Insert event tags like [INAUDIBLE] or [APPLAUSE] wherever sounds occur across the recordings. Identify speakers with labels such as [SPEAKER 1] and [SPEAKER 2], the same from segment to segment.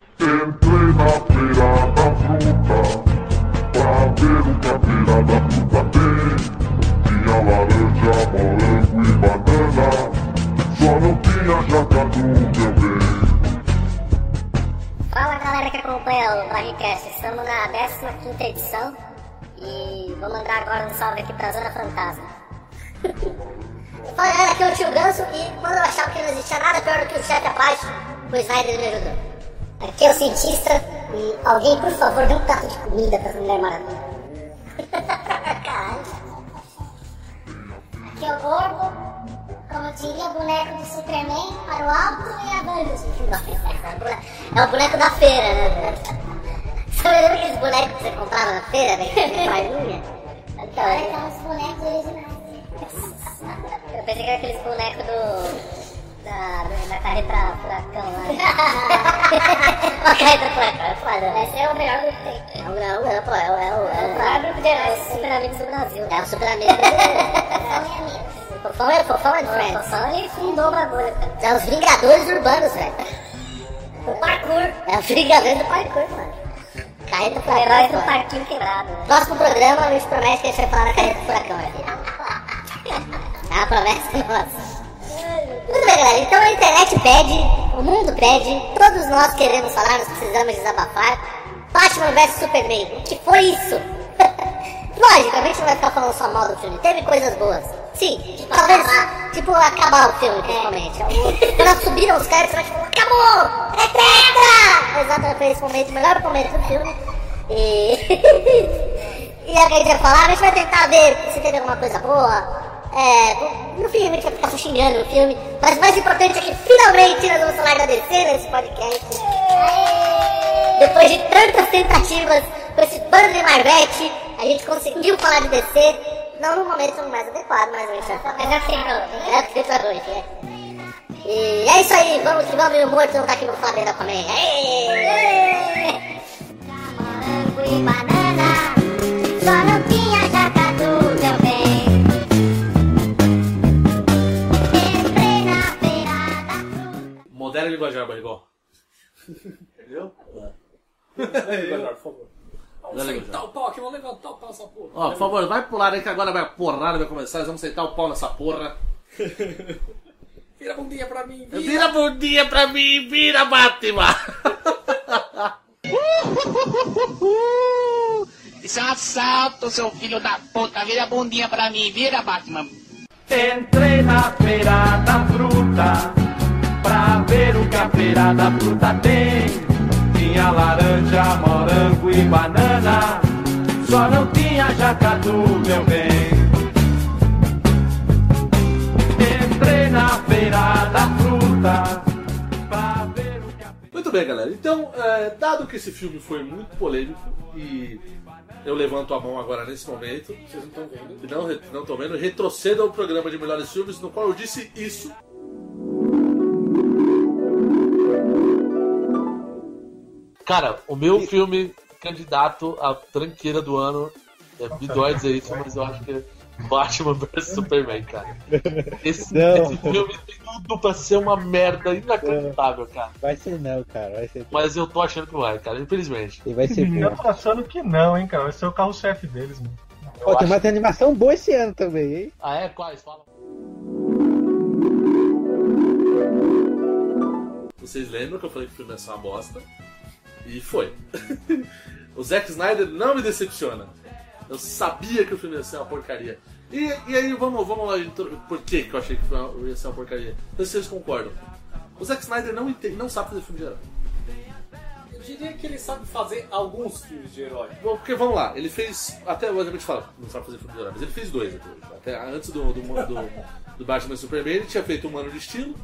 [SPEAKER 1] entrei na feira da fruta Pra ver o que a feira da fruta tem Tinha laranja, morango e banana Só não tinha jacatu, meu bem
[SPEAKER 2] Fala galera que acompanha o Barricast, estamos na 15 edição e vou mandar agora um salve aqui pra Zona Fantasma. [LAUGHS] Fala galera, aqui é o tio Ganso e quando eu achava que não existia nada pior do que o chefe Apache, o Snyder me ajudou. Aqui é o cientista e alguém, por favor, dê um prato de comida pra mulher maravilha. [LAUGHS] Caralho. Aqui é o Gordo, como diria, boneco do Superman para o alto e avante. É o boneco da feira, né? Você lembra aqueles bonecos que você comprava na feira, né? Que fazia? Então, é... São os bonecos originais. Eu pensei que era aqueles bonecos do... Da, da carreta furacão [LAUGHS] lá. Uma carreta furacão, é foda. Esse é o melhor grupo que tem. É o melhor, é, pô, é o... É o, é o maior grupo de heróis. Super Amigos do Brasil. É o Super Amigos brasileiro. [LAUGHS] Fofão é Fofão é Friends. Fofão ele fundou o bagulho, cara. É os Vingadores Urbanos, velho. O parkour. É os Vingadores do parkour, mano. Carreta Furacão. Herói do parquinho quebrado. Próximo programa, a gente promete que a gente vai falar da Carreta Furacão aqui. É uma promessa nossa. Muito bem, galera. Então a internet pede, o mundo pede, todos nós queremos falar, nós precisamos desabafar. Batman vs Superman, o que foi isso? [LAUGHS] Lógico, a gente não vai ficar falando só mal do filme. Teve coisas boas. Sim, talvez, tipo, acabar o filme, principalmente. Algum- Quando subiram os caras, você falou, acabou! É tetra! Exatamente, foi esse momento, o melhor momento do filme. E... [LAUGHS] E é o que a gente vai falar, a gente vai tentar ver se teve alguma coisa boa. É, no filme, a gente vai ficar só xingando no filme. Mas o mais importante é que finalmente nós vamos falar da DC nesse podcast. Depois de tantas tentativas com esse bando de Marvete, a gente conseguiu falar de DC. Não no momento mais adequado, mas a gente vai falar. Mas é sempre É sempre à noite, é. E é isso aí, vamos que vamos, meu morto não tá aqui no Flamengo da Comédia. Aê!
[SPEAKER 3] Morango e banana, só não tinha jacatu, meu bem. Entrei na feira da fruta.
[SPEAKER 4] Modera o linguajar, barrigol.
[SPEAKER 5] Entendeu?
[SPEAKER 4] É.
[SPEAKER 6] Melhor, por favor.
[SPEAKER 4] Não é
[SPEAKER 6] Vamos
[SPEAKER 4] legal,
[SPEAKER 6] sentar o pau aqui, vamos levantar o pau nessa porra.
[SPEAKER 4] Ó, por favor, vai pular aí que agora vai a porrada, vai começar, nós vamos sentar o pau nessa porra.
[SPEAKER 6] Vira a bundinha pra mim, vira.
[SPEAKER 4] Vira bom dia pra mim, vira Batman!
[SPEAKER 3] [LAUGHS]
[SPEAKER 7] Isso é um assalto, seu filho da puta. Vira a bundinha pra mim, vira, Batman.
[SPEAKER 8] Entrei na feira da fruta pra ver o que a feira da fruta tem. Tinha laranja, morango e banana, só não tinha jacatu, meu bem. Entrei na feira da fruta pra ver o que a
[SPEAKER 6] Muito bem, galera. Então, é, dado que esse filme foi muito polêmico e
[SPEAKER 4] Eu levanto a mão agora nesse momento.
[SPEAKER 6] vocês não estão vendo,
[SPEAKER 4] Não, re- não tô vendo. Retroceda o programa de melhores filmes, no qual eu disse isso.
[SPEAKER 9] Cara, o meu filme candidato à tranqueira do ano é me dói dizer isso, mas eu acho que é Batman [LAUGHS] vs Superman, cara. Esse,
[SPEAKER 10] Não.
[SPEAKER 9] esse filme tem tudo pra ser uma merda inacreditável, cara.
[SPEAKER 10] Vai ser não, cara. Vai ser.
[SPEAKER 9] Mas eu tô achando que vai, cara, infelizmente.
[SPEAKER 10] E vai ser
[SPEAKER 11] Eu
[SPEAKER 10] bom.
[SPEAKER 11] tô achando que não, hein, cara. Vai ser o carro-chefe deles, mano.
[SPEAKER 10] Pô, tem mais animação boa esse ano também, hein?
[SPEAKER 9] Ah, é? Quais? Fala.
[SPEAKER 4] Vocês lembram que eu falei que o filme é só uma bosta? E foi. [LAUGHS] o Zack Snyder não me decepciona. Eu sabia que o filme ia ser uma porcaria. E, e aí, vamos, vamos lá, intro- por que que eu achei que foi uma- ia ser uma porcaria? Não sei se vocês concordam. O Zack Snyder não, ente- não sabe fazer filme de herói.
[SPEAKER 6] Eu diria que ele sabe fazer alguns filmes de herói.
[SPEAKER 4] Bom, Porque vamos lá, ele fez. Até hoje a gente fala, não sabe fazer filme de herói, mas ele fez dois até hoje. Até antes do, do, do, do Batman e Superman, ele tinha feito o Mano de Estilo,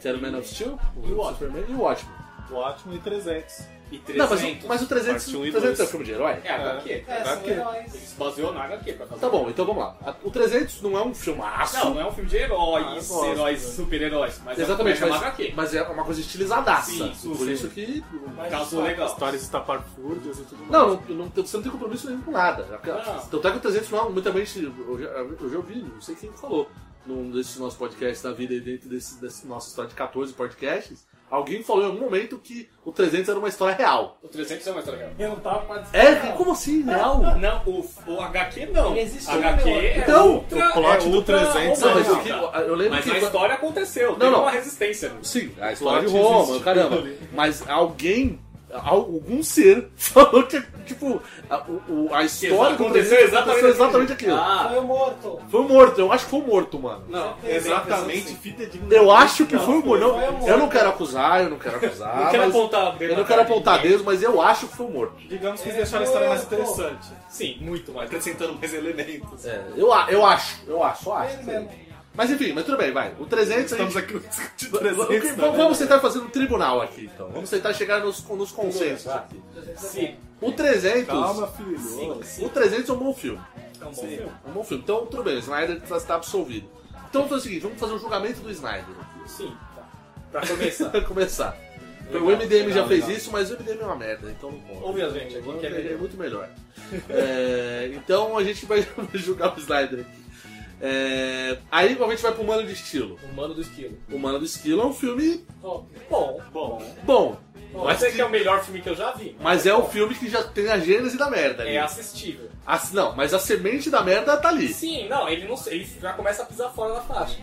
[SPEAKER 4] que era o Man of Steel, o,
[SPEAKER 6] E o Watchmen.
[SPEAKER 4] Superman e o Watchmen.
[SPEAKER 5] O ótimo e 300.
[SPEAKER 6] E 300.
[SPEAKER 4] Não, mas, o- mas o 300,
[SPEAKER 5] Parte um e
[SPEAKER 4] 300 é um
[SPEAKER 5] dois.
[SPEAKER 4] filme de herói? Ah,
[SPEAKER 6] É HQ.
[SPEAKER 5] É,
[SPEAKER 6] são
[SPEAKER 5] HQ.
[SPEAKER 6] heróis. Ele se baseou na HQ pra fazer.
[SPEAKER 4] Tá bom, então vamos lá. A- O 300 não é um filmaço.
[SPEAKER 6] Não, não é um filme de
[SPEAKER 5] Ah, eu
[SPEAKER 6] heróis,
[SPEAKER 5] gosto,
[SPEAKER 6] heróis,
[SPEAKER 5] velho.
[SPEAKER 6] super-heróis. Mas
[SPEAKER 4] Exatamente,
[SPEAKER 6] é uma
[SPEAKER 4] mas,
[SPEAKER 6] HQ.
[SPEAKER 4] mas é uma coisa estilizadaça.
[SPEAKER 6] Sim,
[SPEAKER 4] por
[SPEAKER 6] sim,
[SPEAKER 4] isso
[SPEAKER 6] sim.
[SPEAKER 4] que.
[SPEAKER 6] Caso legal.
[SPEAKER 5] Histórias estapafúrdias e tudo mais.
[SPEAKER 4] Não, não, não- você não tem compromisso nenhum com nada.
[SPEAKER 6] Não.
[SPEAKER 4] Tanto é que o 300 não, muita gente. Eu já, eu já ouvi, não sei quem falou, num desses nossos podcasts da vida, e dentro desse, desse nosso história de 14 podcasts, Alguém falou em algum momento que o 300 era uma história real.
[SPEAKER 12] O 300 é uma história real.
[SPEAKER 5] Eu não tava pra
[SPEAKER 4] É, como assim, real?
[SPEAKER 12] Não, o, o HQ não.
[SPEAKER 5] Ele existe,
[SPEAKER 12] HQ
[SPEAKER 5] meu.
[SPEAKER 12] é
[SPEAKER 4] Então,
[SPEAKER 12] outra-
[SPEAKER 4] o plot
[SPEAKER 12] é
[SPEAKER 4] do
[SPEAKER 12] outra
[SPEAKER 4] 300 é uma
[SPEAKER 12] romântica.
[SPEAKER 4] história- eu lembro
[SPEAKER 12] Mas
[SPEAKER 4] que
[SPEAKER 12] a
[SPEAKER 4] quando-
[SPEAKER 12] história aconteceu.
[SPEAKER 4] Não,
[SPEAKER 12] teve
[SPEAKER 4] não.
[SPEAKER 12] uma resistência.
[SPEAKER 4] Sim, a história
[SPEAKER 12] Plot
[SPEAKER 4] de Roma,
[SPEAKER 12] existe.
[SPEAKER 4] caramba. Mas alguém, al- algum ser, [LAUGHS] falou que, tipo, a, o- o- a história do
[SPEAKER 12] aconteceu
[SPEAKER 4] 300
[SPEAKER 12] exatamente
[SPEAKER 4] exatamente aquilo.
[SPEAKER 12] Ah.
[SPEAKER 5] Foi morto.
[SPEAKER 4] Foi o morto, eu acho que foi o morto, mano.
[SPEAKER 12] Não,
[SPEAKER 5] Exatamente,
[SPEAKER 12] fita de
[SPEAKER 4] Eu acho que
[SPEAKER 5] Não,
[SPEAKER 4] foi o morto. Não,
[SPEAKER 5] foi o morto.
[SPEAKER 4] eu não quero acusar, eu não quero acusar.
[SPEAKER 12] Não quero
[SPEAKER 4] mas-
[SPEAKER 12] apontar dedo
[SPEAKER 4] Eu não quero
[SPEAKER 12] na cara de
[SPEAKER 4] apontar
[SPEAKER 12] ninguém.
[SPEAKER 4] dedos, mas eu acho que foi o morto.
[SPEAKER 5] Digamos que eles deixaram a história mais
[SPEAKER 12] Morto.
[SPEAKER 5] interessante.
[SPEAKER 12] Sim, muito mais, acrescentando mais elementos.
[SPEAKER 4] É, eu, a- eu acho, eu acho, eu acho.
[SPEAKER 5] Ele mesmo.
[SPEAKER 4] Mas enfim, mas tudo bem, vai. O 300 a gente-
[SPEAKER 12] Estamos aqui né? discutindo
[SPEAKER 4] Vamos-
[SPEAKER 12] 300.
[SPEAKER 4] Vamos, vamos tentar fazer um tribunal aqui, então. Vamos tentar chegar nos, nos consensos aqui.
[SPEAKER 12] Sim,
[SPEAKER 4] O 300...
[SPEAKER 5] Calma, filho. Olha.
[SPEAKER 4] O 300 é um bom filme.
[SPEAKER 12] é um bom filme.
[SPEAKER 4] É um bom filme. Então, tudo bem, o Snyder está, está absolvido. Então, vamos fazer o seguinte, vamos fazer o julgamento do Snyder.
[SPEAKER 12] Sim, tá. Pra
[SPEAKER 4] [LAUGHS]
[SPEAKER 12] começar.
[SPEAKER 4] Pra começar.
[SPEAKER 12] Legal,
[SPEAKER 4] o MDM já
[SPEAKER 12] legal,
[SPEAKER 4] fez
[SPEAKER 12] legal.
[SPEAKER 4] isso, mas o MDM é uma merda, então não conta.
[SPEAKER 12] Ouve a gente
[SPEAKER 4] O
[SPEAKER 12] aqui, que é
[SPEAKER 4] MDM é
[SPEAKER 12] melhor.
[SPEAKER 4] muito melhor. É, então, a gente vai [LAUGHS] julgar o Snyder aqui. É, aí, a gente vai pro Mano de Estilo.
[SPEAKER 12] O Mano do Esquilo.
[SPEAKER 4] O Mano do Esquilo é um filme
[SPEAKER 12] Bom, bom. bom.
[SPEAKER 4] bom,
[SPEAKER 12] Não sei que é o melhor filme que eu já vi.
[SPEAKER 4] mas é um filme que já tem a gênese da merda ali.
[SPEAKER 12] É assistível.
[SPEAKER 4] As- não, mas a semente da merda tá ali.
[SPEAKER 12] Sim, não, ele não ele já começa a pisar fora da faixa.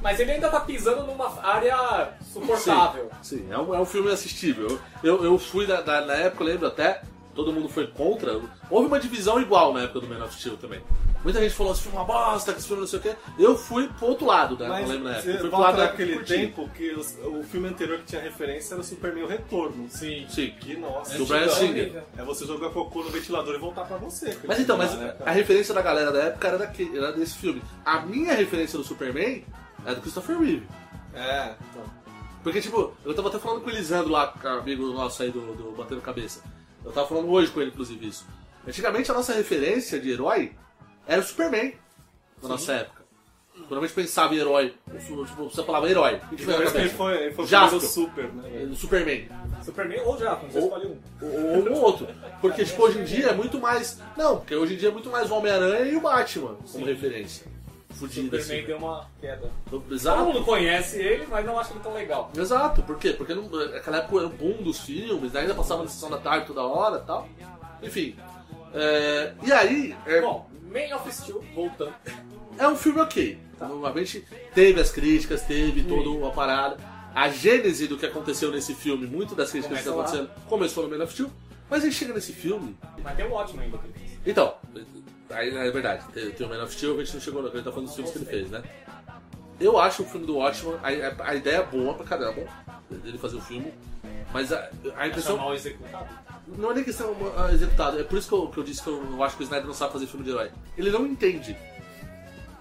[SPEAKER 12] Mas ele ainda tá pisando numa área suportável.
[SPEAKER 4] Sim, é um, é um filme assistível. Eu, eu fui na, na- na época, eu lembro até, todo mundo foi contra. Houve uma divisão igual na época do Man of Steel também. Muita gente falou, esse filme é uma bosta, que esse filme não sei o quê. Eu fui pro outro lado, né?
[SPEAKER 5] Mas
[SPEAKER 4] não lembro na época. Eu
[SPEAKER 5] você
[SPEAKER 4] fui pro lado
[SPEAKER 5] volta
[SPEAKER 4] da época que
[SPEAKER 5] naquele
[SPEAKER 4] curti.
[SPEAKER 5] tempo que os- o filme anterior que tinha referência era o Superman o Retorno. Sim.
[SPEAKER 4] Sim.
[SPEAKER 5] Que nossa.
[SPEAKER 4] Do Brian Singer.
[SPEAKER 5] É você jogar cocô no ventilador e voltar pra você. cara.
[SPEAKER 4] Mas então, mas
[SPEAKER 5] Ah, né,
[SPEAKER 4] a
[SPEAKER 5] cara?
[SPEAKER 4] referência da galera da época era, daquele, era desse filme. A minha referência do Superman é do Christopher Reeve.
[SPEAKER 5] É, então.
[SPEAKER 4] Porque, tipo, eu tava até falando com o Elisandro lá, com o amigo nosso aí do, do Batendo Cabeça. Eu tava falando hoje com ele, inclusive, isso. Antigamente a nossa referência de herói era o Superman, na nossa época. Quando a gente pensava em herói, tipo, você falava herói. O que
[SPEAKER 5] E
[SPEAKER 4] vem na
[SPEAKER 5] depois que ele
[SPEAKER 4] cabeça?
[SPEAKER 5] foi, ele foi o
[SPEAKER 4] Jasper.
[SPEAKER 5] primeiro super, né? velho?
[SPEAKER 4] O Superman.
[SPEAKER 12] Superman ou já, você
[SPEAKER 4] Ou-
[SPEAKER 12] escolhe um.
[SPEAKER 4] Ou um outro. Porque, tipo, hoje em dia é muito mais. Não, porque hoje em dia é muito mais o Homem-Aaranha e o Batman como referência. Fudido
[SPEAKER 12] Superman
[SPEAKER 4] assim. Então,
[SPEAKER 12] deu uma queda. Tá. Todo
[SPEAKER 4] Exato.
[SPEAKER 12] mundo conhece ele, mas não acha ele tão legal.
[SPEAKER 4] Exato, por quê? Porque não- naquela época era o boom dos filmes, né? ainda passava na sessão da tarde toda hora e tal. Enfim. é, e aí, é,
[SPEAKER 12] Bom, Man of Steel, voltando.
[SPEAKER 4] é um filme ok.
[SPEAKER 12] Tá.
[SPEAKER 4] Normalmente teve as críticas, teve toda a parada. A gênese do que aconteceu nesse filme, muito das críticas que
[SPEAKER 12] Começa
[SPEAKER 4] estão
[SPEAKER 12] lá.
[SPEAKER 4] acontecendo, começou no Man of Steel. Mas a gente chega nesse filme.
[SPEAKER 12] Mas tem um ótimo ainda. Tem
[SPEAKER 4] Então, aí é verdade, tem, tem o Man of Steel, a gente não chegou, a gente tá falando dos filmes que ele fez, né? Eu acho o filme do Watchman, a, a- a ideia é boa pra caramba, dele fazer o filme, mas a, a
[SPEAKER 12] Acha
[SPEAKER 4] impressão.
[SPEAKER 12] mal executado.
[SPEAKER 4] Não é nem questão ah, executada, é por isso que eu, que eu disse que eu, eu acho que o Snyder não sabe fazer filme de herói. Ele não entende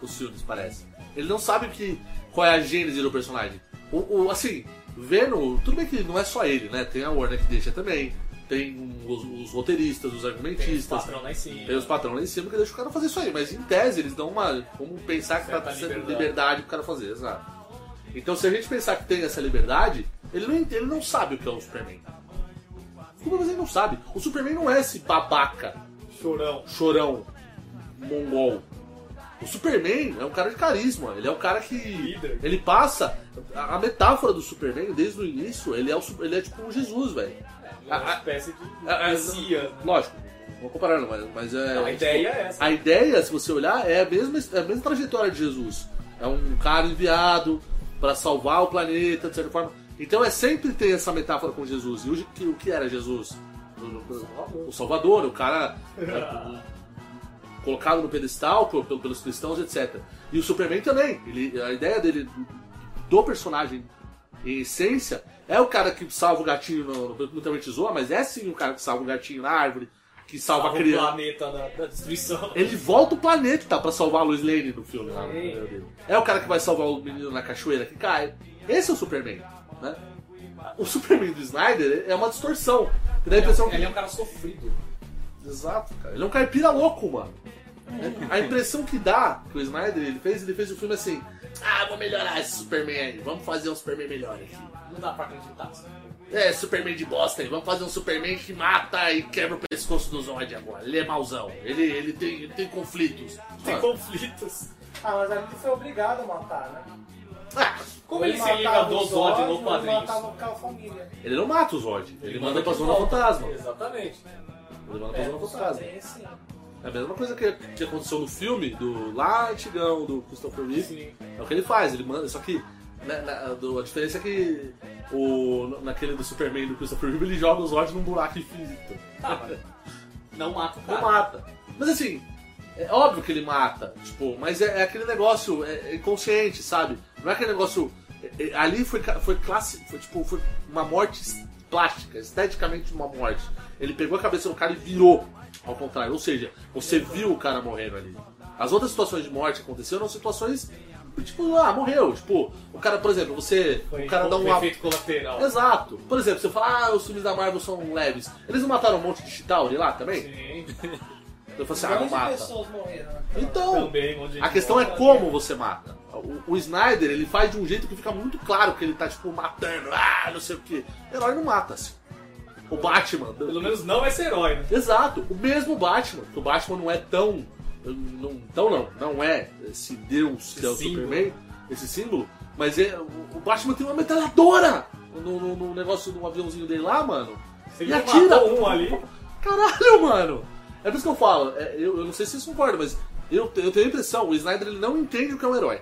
[SPEAKER 4] os filmes, parece. Ele não sabe que, qual é a gênese do personagem. O, o- assim, vendo. Tudo bem que não é só ele, né? Tem a Warner que deixa também, tem os, os roteiristas, os
[SPEAKER 12] Tem esse
[SPEAKER 4] argumentistas.
[SPEAKER 12] patrão lá em cima.
[SPEAKER 4] Tem os patrões lá em cima que deixam o cara fazer isso aí, mas em tese eles dão uma. Vamos pensar que tá
[SPEAKER 12] Certa
[SPEAKER 4] sendo
[SPEAKER 12] liberdade.
[SPEAKER 4] liberdade pro cara fazer, exato. Então se a gente pensar que tem essa liberdade, ele não, ent- ele não sabe o que é o Superman. Desculpa, mas ele não sabe. O Superman não é esse babaca,
[SPEAKER 5] Chorão.
[SPEAKER 4] chorão, mongol. O Superman é um cara de carisma, ele é um cara que.
[SPEAKER 12] Líder.
[SPEAKER 4] Ele passa. A a metáfora do Superman, desde o início, ele é, o su- ele é tipo um Jesus, velho.
[SPEAKER 12] É uma
[SPEAKER 4] a-
[SPEAKER 12] espécie de
[SPEAKER 4] a- a-
[SPEAKER 12] messias.
[SPEAKER 4] Lógico, não vou comparar, não, mas, mas é.
[SPEAKER 12] É. A ideia ah, é essa.
[SPEAKER 4] A ideia, se você olhar, é a mesma, é a mesma trajetória de Jesus. É um cara enviado para salvar o planeta, de certa forma. Então é sempre ter essa metáfora com Jesus. E o que, o que era Jesus? O, o Salvador, o cara é, colocado no pedestal por- pelo- pelos cristãos, etc. E o Superman também. Ele, a ideia dele, do personagem em essência, é o cara que salva o gatinho, no, no, muita gente zoa, mas é sim o cara que salva o gatinho na árvore, que salva,
[SPEAKER 12] Salva
[SPEAKER 4] a
[SPEAKER 12] o
[SPEAKER 4] criança.
[SPEAKER 12] planeta da, da destruição.
[SPEAKER 4] Ele volta o planeta tá, pra salvar a Lois Lane no filme. lá no primeiro dele. É o cara que vai salvar o menino na cachoeira que cai. Esse é o Superman, né? O Superman do Snyder é uma distorção. Que dá a
[SPEAKER 12] Ele é,
[SPEAKER 4] impressão
[SPEAKER 12] um, ele
[SPEAKER 4] que...
[SPEAKER 12] é um cara sofrido.
[SPEAKER 4] Exato, cara. Ele é um caipira louco, mano. É. A impressão que dá que o Snyder ele fez, ele fez o filme assim: Ah, vou melhorar esse Superman aí, vamos fazer um Superman melhor aqui.
[SPEAKER 12] Não dá pra acreditar.
[SPEAKER 4] É, Superman de bosta aí, vamos fazer um Superman que mata e quebra o pescoço do Zod agora. Ele é mauzão, ele, ele, tem, ele tem conflitos.
[SPEAKER 12] Tem
[SPEAKER 4] Ah.
[SPEAKER 12] conflitos.
[SPEAKER 6] Ah, mas a gente foi obrigado a matar, né?
[SPEAKER 4] Ah,
[SPEAKER 12] Como ele, se liga do Zod no quadrinho?
[SPEAKER 4] Ele não mata o Zod, ele, manda pra Zona Fantasma.
[SPEAKER 12] Exatamente.
[SPEAKER 4] Ele manda pra Zona Fantasma.
[SPEAKER 12] É sim.
[SPEAKER 4] É a mesma coisa que, que aconteceu no filme do lá antigão, do Christopher Reeve. É o que ele faz, ele manda. Só que né, na- do- a diferença é que o, naquele do Superman do Christopher Reeve ele joga os olhos num buraco infinito.
[SPEAKER 12] Tá, mas não mata o cara.
[SPEAKER 4] Não mata. Mas assim, é óbvio que ele mata, tipo, mas é, é aquele negócio é, é inconsciente, sabe? Não é aquele negócio. é- é- ali foi, ca- foi classe. Foi, tipo, foi uma morte es- plástica, esteticamente uma morte. Ele pegou a cabeça do cara e virou ao contrário. Ou seja, você viu o cara morrendo ali. As outras situações de morte que aconteceram eram situações. Tipo, ah, morreu. Tipo, o cara, por exemplo, você. o cara dá um
[SPEAKER 12] um efeito colateral.
[SPEAKER 4] Exato. Por exemplo, você fala, ah, os filmes da Marvel são leves. Eles não mataram um monte de Chitauri lá também?
[SPEAKER 12] Sim.
[SPEAKER 4] Então eu falo assim, ah, não
[SPEAKER 13] Quantas
[SPEAKER 4] mata.
[SPEAKER 13] pessoas morreram? né?
[SPEAKER 4] Então,
[SPEAKER 12] Também, um monte de
[SPEAKER 4] a
[SPEAKER 12] gente
[SPEAKER 4] questão é
[SPEAKER 12] morta.
[SPEAKER 4] como você mata. O, o Snyder, ele faz de um jeito que fica muito claro que ele tá, tipo, matando, ah, não sei o quê. Herói não mata, assim. O Batman.
[SPEAKER 12] Pelo menos não esse herói, né?
[SPEAKER 4] Exato. O mesmo Batman. que O Batman não é tão. Não, tão não. Não é esse deus que é o
[SPEAKER 12] símbolo.
[SPEAKER 4] Superman, esse símbolo. Mas é, o o Batman tem uma metralhadora no, no- no negócio do aviãozinho dele lá, mano.
[SPEAKER 12] Ele
[SPEAKER 4] e atira.
[SPEAKER 12] matou um ali.
[SPEAKER 4] Caralho, mano! É por isso que eu falo, é, eu, eu não sei se vocês concordam, mas eu, eu tenho a impressão, o Snyder ele não entende o que é um herói.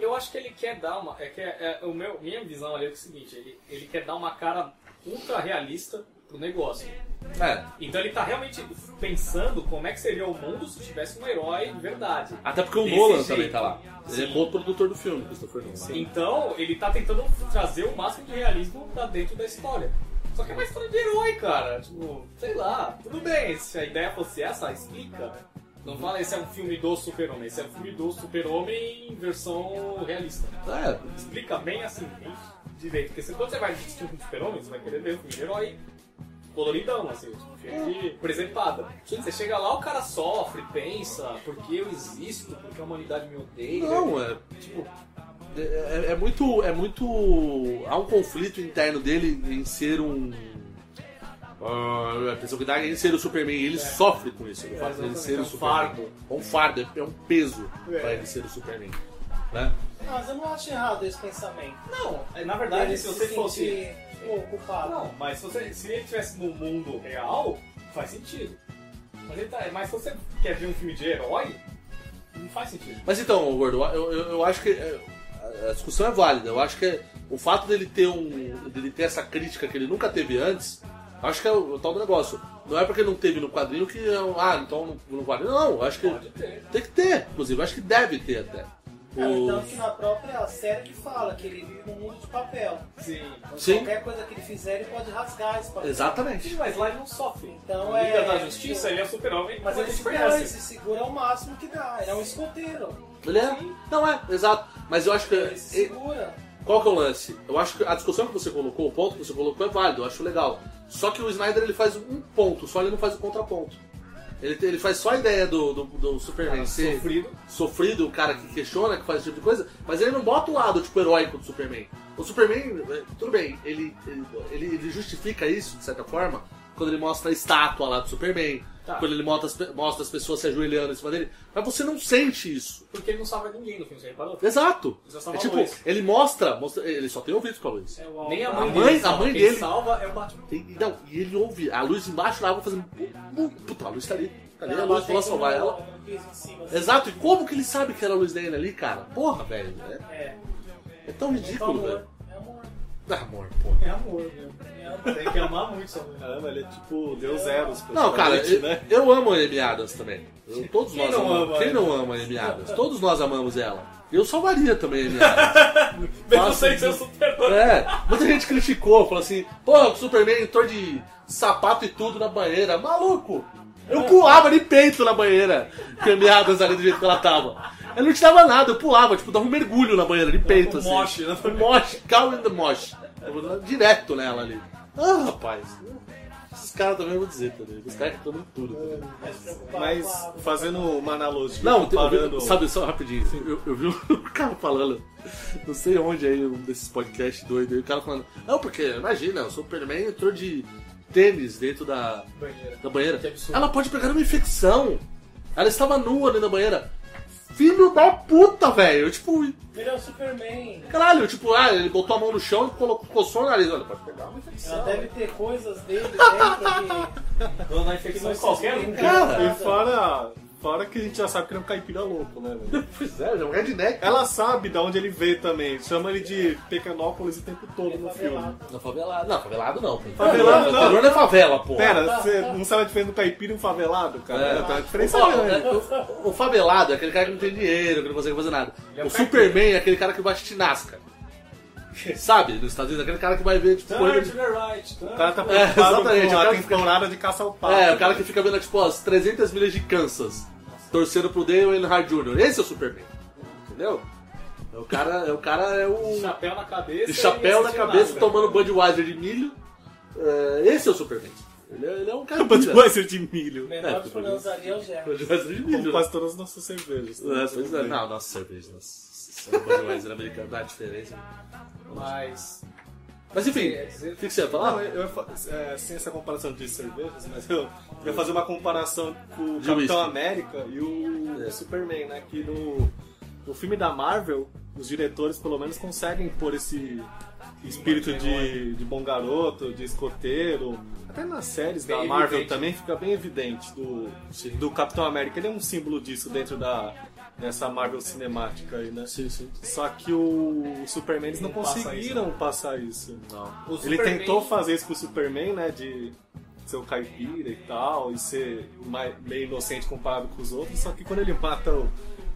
[SPEAKER 12] Eu acho que ele quer dar uma. É que é, é- o meu, minha visão ali é o seguinte: ele, ele quer dar uma cara ultra realista pro negócio. Então ele tá realmente pensando como é que seria o mundo se tivesse um herói de verdade.
[SPEAKER 4] Até porque o
[SPEAKER 12] Desse
[SPEAKER 4] Nolan
[SPEAKER 12] jeito.
[SPEAKER 4] também tá lá. Ele é
[SPEAKER 12] Sim.
[SPEAKER 4] co-produtor do filme, Christopher Nolan.
[SPEAKER 12] Então ele tá tentando trazer o máximo de realismo pra dentro da história. Só que é uma história de herói, cara. Tipo, sei lá, tudo bem, se a ideia fosse essa, explica. né? Não fala esse é um filme do super-homem, esse é um filme do super-homem em versão realista.
[SPEAKER 4] É.
[SPEAKER 12] Explica bem assim, bem direito. Porque se- quando você vai assistir um filme de super-homem, você vai querer ver um filme de herói coloridão, assim, tipo, cheio de presentada. Você chega lá, o cara sofre, pensa, por que eu existo, por que a humanidade me odeia.
[SPEAKER 4] Não, é.
[SPEAKER 12] Tipo,
[SPEAKER 4] É, é- é muito. É muito. Há um conflito interno dele em ser um. ah, a pessoa que dá em ser o Superman, ele sofre com isso.
[SPEAKER 12] É,
[SPEAKER 4] o fato dele
[SPEAKER 12] exatamente,
[SPEAKER 4] ser
[SPEAKER 12] é
[SPEAKER 4] o
[SPEAKER 12] um
[SPEAKER 4] Superman.
[SPEAKER 12] fardo.
[SPEAKER 4] É um fardo, é- é um peso
[SPEAKER 13] É.
[SPEAKER 4] pra ele ser o Superman. Né?
[SPEAKER 13] Não, mas eu não acho errado esse pensamento.
[SPEAKER 12] Não, na verdade,
[SPEAKER 13] Ele
[SPEAKER 12] se você fosse-
[SPEAKER 13] sentir, Pô, culpado.
[SPEAKER 12] Não, mas se, você- se ele estivesse no mundo real, faz sentido. Mas, ele tá- mas se você quer ver um filme de herói, não faz sentido.
[SPEAKER 4] Mas então, Gordo, eu, eu, eu acho que é, a- a discussão é válida. Eu acho que é- o fato dele ter um. dele ter essa crítica que ele nunca teve antes, acho que é o, o tal do negócio. Não é porque não teve no quadrinho que. é um, Ah, então não, não vale. Não, eu acho que. Tem que ter, inclusive, eu acho que deve ter até.
[SPEAKER 13] Cara,
[SPEAKER 4] O-
[SPEAKER 13] Tanto Então,
[SPEAKER 5] então,
[SPEAKER 13] que na própria série ele fala que ele vive num mundo de papel.
[SPEAKER 12] Sim.
[SPEAKER 13] Então,
[SPEAKER 4] Sim.
[SPEAKER 13] Qualquer coisa que ele fizer, ele pode rasgar esse papel.
[SPEAKER 4] Exatamente. Sim,
[SPEAKER 12] mas lá ele não sofre.
[SPEAKER 13] Então
[SPEAKER 12] Na
[SPEAKER 13] é.
[SPEAKER 12] Liga da Justiça, ele é super-homem,
[SPEAKER 13] Mas
[SPEAKER 12] mas
[SPEAKER 13] ele
[SPEAKER 12] ele se
[SPEAKER 13] segura, ele
[SPEAKER 12] conhece.
[SPEAKER 13] se segura ao máximo que dá. Ele é um escoteiro.
[SPEAKER 4] Ele é? Não é, exato. Mas eu acho que.
[SPEAKER 13] Ele se segura.
[SPEAKER 4] Qual que é o lance? Eu acho que a discussão que você colocou, o ponto que você colocou é válido, eu acho legal. Só que o Snyder ele faz um ponto, só ele não faz o contraponto. Ele, ele faz só a ideia do, do, do Superman ser
[SPEAKER 12] sofrido.
[SPEAKER 4] sofrido, o cara que questiona, que faz esse tipo de coisa, mas ele não bota o lado tipo heróico do Superman. O Superman, eh, tudo bem, ele, ele, ele- ele justifica isso, de certa forma, quando ele mostra a estátua lá do Superman,
[SPEAKER 12] Tá.
[SPEAKER 4] quando ele mostra as, pe- mostra as pessoas se ajoelhando em cima dele, mas você não sente isso.
[SPEAKER 12] Porque ele não salva ninguém no filme, você reparou?
[SPEAKER 4] Exato.
[SPEAKER 12] Ele só
[SPEAKER 4] É
[SPEAKER 12] salva
[SPEAKER 4] tipo,
[SPEAKER 12] a Lois.
[SPEAKER 4] ele mostra, mostra- ele só tem ouvidos pra luz.
[SPEAKER 12] Nem a mãe,
[SPEAKER 4] É a
[SPEAKER 12] dele
[SPEAKER 4] mãe, a
[SPEAKER 12] salva.
[SPEAKER 4] mãe
[SPEAKER 12] Quem
[SPEAKER 4] dele.
[SPEAKER 12] salva é o Batman.
[SPEAKER 4] E, e não, e ele ouve a luz embaixo da água fazendo. bu- bu- Puta, a luz tá ali. Tá ali,
[SPEAKER 13] Não,
[SPEAKER 4] a luz foi lá
[SPEAKER 13] tem
[SPEAKER 4] salvar
[SPEAKER 13] um-
[SPEAKER 4] ela.
[SPEAKER 13] um piso em cima, assim.
[SPEAKER 4] Exato, e como que ele sabe que era a luz dele ali, cara? Porra, velho. É,
[SPEAKER 13] É.
[SPEAKER 4] é tão ridículo,
[SPEAKER 13] amor.
[SPEAKER 4] velho.
[SPEAKER 13] É amor.
[SPEAKER 4] Ah, amor, pô.
[SPEAKER 13] É amor, meu. É amor.
[SPEAKER 5] Tem que amar muito sua mulher. Caramba, ele é tipo, deu zeros.
[SPEAKER 4] Não, cara,
[SPEAKER 5] praticamente, né?
[SPEAKER 4] eu, eu amo a Amy Adams também. Eu- todos
[SPEAKER 5] Quem
[SPEAKER 4] nós
[SPEAKER 5] não
[SPEAKER 4] amamos.
[SPEAKER 5] ama
[SPEAKER 4] quem
[SPEAKER 5] ela?
[SPEAKER 4] não ama a Amy Adams? Todos nós amamos ela. Eu salvaria também a Amy Adams.
[SPEAKER 12] Mesmo
[SPEAKER 4] Faço-
[SPEAKER 12] sem ser o super-homem.
[SPEAKER 4] É, muita gente criticou, falou assim, pô, o Superman entrou de sapato e tudo na banheira. Maluco! Eu pulava de peito na banheira, caminhadas ali do jeito que ela tava. Eu não te dava nada, eu pulava, tipo, dava um mergulho na banheira, de peito, assim.
[SPEAKER 12] mosh, né?
[SPEAKER 4] Um mosh, calm in the mosh. Eu vou dar direto nela ali. Ah, rapaz. Esses caras também eu vou dizer, também. Os caras que estão em tudo. tá Também.
[SPEAKER 5] Mas fazendo uma analogia.
[SPEAKER 4] Não, eu vi-
[SPEAKER 5] parando...
[SPEAKER 4] sabe, só rapidinho. Eu, eu vi um [LAUGHS] cara falando, não sei onde aí, um desses podcasts doido aí, o cara falando, não, porque imagina, o Superman entrou de tênis dentro da banheira. Da banheira. Ela pode pegar uma infecção. Ela estava nua dentro da banheira. Filho da puta, velho. Tipo,
[SPEAKER 13] Ele é o Superman.
[SPEAKER 4] caralho, tipo, ah, ele botou a mão no chão e colocou, coçou o nariz. Olha, pode pegar uma
[SPEAKER 13] Ela
[SPEAKER 4] infecção.
[SPEAKER 13] deve ter coisas dele dentro que...
[SPEAKER 12] Dona infecção
[SPEAKER 13] que não
[SPEAKER 12] qualquer
[SPEAKER 13] se
[SPEAKER 12] um,
[SPEAKER 13] explica.
[SPEAKER 5] Cara, e fora, fora que a gente já sabe que ele é um caipira louco, né, velho?
[SPEAKER 4] Pois é, ele é um redneck.
[SPEAKER 5] Ela sabe de onde ele veio também. Chama ele de Pecanópolis o tempo todo no filme.
[SPEAKER 4] Não, favelado. Não, favelado não. pô.
[SPEAKER 5] Favelado não.
[SPEAKER 4] Interior não é favela, pô.
[SPEAKER 5] Pera, você não sabe a diferença do caipira e um favelado, cara?
[SPEAKER 4] É.
[SPEAKER 5] Tá, a diferença
[SPEAKER 4] Ó,
[SPEAKER 5] é grande.
[SPEAKER 4] é, o, o favelado é aquele cara que não tem dinheiro, que não consegue fazer nada. o Superman é aquele cara que bate tinasca. Sabe? Nos Estados Unidos, aquele cara que vai ver, tipo, corrida
[SPEAKER 12] Turn
[SPEAKER 4] de-
[SPEAKER 12] to the right, turn.
[SPEAKER 5] O cara tá
[SPEAKER 4] É,
[SPEAKER 5] preocupado
[SPEAKER 4] exatamente,
[SPEAKER 5] com
[SPEAKER 4] o
[SPEAKER 5] a
[SPEAKER 4] cara
[SPEAKER 5] temporada de caça ao pau.
[SPEAKER 4] É, o cara que fica vendo, tipo, as 300 milhas de Kansas, torcendo pro Dale Earnhardt Jr. Esse é o Superman. Entendeu? É o cara, é o cara é o
[SPEAKER 12] Chapéu na cabeça.
[SPEAKER 4] de
[SPEAKER 12] e
[SPEAKER 4] chapéu na
[SPEAKER 12] assistindo
[SPEAKER 4] cabeça
[SPEAKER 12] nada.
[SPEAKER 4] tomando Budweiser de milho. É, esse é o Superman. Ele é, ele é um cara
[SPEAKER 5] [LAUGHS] Budweiser de milho.
[SPEAKER 13] Menor
[SPEAKER 4] É,
[SPEAKER 13] dos problemas ali é o Gerson.
[SPEAKER 4] Budweiser de milho. né?
[SPEAKER 5] Como quase todas as nossas cervejas. né?
[SPEAKER 4] É, pois é. Não, nossa cerveja, nossa. Budweiser americano dá diferença.
[SPEAKER 12] Mas.
[SPEAKER 4] Mas enfim,
[SPEAKER 12] É,
[SPEAKER 4] o que, que você ia
[SPEAKER 5] Não,
[SPEAKER 4] falar?
[SPEAKER 5] eu, ia fa- é, sem essa comparação de cervejas, mas eu ia fazer uma comparação com o
[SPEAKER 4] De
[SPEAKER 5] Capitão
[SPEAKER 4] whisky.
[SPEAKER 5] América e o
[SPEAKER 4] É.
[SPEAKER 5] Superman, né? Que no, no filme da Marvel, os diretores pelo menos conseguem pôr esse espírito de, de bom garoto, de escoteiro. Até nas séries da
[SPEAKER 12] Bem
[SPEAKER 5] Marvel
[SPEAKER 12] evidente.
[SPEAKER 5] também fica bem evidente do, do Capitão América. Ele é um símbolo disso dentro da, dessa Marvel cinemática aí, né?
[SPEAKER 4] Sim, sim.
[SPEAKER 5] Só que o Superman eles não,
[SPEAKER 12] Não passa isso,
[SPEAKER 4] né?
[SPEAKER 5] conseguiram passar isso.
[SPEAKER 4] Não.
[SPEAKER 12] O
[SPEAKER 5] Ele
[SPEAKER 12] Superman-
[SPEAKER 5] tentou fazer isso com o Superman, né? De ser o caipira e tal, e ser mai- meio inocente comparado com os outros. Só que quando ele mata o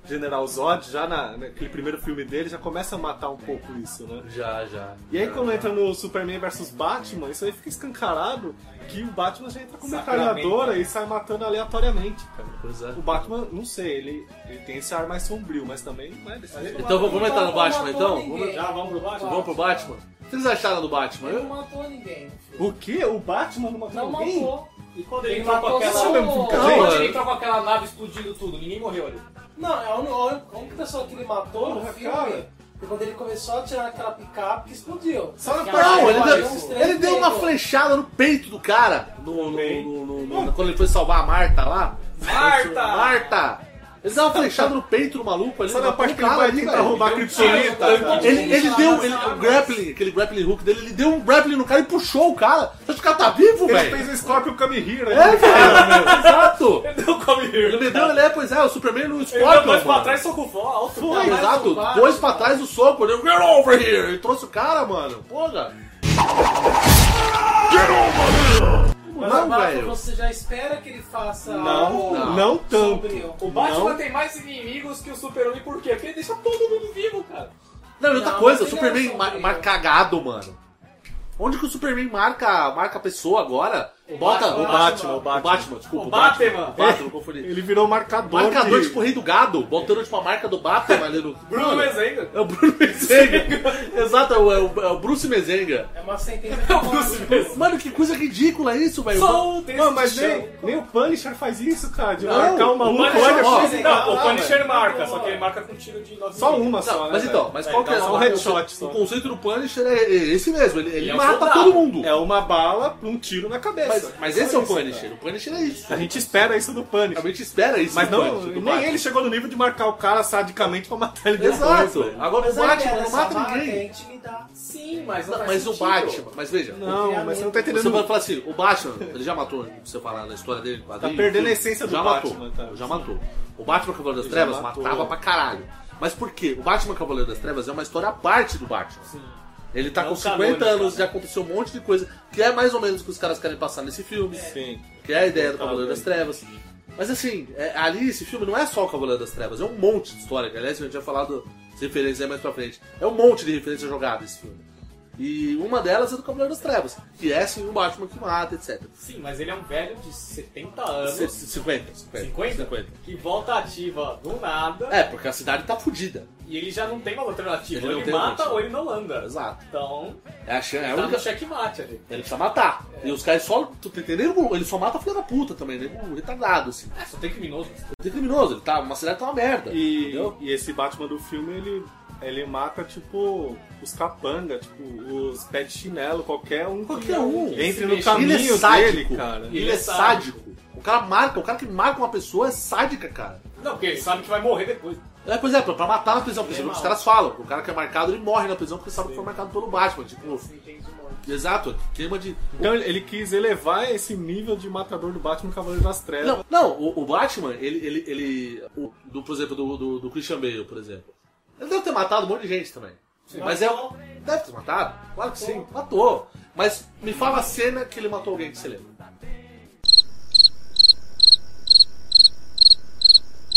[SPEAKER 5] General Zod, já na, naquele primeiro filme dele, já começa a matar um pouco isso, né?
[SPEAKER 4] Já, já.
[SPEAKER 5] E aí quando entra no Superman versus Batman, isso aí fica escancarado que o Batman já entra com metralhadora
[SPEAKER 4] né?
[SPEAKER 5] e sai matando aleatoriamente, cara.
[SPEAKER 4] Pois é.
[SPEAKER 5] O Batman, não sei, ele, ele tem esse ar mais sombrio, mas também não é desse jeito.
[SPEAKER 4] Então vamos vamos entrar no Batman, então? Vamos-
[SPEAKER 13] Ninguém.
[SPEAKER 12] Já vamos pro Batman?
[SPEAKER 4] Vamos pro Batman? O que vocês acharam do Batman?
[SPEAKER 13] Ele não
[SPEAKER 4] Eu-
[SPEAKER 13] matou ninguém no filme.
[SPEAKER 5] O quê? O Batman não matou
[SPEAKER 13] Não
[SPEAKER 5] ninguém?
[SPEAKER 13] matou.
[SPEAKER 12] E quando ele
[SPEAKER 13] Ele
[SPEAKER 12] entrou com
[SPEAKER 13] matou
[SPEAKER 12] aquela.
[SPEAKER 13] só o...
[SPEAKER 4] Calma.
[SPEAKER 12] Quando ele entrou com aquela nave explodindo tudo, ninguém morreu ali.
[SPEAKER 13] Não, é a única- a única pessoa que ele matou no
[SPEAKER 5] Porra,
[SPEAKER 13] filme
[SPEAKER 5] cara.
[SPEAKER 13] foi quando ele começou a tirar aquela picape que explodiu.
[SPEAKER 5] Só no
[SPEAKER 13] Que
[SPEAKER 5] pau,
[SPEAKER 13] ela
[SPEAKER 4] Não, ele
[SPEAKER 13] pegou
[SPEAKER 4] deu,
[SPEAKER 13] esses três
[SPEAKER 4] ele deu uma
[SPEAKER 13] dedos.
[SPEAKER 4] flechada no peito do cara no, no-
[SPEAKER 5] Bem.
[SPEAKER 4] no- no- no- no- quando ele foi salvar a Marta lá.
[SPEAKER 12] Marta!
[SPEAKER 4] Marta! Ele deu uma flechada no peito do maluco ali.
[SPEAKER 5] Só na
[SPEAKER 4] matou
[SPEAKER 5] parte
[SPEAKER 4] o
[SPEAKER 5] que ele
[SPEAKER 4] cara
[SPEAKER 5] vai
[SPEAKER 4] ali,
[SPEAKER 5] ali pra
[SPEAKER 4] velho.
[SPEAKER 5] roubar a
[SPEAKER 12] Ele-
[SPEAKER 5] criptonita.
[SPEAKER 12] ele-
[SPEAKER 4] Ele, ele deu ele- o grappling, aquele grappling hook dele, ele deu um grappling no cara e puxou o cara. Você acha que o cara tá vivo,
[SPEAKER 5] Ele
[SPEAKER 4] velho?
[SPEAKER 5] fez o né? Scorpion Come Hero.
[SPEAKER 4] É, velho, exato!
[SPEAKER 12] Não come
[SPEAKER 4] Ele me deu, ele é, pois é, o Superman no
[SPEAKER 12] Ele deu
[SPEAKER 4] Scorpion.
[SPEAKER 12] dois pra
[SPEAKER 4] mano.
[SPEAKER 12] trás um e socou fora, alto.
[SPEAKER 4] Foi, exato, dois pra trás o soco, ele, get over here! E trouxe o cara, mano, porra! Get over here!
[SPEAKER 13] Mas
[SPEAKER 4] Não,
[SPEAKER 13] o Batman,
[SPEAKER 4] velho.
[SPEAKER 13] você já espera que ele faça
[SPEAKER 5] Não,
[SPEAKER 13] algo
[SPEAKER 5] não, tanto.
[SPEAKER 13] sombrio.
[SPEAKER 12] O Batman
[SPEAKER 5] Não.
[SPEAKER 12] tem mais inimigos que o Super-Homem, por quê? Porque ele deixa todo mundo vivo, cara.
[SPEAKER 4] Não, e outra
[SPEAKER 13] Não,
[SPEAKER 4] coisa, o
[SPEAKER 13] mas ele
[SPEAKER 4] Superman
[SPEAKER 13] era
[SPEAKER 4] mar,
[SPEAKER 13] sombrio.
[SPEAKER 4] marca cagado, mano. Onde que o Superman marca, marca a pessoa agora? Bota
[SPEAKER 5] O Batman, o
[SPEAKER 4] Batman,
[SPEAKER 5] Batman.
[SPEAKER 4] desculpa.
[SPEAKER 12] O
[SPEAKER 4] O
[SPEAKER 12] Batman.
[SPEAKER 4] Batman, eu confundi.
[SPEAKER 5] Ele virou marcador.
[SPEAKER 4] Marcador
[SPEAKER 5] de...
[SPEAKER 4] tipo o rei do gado, botando tipo a marca do Batman ali no. Mano,
[SPEAKER 12] Bruno Mezenga.
[SPEAKER 4] É o Bruno Mezenga. Exato, é o, é o- é o Bruce Mezenga.
[SPEAKER 13] É uma sentença
[SPEAKER 5] [LAUGHS]
[SPEAKER 13] que morre.
[SPEAKER 4] Mano, que coisa ridícula é isso, velho.
[SPEAKER 12] Só um texto
[SPEAKER 5] Mano, mas
[SPEAKER 12] de chão.
[SPEAKER 5] nem, nem o Punisher faz isso, cara. De
[SPEAKER 4] Não,
[SPEAKER 5] marcar o
[SPEAKER 4] o
[SPEAKER 5] maluco.
[SPEAKER 4] Punisher
[SPEAKER 5] Olha,
[SPEAKER 4] faz
[SPEAKER 5] pô,
[SPEAKER 4] isso.
[SPEAKER 12] Não, o
[SPEAKER 5] caralho.
[SPEAKER 12] Punisher marca, só que ele marca com tiro de 9
[SPEAKER 5] Só uma
[SPEAKER 4] Não,
[SPEAKER 5] só, né,
[SPEAKER 4] mas então,
[SPEAKER 5] velho?
[SPEAKER 4] mas
[SPEAKER 5] É,
[SPEAKER 4] qual que é
[SPEAKER 5] então, Só um
[SPEAKER 4] o- o,
[SPEAKER 5] headshot só.
[SPEAKER 4] o conceito do Punisher é esse mesmo, ele, ele
[SPEAKER 12] é um
[SPEAKER 4] mata
[SPEAKER 12] soldado.
[SPEAKER 4] todo mundo.
[SPEAKER 5] É uma bala pra um tiro na cabeça.
[SPEAKER 4] Mas, mas
[SPEAKER 5] Só
[SPEAKER 4] esse é o
[SPEAKER 5] isso,
[SPEAKER 4] Punisher,
[SPEAKER 5] cara.
[SPEAKER 4] o Punisher é isso.
[SPEAKER 5] A gente espera isso do Punisher.
[SPEAKER 4] Realmente espera isso.
[SPEAKER 5] Mas
[SPEAKER 4] do
[SPEAKER 5] não,
[SPEAKER 4] Punisher, do
[SPEAKER 5] nem
[SPEAKER 4] Batman.
[SPEAKER 5] ele chegou no nível de marcar o cara sadicamente pra matar ele depois.
[SPEAKER 4] Exato.
[SPEAKER 5] velho.
[SPEAKER 4] Agora
[SPEAKER 13] Mas
[SPEAKER 4] o
[SPEAKER 13] aí,
[SPEAKER 4] Batman
[SPEAKER 13] cara,
[SPEAKER 4] não
[SPEAKER 13] essa
[SPEAKER 4] mata
[SPEAKER 13] marca é
[SPEAKER 4] ninguém.
[SPEAKER 13] intimidar.
[SPEAKER 12] Sim, mas não
[SPEAKER 4] Não,
[SPEAKER 12] faz
[SPEAKER 4] mas o
[SPEAKER 12] sentido.
[SPEAKER 4] Batman, mas veja.
[SPEAKER 5] Não, mas você não tá
[SPEAKER 4] Você
[SPEAKER 5] entendendo.
[SPEAKER 4] vai falar assim, o Batman, ele já matou, se eu falar na história dele, tá
[SPEAKER 5] perdendo a essência do
[SPEAKER 4] já
[SPEAKER 5] Batman,
[SPEAKER 4] Matou,
[SPEAKER 5] tá?
[SPEAKER 4] Já matou. O Batman Cavaleiro das
[SPEAKER 5] Ele já
[SPEAKER 4] Trevas
[SPEAKER 5] matou.
[SPEAKER 4] matava pra caralho. Mas por quê? O Batman Cavaleiro das Trevas é uma história à parte do Batman. Ele tá
[SPEAKER 5] É
[SPEAKER 4] com
[SPEAKER 5] um
[SPEAKER 4] 50
[SPEAKER 5] canônico,
[SPEAKER 4] anos,
[SPEAKER 5] né?
[SPEAKER 4] já aconteceu um monte de coisa, que é mais ou menos o que os caras querem passar nesse filme.
[SPEAKER 5] Sim.
[SPEAKER 4] Que é a ideia do Cavaleiro
[SPEAKER 5] Totalmente.
[SPEAKER 12] né?
[SPEAKER 4] das Trevas. Mas assim, é- ali esse filme não é só o Cavaleiro das Trevas, é um monte de história. que, Aliás, a gente já falado as referências aí mais pra frente. É um monte de referência jogada esse filme. E uma delas é do Cavaleiro das Trevas, que é sim o Batman que mata, etc.
[SPEAKER 12] Sim, mas ele é um velho de 70 anos.
[SPEAKER 4] C- 50, 50.
[SPEAKER 12] 50? Que volta ativa do nada
[SPEAKER 4] É, porque a cidade tá fudida.
[SPEAKER 12] e ele já não tem uma alternativa.
[SPEAKER 4] Ele
[SPEAKER 12] Ou
[SPEAKER 4] não
[SPEAKER 12] ele,
[SPEAKER 4] tem
[SPEAKER 12] mata
[SPEAKER 4] alternativa.
[SPEAKER 12] ou ele não anda.
[SPEAKER 4] Exato.
[SPEAKER 12] Então,
[SPEAKER 4] É a, chan- é a
[SPEAKER 12] tá no
[SPEAKER 4] única.
[SPEAKER 12] checkmate ali.
[SPEAKER 4] Ele precisa matar. E os caras só. Tu tá entendendo? Ele só mata filha da puta também, né? Um retardado, assim.
[SPEAKER 12] É, só tem criminoso.
[SPEAKER 4] Ele é criminoso, ele tá. Uma cidade tá uma merda.
[SPEAKER 5] E,
[SPEAKER 4] Entendeu?
[SPEAKER 5] e esse Batman do filme, ele, ele mata, tipo, os capanga, tipo, os pé de chinelo, qualquer um. que
[SPEAKER 4] Qualquer um.
[SPEAKER 5] Entre
[SPEAKER 12] Ele
[SPEAKER 5] no
[SPEAKER 12] é
[SPEAKER 5] caminho
[SPEAKER 4] sádico.
[SPEAKER 5] dele, cara.
[SPEAKER 4] Ele, é sádico. O cara marca, o cara que marca uma pessoa é sádica, cara.
[SPEAKER 12] Não, porque ele sabe que vai morrer depois.
[SPEAKER 4] É, pois é, pra, pra matar na prisão, porque você vê que os caras falam, o cara que é marcado ele morre na prisão porque sabe que foi marcado pelo Batman. Tipo, exato, queima de.
[SPEAKER 5] Então ele, ele quis elevar esse nível de matador do Batman no Cavaleiro das Trevas.
[SPEAKER 4] Não, não o, o Batman, ele. ele, ele o, do, por exemplo, do, do, do Christian Bale, por exemplo. Ele deve ter matado um monte de gente também. Mas é. o- Deve ter matado? Claro que sim, matou. Mas me fala a cena que ele matou alguém que você lembra.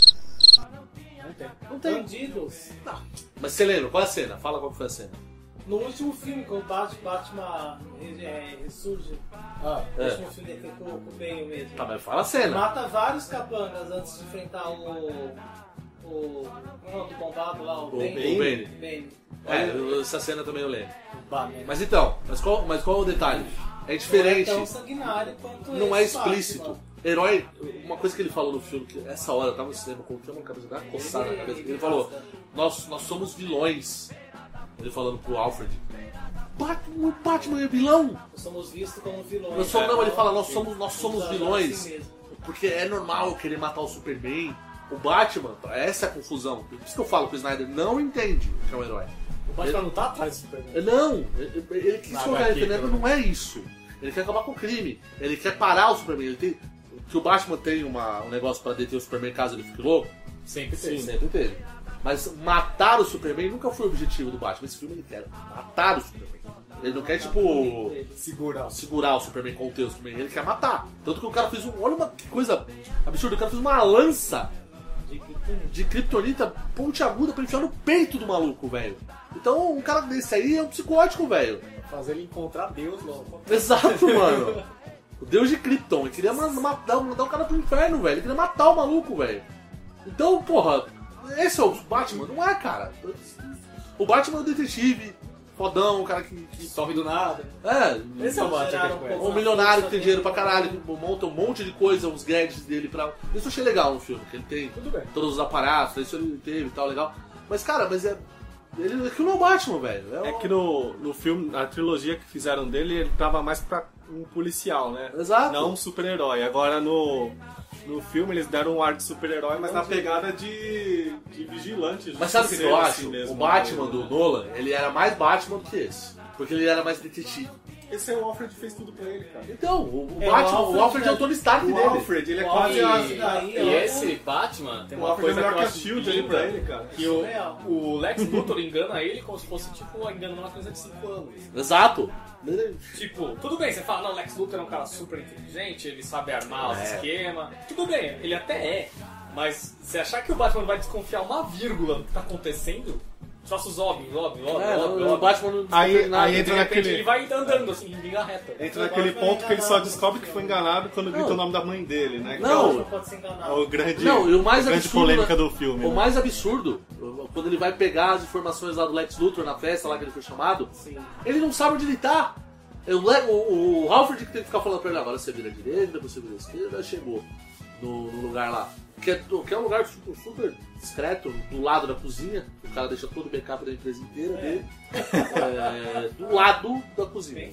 [SPEAKER 13] Não tem.
[SPEAKER 4] Não tem.
[SPEAKER 13] Bandidos.
[SPEAKER 4] Mas você lembra? Qual é a cena? Fala qual foi a cena.
[SPEAKER 13] No último filme que o Batman, Batman é, ressurge,
[SPEAKER 4] É.
[SPEAKER 13] o último filme que com com o Bale mesmo.
[SPEAKER 4] Tá, mas fala a cena.
[SPEAKER 13] Mata vários capangas antes de enfrentar o. O. Não, do bombado lá, o,
[SPEAKER 4] O
[SPEAKER 13] Bane.
[SPEAKER 4] o Bane.
[SPEAKER 13] Bane.
[SPEAKER 4] É, eu- essa cena também eu lembro.
[SPEAKER 13] Batman.
[SPEAKER 4] Mas então, mas qual, mas qual é o detalhe? É diferente.
[SPEAKER 13] Não é né? tão sanguinário quanto
[SPEAKER 4] Não é
[SPEAKER 13] esse
[SPEAKER 4] explícito.
[SPEAKER 13] Batman.
[SPEAKER 4] Herói, uma coisa que ele falou no filme, que essa hora eu tava no cinema com o filme na cabeça, dá uma coçada na cabeça. Ele falou: nós, nós somos vilões. Ele falando pro Alfred. Batman, o Batman é vilão?
[SPEAKER 13] Nós somos vistos como vilões.
[SPEAKER 4] Nós somos- não, ele fala, nós
[SPEAKER 13] Sim.
[SPEAKER 4] somos- nós somos
[SPEAKER 13] Usando
[SPEAKER 4] vilões.
[SPEAKER 13] assim mesmo.
[SPEAKER 4] Porque é normal querer matar o Superman. O Batman, essa é a confusão. Por isso que eu falo que o Snyder não entende o que é um herói.
[SPEAKER 12] O Batman não tá atrás do Superman.
[SPEAKER 4] É, Não, ele, ele quis
[SPEAKER 12] Na
[SPEAKER 4] colocar
[SPEAKER 12] HQ,
[SPEAKER 4] ele entendendo,
[SPEAKER 12] pelo
[SPEAKER 4] não é isso. Ele quer acabar com o crime. Ele quer parar o Superman. Ele tem, que o Batman tem uma- um negócio pra deter o Superman caso ele fique louco.
[SPEAKER 12] Sempre
[SPEAKER 4] Sim,
[SPEAKER 12] tem.
[SPEAKER 4] sempre teve. Mas matar o Superman nunca foi o objetivo do Batman. Esse filme ele quer matar o Superman. Ele não quer, tipo,
[SPEAKER 5] Segurar.
[SPEAKER 4] segurar o Superman, conter o Superman. Ele quer matar. Tanto que o cara fez um. Olha uma que coisa absurda. O cara fez uma lança de kriptonita pontiaguda pra enfiar no peito do maluco, velho. Então, um cara desse aí é um psicótico, velho.
[SPEAKER 12] Fazer ele encontrar Deus logo.
[SPEAKER 4] Exato, Tipo, mano. O deus de Krypton. Ele queria ma- matar, mandar o cara pro inferno, velho. Ele queria matar o maluco, velho. Então, porra, esse é o Batman? Não é, cara. O Batman é o detetive, fodão, o cara que. que...
[SPEAKER 12] Sobe do nada.
[SPEAKER 4] É,
[SPEAKER 12] Esse é o Batman que a gente
[SPEAKER 4] um
[SPEAKER 12] conhece.
[SPEAKER 4] milionário que tem dinheiro pra caralho, que monta um monte de coisa, uns gadgets dele pra. Isso eu achei legal no filme, que ele tem
[SPEAKER 12] Tudo bem.
[SPEAKER 4] todos os aparatos, isso ele teve e tal, legal. Mas, cara, mas é. Ele, aquilo não é o Batman, velho.
[SPEAKER 5] É
[SPEAKER 4] um-
[SPEAKER 5] que no, no filme, na trilogia que fizeram dele, ele tava mais pra um policial, né?
[SPEAKER 4] Exato.
[SPEAKER 5] Não um super-herói. Agora no, no filme eles deram um ar de super-herói, mas na pegada de, de vigilante.
[SPEAKER 4] Mas sabe o que eu
[SPEAKER 5] justiceiro, assim
[SPEAKER 4] acho?
[SPEAKER 5] mesmo,
[SPEAKER 4] o Batman
[SPEAKER 5] né?
[SPEAKER 4] do Nolan, ele era mais Batman do que esse. Porque ele era mais detetive.
[SPEAKER 5] Esse é o Alfred fez tudo pra ele, cara.
[SPEAKER 4] Então, o, o
[SPEAKER 13] É,
[SPEAKER 4] Batman,
[SPEAKER 13] o
[SPEAKER 4] o Alfred,
[SPEAKER 13] Alfred,
[SPEAKER 4] é o
[SPEAKER 13] né?
[SPEAKER 4] Tony Stark
[SPEAKER 5] O
[SPEAKER 4] dele.
[SPEAKER 5] Alfred, ele é
[SPEAKER 13] O
[SPEAKER 5] quase
[SPEAKER 13] Alfred,
[SPEAKER 5] a-
[SPEAKER 4] é
[SPEAKER 5] é
[SPEAKER 13] daí,
[SPEAKER 12] E
[SPEAKER 4] um
[SPEAKER 13] ó,
[SPEAKER 12] esse Batman tem
[SPEAKER 5] O
[SPEAKER 12] uma
[SPEAKER 5] Alfred
[SPEAKER 12] coisa
[SPEAKER 5] é
[SPEAKER 12] que
[SPEAKER 5] melhor
[SPEAKER 12] eu
[SPEAKER 5] que a
[SPEAKER 12] acho
[SPEAKER 5] Shield ali
[SPEAKER 4] né?
[SPEAKER 5] pra ele, cara.
[SPEAKER 12] Que o, o Lex Luthor engana ele como se fosse, tipo, enganando uma criança de 5 anos.
[SPEAKER 4] Exato.
[SPEAKER 12] Tipo, tudo bem, você fala, não, Lex Luthor é um cara super inteligente, ele sabe armar os esquemas. Tudo bem, ele até é. Mas você achar que o Batman vai desconfiar uma vírgula do que tá acontecendo? Só os óbvios, óbvio, óbvio,
[SPEAKER 4] É,
[SPEAKER 12] óbvio,
[SPEAKER 4] o
[SPEAKER 12] óbvio.
[SPEAKER 4] Batman não descobriu
[SPEAKER 5] Aí-
[SPEAKER 4] nada.
[SPEAKER 5] aí
[SPEAKER 12] De
[SPEAKER 5] entra
[SPEAKER 12] repente
[SPEAKER 5] naquele- é
[SPEAKER 12] ele vai andando assim, em linha reta.
[SPEAKER 5] Entra naquele ponto que ele só descobre que foi enganado quando grita
[SPEAKER 4] é Não.
[SPEAKER 5] o nome da mãe dele, né? Que
[SPEAKER 4] Não.
[SPEAKER 5] é
[SPEAKER 13] Não pode
[SPEAKER 5] o-
[SPEAKER 13] ser
[SPEAKER 5] É
[SPEAKER 13] enganado.
[SPEAKER 5] o grande,
[SPEAKER 4] Não, e o mais
[SPEAKER 5] a grande
[SPEAKER 4] absurdo, né?
[SPEAKER 5] polêmica do filme.
[SPEAKER 4] O
[SPEAKER 5] né?
[SPEAKER 4] mais absurdo, quando ele vai pegar as informações lá do Lex Luthor na festa lá que ele foi chamado, ele não sabe onde ele tá. Eu, le- o, o Alfred que tem que ficar falando pra ele, agora você vira à direita, depois você vira à esquerda, chegou no, no lugar lá. Que é, que é um lugar super, super discreto, do lado da cozinha, o cara deixa todo o backup da empresa inteira dele, é, do lado da cozinha.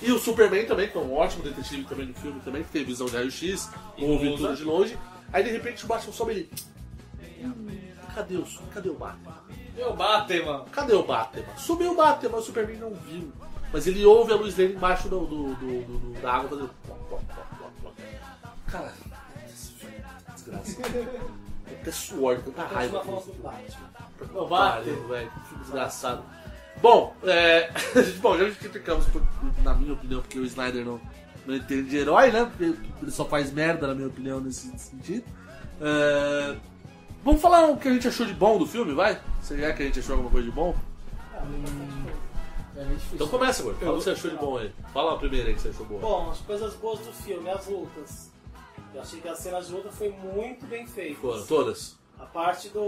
[SPEAKER 4] E o Superman também, que é um ótimo detetive também no filme também, que tem visão de raio-x,
[SPEAKER 12] E
[SPEAKER 4] ouve
[SPEAKER 12] usa.
[SPEAKER 4] tudo de longe. Aí de repente o Batman sobe ele. "Hum, Cadê o, cadê o Batman?
[SPEAKER 12] Eu bate, mano.
[SPEAKER 4] Cadê o Batman? Sumiu o Batman, o Superman não viu. Mas ele ouve a luz dele embaixo do, do- do- do- do- da água fazendo. ploc, ploc, ploc, ploc, ploc. Cara, esse filme é uma desgraça. Tem até suor, tanta raiva.
[SPEAKER 13] Continua falando do Batman.
[SPEAKER 4] Não, Valeu, velho. Que filme desgraçado. Bom, é... [LAUGHS] Bom, já justificamos, por- na minha opinião, porque o Snyder não, não entende de herói, né? Porque ele só faz merda, na minha opinião, nesse sentido. É, Vamos falar o que a gente achou de bom do filme, vai? Será que a gente achou alguma coisa de bom?
[SPEAKER 13] É meio difícil.
[SPEAKER 4] Então começa, Gordon. Fala o que você achou de bom aí. Fala a primeira aí que você achou boa.
[SPEAKER 13] Bom, as coisas boas do filme, as lutas. Eu achei que a cena de luta foi muito bem feita.
[SPEAKER 4] Foram todas?
[SPEAKER 13] A parte do.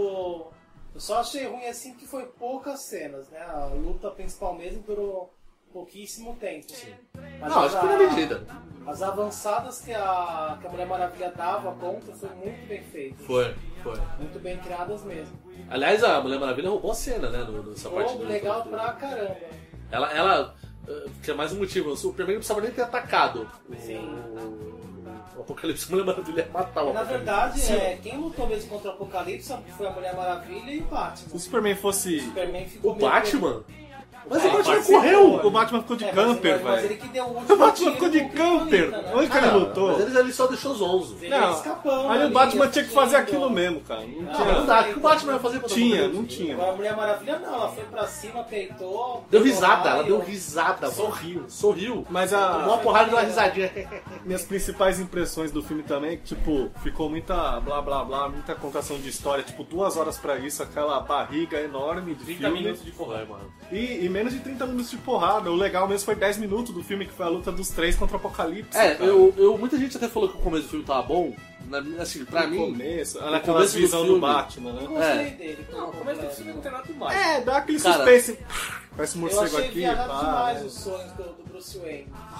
[SPEAKER 13] Eu só achei ruim assim que foi poucas cenas, né? A luta principal mesmo durou pouquíssimo tempo. assim. Mas
[SPEAKER 4] Não,
[SPEAKER 13] as
[SPEAKER 4] acho que foi
[SPEAKER 13] a-
[SPEAKER 4] na medida.
[SPEAKER 13] As avançadas que a, que a Mulher Maravilha dava contra foi muito bem feitas.
[SPEAKER 4] Foi, foi.
[SPEAKER 13] Muito bem criadas mesmo.
[SPEAKER 4] Aliás, a Mulher Maravilha roubou a cena, né? no- Nessa parte
[SPEAKER 13] Ficou
[SPEAKER 4] do-
[SPEAKER 13] legal
[SPEAKER 4] do-
[SPEAKER 13] pra caramba.
[SPEAKER 4] Ela, ela eh, que é mais um motivo, o Superman não precisava nem ter atacado o,
[SPEAKER 13] Sim.
[SPEAKER 4] o, o Apocalipse, [LAUGHS] a Mulher Maravilha ia matar o
[SPEAKER 13] Na
[SPEAKER 4] Apocalipse.
[SPEAKER 13] verdade,
[SPEAKER 4] Sim.
[SPEAKER 13] é, quem lutou mesmo contra o Apocalipse foi a Mulher Maravilha e o Batman.
[SPEAKER 5] Se o Superman fosse.
[SPEAKER 13] O Superman ficou
[SPEAKER 5] O
[SPEAKER 13] meio-
[SPEAKER 5] Batman? Mas
[SPEAKER 13] É,
[SPEAKER 5] o Batman
[SPEAKER 13] parceiro,
[SPEAKER 5] correu!
[SPEAKER 13] né?
[SPEAKER 5] O Batman ficou de
[SPEAKER 13] É, mas ele-
[SPEAKER 5] camper,
[SPEAKER 13] Mas ele
[SPEAKER 5] velho.
[SPEAKER 13] que deu o último
[SPEAKER 5] O Batman
[SPEAKER 13] tiro
[SPEAKER 5] ficou de
[SPEAKER 13] no
[SPEAKER 5] camper!
[SPEAKER 13] Kryptonita, né?
[SPEAKER 5] Olha que ele
[SPEAKER 4] não,
[SPEAKER 5] lutou.
[SPEAKER 4] mas eles ali só deixou os 11.
[SPEAKER 13] Ele escapando
[SPEAKER 5] Aí o
[SPEAKER 13] ali,
[SPEAKER 5] Batman tinha que
[SPEAKER 13] assistindo.
[SPEAKER 5] fazer aquilo mesmo, cara. Não
[SPEAKER 13] Não,
[SPEAKER 5] tinha.
[SPEAKER 13] não dá. O que o
[SPEAKER 4] Batman ia fazer
[SPEAKER 5] Tinha, não tinha.
[SPEAKER 13] Agora a Mulher Maravilha não, ela foi pra cima, peitou.
[SPEAKER 4] Deu
[SPEAKER 13] pegou
[SPEAKER 4] risada, ela
[SPEAKER 13] raio.
[SPEAKER 4] deu risada. Sorriu. Sorriu.
[SPEAKER 5] Mas
[SPEAKER 13] Ah,
[SPEAKER 5] a.
[SPEAKER 4] Tomou uma porrada e deu uma risadinha.
[SPEAKER 5] É, Minhas principais impressões do filme também é que, tipo, ficou muita blá blá blá, muita contação de história, tipo, duas horas pra isso, aquela barriga enorme de
[SPEAKER 4] 30
[SPEAKER 5] filme.
[SPEAKER 4] minutos de correr, mano.
[SPEAKER 5] E, e menos de 30 minutos de porrada. O legal mesmo foi 10 minutos do filme, que foi a luta dos três contra o Apocalipse.
[SPEAKER 4] É,
[SPEAKER 5] cara.
[SPEAKER 4] eu, eu, muita gente até falou que o começo do filme tava bom. Na, assim, pra
[SPEAKER 5] No
[SPEAKER 4] mim.
[SPEAKER 5] começo,
[SPEAKER 4] no
[SPEAKER 5] naquela
[SPEAKER 4] começo
[SPEAKER 5] visão do
[SPEAKER 4] filme-
[SPEAKER 5] Batman, né?
[SPEAKER 13] Eu gostei
[SPEAKER 4] É.
[SPEAKER 13] dele.
[SPEAKER 12] Não, como é que esse filme não tem nada demais?
[SPEAKER 5] É, dá aquele
[SPEAKER 4] Cara,
[SPEAKER 5] suspense. Parece um
[SPEAKER 13] Eu
[SPEAKER 5] morcego
[SPEAKER 13] achei
[SPEAKER 5] aqui.
[SPEAKER 13] viajado
[SPEAKER 5] pá,
[SPEAKER 13] demais
[SPEAKER 5] né?
[SPEAKER 13] os sonhos do, do Bruce Wayne.
[SPEAKER 5] Mas é
[SPEAKER 13] Mas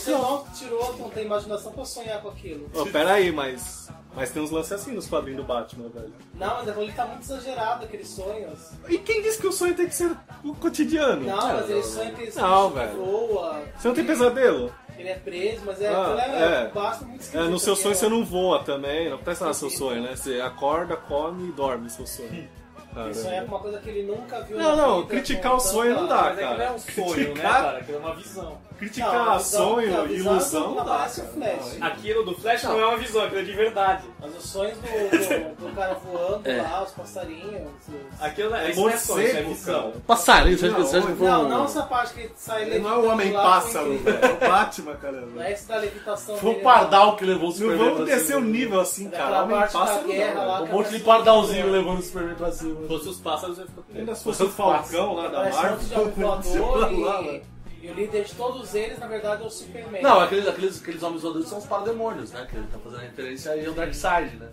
[SPEAKER 5] que-
[SPEAKER 13] Você não tirou, não tem imaginação pra sonhar com aquilo.
[SPEAKER 5] Ô, pera aí, mas. Mas tem uns lances assim nos quadrinhos do Batman, velho.
[SPEAKER 13] Não, mas ele tá muito exagerado, aqueles sonhos.
[SPEAKER 5] E quem disse que o sonho tem que ser o cotidiano?
[SPEAKER 13] Não, mas ele sonha que ele
[SPEAKER 5] Não,
[SPEAKER 13] que ele
[SPEAKER 5] velho.
[SPEAKER 13] voa,
[SPEAKER 5] Você não tem pesadelo?
[SPEAKER 13] ele é preso, mas é,
[SPEAKER 5] Ah,
[SPEAKER 13] aquilo é,
[SPEAKER 5] é.
[SPEAKER 13] basta muito
[SPEAKER 5] É,
[SPEAKER 13] esquisito,
[SPEAKER 5] no seu sonho
[SPEAKER 13] porque
[SPEAKER 5] você não voa também, não acontece nada no seu sonho, né? Você acorda, come e dorme seu sonho.
[SPEAKER 13] Ele sonha é com
[SPEAKER 5] Caramba.
[SPEAKER 13] uma coisa que ele nunca viu.
[SPEAKER 5] Não,
[SPEAKER 13] na
[SPEAKER 5] não,
[SPEAKER 13] vida,
[SPEAKER 5] criticar
[SPEAKER 13] com
[SPEAKER 5] o sonho não
[SPEAKER 13] tanta-
[SPEAKER 5] dá,
[SPEAKER 12] Mas é que não é
[SPEAKER 5] cara.
[SPEAKER 12] um sonho,
[SPEAKER 4] Tá.
[SPEAKER 12] né,
[SPEAKER 5] Criticar-
[SPEAKER 12] cara? Aquilo é uma visão.
[SPEAKER 5] Criticar
[SPEAKER 13] Não, a visão-
[SPEAKER 5] sonho,
[SPEAKER 13] não, a visão
[SPEAKER 5] ilusão,
[SPEAKER 13] não
[SPEAKER 5] não dá.
[SPEAKER 13] parece o
[SPEAKER 5] cara.
[SPEAKER 13] Flash.
[SPEAKER 5] Não,
[SPEAKER 12] Aquilo do Flash não, é uma visão, aquilo é de verdade.
[SPEAKER 13] Mas os sonhos do, do- do cara voando
[SPEAKER 4] É.
[SPEAKER 13] lá, os passarinhos. os-
[SPEAKER 12] Aquilo é,
[SPEAKER 5] É
[SPEAKER 12] isso não é sonho, isso é
[SPEAKER 5] morcego,
[SPEAKER 12] visão.
[SPEAKER 5] cara.
[SPEAKER 4] Passarinho, você acha que- você acha que foi
[SPEAKER 13] Não,
[SPEAKER 4] um-
[SPEAKER 13] não essa parte que ele sai
[SPEAKER 5] Ele não é
[SPEAKER 13] levitando
[SPEAKER 5] o homem
[SPEAKER 13] lá, foi
[SPEAKER 5] pássaro,
[SPEAKER 13] incrível.
[SPEAKER 5] velho. É o Batman,
[SPEAKER 13] Não
[SPEAKER 5] caramba.
[SPEAKER 13] é esse da levitação
[SPEAKER 4] Foi
[SPEAKER 13] dele,
[SPEAKER 4] o pardal que levou o
[SPEAKER 5] Não
[SPEAKER 4] Superman
[SPEAKER 5] vamos
[SPEAKER 4] pra
[SPEAKER 5] descer
[SPEAKER 4] cima.
[SPEAKER 5] o nível assim, cara.
[SPEAKER 13] Daquela
[SPEAKER 5] Homem
[SPEAKER 13] parte da
[SPEAKER 5] pássaro
[SPEAKER 13] guerra
[SPEAKER 5] não.
[SPEAKER 13] lá.
[SPEAKER 5] velho.
[SPEAKER 4] Um monte de
[SPEAKER 13] né?
[SPEAKER 4] pardalzinho levando o Superman pra cima.
[SPEAKER 12] Se fosse os pássaros, eu ia ficar com medo.
[SPEAKER 5] Ainda se fosse o Falcão lá da
[SPEAKER 13] Parece um monte de homem voador
[SPEAKER 5] Marvel. lá, né?
[SPEAKER 13] e,
[SPEAKER 5] velho.
[SPEAKER 13] e o líder de todos eles, na verdade, é o Superman.
[SPEAKER 4] Não, aqueles, aqueles, aqueles homens voadores são os parademônios, né? Que ele tá fazendo referência aí ao Darkseid, né?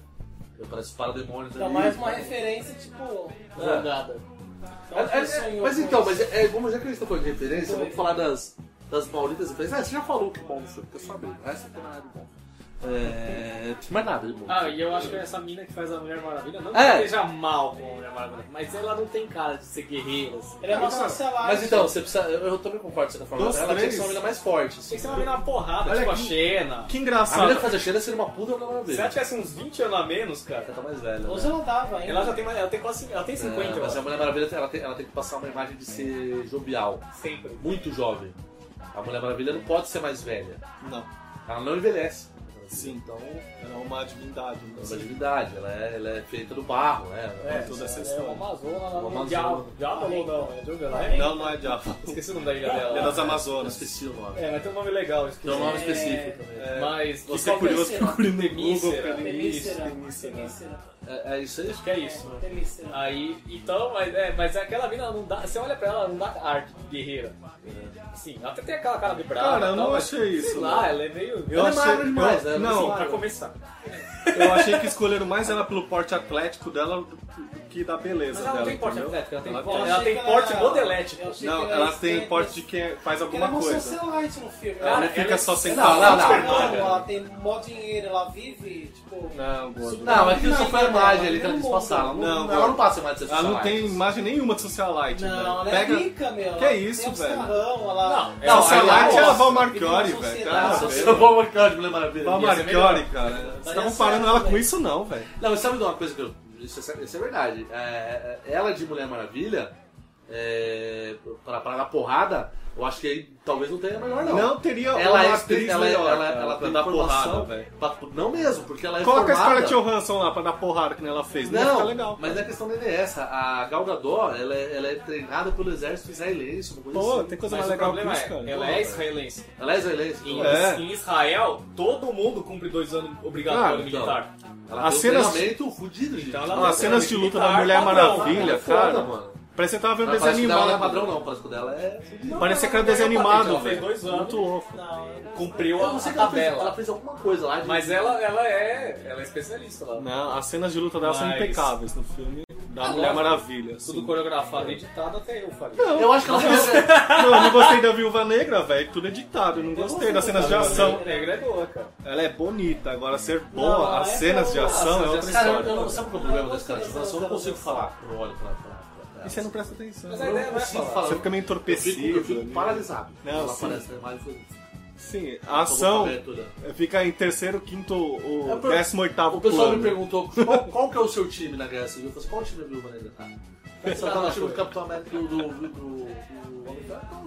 [SPEAKER 4] Que parece os parademônios
[SPEAKER 13] Então,
[SPEAKER 4] ali.
[SPEAKER 13] mais uma referência, tipo, jogada. Então,
[SPEAKER 4] É, é,
[SPEAKER 13] quem sonhou
[SPEAKER 4] é, mas
[SPEAKER 13] com
[SPEAKER 4] então,
[SPEAKER 13] isso?
[SPEAKER 4] mas é, é, vamos já que a gente tá falando de referência,
[SPEAKER 13] Foi.
[SPEAKER 4] vamos falar das, das malditas referências. Ah, você já falou que bom você quer saber. Essa não é nada de bom. É. Não tem mais nada de bom.
[SPEAKER 12] Ah, e eu acho que essa mina que faz a Mulher Maravilha não
[SPEAKER 4] É.
[SPEAKER 12] que seja mal com a Mulher Maravilha, mas ela não tem cara de ser guerreira. Assim.
[SPEAKER 13] Ele é uma
[SPEAKER 12] Isso
[SPEAKER 5] tá-
[SPEAKER 12] não.
[SPEAKER 13] socialite.
[SPEAKER 4] Mas então, você precisa. Eu, eu também concordo com essa forma.
[SPEAKER 5] Dos
[SPEAKER 4] Ela tinha que
[SPEAKER 5] três?
[SPEAKER 4] ser uma mina mais forte. assim.
[SPEAKER 12] Tem que ser uma mina porrada,
[SPEAKER 5] Olha
[SPEAKER 12] tipo a
[SPEAKER 5] que-
[SPEAKER 12] Xena.
[SPEAKER 5] Que
[SPEAKER 4] A mina que
[SPEAKER 5] engraçado.
[SPEAKER 4] faz a cheira seria uma puta na
[SPEAKER 12] Se
[SPEAKER 4] maravilha.
[SPEAKER 12] ela tivesse uns 20 anos a menos, cara,
[SPEAKER 4] Ela tá mais velha.
[SPEAKER 13] Ou
[SPEAKER 4] né?
[SPEAKER 13] se ela dava ainda.
[SPEAKER 12] ela já tem, mais- ela tem quase ela tem 50
[SPEAKER 4] É, mas a
[SPEAKER 12] anos.
[SPEAKER 4] Mulher Maravilha ela tem, ela tem que passar uma imagem de ser jovial,
[SPEAKER 12] Sempre.
[SPEAKER 4] é muito jovem. A Mulher Maravilha não pode ser mais velha.
[SPEAKER 5] Não,
[SPEAKER 4] Ela não envelhece.
[SPEAKER 5] sim, então era uma divindade. né?
[SPEAKER 4] Ela é divindade, ela é, ela é feita do barro, né?
[SPEAKER 5] É, toda essa
[SPEAKER 12] É uma
[SPEAKER 5] história.
[SPEAKER 12] Amazona
[SPEAKER 4] Uma
[SPEAKER 12] lá no
[SPEAKER 4] Amazona.
[SPEAKER 12] Diabo. Diabo ou não? É jogando. né?
[SPEAKER 5] Não, não é [LAUGHS] diabo.
[SPEAKER 12] Esqueci o nome da ilha
[SPEAKER 5] É
[SPEAKER 12] dela.
[SPEAKER 5] das
[SPEAKER 4] Eu
[SPEAKER 5] Amazonas. [LAUGHS]
[SPEAKER 4] esqueci o nome.
[SPEAKER 12] É, mas tem um nome legal. Esqueci.
[SPEAKER 4] Tem um nome específico também.
[SPEAKER 12] É, Mas
[SPEAKER 5] Você é curioso, procure no Google.
[SPEAKER 12] Temícera.
[SPEAKER 5] cara.
[SPEAKER 13] Temícera.
[SPEAKER 5] Temícera. Ah,
[SPEAKER 13] Temícera.
[SPEAKER 4] É, é isso aí?
[SPEAKER 12] Acho é que é isso, né?
[SPEAKER 13] Temícera.
[SPEAKER 12] Aí, então, mas, é, mas aquela mina ela não dá. Você olha pra ela, ela não dá arte de guerreira. Sim, ela até tem aquela cara de brava.
[SPEAKER 5] Cara, eu
[SPEAKER 12] e
[SPEAKER 5] não
[SPEAKER 12] tal, mas,
[SPEAKER 5] achei isso,
[SPEAKER 12] Sei lá,
[SPEAKER 5] né?
[SPEAKER 12] ela é meio.
[SPEAKER 5] Eu
[SPEAKER 4] Ela é
[SPEAKER 5] achei,
[SPEAKER 4] magra demais,
[SPEAKER 5] eu-
[SPEAKER 4] né?
[SPEAKER 5] Não,
[SPEAKER 12] Assim, pra começar.
[SPEAKER 5] eu achei que escolheram mais ela pelo porte atlético dela do que da
[SPEAKER 12] Mas
[SPEAKER 5] beleza
[SPEAKER 12] ela
[SPEAKER 5] dela.
[SPEAKER 12] não tem porte
[SPEAKER 5] entendeu?
[SPEAKER 12] atlético, ela tem,
[SPEAKER 5] Ela
[SPEAKER 12] porte-
[SPEAKER 5] tem.
[SPEAKER 12] ela
[SPEAKER 13] achei
[SPEAKER 12] tem
[SPEAKER 13] que
[SPEAKER 12] porte
[SPEAKER 13] ela-
[SPEAKER 12] modelético.
[SPEAKER 13] eu achei que
[SPEAKER 5] Não, ela tem
[SPEAKER 13] estranha,
[SPEAKER 5] porte de quem faz
[SPEAKER 13] porque é Ela é
[SPEAKER 5] alguma
[SPEAKER 13] uma
[SPEAKER 5] coisa.
[SPEAKER 13] socialite no
[SPEAKER 5] Ela
[SPEAKER 13] filme.
[SPEAKER 12] Cara,
[SPEAKER 5] não
[SPEAKER 12] ela
[SPEAKER 5] fica
[SPEAKER 12] é-
[SPEAKER 5] só
[SPEAKER 4] Não,
[SPEAKER 5] sentada.
[SPEAKER 4] não,
[SPEAKER 13] Não,
[SPEAKER 4] assim não.
[SPEAKER 12] Cara.
[SPEAKER 13] ela tem mó dinheiro, ela vive, tipo...
[SPEAKER 5] Não, gordo.
[SPEAKER 4] Não, mas aquilo só foi a imagem ali que
[SPEAKER 13] Não,
[SPEAKER 4] ela quis
[SPEAKER 13] não,
[SPEAKER 4] passar. Ela
[SPEAKER 5] não,
[SPEAKER 4] não, ela não passa mais de ser
[SPEAKER 5] Ela não
[SPEAKER 4] socialite.
[SPEAKER 5] tem imagem nenhuma de socialite.
[SPEAKER 13] Não, ela
[SPEAKER 5] velho.
[SPEAKER 13] é
[SPEAKER 5] Pega...
[SPEAKER 13] rica, meu.
[SPEAKER 5] Que
[SPEAKER 13] ela
[SPEAKER 5] isso,
[SPEAKER 13] tem uns
[SPEAKER 5] velho?
[SPEAKER 13] Carrão, ela...
[SPEAKER 4] Não,
[SPEAKER 5] Não, socialite
[SPEAKER 4] ela-
[SPEAKER 5] é a Val
[SPEAKER 13] Vive
[SPEAKER 5] Marchiori,
[SPEAKER 13] na
[SPEAKER 5] velho.
[SPEAKER 13] sociedade.
[SPEAKER 5] Tá
[SPEAKER 4] Nossa,
[SPEAKER 5] vendo?
[SPEAKER 4] eu vou marcar de Mulher Maravilha.
[SPEAKER 5] Val
[SPEAKER 4] Ia ser
[SPEAKER 5] Marchiori,
[SPEAKER 4] melhor.
[SPEAKER 5] cara. Você tá
[SPEAKER 13] Parece
[SPEAKER 5] comparando
[SPEAKER 13] ela,
[SPEAKER 5] ela com
[SPEAKER 13] velho.
[SPEAKER 5] isso, não, velho.
[SPEAKER 4] Não, mas sabe de uma coisa que eu. Isso, é- isso é verdade. É, é, ela de Mulher Maravilha, é, pra, pra dar porrada, eu acho que aí talvez não tenha a melhor, não.
[SPEAKER 5] Não teria
[SPEAKER 4] Ela
[SPEAKER 5] uma
[SPEAKER 4] é
[SPEAKER 5] atriz
[SPEAKER 4] ela,
[SPEAKER 5] melhor,
[SPEAKER 4] ela,
[SPEAKER 5] cara,
[SPEAKER 4] ela,
[SPEAKER 5] pra
[SPEAKER 4] tem
[SPEAKER 5] dar
[SPEAKER 4] formação
[SPEAKER 5] porrada, velho.
[SPEAKER 4] pra- não mesmo, porque ela é
[SPEAKER 5] Coloca a
[SPEAKER 4] formada.
[SPEAKER 5] Scarlett Johansson lá pra dar porrada que nem ela fez. Não, ia ficar
[SPEAKER 4] Não,
[SPEAKER 5] legal.
[SPEAKER 4] mas a questão dele é essa. A Gal Gadot, ela é, ela é treinada pelo exército israelense, uma coisa
[SPEAKER 5] Pô,
[SPEAKER 4] assim.
[SPEAKER 5] tem coisa
[SPEAKER 12] Mas
[SPEAKER 5] mais
[SPEAKER 12] o
[SPEAKER 5] legal que
[SPEAKER 12] problema
[SPEAKER 5] isso,
[SPEAKER 12] é,
[SPEAKER 5] cara.
[SPEAKER 12] ela é israelense.
[SPEAKER 4] Ela é israelense.
[SPEAKER 12] Em,
[SPEAKER 4] então ela-
[SPEAKER 5] É. Ah,
[SPEAKER 12] em Israel, todo mundo cumpre dois anos
[SPEAKER 5] Claro,
[SPEAKER 12] obrigatório
[SPEAKER 4] então.
[SPEAKER 12] militar.
[SPEAKER 4] Ela
[SPEAKER 5] As
[SPEAKER 4] tem um
[SPEAKER 5] cenas-
[SPEAKER 4] treinamento fudido, gente.
[SPEAKER 12] Então ela-
[SPEAKER 5] Ó, As cenas de luta da
[SPEAKER 12] Militar,
[SPEAKER 5] Mulher
[SPEAKER 12] padrão,
[SPEAKER 5] Maravilha,
[SPEAKER 4] é foda,
[SPEAKER 5] cara.
[SPEAKER 4] mano.
[SPEAKER 5] Parece que eu tava vendo
[SPEAKER 4] Mas
[SPEAKER 5] desenho
[SPEAKER 4] parece que dela não é
[SPEAKER 5] animado.
[SPEAKER 4] padrão, não. Parece que o dela é.
[SPEAKER 5] Parecia que era
[SPEAKER 12] Ela
[SPEAKER 5] desenho
[SPEAKER 12] tem patente,
[SPEAKER 5] animado,
[SPEAKER 12] Ela fez
[SPEAKER 5] velho.
[SPEAKER 12] dois anos,
[SPEAKER 5] Muito louco.
[SPEAKER 12] cumpriu
[SPEAKER 4] Eu
[SPEAKER 12] a,
[SPEAKER 4] não sei
[SPEAKER 12] a
[SPEAKER 4] que é ela fez, ela
[SPEAKER 12] tabela.
[SPEAKER 4] fez alguma coisa lá. de-
[SPEAKER 12] Mas ela, ela é. Ela é especialista lá.
[SPEAKER 5] Não, as cenas de luta dela são
[SPEAKER 12] Mas-
[SPEAKER 5] impecáveis no filme da
[SPEAKER 12] Ah,
[SPEAKER 5] Mulher
[SPEAKER 12] lógico.
[SPEAKER 5] Maravilha. assim.
[SPEAKER 12] Tudo coreografado e editado até eu faria.
[SPEAKER 4] Eu acho que ela fez.
[SPEAKER 12] [LAUGHS]
[SPEAKER 5] Não, eu não gostei da Viúva Negra, velho. Tudo editado. Eu não gostei das cenas de ação.
[SPEAKER 12] Negra é boa, cara.
[SPEAKER 5] Ela é bonita. Agora, ser
[SPEAKER 13] Não,
[SPEAKER 5] boa,
[SPEAKER 13] ela
[SPEAKER 5] as
[SPEAKER 13] é
[SPEAKER 5] cenas de
[SPEAKER 13] boa.
[SPEAKER 5] ação é
[SPEAKER 12] As
[SPEAKER 5] outra
[SPEAKER 12] cenas de
[SPEAKER 4] Cara, eu,
[SPEAKER 5] história.
[SPEAKER 4] eu não sei qual que é o problema desse cara. Tipo, eu não consigo falar. Eu olho pra. pra, pra
[SPEAKER 5] E você não presta atenção.
[SPEAKER 12] Mas a ideia não é
[SPEAKER 4] consigo
[SPEAKER 12] falar.
[SPEAKER 4] falar.
[SPEAKER 5] né, Você fica meio
[SPEAKER 4] Eu fico,
[SPEAKER 5] entorpecido.
[SPEAKER 4] eu fico
[SPEAKER 5] né?
[SPEAKER 4] paralisado.
[SPEAKER 5] Não,
[SPEAKER 4] ela
[SPEAKER 5] sim.
[SPEAKER 4] aparece na imagem e
[SPEAKER 5] Sim, a ação fica em terceiro, quinto ou é, décimo oitavo
[SPEAKER 4] O pessoal
[SPEAKER 5] plano.
[SPEAKER 4] me perguntou qual, qual que é o seu time na Guerra Civil. Eu falei, qual time a Viúva Negra tá? Só tá no time do Capitão América e do... do, do, do... Homem de Ferro? Então, eu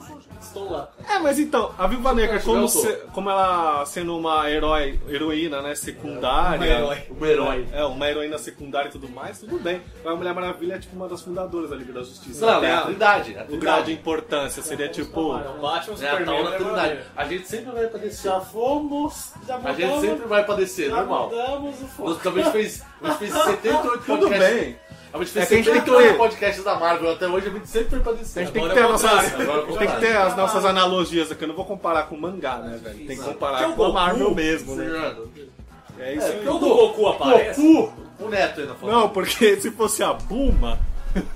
[SPEAKER 4] sou- Estou lá.
[SPEAKER 5] É, mas então, a Viúva Negra,
[SPEAKER 4] Não,
[SPEAKER 5] como,
[SPEAKER 4] eu tô.
[SPEAKER 5] se- como ela sendo uma herói, heroína, né, secundária...
[SPEAKER 4] É, uma herói.
[SPEAKER 5] Uma herói. É, uma heroína secundária e tudo mais, tudo bem. Mas a Mulher Maravilha é tipo uma das fundadoras da Liga da Justiça.
[SPEAKER 4] Não,
[SPEAKER 5] Ela tem
[SPEAKER 4] é a Trindade, é a
[SPEAKER 5] O
[SPEAKER 4] Trindade. É
[SPEAKER 5] grau de importância seria tipo...
[SPEAKER 4] Batman, Superman,
[SPEAKER 12] é
[SPEAKER 5] Mulher Maravilha.
[SPEAKER 4] A gente sempre vai pra descer.
[SPEAKER 13] Já fomos, já
[SPEAKER 4] A gente sempre vai pra descer, normal.
[SPEAKER 13] mudamos o
[SPEAKER 4] Nós também fez, a
[SPEAKER 5] [LAUGHS]
[SPEAKER 4] gente fez 78
[SPEAKER 5] Tudo
[SPEAKER 4] podcasts.
[SPEAKER 5] bem.
[SPEAKER 4] A gente fez
[SPEAKER 5] É que a gente tem que
[SPEAKER 4] 78
[SPEAKER 5] ter-
[SPEAKER 4] podcasts da Marvel até hoje, a gente sempre foi pra descer.
[SPEAKER 5] A gente tem que,
[SPEAKER 4] Agora
[SPEAKER 5] ter
[SPEAKER 4] é
[SPEAKER 5] as
[SPEAKER 4] o
[SPEAKER 5] nossas,
[SPEAKER 4] contrário, agora é o
[SPEAKER 5] a gente tem que ter
[SPEAKER 4] contrário.
[SPEAKER 5] as nossas analogias aqui. Eu não vou comparar com mangá, né, velho? Tem que comparar
[SPEAKER 4] Que é o
[SPEAKER 5] com a
[SPEAKER 4] Goku,
[SPEAKER 5] Marvel mesmo, né?
[SPEAKER 4] Fernando.
[SPEAKER 5] É isso
[SPEAKER 4] É,
[SPEAKER 5] aí.
[SPEAKER 4] porque o Goku aparece.
[SPEAKER 5] Goku!
[SPEAKER 4] O Neto ainda falou.
[SPEAKER 5] Não, porque [LAUGHS] se fosse a Bulma,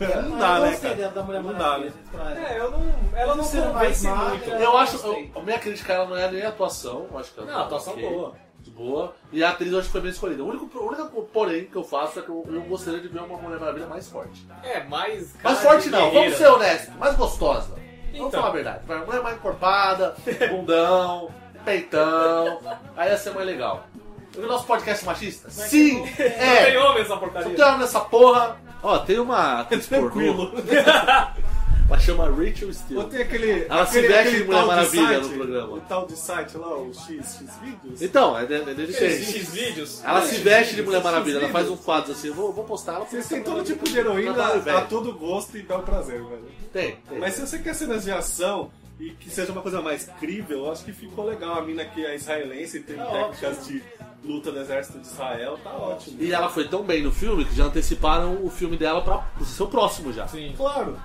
[SPEAKER 4] É,
[SPEAKER 5] [LAUGHS] não dá, né, cara?
[SPEAKER 13] da Mulher
[SPEAKER 5] Não dá,
[SPEAKER 13] Maravilha,
[SPEAKER 5] né?
[SPEAKER 13] gente, pra
[SPEAKER 12] É, eu não. Ela não
[SPEAKER 13] Ser mais
[SPEAKER 12] convence muito.
[SPEAKER 13] magra.
[SPEAKER 4] Eu acho. eu- a minha crítica ela não é nem a atuação, eu acho que ela tá é
[SPEAKER 12] Não, a atuação
[SPEAKER 4] ok,
[SPEAKER 12] boa.
[SPEAKER 4] De boa. E a atriz eu acho que foi bem escolhida. O único, o único porém que eu faço é que eu, eu gostaria de ver uma Mulher Maravilha mais forte.
[SPEAKER 12] É, mais.
[SPEAKER 4] Mais
[SPEAKER 12] cara
[SPEAKER 4] forte
[SPEAKER 12] de
[SPEAKER 4] não,
[SPEAKER 12] guerreira.
[SPEAKER 4] vamos
[SPEAKER 5] né?
[SPEAKER 4] ser honestos, mais gostosa.
[SPEAKER 12] Então.
[SPEAKER 4] Vamos falar a verdade. Vai, mulher mais
[SPEAKER 5] [LAUGHS]
[SPEAKER 4] encorpada, bundão, peitão. Aí ia ser mais legal. O nosso podcast machista? Sim!
[SPEAKER 12] Não tem
[SPEAKER 4] É!
[SPEAKER 12] homem essa
[SPEAKER 4] Não
[SPEAKER 12] porcaria.
[SPEAKER 4] tem homem nessa porra! Ó, tem uma atriz pornô. [LAUGHS] Ela chama Rachel
[SPEAKER 5] Ou
[SPEAKER 4] Steele.
[SPEAKER 5] tem aquele.
[SPEAKER 4] Ela se
[SPEAKER 5] aquele-
[SPEAKER 4] veste
[SPEAKER 5] aquele
[SPEAKER 4] de Mulher
[SPEAKER 5] tal
[SPEAKER 4] Maravilha
[SPEAKER 5] site,
[SPEAKER 4] no programa.
[SPEAKER 5] O tal de site lá, o X, X Vídeos.
[SPEAKER 4] Então, é, de- é desde sempre.
[SPEAKER 12] Esses vídeos.
[SPEAKER 4] Ela se veste de Mulher
[SPEAKER 5] esses
[SPEAKER 4] Maravilha, ela faz um
[SPEAKER 5] vídeos.
[SPEAKER 4] quadro assim, eu vou, vou postar ela.
[SPEAKER 5] Vocês
[SPEAKER 4] postar
[SPEAKER 5] têm todo
[SPEAKER 4] ela.
[SPEAKER 5] tipo de
[SPEAKER 4] Ela tá
[SPEAKER 5] heroína a
[SPEAKER 4] velha.
[SPEAKER 5] todo gosto e dá um prazer, velho.
[SPEAKER 4] Tem, tem.
[SPEAKER 5] Mas se você quer cenas de ação e que seja uma coisa mais crível, eu acho que ficou legal. A mina que é israelense e tem
[SPEAKER 13] Tá
[SPEAKER 5] técnicas de luta do exército de Israel, tá ótimo.
[SPEAKER 4] E ela foi tão bem no filme que já anteciparam o filme dela pra pro seu próximo já.
[SPEAKER 12] Sim.
[SPEAKER 5] Claro,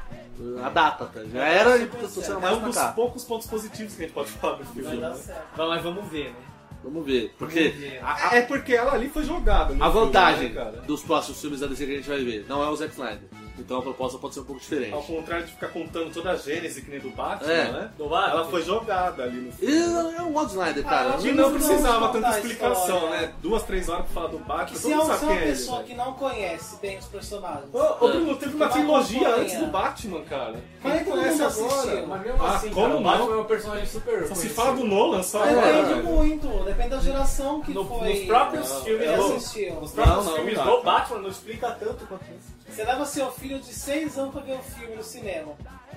[SPEAKER 4] A data, tá? Já era e tá sendo
[SPEAKER 5] é
[SPEAKER 4] mais
[SPEAKER 5] um
[SPEAKER 4] pra
[SPEAKER 5] dos
[SPEAKER 4] cá.
[SPEAKER 5] poucos pontos positivos que a gente pode falar do filme.
[SPEAKER 13] Vai dar
[SPEAKER 5] né?
[SPEAKER 13] certo.
[SPEAKER 12] Não, mas vamos ver, né?
[SPEAKER 4] Vamos ver. Porque
[SPEAKER 12] ver.
[SPEAKER 4] a,
[SPEAKER 5] É porque ela ali foi jogada. no
[SPEAKER 4] a
[SPEAKER 5] filme,
[SPEAKER 4] vantagem
[SPEAKER 5] né, cara?
[SPEAKER 4] dos próximos filmes da DC que a gente vai ver não é o Zack Snyder. Então a proposta pode ser um pouco
[SPEAKER 5] Ao
[SPEAKER 4] diferente.
[SPEAKER 5] contrário de ficar contando toda a gênese que nem do Batman,
[SPEAKER 4] É.
[SPEAKER 5] né?
[SPEAKER 12] Do Batman.
[SPEAKER 5] Ela foi jogada ali no
[SPEAKER 4] E
[SPEAKER 5] filme.
[SPEAKER 4] é o Zack Snyder, cara.
[SPEAKER 13] Ah,
[SPEAKER 5] Que
[SPEAKER 13] eu
[SPEAKER 5] não
[SPEAKER 13] não
[SPEAKER 5] precisava
[SPEAKER 13] vou
[SPEAKER 5] tanta
[SPEAKER 13] contar a
[SPEAKER 5] explicação,
[SPEAKER 13] história.
[SPEAKER 5] né? Duas, três horas pra falar do
[SPEAKER 13] Que
[SPEAKER 5] Batman, todo
[SPEAKER 13] se é
[SPEAKER 5] mundo
[SPEAKER 13] uma,
[SPEAKER 5] sabe
[SPEAKER 13] se é uma
[SPEAKER 5] quem é ele,
[SPEAKER 13] pessoa
[SPEAKER 5] velho.
[SPEAKER 13] que não conhece bem os personagens.
[SPEAKER 5] Ô, ô, Bruno, teve uma
[SPEAKER 13] Mas
[SPEAKER 5] trilogia
[SPEAKER 13] acompanha.
[SPEAKER 5] antes do Batman, cara.
[SPEAKER 13] Mas
[SPEAKER 5] Quem
[SPEAKER 13] todo
[SPEAKER 5] conhece
[SPEAKER 13] mundo
[SPEAKER 5] agora?
[SPEAKER 13] assistiu,
[SPEAKER 12] Mas mesmo
[SPEAKER 5] Ah,
[SPEAKER 12] assim,
[SPEAKER 5] como
[SPEAKER 12] cara, o
[SPEAKER 5] não?
[SPEAKER 12] Batman é um personagem super.
[SPEAKER 5] Só se
[SPEAKER 12] conhecido.
[SPEAKER 5] fala do Nolan só agora.
[SPEAKER 13] Depende
[SPEAKER 5] velho.
[SPEAKER 13] muito, depende da geração que
[SPEAKER 12] No-
[SPEAKER 13] foi.
[SPEAKER 12] nos próprios
[SPEAKER 13] que
[SPEAKER 12] filmes do-
[SPEAKER 13] assistiu.
[SPEAKER 12] Os próprios
[SPEAKER 5] Não, não,
[SPEAKER 12] filmes
[SPEAKER 5] não dá,
[SPEAKER 12] do
[SPEAKER 5] cara.
[SPEAKER 12] Batman não explica tanto quanto isso.
[SPEAKER 13] Você leva seu filho de 6 anos pra ver um filme no cinema.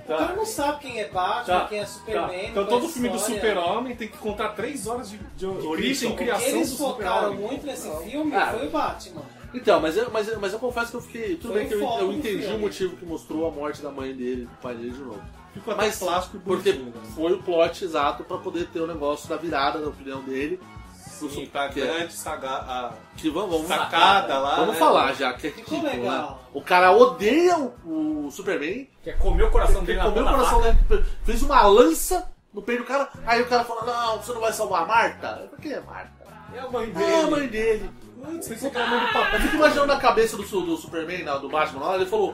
[SPEAKER 5] Tá.
[SPEAKER 13] O cara não sabe quem é Batman,
[SPEAKER 5] Tá,
[SPEAKER 13] quem é Superman.
[SPEAKER 5] Tá.
[SPEAKER 13] não
[SPEAKER 5] Então
[SPEAKER 13] conhece
[SPEAKER 5] todo filme do
[SPEAKER 13] história.
[SPEAKER 5] Super-Homem tem que contar três horas de, de origem,
[SPEAKER 13] O que
[SPEAKER 5] criação do
[SPEAKER 13] eles focaram
[SPEAKER 5] Super-Homem.
[SPEAKER 13] muito nesse filme
[SPEAKER 4] Ah.
[SPEAKER 13] foi o Batman.
[SPEAKER 4] Então, mas eu, mas, eu- mas eu confesso que eu fiquei. Tudo
[SPEAKER 13] Foi
[SPEAKER 4] bem que eu,
[SPEAKER 13] foco
[SPEAKER 4] eu
[SPEAKER 13] no
[SPEAKER 4] entendi
[SPEAKER 13] filme.
[SPEAKER 4] o motivo que mostrou a morte da mãe dele, do pai dele de novo.
[SPEAKER 5] Ficou até
[SPEAKER 4] Mas
[SPEAKER 5] plástico Tá e
[SPEAKER 4] porque
[SPEAKER 5] bonitinho, né?
[SPEAKER 4] foi o plot exato pra poder ter o negócio da virada da opinião dele. pro
[SPEAKER 5] Sim,
[SPEAKER 4] Sup-
[SPEAKER 5] tá
[SPEAKER 4] que, é-
[SPEAKER 5] grande Tá saga,
[SPEAKER 4] que vamos,
[SPEAKER 5] a
[SPEAKER 4] vamos
[SPEAKER 5] sacada lá.
[SPEAKER 4] Vamos
[SPEAKER 5] né?
[SPEAKER 4] falar já, que é
[SPEAKER 13] Ficou
[SPEAKER 4] ridículo, né?
[SPEAKER 13] legal.
[SPEAKER 4] O cara odeia o, o Superman,
[SPEAKER 12] Quer comer o coração
[SPEAKER 4] ele
[SPEAKER 12] dele na
[SPEAKER 4] comeu o
[SPEAKER 12] mão da
[SPEAKER 4] coração
[SPEAKER 12] vaca.
[SPEAKER 4] dele, fez uma lança no peito do cara, aí o cara falou, não, você não vai salvar a Marta? Por que é Marta?
[SPEAKER 5] É a mãe dele.
[SPEAKER 4] Ah, a mãe dele.
[SPEAKER 5] Putz, pensei que era a mãe do papai.
[SPEAKER 4] Eu fico imaginando na cabeça do, su- do Superman, na- do Batman lá, ele falou,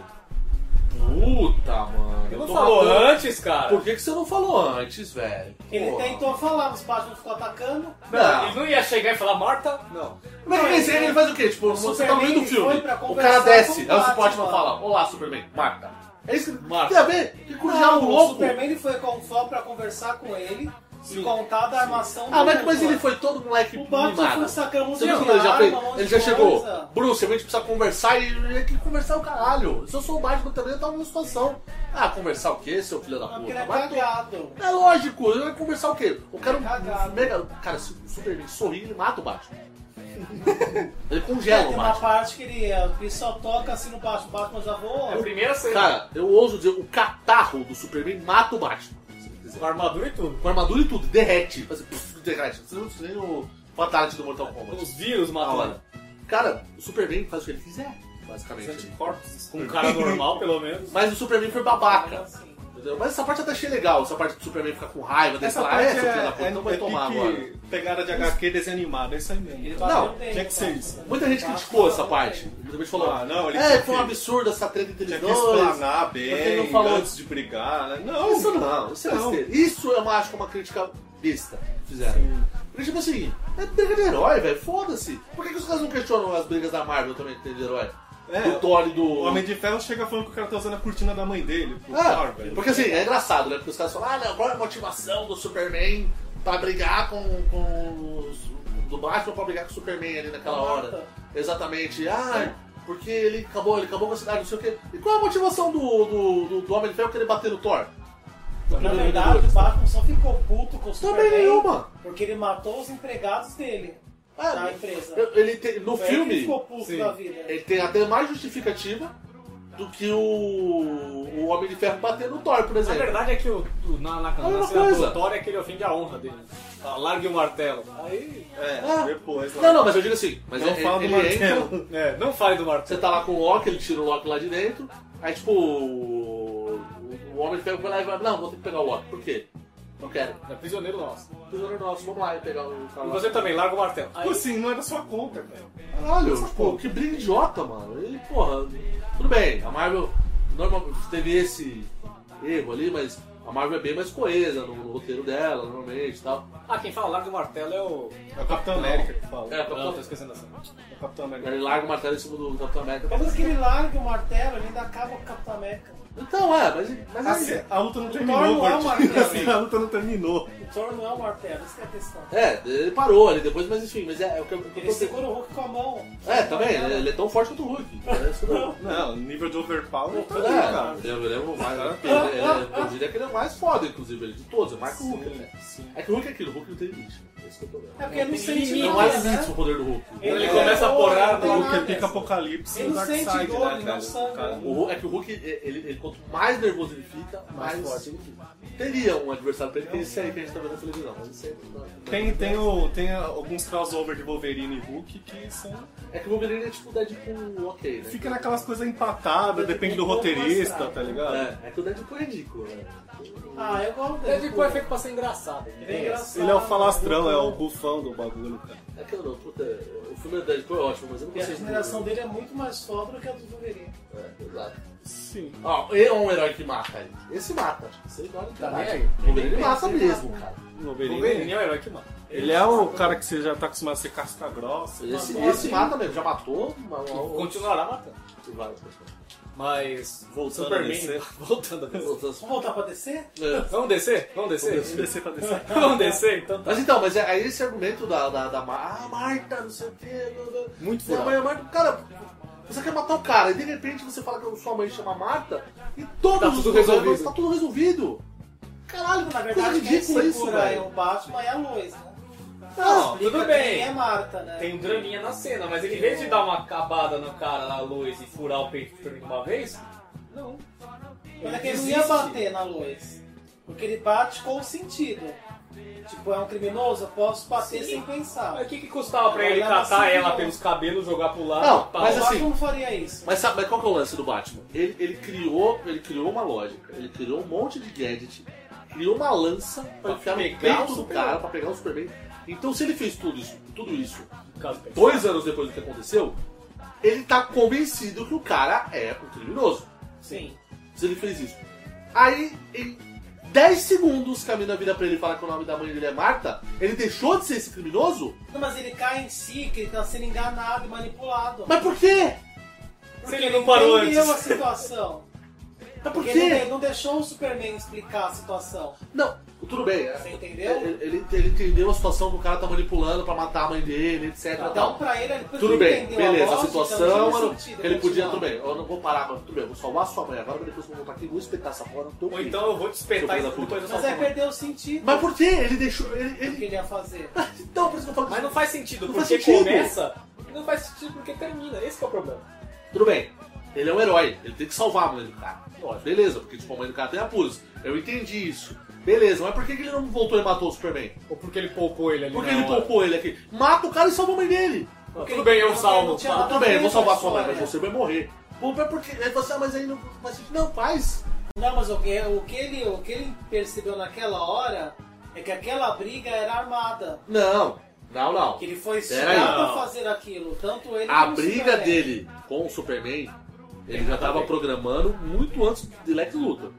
[SPEAKER 4] puta, mano.
[SPEAKER 12] Ele não
[SPEAKER 4] eu tô
[SPEAKER 12] falou
[SPEAKER 4] matando-
[SPEAKER 12] antes, cara.
[SPEAKER 4] Por que, que você não falou antes, velho?
[SPEAKER 13] Ele
[SPEAKER 4] Porra.
[SPEAKER 13] tentou falar, mas o Batman ficou atacando.
[SPEAKER 4] Não.
[SPEAKER 12] Ele não ia chegar e falar, Marta,
[SPEAKER 5] Não.
[SPEAKER 4] Como é que vem? Ele faz o quê? Tipo, você tá no meio do filme.
[SPEAKER 13] foi pra
[SPEAKER 4] O
[SPEAKER 13] conversar
[SPEAKER 4] cara desce,
[SPEAKER 13] com o
[SPEAKER 4] aí o
[SPEAKER 13] Batman.
[SPEAKER 4] Batman fala: Olá, Superman, Marta. É isso que
[SPEAKER 12] Marta.
[SPEAKER 4] tem a ver? Que
[SPEAKER 13] Não,
[SPEAKER 4] diálogo
[SPEAKER 13] o
[SPEAKER 4] louco.
[SPEAKER 13] Superman ele foi com o Sol pra conversar com ele e
[SPEAKER 5] Sim.
[SPEAKER 13] contar da armação
[SPEAKER 4] Ah,
[SPEAKER 13] do
[SPEAKER 4] mas, mas
[SPEAKER 13] Batman.
[SPEAKER 4] ele foi todo moleque
[SPEAKER 13] O Batman foi
[SPEAKER 4] mimado.
[SPEAKER 13] sacando um
[SPEAKER 4] Você
[SPEAKER 13] monte
[SPEAKER 4] viu
[SPEAKER 13] de
[SPEAKER 4] que ele já,
[SPEAKER 13] arma,
[SPEAKER 4] fez?
[SPEAKER 13] um monte
[SPEAKER 4] ele
[SPEAKER 13] de
[SPEAKER 4] já chegou,
[SPEAKER 13] coisa.
[SPEAKER 4] Bruce, a gente precisa conversar e e que conversar o caralho. Se eu sou o Batman também, eu tava numa situação. Ah, conversar o quê, seu filho da
[SPEAKER 13] Não,
[SPEAKER 4] puta?
[SPEAKER 13] porque ele é
[SPEAKER 4] Vai tu-
[SPEAKER 13] cagado.
[SPEAKER 4] É lógico, eu ia conversar o quê? O cara é um
[SPEAKER 13] Cagado.
[SPEAKER 4] mega. Cara, se o Superman sorri, ele mata o Batman. [LAUGHS] ele congela
[SPEAKER 13] Tem
[SPEAKER 4] o
[SPEAKER 13] uma
[SPEAKER 4] Batman.
[SPEAKER 13] parte que ele, ele só toca assim no Batman, o Batman já voa.
[SPEAKER 12] é a primeira cena.
[SPEAKER 4] Cara, eu ouso dizer, o catarro do Superman mata o Batman. se ele quiser.
[SPEAKER 12] Com armadura e tudo.
[SPEAKER 4] Com armadura e tudo, derrete. Faz assim, puf, derrete. Você não tem o fatality do Mortal Kombat.
[SPEAKER 12] Os vírus
[SPEAKER 4] Na
[SPEAKER 12] matam
[SPEAKER 4] hora.
[SPEAKER 12] ele.
[SPEAKER 4] Cara, o Superman faz o que ele quiser, basicamente.
[SPEAKER 5] é tipo-
[SPEAKER 12] Com um cara normal, pelo menos.
[SPEAKER 4] Mas o Superman foi
[SPEAKER 13] Então,
[SPEAKER 4] babaca.
[SPEAKER 13] assim,
[SPEAKER 4] Entendeu? Mas essa parte eu até achei legal, essa parte do Superman ficar com raiva, dele
[SPEAKER 5] Essa
[SPEAKER 4] falar,
[SPEAKER 5] parte
[SPEAKER 4] é,
[SPEAKER 5] é,
[SPEAKER 4] seu filho da puta,
[SPEAKER 5] é,
[SPEAKER 4] então vai
[SPEAKER 5] é
[SPEAKER 4] tomar
[SPEAKER 5] pique
[SPEAKER 4] agora.
[SPEAKER 5] pegada de HQ desanimada, é isso aí mesmo.
[SPEAKER 13] ele
[SPEAKER 5] cara.
[SPEAKER 13] bateu
[SPEAKER 4] Não,
[SPEAKER 13] bem
[SPEAKER 5] tinha
[SPEAKER 13] no
[SPEAKER 5] que ser
[SPEAKER 13] Batman.
[SPEAKER 5] isso.
[SPEAKER 4] Muita gente criticou essa parte. Muita gente falou,
[SPEAKER 5] Ah, não, ele
[SPEAKER 4] é,
[SPEAKER 5] tinha
[SPEAKER 4] foi um
[SPEAKER 5] que-
[SPEAKER 4] absurdo essa treta entre
[SPEAKER 5] Tinha
[SPEAKER 4] eles
[SPEAKER 5] que
[SPEAKER 4] dois.
[SPEAKER 5] explanar
[SPEAKER 4] porque
[SPEAKER 5] bem
[SPEAKER 4] ele não falou-
[SPEAKER 5] antes de brigar, né? Não,
[SPEAKER 4] Isso não, isso é besteira. Isso eu acho que é uma crítica besta que fizeram. Porque, tipo assim, é briga de herói, velho, foda-se. Por que, que os caras não questionam as brigas da Marvel também que tem de herói?
[SPEAKER 5] É,
[SPEAKER 4] do Thor e do...
[SPEAKER 5] O Homem de Ferro chega falando que o cara tá usando a cortina da mãe dele. Pro
[SPEAKER 4] É,
[SPEAKER 5] Thor, velho.
[SPEAKER 4] porque assim, é engraçado, né? Porque os caras falam, ah, não, agora a motivação do Superman pra brigar com, com os, do Batman pra brigar com o Superman ali naquela hora. Exatamente. Ah,
[SPEAKER 5] É.
[SPEAKER 4] porque ele acabou, ele acabou com a cidade, não sei o quê. E qual é a motivação do, do, do, do Homem de Ferro querer bater no Thor?
[SPEAKER 13] Na verdade, o Batman só ficou puto com o
[SPEAKER 4] é Também
[SPEAKER 13] Superman
[SPEAKER 4] nenhuma.
[SPEAKER 13] porque ele matou os empregados dele
[SPEAKER 5] Tá,
[SPEAKER 4] É,
[SPEAKER 5] então
[SPEAKER 13] na empresa.
[SPEAKER 4] Eu- Ele tem- no
[SPEAKER 12] É
[SPEAKER 13] Foi ele
[SPEAKER 4] filme, É
[SPEAKER 13] que ficou puto da vida.
[SPEAKER 4] ele tem até mais justificativa do que o, o Homem de Ferro bater no Thor, por
[SPEAKER 12] A
[SPEAKER 4] exemplo.
[SPEAKER 12] verdade é que o, o- na, na,
[SPEAKER 4] Olha
[SPEAKER 12] na
[SPEAKER 4] uma
[SPEAKER 12] cena
[SPEAKER 4] coisa.
[SPEAKER 12] do Thor é que ele ofende a honra dele. Fala, Largue o martelo. Aí.
[SPEAKER 5] É,
[SPEAKER 4] Ah.
[SPEAKER 5] depois lá.
[SPEAKER 4] Não, não, mas eu digo assim, mas
[SPEAKER 5] Não
[SPEAKER 4] ele,
[SPEAKER 5] fala do
[SPEAKER 4] ele
[SPEAKER 5] martelo.
[SPEAKER 4] entra-
[SPEAKER 12] É, não fale do martelo.
[SPEAKER 4] Você tá lá com o Loki, ele tira o Loki lá de dentro, aí tipo. O, o Homem de Ferro vai lá e vai. Não, vou ter que pegar o Loki. Por quê? Não quero.
[SPEAKER 12] É prisioneiro nosso.
[SPEAKER 4] Prisioneiro nosso, vamos lá e pegar o cara
[SPEAKER 12] E
[SPEAKER 4] lá.
[SPEAKER 12] você também, larga o martelo. Aí,
[SPEAKER 5] Pô, assim, não é da sua conta, cara.
[SPEAKER 4] Caralho, pô, que briga idiota, mano. Ele, porra, tudo bem, a Marvel normal, teve esse erro ali, mas a Marvel é bem mais coesa no, no roteiro dela, normalmente e tal.
[SPEAKER 12] Ah, quem fala larga o martelo é o.
[SPEAKER 5] É o Capitão América que fala.
[SPEAKER 4] É, o
[SPEAKER 12] Não, tô
[SPEAKER 4] Capitão,
[SPEAKER 12] esquecendo essa.
[SPEAKER 5] É o Capitão América.
[SPEAKER 4] ele larga o martelo em cima do Capitão América.
[SPEAKER 13] Depois que ele larga o martelo, ele ainda acaba com o Capitão América.
[SPEAKER 4] Então, é, mas, mas
[SPEAKER 5] A,
[SPEAKER 4] aí-
[SPEAKER 5] ce- a luta não
[SPEAKER 13] O
[SPEAKER 5] terminou,
[SPEAKER 13] Thor não é
[SPEAKER 5] Gordinho.
[SPEAKER 13] um
[SPEAKER 5] [LAUGHS]
[SPEAKER 13] martelo.
[SPEAKER 5] A luta não terminou.
[SPEAKER 13] O Thor não é o martelo, isso que é a questão.
[SPEAKER 4] É, ele parou ali depois, mas enfim, mas é, é o que eu, o que eu
[SPEAKER 13] Ele
[SPEAKER 4] tô dizendo.
[SPEAKER 13] segura o Hulk com a mão.
[SPEAKER 4] É, também, ele, ele é tão forte quanto o Hulk. É,
[SPEAKER 5] [LAUGHS]
[SPEAKER 4] isso não.
[SPEAKER 5] Não, nível de overpower tá ali, cara.
[SPEAKER 4] É, eu lembro mais. Ele, ele- eu diria que ele é o mais foda, inclusive, ele de todos, é mais que o Hulk, né? É que o Hulk é aquilo, o Hulk não tem limite. né? Esse que é o problema.
[SPEAKER 13] É porque ele não sente
[SPEAKER 4] Não
[SPEAKER 13] dor,
[SPEAKER 4] há
[SPEAKER 13] né?
[SPEAKER 4] limites pro poder do Hulk.
[SPEAKER 13] Ele
[SPEAKER 12] Ele começa a porrar no
[SPEAKER 13] Não,
[SPEAKER 5] Porque
[SPEAKER 13] não,
[SPEAKER 5] pica
[SPEAKER 13] não.
[SPEAKER 5] apocalipse
[SPEAKER 13] Ele
[SPEAKER 5] no
[SPEAKER 13] não
[SPEAKER 5] é Dark
[SPEAKER 13] sente
[SPEAKER 5] Side,
[SPEAKER 13] dor,
[SPEAKER 5] né,
[SPEAKER 13] ele
[SPEAKER 5] cara?
[SPEAKER 13] não sangra.
[SPEAKER 5] Cara,
[SPEAKER 4] O Hulk- é que o Hulk, ele, ele- quanto mais nervoso ele fica, mais, forte ele fica. Teria um adversário pra ele, que é esse aí que a gente tá vendo na televisão. Mas isso aí não é-
[SPEAKER 5] Tem, tem, o, tem a- alguns crossover de Wolverine e Hulk que são,
[SPEAKER 4] É que o Wolverine é tipo o Deadpool ok, né?
[SPEAKER 5] fica naquelas coisas empatadas, depende do roteirista, tá ligado?
[SPEAKER 4] É, é que o Deadpool é ridículo, né?
[SPEAKER 13] Ah, eu gosto
[SPEAKER 12] É
[SPEAKER 13] dele.
[SPEAKER 12] tipo é feito pra ser engraçado.
[SPEAKER 13] Ele é engraçado.
[SPEAKER 5] Ele é o falastrão, é o bufão do bagulho, cara.
[SPEAKER 4] É que eu não, puta, o filme do Deadpool é ótimo, mas eu não
[SPEAKER 13] E a
[SPEAKER 4] consigo.
[SPEAKER 13] regeneração dele é muito mais foda do que a do Wolverine.
[SPEAKER 4] É, exato.
[SPEAKER 5] Sim.
[SPEAKER 4] Ó, ele é um herói que mata aí. Esse mata. Esse ele mata,
[SPEAKER 12] Tá nem
[SPEAKER 4] cara.
[SPEAKER 12] aí.
[SPEAKER 4] O Wolverine mata mesmo, cara.
[SPEAKER 5] O Wolverine.
[SPEAKER 12] Wolverine é o herói que mata.
[SPEAKER 5] Ele é o cara que você já tá acostumado a ser casca grossa.
[SPEAKER 4] Esse, esse mata mesmo, já matou. Uma, uma,
[SPEAKER 12] E Continuará matando.
[SPEAKER 4] Vai,
[SPEAKER 12] Mas.
[SPEAKER 5] Voltando a descer.
[SPEAKER 12] [LAUGHS] Voltando a descer.
[SPEAKER 13] Vamos voltar pra descer?
[SPEAKER 4] É.
[SPEAKER 12] Vamos descer? Vamos descer?
[SPEAKER 5] Descer pra descer.
[SPEAKER 12] [LAUGHS] Vamos descer, então tá.
[SPEAKER 4] Mas então, mas é- aí esse argumento da, da, da Mar- ah, Marta, não sei o quê. blá, blá.
[SPEAKER 5] Muito
[SPEAKER 4] Minha
[SPEAKER 5] furado.
[SPEAKER 4] mãe é Marta. Cara, você quer matar o cara e de repente você fala que sua mãe chama Marta e todos
[SPEAKER 12] Tá
[SPEAKER 4] os
[SPEAKER 12] tudo
[SPEAKER 4] problemas-
[SPEAKER 12] resolvido.
[SPEAKER 4] tá tudo resolvido. Caralho,
[SPEAKER 13] Na
[SPEAKER 4] coisa
[SPEAKER 13] verdade, quem
[SPEAKER 4] ridícula isso,
[SPEAKER 13] segura é
[SPEAKER 4] velho.
[SPEAKER 13] o Batman e a Lois, né?
[SPEAKER 4] Não,
[SPEAKER 13] Explica
[SPEAKER 12] tudo
[SPEAKER 13] Quem
[SPEAKER 12] bem.
[SPEAKER 13] é Marta, né?
[SPEAKER 12] Tem um draminha na cena, mas ele, em vez de dar uma acabada no cara na luz e furar o peito de uma vez, não.
[SPEAKER 13] Olha é que ele não ia bater na Lois. Porque ele bate com sentido. Tipo, é um criminoso, eu posso bater sem pensar.
[SPEAKER 12] Mas o que, que custava pra ele
[SPEAKER 13] Ela
[SPEAKER 12] catar
[SPEAKER 13] se
[SPEAKER 12] ela
[SPEAKER 13] virou.
[SPEAKER 12] pelos cabelos, jogar pro lado?
[SPEAKER 4] Não,
[SPEAKER 12] pá,
[SPEAKER 4] Mas
[SPEAKER 13] Mas o
[SPEAKER 12] pá.
[SPEAKER 13] Batman
[SPEAKER 4] assim-
[SPEAKER 13] não faria isso.
[SPEAKER 4] Mas, sabe, mas qual que é o lance do Batman? Ele, ele criou, ele criou uma lógica, ele criou um monte de gadget, criou uma lança pra
[SPEAKER 12] Pra
[SPEAKER 4] enfiar no
[SPEAKER 12] pegar
[SPEAKER 4] peito
[SPEAKER 12] o
[SPEAKER 4] do
[SPEAKER 12] Superman.
[SPEAKER 4] cara, pra pegar o Superman. Então se ele fez tudo isso, tudo isso,
[SPEAKER 12] Caso pensado.
[SPEAKER 4] dois anos depois do que aconteceu, ele tá convencido que o cara é um criminoso.
[SPEAKER 13] Sim.
[SPEAKER 4] Se ele fez isso. Aí, em 10 segundos que a mina vira pra ele e fala que o nome da mãe dele é Marta, ele deixou de ser esse criminoso?
[SPEAKER 13] Não, mas ele cai em si, que ele tá sendo enganado e manipulado.
[SPEAKER 4] Mas por quê?
[SPEAKER 13] Porque
[SPEAKER 12] ele não parou
[SPEAKER 13] entendeu
[SPEAKER 12] antes.
[SPEAKER 13] a situação.
[SPEAKER 4] Mas por
[SPEAKER 13] Porque ele não-
[SPEAKER 4] quê?
[SPEAKER 13] ele não deixou o Superman explicar a situação.
[SPEAKER 4] Não, tudo bem. é-
[SPEAKER 13] Você entendeu?
[SPEAKER 4] Ele, ele- ele entendeu a situação que o cara tá manipulando pra matar a mãe dele, etc. tal.
[SPEAKER 13] Então, pra ele, ele
[SPEAKER 4] tá. Tudo bem,
[SPEAKER 13] entendeu
[SPEAKER 4] beleza, a
[SPEAKER 13] lógica,
[SPEAKER 4] situação,
[SPEAKER 13] não tinha
[SPEAKER 4] mano,
[SPEAKER 13] sentido
[SPEAKER 4] que ele podia,
[SPEAKER 13] continuar.
[SPEAKER 4] tudo bem, eu não vou parar, mano, tudo bem, eu vou salvar sua mãe agora, mas depois eu vou voltar aqui e vou espetar essa porra no teu
[SPEAKER 12] Ou
[SPEAKER 4] peito.
[SPEAKER 12] então eu vou te espetar e
[SPEAKER 4] Seu filho da
[SPEAKER 12] depois eu
[SPEAKER 13] Mas é
[SPEAKER 12] só
[SPEAKER 13] aí perdeu o sentido
[SPEAKER 4] Mas por que ele deixou, ele,
[SPEAKER 13] do que
[SPEAKER 4] ele...
[SPEAKER 13] ele ia fazer.
[SPEAKER 4] [LAUGHS] Então, por isso que eu falo
[SPEAKER 12] Mas não faz sentido,
[SPEAKER 4] Não faz
[SPEAKER 12] porque
[SPEAKER 4] sentido.
[SPEAKER 12] começa e não faz sentido porque termina. Esse que é o problema.
[SPEAKER 4] Tudo bem, ele é um herói, ele tem que salvar a mãe do cara. Lógico, beleza, porque tipo, a mãe do cara tem apuros, eu entendi isso. Beleza, mas por que que ele não voltou e matou o Superman?
[SPEAKER 12] Ou porque ele poupou ele ali
[SPEAKER 4] Por que
[SPEAKER 12] na
[SPEAKER 4] ele
[SPEAKER 12] hora.
[SPEAKER 4] poupou ele aqui? Mata o cara e salva a mãe dele.
[SPEAKER 12] Tudo bem, eu
[SPEAKER 13] Porque
[SPEAKER 12] salvo.
[SPEAKER 13] não tinha
[SPEAKER 12] pá.
[SPEAKER 13] nada
[SPEAKER 4] tá. Tudo bem, eu vou salvar
[SPEAKER 13] a
[SPEAKER 4] sua mãe, mas
[SPEAKER 13] história.
[SPEAKER 4] você vai morrer. Pô, mas por que? Aí você, ah, mas aí não faz sentido. Não, faz.
[SPEAKER 13] Não, mas o que, o, que ele, o que ele percebeu naquela hora é que aquela briga era armada.
[SPEAKER 4] Não, não, não.
[SPEAKER 13] Que ele foi
[SPEAKER 4] Pera aí.
[SPEAKER 13] estimado a
[SPEAKER 12] Não.
[SPEAKER 13] fazer aquilo. Tanto ele
[SPEAKER 4] A
[SPEAKER 13] como o
[SPEAKER 4] briga
[SPEAKER 13] Superman.
[SPEAKER 4] dele com o Superman, ele já tava programando muito antes de Lex Luthor.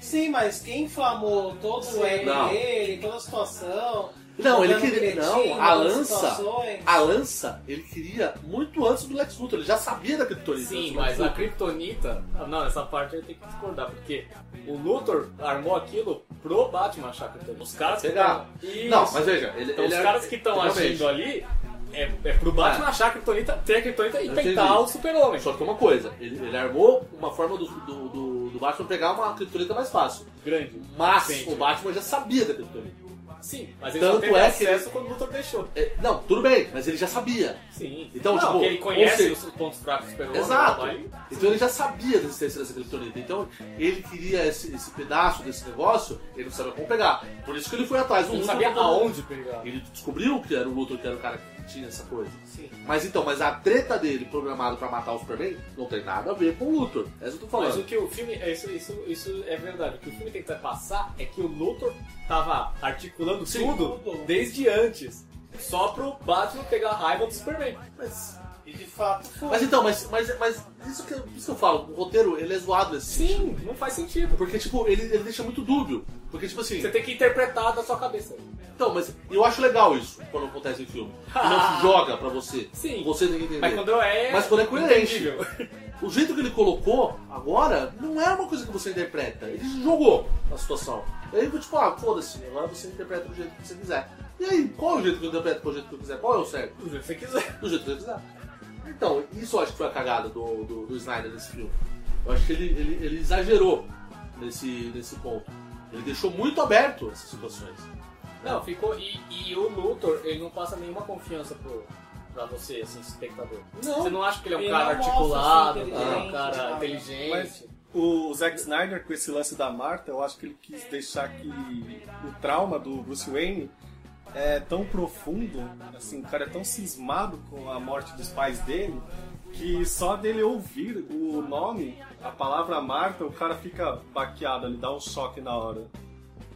[SPEAKER 13] Sim, mas quem inflamou todo o ego
[SPEAKER 4] Não.
[SPEAKER 13] dele, toda a situação,
[SPEAKER 4] Não, ele
[SPEAKER 13] Jogando
[SPEAKER 4] queria.
[SPEAKER 13] bilhetinho,
[SPEAKER 4] Não, a
[SPEAKER 13] dando
[SPEAKER 4] lança.
[SPEAKER 13] situações.
[SPEAKER 4] A lança ele queria muito antes do Lex Luthor. Ele já sabia da Kryptonita.
[SPEAKER 12] Sim,
[SPEAKER 4] antes do
[SPEAKER 12] mas
[SPEAKER 4] Lex
[SPEAKER 12] a
[SPEAKER 4] Luthor.
[SPEAKER 12] Kryptonita. Ah, Não, essa parte aí tem que discordar, porque o Luthor armou aquilo pro Batman achar a Kryptonita. Os caras que
[SPEAKER 4] Será?
[SPEAKER 12] tão- Isso.
[SPEAKER 4] Não, mas veja, ele-
[SPEAKER 12] Então
[SPEAKER 4] ele
[SPEAKER 12] os
[SPEAKER 4] é-
[SPEAKER 12] caras que estão
[SPEAKER 4] realmente.
[SPEAKER 12] agindo ali é, é pro Batman
[SPEAKER 4] Ah.
[SPEAKER 12] achar a Kryptonita, ter a Kryptonita e
[SPEAKER 4] Eu
[SPEAKER 12] tentar
[SPEAKER 4] entendi.
[SPEAKER 12] o Super-Homem.
[SPEAKER 4] Só que uma coisa, ele, ele armou uma forma do, do, do, do Batman pegar uma criptonita mais fácil.
[SPEAKER 12] Grande.
[SPEAKER 4] Mas
[SPEAKER 12] Sim.
[SPEAKER 4] o Batman já sabia da criptonita.
[SPEAKER 12] Sim, mas ele só
[SPEAKER 4] Tanto
[SPEAKER 12] teve
[SPEAKER 4] é que.
[SPEAKER 12] acesso quando o Luthor deixou.
[SPEAKER 4] É, não, tudo bem, mas ele já sabia.
[SPEAKER 12] Sim.
[SPEAKER 4] Então,
[SPEAKER 12] Não,
[SPEAKER 4] tipo,
[SPEAKER 12] porque ele
[SPEAKER 4] ou
[SPEAKER 12] conhece
[SPEAKER 4] seja-
[SPEAKER 12] os pontos fracos do Super-Homem.
[SPEAKER 4] Exato.
[SPEAKER 12] vai-
[SPEAKER 4] Então ele já sabia da existência dessa criptonita. Então ele queria esse, esse pedaço desse negócio, ele não sabia como pegar. Por isso que ele foi atrás do
[SPEAKER 12] Ele não
[SPEAKER 4] Luthor.
[SPEAKER 12] sabia
[SPEAKER 4] pra-
[SPEAKER 12] aonde pegar.
[SPEAKER 4] Ele descobriu que era o Luthor, que era o cara que tinha essa coisa.
[SPEAKER 12] Sim.
[SPEAKER 4] Mas então, mas a treta dele programado pra matar o Superman não tem nada a ver com o Luthor. É isso que eu tô falando.
[SPEAKER 12] Mas o que o filme. é Isso, isso, isso é verdade. O que o filme tenta passar é que o Luthor tava articulando tudo desde antes. Só pro Batman pegar a raiva do Superman. Mas.
[SPEAKER 13] E de fato foi.
[SPEAKER 4] Mas então, mas, mas, mas isso, que, isso que eu falo, o roteiro ele é zoado nesse
[SPEAKER 12] Sim, não faz sentido.
[SPEAKER 4] Porque, tipo, ele, ele deixa muito dúbio. Porque, tipo assim.
[SPEAKER 12] Você tem que interpretar da sua cabeça.
[SPEAKER 4] Então, mas eu acho legal isso quando acontece em filme. Ele não
[SPEAKER 12] [LAUGHS]
[SPEAKER 4] se joga pra você.
[SPEAKER 12] Sim.
[SPEAKER 4] Você tem que entender.
[SPEAKER 12] Mas quando é.
[SPEAKER 4] Mas quando é coerente.
[SPEAKER 12] entendível. [LAUGHS]
[SPEAKER 4] O jeito que ele colocou agora não é uma coisa que você interpreta. Ele jogou na situação. E aí tipo, ah, foda-se, agora você interpreta do jeito que você quiser. E aí, qual é o jeito que eu interpreto do jeito que eu quiser? Qual é o certo?
[SPEAKER 12] Do jeito que você quiser.
[SPEAKER 4] Do jeito que você quiser. Então, isso eu acho que foi a cagada do, do, do Snyder nesse filme. Eu acho que ele, ele, ele exagerou nesse, nesse ponto. Ele deixou muito aberto essas situações.
[SPEAKER 12] Não, ficou. E, e o Luthor, ele não passa nenhuma confiança pro, pra você, assim, espectador.
[SPEAKER 13] Não.
[SPEAKER 12] Você não acha que ele é um
[SPEAKER 13] Ele
[SPEAKER 12] cara
[SPEAKER 13] não mostra,
[SPEAKER 12] articulado,
[SPEAKER 13] assim,
[SPEAKER 12] que ele é um
[SPEAKER 13] inteligente,
[SPEAKER 12] cara
[SPEAKER 13] nada.
[SPEAKER 12] inteligente.
[SPEAKER 5] Mas o Zack Snyder, com esse lance da Marta, eu acho que ele quis deixar que o trauma do Bruce Wayne é tão profundo, assim, o cara é tão cismado com a morte dos pais dele, que só dele ouvir o nome, a palavra Marta, o cara fica baqueado, ele dá um choque na hora.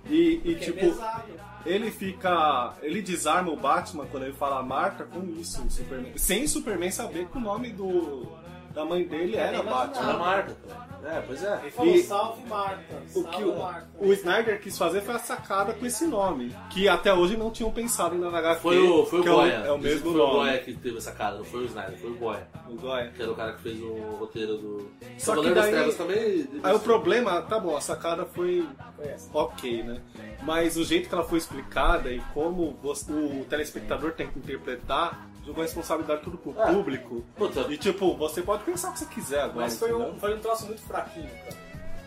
[SPEAKER 5] E, e,
[SPEAKER 13] Porque é
[SPEAKER 5] tipo,
[SPEAKER 13] pesado.
[SPEAKER 5] ele fica. Ele desarma o Batman quando ele fala Marta com isso, o Superman. Sem o Superman saber que o nome do, da mãe dele
[SPEAKER 13] Era
[SPEAKER 5] era
[SPEAKER 13] nem
[SPEAKER 5] Batman.
[SPEAKER 13] imaginava.
[SPEAKER 4] Marta. É, pois é.
[SPEAKER 13] Ele falou,
[SPEAKER 5] E-
[SPEAKER 13] salve Marta.
[SPEAKER 5] O
[SPEAKER 13] Salve
[SPEAKER 5] que o,
[SPEAKER 13] Marta.
[SPEAKER 5] o Snyder quis fazer foi a sacada com esse nome, que até hoje não tinham pensado ainda na HQ.
[SPEAKER 4] Foi o, foi o
[SPEAKER 5] que é o,
[SPEAKER 4] Goya.
[SPEAKER 5] é o
[SPEAKER 4] Dizem que
[SPEAKER 5] mesmo
[SPEAKER 4] foi o Goya
[SPEAKER 5] nome.
[SPEAKER 4] que teve essa cara, não foi o Snyder, foi o Goya.
[SPEAKER 5] O Goya.
[SPEAKER 4] Que era o cara que fez o roteiro do.
[SPEAKER 5] Só que
[SPEAKER 4] Cavaleiro
[SPEAKER 5] daí-
[SPEAKER 4] das Trevas também.
[SPEAKER 5] Aí o problema, tá bom, a sacada foi
[SPEAKER 12] Foi essa.
[SPEAKER 5] ok, né? Mas o jeito que ela foi explicada e como você- o telespectador tem que interpretar, jogou a responsabilidade tudo pro
[SPEAKER 4] É.
[SPEAKER 5] público.
[SPEAKER 4] Puta,
[SPEAKER 5] E tipo, você pode pensar o que você quiser agora.
[SPEAKER 12] Mas foi um,
[SPEAKER 5] entendeu?
[SPEAKER 12] foi um troço muito fraquinho, cara.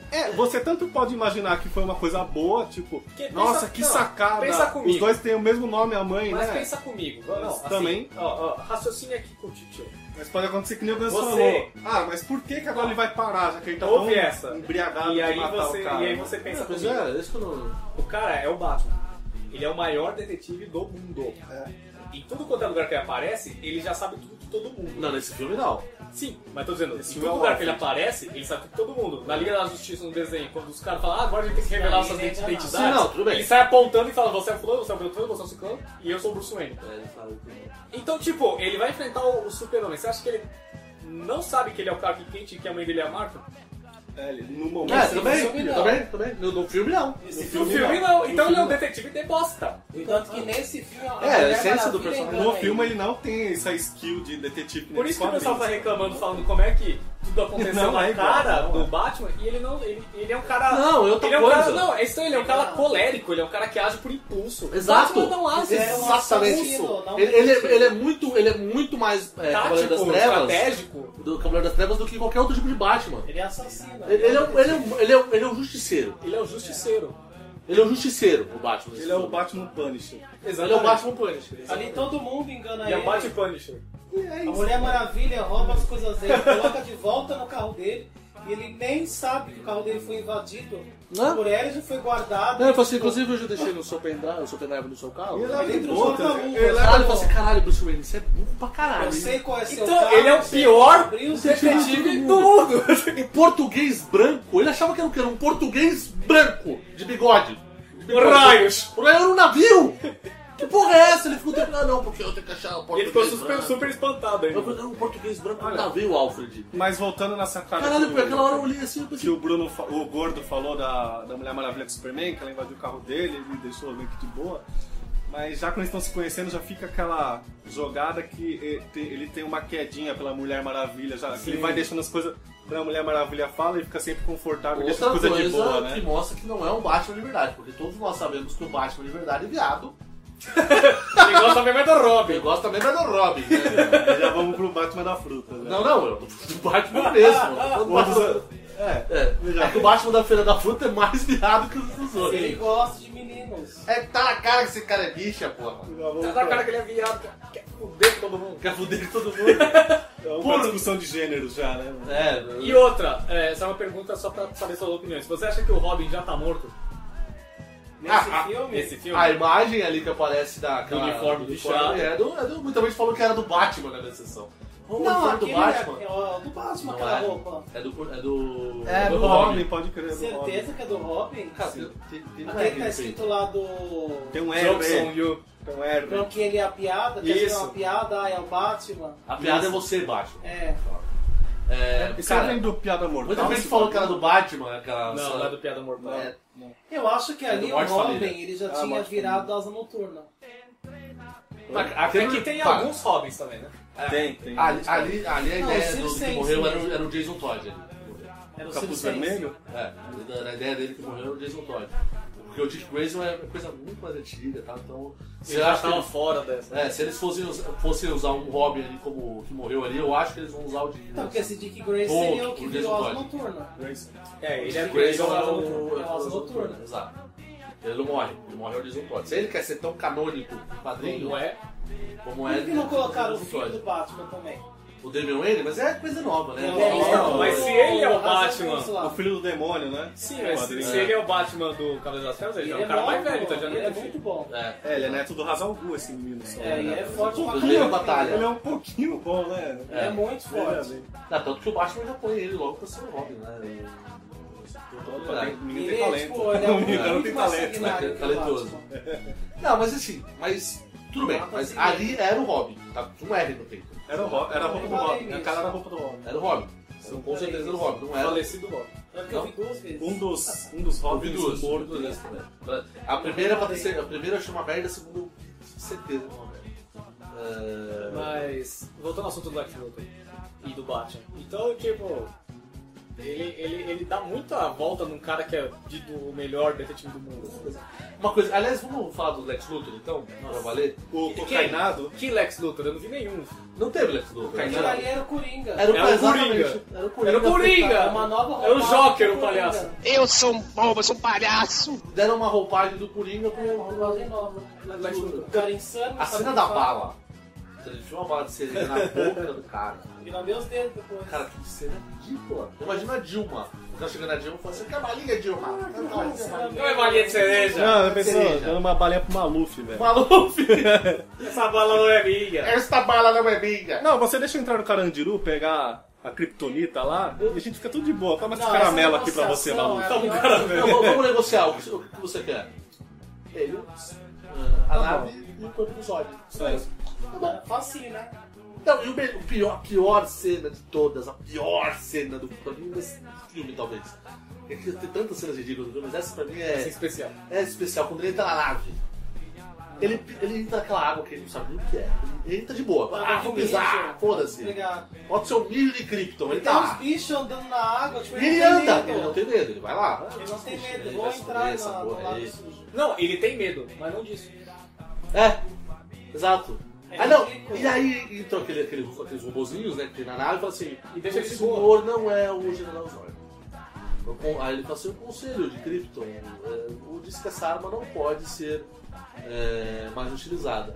[SPEAKER 5] É, você tanto pode imaginar que foi uma coisa boa, tipo,
[SPEAKER 12] Que-
[SPEAKER 5] nossa,
[SPEAKER 12] pensa-
[SPEAKER 5] que
[SPEAKER 12] não,
[SPEAKER 5] sacada!
[SPEAKER 12] pensa comigo.
[SPEAKER 5] Os dois têm o mesmo nome, a mãe,
[SPEAKER 12] Mas
[SPEAKER 5] né?
[SPEAKER 12] pensa comigo. Não, assim,
[SPEAKER 5] Também.
[SPEAKER 12] Ó, ó, raciocínio aqui com o Titio.
[SPEAKER 5] Mas pode acontecer que nem o Gus
[SPEAKER 12] Você-
[SPEAKER 5] falou. Ah, mas por que, que agora ele vai parar, já que ele tá
[SPEAKER 12] Ouve
[SPEAKER 5] tão
[SPEAKER 12] essa.
[SPEAKER 5] embriagado
[SPEAKER 12] E
[SPEAKER 5] de
[SPEAKER 12] aí,
[SPEAKER 5] matar
[SPEAKER 12] você,
[SPEAKER 5] o cara? né?
[SPEAKER 12] e aí você pensa
[SPEAKER 4] Pois
[SPEAKER 12] comigo.
[SPEAKER 4] é, isso que eu não.
[SPEAKER 12] O cara é o Batman. Ele é o maior detetive do mundo. Em tudo quanto é lugar que ele aparece, ele já sabe tudo de todo mundo.
[SPEAKER 4] Não, nesse filme não.
[SPEAKER 12] Sim, mas tô dizendo, em
[SPEAKER 5] filme é
[SPEAKER 12] todo
[SPEAKER 5] um
[SPEAKER 12] lugar que ele
[SPEAKER 5] ótimo.
[SPEAKER 12] aparece, ele sabe tudo de todo mundo. Na Liga da Justiça, no desenho, quando os caras falam, ah, agora a gente tem que revelar
[SPEAKER 13] Sim,
[SPEAKER 12] suas
[SPEAKER 13] ele não.
[SPEAKER 12] identidades,
[SPEAKER 4] Sim, não, tudo bem.
[SPEAKER 12] ele sai apontando e fala, você é fulano, você é fulano, você é o ciclano, e eu sou o Bruce Wayne.
[SPEAKER 4] É, ele sabe que-
[SPEAKER 12] Então, tipo, ele vai enfrentar o, o super-homem. Você acha que ele não sabe que ele é o cara que quente e que a mãe dele é a Marta?
[SPEAKER 5] É, ele- no momento.
[SPEAKER 4] É,
[SPEAKER 5] ele
[SPEAKER 4] também,
[SPEAKER 5] soube,
[SPEAKER 4] também,
[SPEAKER 5] não.
[SPEAKER 4] também, No, no filme não.
[SPEAKER 13] Esse
[SPEAKER 12] No
[SPEAKER 13] filme,
[SPEAKER 12] filme não. Então ele é um detetive de bosta.
[SPEAKER 13] Tanto que nesse filme...
[SPEAKER 4] É, a essência do personagem.
[SPEAKER 5] No filme ele não tem essa skill de detetive
[SPEAKER 12] é. Por
[SPEAKER 5] nem
[SPEAKER 12] isso que o pessoal tá
[SPEAKER 5] quadrinhos.
[SPEAKER 12] reclamando, falando como é que tudo aconteceu
[SPEAKER 5] Não,
[SPEAKER 12] na
[SPEAKER 5] é igual,
[SPEAKER 12] cara
[SPEAKER 5] não é.
[SPEAKER 12] do Batman e ele não. Ele, ele é um cara.
[SPEAKER 4] Não, é outra
[SPEAKER 12] ele é um
[SPEAKER 4] coisa.
[SPEAKER 12] cara. Não, é isso aí, ele é um cara colérico, ele é um cara que age por impulso.
[SPEAKER 4] Exato.
[SPEAKER 12] Batman não age. assim,
[SPEAKER 13] Ele é um
[SPEAKER 4] Exatamente.
[SPEAKER 13] assassino, não um
[SPEAKER 4] Ele, ele,
[SPEAKER 13] detetive.
[SPEAKER 4] é, ele é muito, ele é muito mais é, Cavaleiro das
[SPEAKER 12] tático,
[SPEAKER 4] Trevas.
[SPEAKER 12] estratégico.
[SPEAKER 4] Do Cavaleiro das Trevas do que qualquer outro tipo de Batman.
[SPEAKER 13] Ele é assassino.
[SPEAKER 4] Ele, ele é, um- ele, é, um- ele, é, um- ele é um justiceiro.
[SPEAKER 12] Ele é o justiceiro.
[SPEAKER 4] Ele é um justiceiro, o Batman. nesse
[SPEAKER 5] Ele é o
[SPEAKER 4] filme.
[SPEAKER 5] Batman Punisher.
[SPEAKER 4] Ele é o Batman Punisher.
[SPEAKER 13] Ali todo mundo engana
[SPEAKER 12] Ele é
[SPEAKER 13] ele.
[SPEAKER 12] o Batman Punisher.
[SPEAKER 13] A Mulher Maravilha rouba as coisas dele, coloca de volta no carro dele. E ele nem sabe que o carro dele foi invadido
[SPEAKER 4] Não.
[SPEAKER 13] por ela, já foi guardado.
[SPEAKER 4] Não, eu falei assim, inclusive eu já deixei no seu pendrive, o seu pendrive no seu carro.
[SPEAKER 5] Ele
[SPEAKER 4] Ele
[SPEAKER 12] é
[SPEAKER 5] leva
[SPEAKER 13] Ele
[SPEAKER 5] de
[SPEAKER 13] entrou
[SPEAKER 5] boca.
[SPEAKER 13] na
[SPEAKER 12] um
[SPEAKER 13] rua,
[SPEAKER 5] Ele
[SPEAKER 4] caralho,
[SPEAKER 5] leva
[SPEAKER 4] eu falei assim, caralho, Bruce Wayne, você é burro pra caralho.
[SPEAKER 13] Eu sei qual é seu
[SPEAKER 12] Então,
[SPEAKER 4] um
[SPEAKER 13] carro.
[SPEAKER 12] ele é o
[SPEAKER 13] sei
[SPEAKER 12] pior
[SPEAKER 13] que abriu o seu carro.
[SPEAKER 12] Detetive do mundo.
[SPEAKER 4] [LAUGHS] E Um português branco, ele achava que era, o quê? Era um português branco, de bigode.
[SPEAKER 12] Raios.
[SPEAKER 4] Por aí era um navio! Que porra é essa? Ele ficou tempo, ah não, porque eu tenho que achar o
[SPEAKER 12] E ele
[SPEAKER 4] português
[SPEAKER 12] ficou super,
[SPEAKER 4] branco.
[SPEAKER 12] super espantado
[SPEAKER 4] Eu
[SPEAKER 12] ainda.
[SPEAKER 4] falei, não, um português branco é um navio, Alfred.
[SPEAKER 5] Mas voltando nessa cara.
[SPEAKER 4] Caralho,
[SPEAKER 5] que
[SPEAKER 4] por
[SPEAKER 5] o-
[SPEAKER 4] aquela hora eu olhei assim, eu
[SPEAKER 5] Que
[SPEAKER 4] pensei,
[SPEAKER 5] o Bruno, fa- o gordo falou da, da Mulher Maravilha com o Superman, que ela invadiu o carro dele, ele deixou meio que de boa. Mas já quando eles estão se conhecendo, já fica aquela jogada que e- te- ele tem uma quedinha pela Mulher Maravilha, já, que
[SPEAKER 4] Sim.
[SPEAKER 5] ele vai deixando as coisas quando a Mulher Maravilha fala, ele fica sempre confortável, e deixa
[SPEAKER 4] Outra
[SPEAKER 5] as
[SPEAKER 4] coisa,
[SPEAKER 5] coisas de boa, né?
[SPEAKER 4] que mostra que não é um Batman de verdade, porque todos nós sabemos que o Batman de verdade é viado.
[SPEAKER 12] Ele gosta mesmo é do Robin.
[SPEAKER 4] Ele gosta mesmo é do Robin. né?
[SPEAKER 5] [LAUGHS] Já vamos pro Batman da fruta, né?
[SPEAKER 4] Não, não, eu tô falando do Batman mesmo. Eu tô falando do
[SPEAKER 5] Outros-
[SPEAKER 4] Batman-
[SPEAKER 5] É,
[SPEAKER 4] É, é que o Batman da Feira da Fruta é mais viado que os dos outros.
[SPEAKER 13] Ele gosta de meninos.
[SPEAKER 4] É que tá na cara que esse cara é bicha, porra.
[SPEAKER 12] Tá na cara que ele é viado, quer- quer fuder com todo mundo.
[SPEAKER 4] Quer fuder com todo mundo.
[SPEAKER 5] É uma
[SPEAKER 4] Puro.
[SPEAKER 5] discussão de gênero já, né?
[SPEAKER 4] [LAUGHS] É,
[SPEAKER 12] E outra, é, essa é uma pergunta só pra saber suas opiniões. Você acha que o Robin já tá morto?
[SPEAKER 13] Nesse
[SPEAKER 4] Ah, ah,
[SPEAKER 13] filme,
[SPEAKER 12] Nesse filme?
[SPEAKER 4] a imagem ali que aparece da
[SPEAKER 12] Do uniforme do chato.
[SPEAKER 4] é, do, é do, muita gente falou que era do Batman na sessão. O
[SPEAKER 13] Não,
[SPEAKER 4] uniforme do
[SPEAKER 13] aquele
[SPEAKER 4] Batman.
[SPEAKER 13] é, é o- do Batman,
[SPEAKER 4] Não
[SPEAKER 13] aquela
[SPEAKER 4] é.
[SPEAKER 13] roupa.
[SPEAKER 4] É do. É do.
[SPEAKER 13] É,
[SPEAKER 5] do
[SPEAKER 4] do Robin.
[SPEAKER 5] Robin, pode crer, do
[SPEAKER 13] Certeza que é do Robin?
[SPEAKER 4] Cara,
[SPEAKER 13] Sim.
[SPEAKER 4] tem- tem- tem um R
[SPEAKER 13] Aquele que tá
[SPEAKER 4] no peito.
[SPEAKER 13] escrito lá do.
[SPEAKER 5] Tem um
[SPEAKER 12] Johnson
[SPEAKER 5] R.
[SPEAKER 12] Yu.
[SPEAKER 5] Tem um R.
[SPEAKER 13] Não, que ele é a piada, que
[SPEAKER 5] Isso.
[SPEAKER 13] é uma piada, ah, é o Batman.
[SPEAKER 4] A piada é você, Batman.
[SPEAKER 13] É.
[SPEAKER 4] É,
[SPEAKER 5] Isso
[SPEAKER 4] cara,
[SPEAKER 5] além do Piada Mortal.
[SPEAKER 4] muita gente falou que é era do Batman, aquela.
[SPEAKER 12] Não, não é do Piada Mortal.
[SPEAKER 4] É,
[SPEAKER 13] Eu acho que
[SPEAKER 4] É
[SPEAKER 13] ali
[SPEAKER 4] do
[SPEAKER 13] o
[SPEAKER 4] Morte
[SPEAKER 13] Robin
[SPEAKER 4] Família.
[SPEAKER 13] ele já
[SPEAKER 5] Ah,
[SPEAKER 13] tinha
[SPEAKER 5] Morte
[SPEAKER 13] virado asa noturna.
[SPEAKER 4] Mas
[SPEAKER 12] Até
[SPEAKER 4] aquele-
[SPEAKER 12] é que tem
[SPEAKER 4] tá.
[SPEAKER 12] alguns Robins também, né?
[SPEAKER 5] Tem, tem.
[SPEAKER 4] Ah, Ali, ali, ali a
[SPEAKER 13] Não,
[SPEAKER 4] ideia
[SPEAKER 13] o
[SPEAKER 4] do, do que
[SPEAKER 13] Sixth
[SPEAKER 4] morreu
[SPEAKER 13] Sense
[SPEAKER 4] era, o-
[SPEAKER 13] mesmo.
[SPEAKER 4] era o Jason Todd. ali.
[SPEAKER 13] Era o
[SPEAKER 5] Capuz
[SPEAKER 13] Silver
[SPEAKER 5] vermelho?
[SPEAKER 4] É, da- da ideia dele que morreu era o Jason Todd. Porque o Dick Grayson é uma coisa muito mais antiga, tá? Então, se,
[SPEAKER 12] Eles
[SPEAKER 4] eu
[SPEAKER 12] já
[SPEAKER 4] acho que
[SPEAKER 12] estavam
[SPEAKER 4] eles,
[SPEAKER 12] tá fora dessa.
[SPEAKER 4] é, se eles fossem, us- fossem usar um Robin ali como o que morreu ali, eu acho que eles vão usar o Dick
[SPEAKER 13] Então,
[SPEAKER 4] Grayson.
[SPEAKER 13] porque esse Dick Grayson
[SPEAKER 4] Pô,
[SPEAKER 13] seria o que
[SPEAKER 4] o
[SPEAKER 13] virou asa
[SPEAKER 4] Jason
[SPEAKER 13] noturna.
[SPEAKER 12] É, ele é
[SPEAKER 4] O Grayson
[SPEAKER 12] Grayson
[SPEAKER 4] é
[SPEAKER 12] lá
[SPEAKER 4] o-
[SPEAKER 13] É o Asa Noturna.
[SPEAKER 4] Exato. Ele não morre, ele morre é o Jason Todd. Se ele quer ser tão canônico, padrinho,
[SPEAKER 12] Não é?
[SPEAKER 4] como
[SPEAKER 13] Por
[SPEAKER 4] é.
[SPEAKER 13] que que não colocaram o
[SPEAKER 4] Jason
[SPEAKER 13] filho
[SPEAKER 4] Todd.
[SPEAKER 13] do Batman também?
[SPEAKER 4] O Damian Wayne, mas é coisa nova, né?
[SPEAKER 13] Não, É,
[SPEAKER 12] Não, mas se ele é o
[SPEAKER 13] Asa
[SPEAKER 12] Batman.
[SPEAKER 13] Noturna
[SPEAKER 5] O
[SPEAKER 13] lá.
[SPEAKER 5] filho do demônio, né?
[SPEAKER 12] Sim, mas se,
[SPEAKER 5] Quadrinho.
[SPEAKER 12] se ele é o Batman do Cavaleiro das Trevas, ele
[SPEAKER 13] Ele
[SPEAKER 12] já
[SPEAKER 13] é
[SPEAKER 12] é um cara
[SPEAKER 13] bom,
[SPEAKER 12] mais velho, então já não
[SPEAKER 13] ele
[SPEAKER 12] é
[SPEAKER 13] é
[SPEAKER 12] filho.
[SPEAKER 13] muito bom.
[SPEAKER 4] É.
[SPEAKER 5] É, ele é neto do Razal Gu, esse menino. Só, né?
[SPEAKER 13] É, e é forte pra
[SPEAKER 4] Primeira
[SPEAKER 13] caramba.
[SPEAKER 4] batalha.
[SPEAKER 5] Ele é um pouquinho bom, né?
[SPEAKER 13] Ele é muito forte.
[SPEAKER 4] Ah, tanto que o Batman já põe ele logo pra ser o Robin, né? E-
[SPEAKER 5] O menino tem
[SPEAKER 13] Ele é,
[SPEAKER 5] talento.
[SPEAKER 13] tipo, ele
[SPEAKER 5] [LAUGHS]
[SPEAKER 13] é
[SPEAKER 5] O menino
[SPEAKER 13] muito
[SPEAKER 5] tem
[SPEAKER 13] mais
[SPEAKER 5] talento.
[SPEAKER 13] sanguinário que o
[SPEAKER 4] Talentoso.
[SPEAKER 13] Batman.
[SPEAKER 4] Não, mas assim, mas tudo bem. Mas ali era o Robin, tá? Com um R no peito.
[SPEAKER 5] Era, o Ro- era a roupa do Robin. A cara era a roupa do Robin.
[SPEAKER 4] Era o Robin. Então, com certeza era o Robin, não era.
[SPEAKER 12] É. Falecido Robin.
[SPEAKER 13] Tanto que eu vi duas vezes.
[SPEAKER 5] Um dos, um dos
[SPEAKER 4] Houve
[SPEAKER 5] Robins
[SPEAKER 4] duas.
[SPEAKER 5] morto.
[SPEAKER 4] houve duas também. né? A primeira, pra ter, cer- a primeira eu achei uma merda, a segunda eu tive certeza que é uma merda. É,
[SPEAKER 12] Mas, voltando ao assunto do Lex Luthor e do Batman. Então, tipo, ele, ele, ele dá muita volta num cara que é dito o melhor detetive do mundo. essa coisa.
[SPEAKER 4] Uma coisa, aliás, vamos falar do Lex Luthor então? Pra valer?
[SPEAKER 5] O
[SPEAKER 12] Quem?
[SPEAKER 5] cocainado.
[SPEAKER 12] Que Lex Luthor? Eu não vi nenhum.
[SPEAKER 4] Não teve Lex Luthor. né?
[SPEAKER 13] Aquilo ali era o Coringa.
[SPEAKER 4] Era o,
[SPEAKER 12] Era o
[SPEAKER 4] exatamente,
[SPEAKER 12] Coringa.
[SPEAKER 4] Era o Coringa.
[SPEAKER 12] Era o Coringa!
[SPEAKER 13] Uma nova
[SPEAKER 12] Era o
[SPEAKER 13] roupagem
[SPEAKER 12] Joker,
[SPEAKER 13] do
[SPEAKER 12] o
[SPEAKER 13] Coringa.
[SPEAKER 12] palhaço.
[SPEAKER 7] Eu sou um bobo, eu sou um palhaço.
[SPEAKER 4] Deram uma roupagem do Coringa com
[SPEAKER 13] Uma roupagem é nova.
[SPEAKER 4] Lex Luthor.
[SPEAKER 13] O cara insano.
[SPEAKER 4] A
[SPEAKER 13] sabe
[SPEAKER 4] cena
[SPEAKER 13] o
[SPEAKER 4] da
[SPEAKER 13] que
[SPEAKER 4] bala. Ele tinha uma bala de cereja na boca do cara.
[SPEAKER 13] faz. Virar meus dedos depois.
[SPEAKER 4] Cara, que cena ridícula. Imagina a Dilma. O cara chegando na Dilma e falando assim, que balinha, Dilma. assim,
[SPEAKER 12] Não é balinha de cereja.
[SPEAKER 5] Não, eu pensou,
[SPEAKER 4] Cereja.
[SPEAKER 5] dando uma balinha pro Maluf, velho.
[SPEAKER 4] Maluf!
[SPEAKER 12] Essa bala não é minha.
[SPEAKER 4] Esta bala não é minha.
[SPEAKER 5] [LAUGHS] Não, você deixa eu entrar no Carandiru, pegar a Kryptonita lá, e a gente fica tudo de boa. Toma esse
[SPEAKER 13] Não,
[SPEAKER 5] caramelo
[SPEAKER 13] essa
[SPEAKER 5] aqui pra você,
[SPEAKER 13] negociação
[SPEAKER 5] Maluf.
[SPEAKER 13] é a
[SPEAKER 5] Toma um
[SPEAKER 13] pior
[SPEAKER 5] caramelo.
[SPEAKER 4] Então, vamos vamos negociar. O que, o que você quer? Ele, ah, a nave e o corpo do Zod. Só isso. Tá bom.
[SPEAKER 13] Facinho, né?
[SPEAKER 4] Não, e o me- o pior, a pior cena de todas, a pior cena do pra mim, desse filme, talvez. É que Tem tantas cenas ridículas, no filme, mas essa pra mim
[SPEAKER 12] Essa é
[SPEAKER 4] é,
[SPEAKER 12] especial.
[SPEAKER 4] é especial. Quando ele entra na nave, ele, ele entra naquela água que ele não sabe nem o que é. Ele entra de boa.
[SPEAKER 13] Vai,
[SPEAKER 4] Ah,
[SPEAKER 13] vai
[SPEAKER 4] vou
[SPEAKER 13] comer,
[SPEAKER 4] pisar,
[SPEAKER 13] gente.
[SPEAKER 4] foda-se.
[SPEAKER 13] Obrigado.
[SPEAKER 4] Bota o seu milho de Krypton, ele
[SPEAKER 13] Tem
[SPEAKER 4] tá
[SPEAKER 13] uns
[SPEAKER 4] lá.
[SPEAKER 13] bichos andando na água, tipo,
[SPEAKER 4] E ele
[SPEAKER 13] não tem
[SPEAKER 4] anda,
[SPEAKER 13] medo.
[SPEAKER 4] ele não tem medo, ele vai lá.
[SPEAKER 13] Ele não tem medo,
[SPEAKER 4] Ele
[SPEAKER 13] vou
[SPEAKER 4] vai esconder
[SPEAKER 13] entrar
[SPEAKER 4] essa
[SPEAKER 13] na, no
[SPEAKER 4] porra é aí.
[SPEAKER 13] lado sujo.
[SPEAKER 12] Não, ele tem medo, mas não disso.
[SPEAKER 4] É, exato.
[SPEAKER 13] É
[SPEAKER 4] Ah não,
[SPEAKER 13] ridículo.
[SPEAKER 4] e aí entrou aquele, aquele, aqueles robozinhos, né, que tem na nave e fala assim,
[SPEAKER 12] E deixa
[SPEAKER 4] o
[SPEAKER 12] ele de
[SPEAKER 4] senhor não é o General Zod. Eu con- Aí ele fala assim, o conselho de Krypton é, o diz que essa arma não pode ser é, mais utilizada.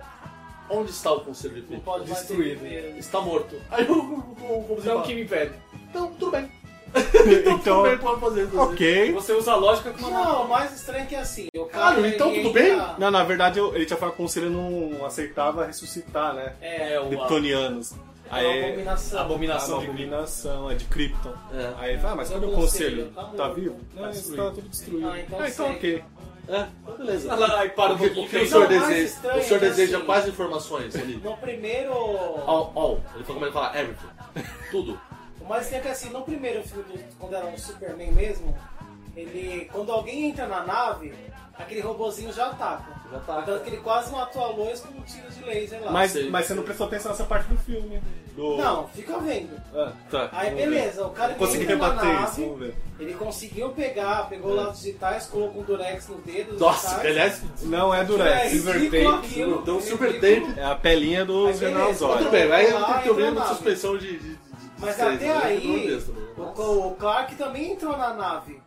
[SPEAKER 4] Onde está o conselho de
[SPEAKER 13] Não
[SPEAKER 4] Krypton?
[SPEAKER 13] pode mais ter
[SPEAKER 12] Destruído.
[SPEAKER 13] medo.
[SPEAKER 4] Está morto. Aí o, o, o robozinho
[SPEAKER 12] Então o
[SPEAKER 4] fala,
[SPEAKER 12] que me impede?
[SPEAKER 4] então tudo bem.
[SPEAKER 5] [LAUGHS] Então,
[SPEAKER 4] tudo bem, pode fazer isso.
[SPEAKER 5] [LAUGHS] ok.
[SPEAKER 12] Você usa a lógica que não.
[SPEAKER 13] Não, o mais estranho é que assim, o
[SPEAKER 5] Ah,
[SPEAKER 13] cara.
[SPEAKER 4] Caralho, então
[SPEAKER 13] ele
[SPEAKER 4] tudo bem?
[SPEAKER 13] entra-
[SPEAKER 5] Não, na verdade, eu- ele tinha falado com o conselho não aceitava ressuscitar, né?
[SPEAKER 12] É, o, a,
[SPEAKER 5] Kryptonianos.
[SPEAKER 13] É uma Ah,
[SPEAKER 5] Aí
[SPEAKER 13] abominação.
[SPEAKER 5] abominação,
[SPEAKER 12] abominação
[SPEAKER 5] de
[SPEAKER 12] de Krypton.
[SPEAKER 5] abominação é de Krypton.
[SPEAKER 4] É.
[SPEAKER 5] Aí ele fala, ah, mas
[SPEAKER 13] Eu
[SPEAKER 5] cadê o
[SPEAKER 13] conselho?
[SPEAKER 5] conselho?
[SPEAKER 13] Tá morto.
[SPEAKER 5] Tá vivo?
[SPEAKER 13] Tá
[SPEAKER 5] Não, isso
[SPEAKER 13] destruído.
[SPEAKER 5] tá tudo destruído.
[SPEAKER 13] Ah, então
[SPEAKER 5] Ah, então
[SPEAKER 13] sei.
[SPEAKER 5] ok.
[SPEAKER 4] É, então beleza.
[SPEAKER 12] Ai, para um
[SPEAKER 4] O que,
[SPEAKER 12] pouquinho.
[SPEAKER 4] o que o
[SPEAKER 13] Não,
[SPEAKER 4] senhor
[SPEAKER 13] o mais
[SPEAKER 4] deseja?
[SPEAKER 13] estranho
[SPEAKER 4] o senhor
[SPEAKER 13] é que
[SPEAKER 4] deseja
[SPEAKER 13] assim-
[SPEAKER 4] quais informações ali?
[SPEAKER 13] No primeiro.
[SPEAKER 4] All, all. Ele falou como ele fala everything. Tudo.
[SPEAKER 13] é O mais estranho é que assim, no primeiro filme, do- quando era um Superman mesmo, Ele, quando alguém entra na nave, aquele robozinho já ataca.
[SPEAKER 5] Já tá.
[SPEAKER 13] Tanto que ele quase matou a Lois com um tiro de laser lá.
[SPEAKER 5] Mas, mas você não prestou atenção nessa parte do filme. Do...
[SPEAKER 13] Não, fica vendo.
[SPEAKER 5] Ah, tá.
[SPEAKER 13] Aí
[SPEAKER 5] Vamos ver.
[SPEAKER 13] beleza, o cara
[SPEAKER 5] Eu consegui
[SPEAKER 13] entra na
[SPEAKER 5] rebater isso,
[SPEAKER 13] nave,
[SPEAKER 5] vamos ver. É.
[SPEAKER 13] Ele conseguiu pegar, pegou lá os digitais, colocou um durex no dedo. os
[SPEAKER 5] Nossa,
[SPEAKER 13] digitais.
[SPEAKER 5] aliás, não é durex,
[SPEAKER 13] É
[SPEAKER 5] silver
[SPEAKER 13] ridículo
[SPEAKER 5] tape.
[SPEAKER 13] aquilo.
[SPEAKER 5] Então,
[SPEAKER 13] É
[SPEAKER 5] silver
[SPEAKER 13] ridículo.
[SPEAKER 5] tape é a pelinha do
[SPEAKER 13] Aí,
[SPEAKER 5] General
[SPEAKER 13] beleza. tá
[SPEAKER 5] Zod.
[SPEAKER 13] Tudo bem, mas aí tem que ter o mínimo de
[SPEAKER 4] suspensão um de. de, né?
[SPEAKER 13] Mas
[SPEAKER 5] Sei,
[SPEAKER 13] até
[SPEAKER 5] eu lembro do
[SPEAKER 13] aí,
[SPEAKER 5] texto,
[SPEAKER 13] o, o Clark também entrou na nave,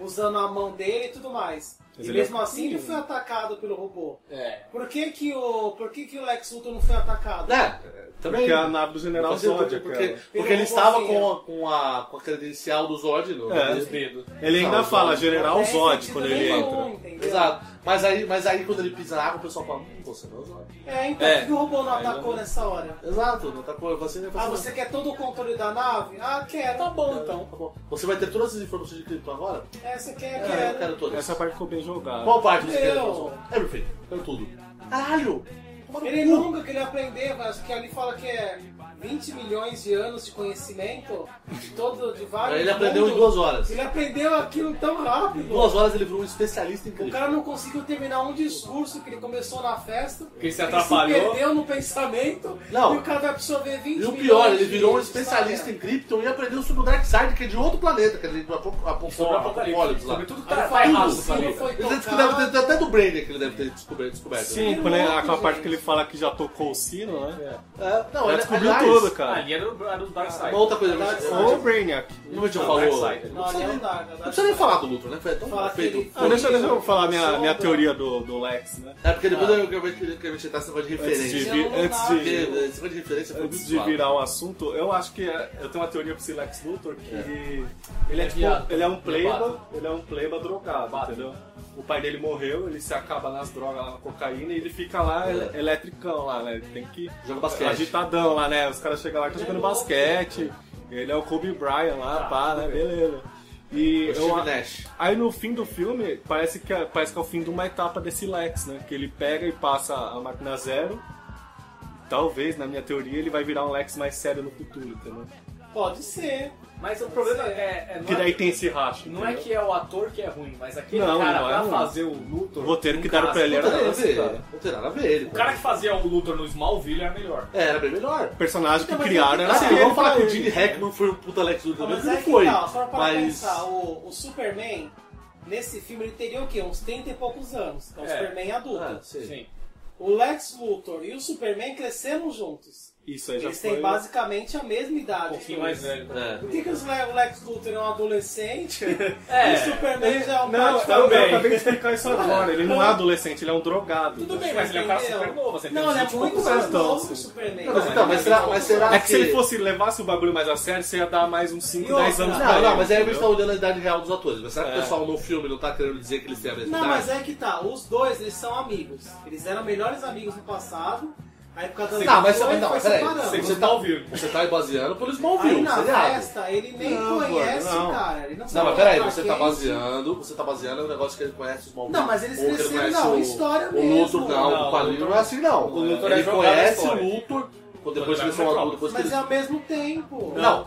[SPEAKER 13] usando a mão dele e tudo mais.
[SPEAKER 5] Mas
[SPEAKER 13] e
[SPEAKER 5] ele é
[SPEAKER 13] mesmo assim ele
[SPEAKER 5] pequenininho.
[SPEAKER 13] foi atacado pelo robô.
[SPEAKER 4] É.
[SPEAKER 13] Por que que o, por que que o Lex Luthor não foi atacado?
[SPEAKER 4] Né? Também,
[SPEAKER 5] Porque a nave do General
[SPEAKER 4] Não fazia
[SPEAKER 5] Zod, é
[SPEAKER 4] tudo,
[SPEAKER 5] aquela.
[SPEAKER 4] Porque,
[SPEAKER 13] Pelo
[SPEAKER 4] porque ele estava
[SPEAKER 13] robôzinho.
[SPEAKER 4] com a, com, a, com a credencial do Zod no
[SPEAKER 5] É.
[SPEAKER 4] no dedo.
[SPEAKER 5] Ele ainda
[SPEAKER 4] Não,
[SPEAKER 5] fala
[SPEAKER 4] Zod.
[SPEAKER 5] General Zod
[SPEAKER 13] né?
[SPEAKER 5] quando ele entra.
[SPEAKER 13] um,
[SPEAKER 4] Exato. Mas aí, mas aí quando ele pisa na água, o pessoal fala, hum, você não é o Zod.
[SPEAKER 13] É, então
[SPEAKER 4] É.
[SPEAKER 13] por que que o robô não
[SPEAKER 4] Aí
[SPEAKER 13] atacou
[SPEAKER 4] não-
[SPEAKER 13] nessa hora?
[SPEAKER 4] Exato, não tá com você nem
[SPEAKER 13] Ah, você quer todo o controle da nave? Ah, quero. Tá bom então.
[SPEAKER 4] Você vai ter todas essas informações de cripto agora?
[SPEAKER 13] É, você quer,
[SPEAKER 4] É, eu
[SPEAKER 13] quero.
[SPEAKER 4] quero todas.
[SPEAKER 5] Essa parte ficou bem jogada.
[SPEAKER 4] Qual parte você quer?
[SPEAKER 13] Meu.
[SPEAKER 4] Everything. Quero tudo. Caralho!
[SPEAKER 13] Ele nunca queria aprender, mas que ali fala que é 20 milhões de anos de conhecimento, de todo, de vários.
[SPEAKER 4] Ele aprendeu em duas horas.
[SPEAKER 13] Ele aprendeu aquilo tão rápido.
[SPEAKER 4] Em duas horas ele virou um especialista em
[SPEAKER 13] O
[SPEAKER 4] cripto.
[SPEAKER 13] cara não conseguiu terminar um discurso que ele começou na festa.
[SPEAKER 4] Que ele se
[SPEAKER 13] ele
[SPEAKER 4] atrapalhou.
[SPEAKER 13] perdeu no pensamento.
[SPEAKER 4] Não.
[SPEAKER 13] E o cara vai absorver 20
[SPEAKER 4] E o
[SPEAKER 13] milhões
[SPEAKER 4] pior, ele
[SPEAKER 13] de-
[SPEAKER 4] virou um
[SPEAKER 13] de
[SPEAKER 4] especialista
[SPEAKER 13] história.
[SPEAKER 4] em cripto e aprendeu sobre o Dark Side, que é de outro planeta, que é de Apo- Apo- sobre Apocalipse lá.
[SPEAKER 12] Sobre tudo que
[SPEAKER 4] Aí
[SPEAKER 12] tá-
[SPEAKER 4] fala
[SPEAKER 12] tá errado
[SPEAKER 4] tudo.
[SPEAKER 12] no planeta.
[SPEAKER 4] Ele deve ter- deve ter- até do Brainer que ele deve ter descoberto. descoberto
[SPEAKER 5] Sim,
[SPEAKER 4] né?
[SPEAKER 5] quando é aquela parte que ele fala que já tocou o sino, né?
[SPEAKER 4] É, não,
[SPEAKER 5] já
[SPEAKER 4] ele-
[SPEAKER 5] descobriu
[SPEAKER 4] aliás,
[SPEAKER 5] tudo, cara.
[SPEAKER 12] Ali era do, era do Dark Side.
[SPEAKER 4] Uma outra coisa,
[SPEAKER 13] Dark
[SPEAKER 4] não
[SPEAKER 5] Ou o Brainiac.
[SPEAKER 4] não tinha
[SPEAKER 5] Dark
[SPEAKER 4] falou.
[SPEAKER 5] Side.
[SPEAKER 4] Não
[SPEAKER 13] Não, ali é um Dark, é
[SPEAKER 4] não
[SPEAKER 13] um Dark.
[SPEAKER 4] precisa nem falar do Luthor, né? Foi tão
[SPEAKER 13] Fala que
[SPEAKER 4] feito.
[SPEAKER 13] ele-
[SPEAKER 5] Ah, deixa, deixa eu falar minha,
[SPEAKER 13] Sombra.
[SPEAKER 5] minha teoria do, do Lex, né?
[SPEAKER 4] É porque depois eu quero ver- eu quero acrescentar esse negócio de
[SPEAKER 5] Antes de,
[SPEAKER 4] referência.
[SPEAKER 5] vir- antes
[SPEAKER 4] Porque
[SPEAKER 5] de-
[SPEAKER 4] esse negócio de referência foi
[SPEAKER 5] antes
[SPEAKER 4] muito
[SPEAKER 5] de
[SPEAKER 4] suado.
[SPEAKER 5] virar um assunto, eu acho que é- eu tenho uma teoria pro Lex Luthor que ele é,
[SPEAKER 12] É
[SPEAKER 5] tipo,
[SPEAKER 12] viado.
[SPEAKER 5] ele é um pleba,
[SPEAKER 12] Viado.
[SPEAKER 5] ele é um pleba drogado,
[SPEAKER 12] Viado.
[SPEAKER 5] entendeu? O pai dele morreu, ele se acaba nas drogas lá na cocaína e ele fica lá ele- eletricão lá, né? Ele tem que
[SPEAKER 4] É. Joga basquete.
[SPEAKER 5] agitadão lá, né? Os caras chegam lá e estão jogando basquete. Ele é o Kobe Bryant lá, pá, né? Beleza. E
[SPEAKER 4] O Steve
[SPEAKER 5] eu,
[SPEAKER 4] Nash.
[SPEAKER 5] Aí no fim do filme, parece que, é, parece que é o fim de uma etapa desse Lex, né? Que ele pega e passa a máquina zero. Talvez, na minha teoria, ele vai virar um Lex mais sério no futuro, entendeu?
[SPEAKER 13] Pode ser.
[SPEAKER 12] Mas o problema é. é não
[SPEAKER 5] Porque
[SPEAKER 12] é-
[SPEAKER 5] daí tem esse racha.
[SPEAKER 12] Não é
[SPEAKER 5] entendeu?
[SPEAKER 12] que é o ator que é ruim, mas aquele
[SPEAKER 5] Não,
[SPEAKER 12] cara
[SPEAKER 5] não é
[SPEAKER 12] pra
[SPEAKER 5] ruim.
[SPEAKER 12] fazer o Luthor.
[SPEAKER 5] O roteiro que
[SPEAKER 12] no
[SPEAKER 5] deram
[SPEAKER 12] caso,
[SPEAKER 5] pra ele
[SPEAKER 4] Não
[SPEAKER 5] era
[SPEAKER 4] tem nada a
[SPEAKER 5] esse,
[SPEAKER 4] ver.
[SPEAKER 5] cara.
[SPEAKER 4] Não tem nada a ver. ele,
[SPEAKER 12] O
[SPEAKER 4] pô.
[SPEAKER 12] cara que fazia o Luthor no Smallville era melhor.
[SPEAKER 4] É, era bem melhor.
[SPEAKER 5] O personagem que
[SPEAKER 13] Não, mas
[SPEAKER 5] criaram
[SPEAKER 13] ele-
[SPEAKER 5] era
[SPEAKER 4] Assim,
[SPEAKER 5] aquele
[SPEAKER 4] vamos falar
[SPEAKER 5] pra
[SPEAKER 4] que o
[SPEAKER 5] ele.
[SPEAKER 4] Gene Hackman foi um puta Lex
[SPEAKER 13] Não,
[SPEAKER 4] Luthor, mas
[SPEAKER 13] mas
[SPEAKER 4] ele
[SPEAKER 13] aí que
[SPEAKER 4] foi.
[SPEAKER 13] tá, só para
[SPEAKER 4] Mas
[SPEAKER 13] pensar, o, o Superman, nesse filme, ele teria o quê? Uns 30 e poucos anos. Então, o
[SPEAKER 12] É.
[SPEAKER 13] Superman adulto.
[SPEAKER 4] Ah, sim.
[SPEAKER 12] Sim.
[SPEAKER 13] O Lex Luthor e o Superman cresceram juntos.
[SPEAKER 5] Isso aí já
[SPEAKER 13] Eles
[SPEAKER 5] foi. um
[SPEAKER 13] têm basicamente a mesma idade.
[SPEAKER 12] Um pouquinho
[SPEAKER 13] os
[SPEAKER 12] mais
[SPEAKER 13] dois.
[SPEAKER 12] velho.
[SPEAKER 4] É.
[SPEAKER 13] Por que, que os Le- o Lex Luthor é um adolescente
[SPEAKER 12] [LAUGHS] É.
[SPEAKER 13] e o Superman já é um
[SPEAKER 5] Não,
[SPEAKER 13] cara
[SPEAKER 5] eu, eu
[SPEAKER 12] também.
[SPEAKER 5] acabei de explicar isso agora. Ele não é adolescente, ele é um drogado.
[SPEAKER 13] Tudo
[SPEAKER 12] bem, mas ele é um cara super novo, você tem
[SPEAKER 13] Não,
[SPEAKER 12] uns
[SPEAKER 13] ele é
[SPEAKER 12] 20 e
[SPEAKER 13] muito
[SPEAKER 12] poucos
[SPEAKER 13] mais
[SPEAKER 5] anos,
[SPEAKER 13] novo que
[SPEAKER 5] assim.
[SPEAKER 13] o Superman.
[SPEAKER 4] Não, mas então, mas será- mas será-
[SPEAKER 5] É que se ele
[SPEAKER 4] Assim-
[SPEAKER 5] fosse levasse o bagulho mais a sério, você ia dar mais uns 5,
[SPEAKER 13] E outra,
[SPEAKER 5] 10 anos pra
[SPEAKER 4] Não, não,
[SPEAKER 5] ele,
[SPEAKER 4] mas aí a gente
[SPEAKER 5] entendeu?
[SPEAKER 4] tá olhando a idade real dos atores. Mas será que
[SPEAKER 5] É.
[SPEAKER 4] o pessoal no filme não tá querendo dizer que eles têm a mesma
[SPEAKER 13] Não,
[SPEAKER 4] idade?
[SPEAKER 13] mas é que tá. Os dois, eles são amigos. Eles eram melhores amigos no passado. Aí por causa
[SPEAKER 4] Não, Tá, mas,
[SPEAKER 13] foi,
[SPEAKER 4] mas não,
[SPEAKER 13] foi
[SPEAKER 4] peraí.
[SPEAKER 13] separando.
[SPEAKER 4] Você, você, tá, você tá baseando pelo
[SPEAKER 13] é- Aí
[SPEAKER 4] Smallville, tá
[SPEAKER 13] na
[SPEAKER 4] seriado.
[SPEAKER 13] festa, ele nem
[SPEAKER 5] Não,
[SPEAKER 13] conhece
[SPEAKER 5] mano, não.
[SPEAKER 13] o cara. Ele não,
[SPEAKER 4] Não,
[SPEAKER 13] sabe
[SPEAKER 4] mas peraí,
[SPEAKER 13] quem é
[SPEAKER 4] você tá
[SPEAKER 13] quem.
[SPEAKER 4] baseando, você tá baseando um negócio que ele conhece os Smallville.
[SPEAKER 13] Não, mas eles
[SPEAKER 4] Ou que ele
[SPEAKER 13] cresceram,
[SPEAKER 4] conhece
[SPEAKER 13] não,
[SPEAKER 4] o,
[SPEAKER 13] história
[SPEAKER 4] o
[SPEAKER 13] mesmo.
[SPEAKER 4] Luthor, não,
[SPEAKER 12] Não,
[SPEAKER 4] o quadrinho
[SPEAKER 12] Luthor-
[SPEAKER 4] não é assim, não.
[SPEAKER 12] o Luthor é
[SPEAKER 4] ele
[SPEAKER 12] jogado
[SPEAKER 4] conhece
[SPEAKER 12] na
[SPEAKER 4] o
[SPEAKER 12] história.
[SPEAKER 4] Luthor, quando depois
[SPEAKER 12] Quando
[SPEAKER 4] que
[SPEAKER 12] vai
[SPEAKER 4] eles são
[SPEAKER 12] pra
[SPEAKER 4] adultos, depois que
[SPEAKER 13] Mas
[SPEAKER 4] eles...
[SPEAKER 13] é ao mesmo tempo.
[SPEAKER 4] Não,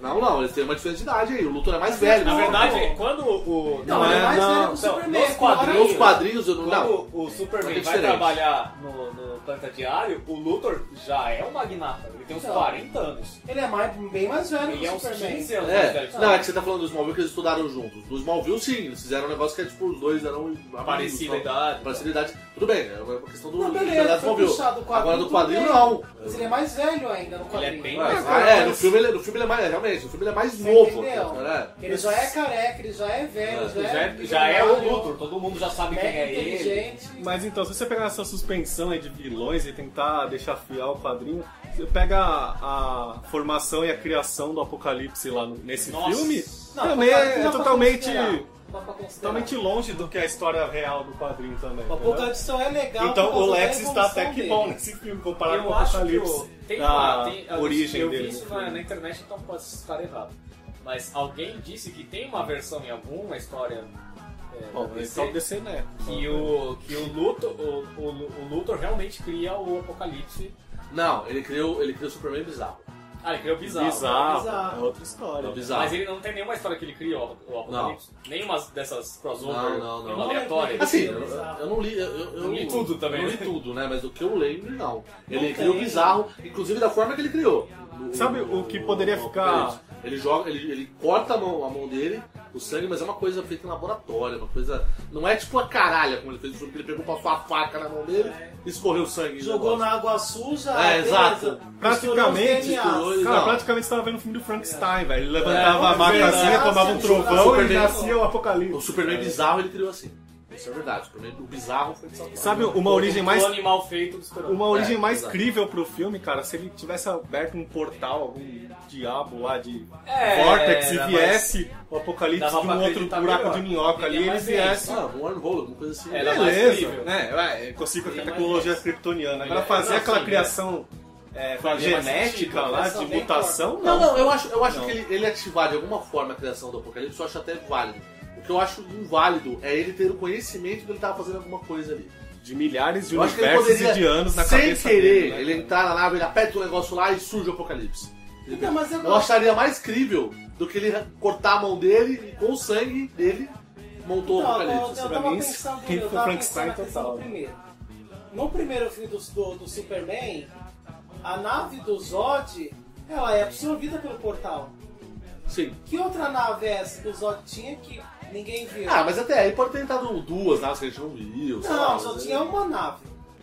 [SPEAKER 4] não, não, eles têm uma diferença de idade aí, o Luthor é mais velho.
[SPEAKER 12] Na
[SPEAKER 4] né?
[SPEAKER 12] verdade, quando o.
[SPEAKER 13] Não,
[SPEAKER 5] Não
[SPEAKER 13] ele
[SPEAKER 5] é,
[SPEAKER 13] é mais
[SPEAKER 5] não.
[SPEAKER 13] velho que o
[SPEAKER 12] Não,
[SPEAKER 13] Superman.
[SPEAKER 12] nos quadrinhos-
[SPEAKER 13] claro.
[SPEAKER 4] Nos quadrinhos, eu não... não.
[SPEAKER 12] Quando o Superman
[SPEAKER 4] Mas é
[SPEAKER 12] vai
[SPEAKER 4] diferente.
[SPEAKER 12] trabalhar no, no planta diário, o Luthor já é um magnata. Ele tem uns
[SPEAKER 13] Não.
[SPEAKER 12] 40 anos.
[SPEAKER 13] Ele é mais, bem mais velho
[SPEAKER 12] Ele
[SPEAKER 13] que
[SPEAKER 12] é
[SPEAKER 13] o
[SPEAKER 12] uns
[SPEAKER 13] Superman.
[SPEAKER 12] 15 anos mais né?
[SPEAKER 4] É,
[SPEAKER 12] velho.
[SPEAKER 4] não, é que você tá falando do Smallville que eles estudaram juntos. Do Smallville, sim, eles fizeram um negócio que é tipo, os dois eram amigos,
[SPEAKER 12] Parecida
[SPEAKER 4] não?
[SPEAKER 12] idade.
[SPEAKER 4] Parecida idade. Tudo bem, é uma questão do
[SPEAKER 13] Não,
[SPEAKER 4] da
[SPEAKER 13] beleza,
[SPEAKER 4] idade
[SPEAKER 13] foi
[SPEAKER 4] Smallville.
[SPEAKER 13] puxado o quadrinho.
[SPEAKER 4] Agora no
[SPEAKER 13] tudo
[SPEAKER 4] quadrinho,
[SPEAKER 13] bem.
[SPEAKER 4] não.
[SPEAKER 13] Mas ele é mais velho ainda no quadrinho.
[SPEAKER 12] Ele é bem
[SPEAKER 4] É,
[SPEAKER 12] mais
[SPEAKER 13] cara,
[SPEAKER 4] é,
[SPEAKER 13] mas-
[SPEAKER 4] no filme, ele, no filme ele é mais, realmente, no filme ele é mais
[SPEAKER 13] Você
[SPEAKER 4] novo.
[SPEAKER 13] entendeu?
[SPEAKER 4] né?
[SPEAKER 13] Ele já é careca, ele já é velho,
[SPEAKER 4] É,
[SPEAKER 13] já,
[SPEAKER 12] Já
[SPEAKER 13] é,
[SPEAKER 12] é, já é o
[SPEAKER 13] milionário,
[SPEAKER 12] Luthor, todo mundo já sabe quem
[SPEAKER 13] mega
[SPEAKER 12] é ele.
[SPEAKER 13] inteligente.
[SPEAKER 5] Mas então, se você pegar essa suspensão aí de vilões e tentar deixar fiel o quadrinho, você pega a, a formação e a criação do Apocalipse lá no- nesse
[SPEAKER 12] Nossa.
[SPEAKER 5] filme,
[SPEAKER 13] Não,
[SPEAKER 5] também
[SPEAKER 13] dá pra
[SPEAKER 5] é, totalmente,
[SPEAKER 13] considerar, dá pra considerar.
[SPEAKER 5] totalmente longe do que é a história real do quadrinho também.
[SPEAKER 13] O
[SPEAKER 5] entendeu?
[SPEAKER 13] Apocalipse só é legal. por
[SPEAKER 5] Então o
[SPEAKER 13] causa da
[SPEAKER 5] Lex está até
[SPEAKER 13] evolução
[SPEAKER 5] que
[SPEAKER 13] dele.
[SPEAKER 5] bom nesse filme, comparado com
[SPEAKER 12] Eu
[SPEAKER 5] o
[SPEAKER 12] acho que
[SPEAKER 5] Apocalipse.
[SPEAKER 12] o, tem
[SPEAKER 5] da
[SPEAKER 12] uma. Tem, eu-
[SPEAKER 5] origem
[SPEAKER 12] eu
[SPEAKER 5] dele.
[SPEAKER 12] vi isso na, na internet, então pode estar errado. Mas alguém disse que tem uma versão em alguma história. É,
[SPEAKER 5] Bom,
[SPEAKER 12] da
[SPEAKER 5] é
[SPEAKER 12] DC,
[SPEAKER 5] só descer, né?
[SPEAKER 12] que o, que o, Luthor, o, o, o Luthor realmente cria o Apocalipse.
[SPEAKER 4] Não, ele criou, ele criou o Superman bizarro.
[SPEAKER 12] Ah, ele criou o Bizarro.
[SPEAKER 5] Bizarro,
[SPEAKER 12] Bizarro.
[SPEAKER 5] é outra história.
[SPEAKER 12] É o Bizarro. Mas ele não tem nenhuma história que ele criou o Apocalipse. Nenhuma dessas crossover
[SPEAKER 4] Não, não, não.
[SPEAKER 12] nenhuma aleatória.
[SPEAKER 4] Assim, eu, eu não li. Eu, eu-
[SPEAKER 12] é Não li tudo também,
[SPEAKER 4] Eu não
[SPEAKER 12] né?
[SPEAKER 4] li tudo, né? Mas o que eu lembro, não.
[SPEAKER 5] Não
[SPEAKER 4] Ele criou
[SPEAKER 5] tem.
[SPEAKER 4] bizarro, inclusive da forma que ele criou. No-
[SPEAKER 5] Sabe o que
[SPEAKER 4] no-
[SPEAKER 5] poderia
[SPEAKER 4] no
[SPEAKER 5] ficar-
[SPEAKER 4] Apocalipse. Ele joga, ele, ele corta a mão, a mão dele, o sangue, mas é uma coisa feita em laboratório, uma coisa. Não é tipo a caralha, como ele fez no filme, que ele pegou pra fa- faca na mão dele e escorreu o sangue.
[SPEAKER 13] É. Jogou
[SPEAKER 4] no
[SPEAKER 13] na água suja.
[SPEAKER 4] É,
[SPEAKER 13] beleza.
[SPEAKER 4] exato.
[SPEAKER 5] Praticamente,
[SPEAKER 13] Misturou os DNAs.
[SPEAKER 5] cara,
[SPEAKER 13] Não.
[SPEAKER 5] praticamente estava vendo o filme do Frankenstein, velho. Ele levantava
[SPEAKER 4] É,
[SPEAKER 5] a maca assim,
[SPEAKER 4] verdade.
[SPEAKER 5] tomava um trovão
[SPEAKER 4] Superman.
[SPEAKER 5] e nascia o apocalipse.
[SPEAKER 4] O Superman bizarro ele criou assim. Isso é verdade. O Superman o bizarro foi de Salvador.
[SPEAKER 5] Sabe uma origem mais-
[SPEAKER 12] O animal feito do super-homem.
[SPEAKER 5] Uma origem
[SPEAKER 4] É,
[SPEAKER 5] mais
[SPEAKER 4] exato.
[SPEAKER 5] crível pro filme, cara, se ele tivesse aberto um portal, algum diabo lá de
[SPEAKER 12] É,
[SPEAKER 5] Vortex e
[SPEAKER 12] era
[SPEAKER 5] viesse o apocalipse
[SPEAKER 12] dava
[SPEAKER 5] de
[SPEAKER 12] pra
[SPEAKER 5] um outro
[SPEAKER 12] acreditar
[SPEAKER 5] buraco
[SPEAKER 12] melhor.
[SPEAKER 5] de minhoca
[SPEAKER 12] Teria
[SPEAKER 5] ali e ele
[SPEAKER 12] mais
[SPEAKER 5] viesse.
[SPEAKER 12] isso.
[SPEAKER 4] Ah, um wormhole, alguma coisa assim.
[SPEAKER 12] Era mais
[SPEAKER 5] Beleza,
[SPEAKER 12] crível.
[SPEAKER 5] né? Vai, consigo com a
[SPEAKER 12] Teria mais
[SPEAKER 5] tecnologia kryptoniana. Agora
[SPEAKER 12] Não,
[SPEAKER 5] fazer
[SPEAKER 12] sim,
[SPEAKER 5] aquela
[SPEAKER 12] né?
[SPEAKER 5] criação é,
[SPEAKER 12] Faria mais sentido, né?
[SPEAKER 5] genética
[SPEAKER 12] a
[SPEAKER 5] lá,
[SPEAKER 12] criação
[SPEAKER 5] de
[SPEAKER 12] bem
[SPEAKER 5] mutação,
[SPEAKER 4] Não, não, eu acho, eu acho
[SPEAKER 5] Não.
[SPEAKER 4] que ele, ele ativar de alguma forma a criação do Apocalipse, eu acho até válido. O que eu acho inválido é ele ter o conhecimento de que ele estava fazendo alguma coisa ali.
[SPEAKER 5] de milhares de
[SPEAKER 4] eu acho que ele
[SPEAKER 5] universos
[SPEAKER 4] poderia,
[SPEAKER 5] e de anos na
[SPEAKER 4] sem
[SPEAKER 5] cabeça
[SPEAKER 4] querer,
[SPEAKER 5] dele, né?
[SPEAKER 4] ele entrar na nave, ele aperta um negócio lá e surge o Apocalipse.
[SPEAKER 13] Então, mas eu
[SPEAKER 4] Eu acharia mais crível do que ele cortar a mão dele e com o sangue dele montou o
[SPEAKER 13] Então, eu,
[SPEAKER 4] Apocalipse. assim.
[SPEAKER 13] eu
[SPEAKER 5] Pra
[SPEAKER 13] tava
[SPEAKER 5] mim,
[SPEAKER 13] pensando,
[SPEAKER 5] quem
[SPEAKER 13] eu
[SPEAKER 5] foi
[SPEAKER 13] tava
[SPEAKER 5] Frankenstein
[SPEAKER 13] pensando na questão
[SPEAKER 5] total.
[SPEAKER 13] do primeiro. No primeiro filme do, do, do Superman, a nave do Zod, ela é absorvida pelo portal.
[SPEAKER 4] Sim.
[SPEAKER 13] Que outra nave é essa que o Zod tinha que ninguém viu?
[SPEAKER 4] Ah, mas até aí pode ter entrado duas naves que a gente não viu. sei lá, né?
[SPEAKER 13] não, só
[SPEAKER 4] mas
[SPEAKER 13] tinha
[SPEAKER 4] aí-
[SPEAKER 13] uma nave.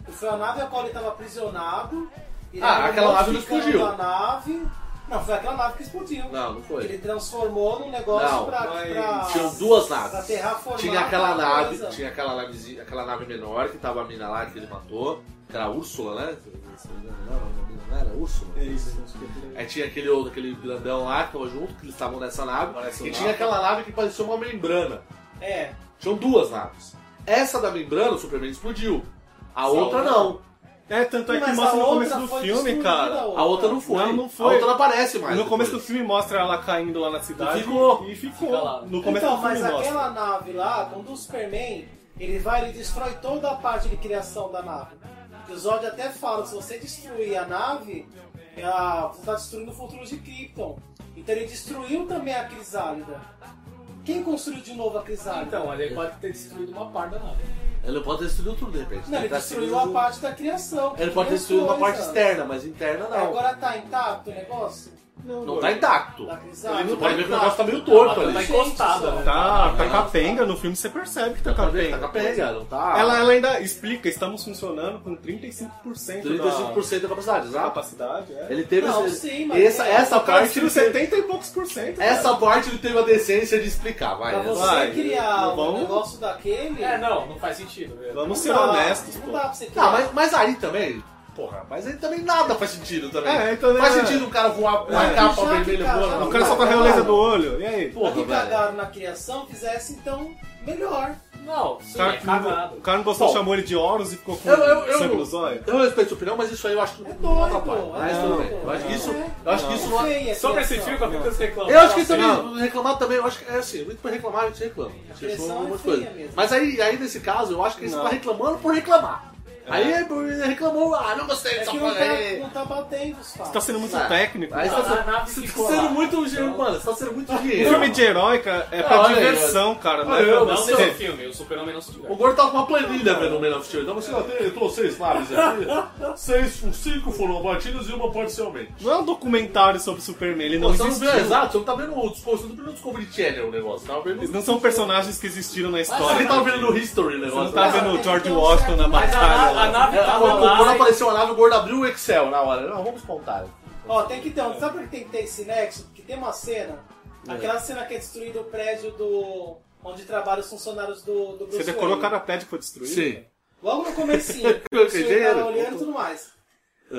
[SPEAKER 13] E Foi a nave a qual ele estava aprisionado. e ele
[SPEAKER 4] Ah,
[SPEAKER 13] acabou
[SPEAKER 4] aquela nave não
[SPEAKER 13] ficando
[SPEAKER 4] explodiu.
[SPEAKER 13] na nave. Não, foi aquela nave que explodiu.
[SPEAKER 4] Não, não foi.
[SPEAKER 13] Ele transformou num negócio
[SPEAKER 4] Não,
[SPEAKER 13] pra,
[SPEAKER 5] mas
[SPEAKER 13] pra-
[SPEAKER 4] Tinham duas
[SPEAKER 13] pra
[SPEAKER 4] naves.
[SPEAKER 13] terraformar
[SPEAKER 4] Tinha aquela
[SPEAKER 13] alguma
[SPEAKER 4] nave,
[SPEAKER 13] coisa.
[SPEAKER 4] tinha aquela nave, aquela nave menor que tava a mina lá que ele matou, que era a Úrsula, né? Não, não, não era a Úrsula.
[SPEAKER 5] É isso, acho que é por aí.
[SPEAKER 4] Aí tinha aquele outro, aquele grandão lá que tava junto, que eles estavam nessa nave.
[SPEAKER 5] Parece um
[SPEAKER 4] e tinha
[SPEAKER 5] mapa.
[SPEAKER 4] aquela nave que parecia uma membrana.
[SPEAKER 13] É,
[SPEAKER 4] Tinham duas naves. Essa da membrana, o Superman explodiu. A
[SPEAKER 12] Só
[SPEAKER 4] outra
[SPEAKER 12] uma.
[SPEAKER 4] não.
[SPEAKER 5] É, tanto é que
[SPEAKER 13] Mas
[SPEAKER 5] mostra
[SPEAKER 13] a
[SPEAKER 5] no começo
[SPEAKER 13] outra
[SPEAKER 5] do
[SPEAKER 13] foi
[SPEAKER 5] filme,
[SPEAKER 13] destruída, a
[SPEAKER 5] cara.
[SPEAKER 13] outra.
[SPEAKER 4] A outra não foi.
[SPEAKER 5] Não, não foi.
[SPEAKER 4] A outra não aparece mais.
[SPEAKER 5] No começo do
[SPEAKER 4] depois.
[SPEAKER 5] filme mostra ela caindo lá na cidade.
[SPEAKER 4] ficou.
[SPEAKER 5] E ficou.
[SPEAKER 12] Fica lá.
[SPEAKER 5] No começo
[SPEAKER 13] então,
[SPEAKER 5] do
[SPEAKER 13] mas
[SPEAKER 5] filme mostra.
[SPEAKER 13] aquela nave lá, quando o Superman, ele vai e destrói toda a parte de criação da nave. E o Zod até fala, se você destruir a nave, ela- você está destruindo o futuro de Krypton. Então ele destruiu também a Crisálida. Quem construiu de novo a Crisálida?
[SPEAKER 12] Então, mas ele pode ter destruído uma parte da nave.
[SPEAKER 4] Ele pode ter destruído tudo de repente.
[SPEAKER 13] não, ele
[SPEAKER 4] tá
[SPEAKER 13] destruiu a
[SPEAKER 4] destruindo-
[SPEAKER 13] parte da criação.
[SPEAKER 4] Ele pode ter
[SPEAKER 13] Criou
[SPEAKER 4] destruído a parte
[SPEAKER 13] coisa.
[SPEAKER 4] externa, mas interna não.
[SPEAKER 13] Agora tá intacto o negócio?
[SPEAKER 4] Não tá intacto.
[SPEAKER 13] Da Crisálida?
[SPEAKER 4] Você pode ver que o
[SPEAKER 13] Tá.
[SPEAKER 4] negócio tá meio torto
[SPEAKER 12] Ela
[SPEAKER 4] ali.
[SPEAKER 12] tá
[SPEAKER 13] Gente,
[SPEAKER 12] encostada,
[SPEAKER 13] só.
[SPEAKER 12] né?
[SPEAKER 5] Tá, tá capenga. No filme você percebe que tá
[SPEAKER 4] Tá
[SPEAKER 5] capenga.
[SPEAKER 4] capenga, não tá.
[SPEAKER 5] Ela, ela ainda explica, estamos funcionando com 35%
[SPEAKER 4] 35% da capacidade,
[SPEAKER 5] da
[SPEAKER 4] exato.
[SPEAKER 5] capacidade. É.
[SPEAKER 4] Ele teve
[SPEAKER 13] Não,
[SPEAKER 4] esse-
[SPEAKER 13] sim, mas-
[SPEAKER 4] essa, essa
[SPEAKER 5] O cara
[SPEAKER 4] parte.
[SPEAKER 5] tira
[SPEAKER 4] Ele teve,
[SPEAKER 5] 70 e poucos por cento. cara.
[SPEAKER 4] essa parte ele teve a decência de explicar, vai.
[SPEAKER 13] Pra
[SPEAKER 4] né?
[SPEAKER 13] você
[SPEAKER 5] Vai,
[SPEAKER 13] criar um
[SPEAKER 5] vamos-
[SPEAKER 13] negócio daquele...
[SPEAKER 12] É, não, Tá, não faz sentido. né?
[SPEAKER 5] Vamos
[SPEAKER 13] não
[SPEAKER 5] ser
[SPEAKER 13] dá,
[SPEAKER 5] honestos,
[SPEAKER 13] Não
[SPEAKER 5] pô.
[SPEAKER 13] dá pra você criar.
[SPEAKER 4] Não, mas, mas aí também. Porra, mas aí também nada faz sentido também.
[SPEAKER 5] É, então, né?
[SPEAKER 4] faz sentido um cara voar com uma
[SPEAKER 5] É.
[SPEAKER 4] capa
[SPEAKER 13] Já que
[SPEAKER 4] vermelha
[SPEAKER 13] cara,
[SPEAKER 4] voando.
[SPEAKER 13] já
[SPEAKER 5] O
[SPEAKER 4] não.
[SPEAKER 5] cara só com a realeza do olho. E aí?
[SPEAKER 13] Pra que
[SPEAKER 4] Porra, velho.
[SPEAKER 13] cagaram na criação, fizesse então melhor.
[SPEAKER 12] Não, sim,
[SPEAKER 5] O cara,
[SPEAKER 12] é cagado.
[SPEAKER 5] o cara não gostou,
[SPEAKER 4] Bom.
[SPEAKER 5] chamou ele de Horus e ficou com
[SPEAKER 4] Eu, eu, eu,
[SPEAKER 5] sangue nos olhos.
[SPEAKER 4] eu respeito sua opinião, mas isso aí eu acho que
[SPEAKER 13] É
[SPEAKER 4] não
[SPEAKER 13] doido,
[SPEAKER 4] atrapalha. Mas
[SPEAKER 13] é
[SPEAKER 4] tudo
[SPEAKER 13] doido.
[SPEAKER 4] bem. Eu acho que isso.
[SPEAKER 13] É.
[SPEAKER 4] Eu acho que isso
[SPEAKER 13] É
[SPEAKER 4] não é.
[SPEAKER 13] feia a
[SPEAKER 12] Só pra esse
[SPEAKER 13] criação.
[SPEAKER 12] filme, pra ficando reclamando.
[SPEAKER 4] Eu acho que
[SPEAKER 12] Nossa,
[SPEAKER 4] também,
[SPEAKER 5] Não.
[SPEAKER 4] reclamar também, eu acho que é assim, muito pra reclamar, a gente reclama. A gente
[SPEAKER 13] pressão
[SPEAKER 4] reclama um
[SPEAKER 13] é
[SPEAKER 4] monte de
[SPEAKER 13] feia
[SPEAKER 4] coisa.
[SPEAKER 13] mesmo.
[SPEAKER 4] Mas aí, aí, nesse caso, eu acho que ele
[SPEAKER 5] Não. É.
[SPEAKER 4] tá reclamando por reclamar. Aí ele reclamou, ah, não gostei
[SPEAKER 13] É
[SPEAKER 4] dessa
[SPEAKER 13] que não
[SPEAKER 4] porra
[SPEAKER 13] tá,
[SPEAKER 4] aí.
[SPEAKER 13] não tá batendo os
[SPEAKER 5] Você tá
[SPEAKER 13] fatos.
[SPEAKER 5] sendo muito
[SPEAKER 4] Ah,
[SPEAKER 5] técnico.
[SPEAKER 4] Aí você
[SPEAKER 12] Não,
[SPEAKER 4] tá
[SPEAKER 12] a nave
[SPEAKER 4] sendo, você
[SPEAKER 12] ficou
[SPEAKER 4] tá sendo
[SPEAKER 12] lá.
[SPEAKER 4] muito dinheiro, mano, você tá sendo muito dinheiro.
[SPEAKER 5] Filme de herói, cara, é
[SPEAKER 4] Ah,
[SPEAKER 5] pra
[SPEAKER 4] olha aí,
[SPEAKER 5] diversão, cara. Não, é
[SPEAKER 4] Olha
[SPEAKER 5] pra
[SPEAKER 4] eu,
[SPEAKER 12] Não
[SPEAKER 5] você.
[SPEAKER 12] nesse filme, o super-homem não se
[SPEAKER 4] O
[SPEAKER 12] diverte.
[SPEAKER 4] Gordo tava com uma planilha vendo o Man of Steel. Então você assim, ó, tem- eu trouxe seis naves
[SPEAKER 13] [LAUGHS]
[SPEAKER 4] aqui. seis, cinco foram abatidas e uma parcialmente.
[SPEAKER 5] Não é um documentário sobre Superman, ele
[SPEAKER 4] Não,
[SPEAKER 5] não
[SPEAKER 4] você não
[SPEAKER 5] existiu.
[SPEAKER 4] viu, exato, você não tá vendo o Discovery, você não tá vendo o Discovery Channel o negócio. Tava vendo,
[SPEAKER 5] Eles
[SPEAKER 4] você
[SPEAKER 5] não são personagens que existiram na história.
[SPEAKER 4] não é tava vendo o History o
[SPEAKER 5] Você não
[SPEAKER 4] negócio.
[SPEAKER 5] tá
[SPEAKER 4] né?
[SPEAKER 5] vendo o George Washington na
[SPEAKER 12] Mas a, na- a
[SPEAKER 5] batalha. lá.
[SPEAKER 12] nave
[SPEAKER 4] É,
[SPEAKER 12] tava
[SPEAKER 4] quando, quando
[SPEAKER 12] lá.
[SPEAKER 4] apareceu a nave, o gordo abriu o Excel na hora. Não, vamos contar.
[SPEAKER 13] Ó, tem que ter um. Sabe por que tem que ter esse nexo? Porque tem uma cena. Aquela cena que é destruída o prédio do. onde trabalham os funcionários do, do Bruce
[SPEAKER 5] Você decorou
[SPEAKER 13] Wayne.
[SPEAKER 5] cada prédio que foi destruído?
[SPEAKER 13] Logo no comecinho,
[SPEAKER 4] Eu
[SPEAKER 13] você
[SPEAKER 4] entendi,
[SPEAKER 13] tava
[SPEAKER 4] né?
[SPEAKER 13] olhando e tudo mais.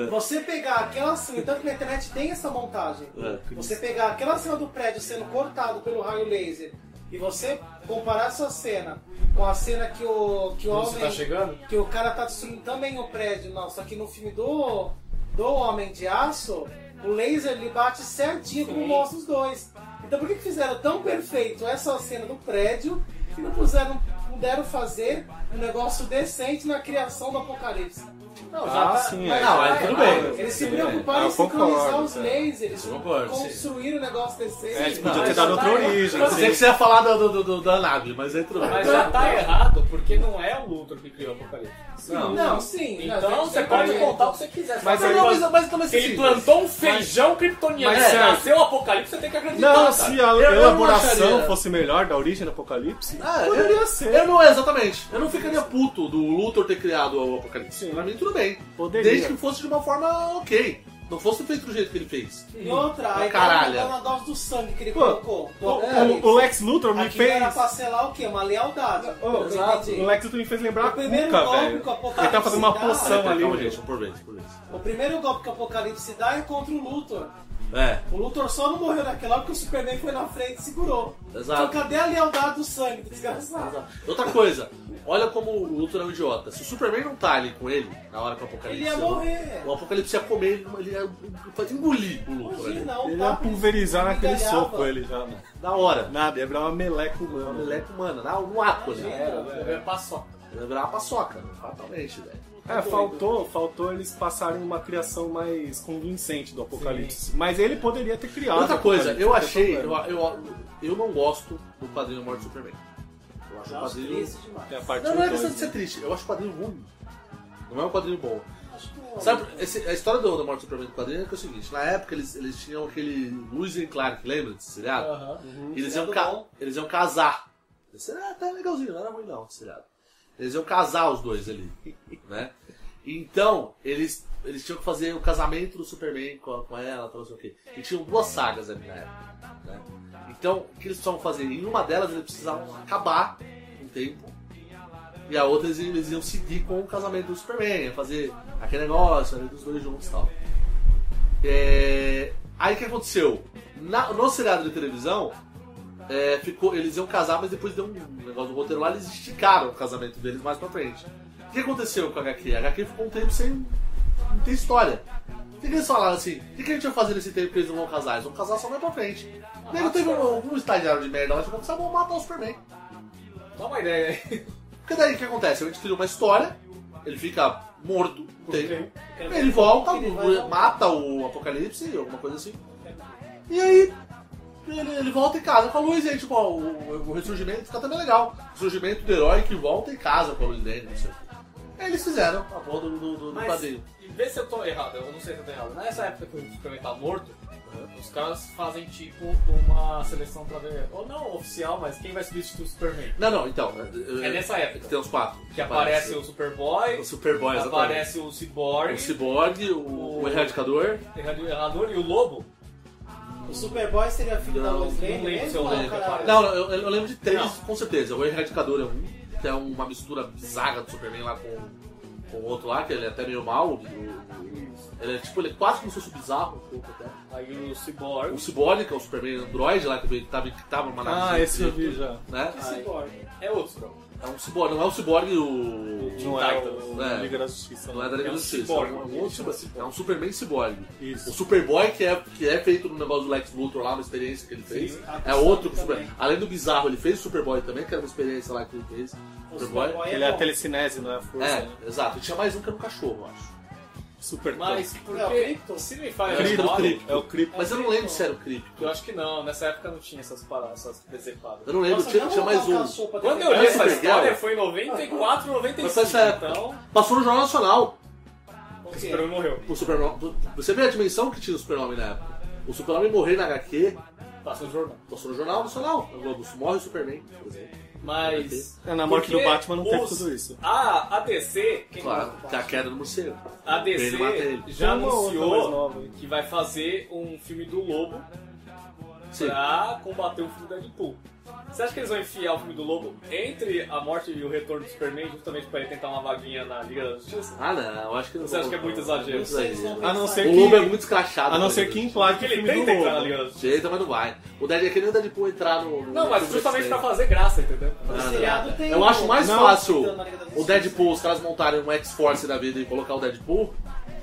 [SPEAKER 13] Você pegar aquela cena, tanto que na internet tem essa montagem. Você pegar aquela cena do prédio sendo cortado pelo raio laser e você comparar essa cena com a cena que o que o
[SPEAKER 12] Você
[SPEAKER 13] homem
[SPEAKER 12] tá chegando?
[SPEAKER 13] que o cara tá destruindo também o prédio, não, só que no filme do do Homem de Aço, o laser ele bate certinho como mostra os dois. Então por que que fizeram tão perfeito essa cena do prédio e não puseram puderam fazer um negócio decente na criação do apocalipse? Não, já
[SPEAKER 5] Ah,
[SPEAKER 13] tá-
[SPEAKER 5] sim,
[SPEAKER 13] mas
[SPEAKER 5] é.
[SPEAKER 13] já
[SPEAKER 5] Não,
[SPEAKER 13] tá
[SPEAKER 5] é, tudo
[SPEAKER 13] errado.
[SPEAKER 5] bem.
[SPEAKER 13] Eles se
[SPEAKER 5] Sim,
[SPEAKER 13] preocuparam
[SPEAKER 5] eu
[SPEAKER 13] em sincronizar
[SPEAKER 5] concordo,
[SPEAKER 13] os
[SPEAKER 5] é.
[SPEAKER 13] lasers. Eles
[SPEAKER 4] Eu concordo, sim.
[SPEAKER 13] construíram o negócio desse.
[SPEAKER 5] É, eles
[SPEAKER 13] Não,
[SPEAKER 5] podiam ter
[SPEAKER 13] isso
[SPEAKER 5] dado
[SPEAKER 13] tá
[SPEAKER 5] outra
[SPEAKER 13] errado.
[SPEAKER 5] origem.
[SPEAKER 4] Eu sei que você ia falar do, do, do- do- da nave, mas aí tudo bem.
[SPEAKER 12] Mas já tá errado, porque não é o Luthor que criou o Apocalipse.
[SPEAKER 13] Não, não, sim.
[SPEAKER 12] Então
[SPEAKER 13] Não,
[SPEAKER 12] você
[SPEAKER 13] sim,
[SPEAKER 12] pode
[SPEAKER 13] sim.
[SPEAKER 12] contar o que você quiser.
[SPEAKER 5] Mas
[SPEAKER 12] Só que
[SPEAKER 5] aí-
[SPEAKER 12] não,
[SPEAKER 5] mas- mas
[SPEAKER 12] ele
[SPEAKER 5] como assim?
[SPEAKER 12] plantou um feijão kryptoniano.
[SPEAKER 5] mas
[SPEAKER 12] Se
[SPEAKER 5] será-
[SPEAKER 12] nasceu o Apocalipse, você tem que acreditar.
[SPEAKER 5] Não,
[SPEAKER 12] Então, cara.
[SPEAKER 5] se
[SPEAKER 12] Eu-
[SPEAKER 5] a
[SPEAKER 12] eu não
[SPEAKER 5] elaboração
[SPEAKER 12] acharia.
[SPEAKER 5] fosse melhor da origem do Apocalipse,
[SPEAKER 4] Ah, eu,
[SPEAKER 5] poderia ser.
[SPEAKER 4] eu não, exatamente. Eu não ficaria puto do Luthor ter criado o Apocalipse. Pra mim, tudo bem.
[SPEAKER 5] Poderia.
[SPEAKER 4] Desde que fosse de uma forma ok. Não fosse feito do jeito que ele fez.
[SPEAKER 13] E outra, aí
[SPEAKER 4] Caralho.
[SPEAKER 13] tá na dose do sangue que ele
[SPEAKER 5] Pô,
[SPEAKER 13] colocou.
[SPEAKER 5] o- o- o Lex Luthor me
[SPEAKER 13] Aquilo é era
[SPEAKER 5] fez-
[SPEAKER 13] pra selar o quê? Uma lealdade.
[SPEAKER 5] Oh, exato. O Lex Luthor me fez lembrar
[SPEAKER 13] O
[SPEAKER 5] a Cuca,
[SPEAKER 13] primeiro golpe
[SPEAKER 5] velho.
[SPEAKER 13] que o Apocalipse
[SPEAKER 5] Ele tá fazendo uma
[SPEAKER 13] dá-
[SPEAKER 5] poção ali,
[SPEAKER 4] Calma,
[SPEAKER 5] gente.
[SPEAKER 4] gente, por vez, por vez.
[SPEAKER 13] O primeiro golpe que o Apocalipse dá é contra o Luthor.
[SPEAKER 4] É.
[SPEAKER 13] O Luthor só não morreu naquela hora porque o Superman foi na frente e segurou.
[SPEAKER 4] Exato.
[SPEAKER 13] Então cadê a lealdade do sangue, desgraçado?
[SPEAKER 4] Outra coisa, olha como o Luthor é um idiota. Se o Superman não tá ali com ele, na hora que o Apocalipse...
[SPEAKER 13] Ele ia morrer.
[SPEAKER 4] O Apocalipse ia comer, ele, ele ia engolir o Luthor ali.
[SPEAKER 13] Imagina, um
[SPEAKER 5] Ele ia
[SPEAKER 13] papo
[SPEAKER 5] pulverizar naquele
[SPEAKER 13] Engalhava.
[SPEAKER 5] soco ele já, né? mano.
[SPEAKER 4] Na hora.
[SPEAKER 5] Nada, ia virar uma meleca humana.
[SPEAKER 4] Meleca humana, na- no ato ali.
[SPEAKER 12] É, é paçoca.
[SPEAKER 4] Ele ia virar uma né? paçoca, fatalmente, velho.
[SPEAKER 5] É, faltou, faltou eles passarem uma criação mais convincente do Apocalipse. Mas ele poderia ter criado.
[SPEAKER 4] Outra
[SPEAKER 5] o
[SPEAKER 4] coisa,
[SPEAKER 5] Apocalipse,
[SPEAKER 4] eu
[SPEAKER 5] não tem
[SPEAKER 4] achei. Eu,
[SPEAKER 5] problema.
[SPEAKER 4] eu, eu não gosto do quadrinho Morte do Superman. Eu acho o
[SPEAKER 13] Nossa,
[SPEAKER 4] quadrinho.
[SPEAKER 13] triste demais.
[SPEAKER 5] Tem a parte
[SPEAKER 4] Não,
[SPEAKER 5] do
[SPEAKER 4] não é
[SPEAKER 5] dois,
[SPEAKER 4] questão de
[SPEAKER 5] né?
[SPEAKER 4] ser triste, eu acho o quadrinho ruim. Não é um quadrinho bom.
[SPEAKER 13] Acho que não.
[SPEAKER 4] Sabe, esse- a história do, da Morte do Superman do quadrinho é, que é o seguinte: na época eles, eles tinham aquele Lewis and Clark, lembra desse seriado?
[SPEAKER 13] Aham.
[SPEAKER 5] Uhum.
[SPEAKER 4] E eles, iam
[SPEAKER 13] Seriado
[SPEAKER 4] ca-
[SPEAKER 13] bom.
[SPEAKER 4] eles iam casar. Uhum. Esse era até legalzinho, não era ruim não, esse seriado. Eles iam casar os dois [LAUGHS] ali, né? Então, eles, eles tinham que fazer o casamento do Superman com, a- com ela, tal, não sei o quê. E tinham duas sagas ali na época, né? Então, o que eles precisavam fazer? Em uma delas, eles precisavam acabar um tempo. E a outra, eles, eles iam seguir com o casamento do Superman, ia fazer aquele negócio ali dos dois juntos e tal. É, Aí o que aconteceu? Na- no seriado de televisão, é, ficou, eles iam casar, mas depois deu um negócio do roteiro lá, eles esticaram o casamento deles mais pra frente. O que aconteceu com a HQ? A HQ ficou um tempo sem não ter história. O que que eles falaram assim? O que que a gente vai fazer nesse tempo que eles não vão casar? Eles vão casar só mais pra frente. Daí não teve um, um estagiário de merda lá que falou assim, "Ah, vamos matar o Superman.
[SPEAKER 12] Dá uma ideia aí.
[SPEAKER 4] Porque daí o que acontece? A gente cria uma história, ele fica morto, um tempo,
[SPEAKER 13] Porque
[SPEAKER 4] ele volta,
[SPEAKER 13] ele vai voltar.
[SPEAKER 4] mata o Apocalipse, alguma coisa assim. E aí ele, ele volta e casa com a luz, e aí, tipo, ó, o, o ressurgimento fica também legal. O ressurgimento do herói que volta e casa com a luz dele, não sei o quê. Aí eles fizeram a porra do, do, do, do
[SPEAKER 12] Mas,
[SPEAKER 4] quadrinho.
[SPEAKER 12] e vê se eu tô errado, eu não sei se eu tô errado. Nessa época que o Superman tá morto,
[SPEAKER 5] Uhum.
[SPEAKER 12] os caras fazem tipo uma seleção pra ver. Ou não oficial, mas quem vai substituir o Superman?
[SPEAKER 4] Não, não, então. eu-
[SPEAKER 5] Uhum.
[SPEAKER 12] É nessa época.
[SPEAKER 5] Então,
[SPEAKER 4] Tem os quatro.
[SPEAKER 12] Que aparece o Superboy,
[SPEAKER 4] o Superboy, exatamente.
[SPEAKER 12] aparece o Cyborg,
[SPEAKER 4] O Cyborg, o, o Erradicador.
[SPEAKER 12] o Errador e o Lobo.
[SPEAKER 13] O Superboy seria filho da
[SPEAKER 4] Não,
[SPEAKER 13] Lois Lane
[SPEAKER 12] não lembro
[SPEAKER 13] mesmo,
[SPEAKER 12] se eu
[SPEAKER 13] ou
[SPEAKER 12] lembro,
[SPEAKER 13] caralho?
[SPEAKER 12] cara.
[SPEAKER 4] Não, não, eu, eu lembro de três,
[SPEAKER 12] Não.
[SPEAKER 4] com certeza. O Erradicador é um, que é uma mistura bizarra do Superman lá com, com o outro lá, que ele é até meio mal. o- o- ele é tipo, ele é quase como se fosse o bizarro, um pouco até.
[SPEAKER 12] Aí o Cyborg.
[SPEAKER 4] O Cyborg, que é o Superman Android lá, que veio- que tava, que tava numa
[SPEAKER 5] Ah,
[SPEAKER 4] navezinha
[SPEAKER 5] esse eu vi
[SPEAKER 4] dele,
[SPEAKER 5] já.
[SPEAKER 4] Né?
[SPEAKER 13] Que Cyborg.
[SPEAKER 12] É outro Cyborg.
[SPEAKER 4] É um Cyborg, não é o Cyborg o.
[SPEAKER 5] Não é o
[SPEAKER 4] É.
[SPEAKER 5] Liga da Justiça.
[SPEAKER 4] Não é da Liga
[SPEAKER 12] É um
[SPEAKER 4] da Justiça.
[SPEAKER 12] cyborg,
[SPEAKER 4] é, um,
[SPEAKER 12] ele
[SPEAKER 4] outro
[SPEAKER 12] chama
[SPEAKER 4] cyborg. É um Superman Cyborg.
[SPEAKER 5] Isso.
[SPEAKER 4] O Superboy, que é, que é feito no negócio do Lex Luthor lá, uma experiência que ele fez.
[SPEAKER 13] Sim, a
[SPEAKER 4] é
[SPEAKER 13] pessoa
[SPEAKER 4] outro que o
[SPEAKER 13] também.
[SPEAKER 4] Super- Além do bizarro, ele fez o Superboy também, que era uma experiência lá que ele fez.
[SPEAKER 13] O
[SPEAKER 4] Superboy.
[SPEAKER 13] Superboy
[SPEAKER 5] Ele é a
[SPEAKER 13] bom.
[SPEAKER 5] telecinese, não é a força. né?
[SPEAKER 4] É, exato. E tinha mais um que era um cachorro, eu acho.
[SPEAKER 5] Super
[SPEAKER 12] Mas
[SPEAKER 13] É o
[SPEAKER 12] porque
[SPEAKER 13] Krypton.
[SPEAKER 12] se me falha a
[SPEAKER 4] Krypton,
[SPEAKER 12] memória,
[SPEAKER 4] Krypton.
[SPEAKER 5] É o Cripto.
[SPEAKER 4] Mas eu não lembro se era o Crip.
[SPEAKER 12] eu acho que não, nessa época não tinha essas paradas, essas
[SPEAKER 4] Eu
[SPEAKER 12] desequadas.
[SPEAKER 4] não lembro,
[SPEAKER 13] Nossa,
[SPEAKER 4] tinha,
[SPEAKER 13] já
[SPEAKER 4] tinha
[SPEAKER 13] vou
[SPEAKER 4] mais
[SPEAKER 13] colocar
[SPEAKER 4] um.
[SPEAKER 13] a sopa
[SPEAKER 12] Quando
[SPEAKER 13] também.
[SPEAKER 12] eu li essa
[SPEAKER 5] é
[SPEAKER 4] Supergirl?
[SPEAKER 12] história foi em 94, 95,
[SPEAKER 4] Mas essa época-
[SPEAKER 12] então
[SPEAKER 4] Passou no Jornal Nacional.
[SPEAKER 12] o Superman morreu.
[SPEAKER 4] O Superman. Você vê a dimensão que tinha o Superman na época. O Superman morrer na HQ,
[SPEAKER 12] Passou o jornal.
[SPEAKER 4] passou no Jornal Nacional. na Globo. Morre o Superman, por exemplo.
[SPEAKER 12] Mas.
[SPEAKER 5] É, na morte
[SPEAKER 12] porque
[SPEAKER 5] do Batman não teve
[SPEAKER 12] os-
[SPEAKER 5] tudo isso.
[SPEAKER 12] A, a DC, quem
[SPEAKER 4] Claro, que é a queda do morcego.
[SPEAKER 12] a
[SPEAKER 4] Ele mata
[SPEAKER 12] DC
[SPEAKER 4] ele.
[SPEAKER 12] já
[SPEAKER 5] Tem uma outra mais
[SPEAKER 12] anunciou
[SPEAKER 5] nova aí.
[SPEAKER 12] que vai fazer um filme do Lobo
[SPEAKER 4] Sim.
[SPEAKER 12] pra combater o filme do Deadpool. Você acha que eles vão enfiar o filme do Lobo entre a morte e o retorno do Superman, justamente pra ele tentar uma vaguinha na Liga da Justiça?
[SPEAKER 4] Ah, não, eu acho que não
[SPEAKER 12] Você acha que é muito exagero?
[SPEAKER 4] Muito exagero.
[SPEAKER 5] A não ser
[SPEAKER 4] O Lobo é
[SPEAKER 5] que.
[SPEAKER 4] muito escrachado.
[SPEAKER 5] A não
[SPEAKER 4] tá
[SPEAKER 5] ser
[SPEAKER 4] ligado?
[SPEAKER 5] que implaque
[SPEAKER 12] Porque
[SPEAKER 5] o
[SPEAKER 12] ele
[SPEAKER 5] filme
[SPEAKER 12] tenta
[SPEAKER 5] do
[SPEAKER 12] entrar na
[SPEAKER 5] Lobo.
[SPEAKER 12] Liga da Justiça.
[SPEAKER 4] Jeita, mas não vai. O Dead é que nem o Deadpool entrar no. né? no-
[SPEAKER 12] Não, mas
[SPEAKER 4] no
[SPEAKER 12] justamente pra
[SPEAKER 4] Superman.
[SPEAKER 12] fazer graça, entendeu?
[SPEAKER 4] Ah, não.
[SPEAKER 13] seriado tem
[SPEAKER 4] Eu
[SPEAKER 13] um-
[SPEAKER 4] acho mais
[SPEAKER 13] Não,
[SPEAKER 4] fácil
[SPEAKER 13] então, na Liga da Justiça.
[SPEAKER 4] o Deadpool, os caras montarem um X-Force da vida e colocar o Deadpool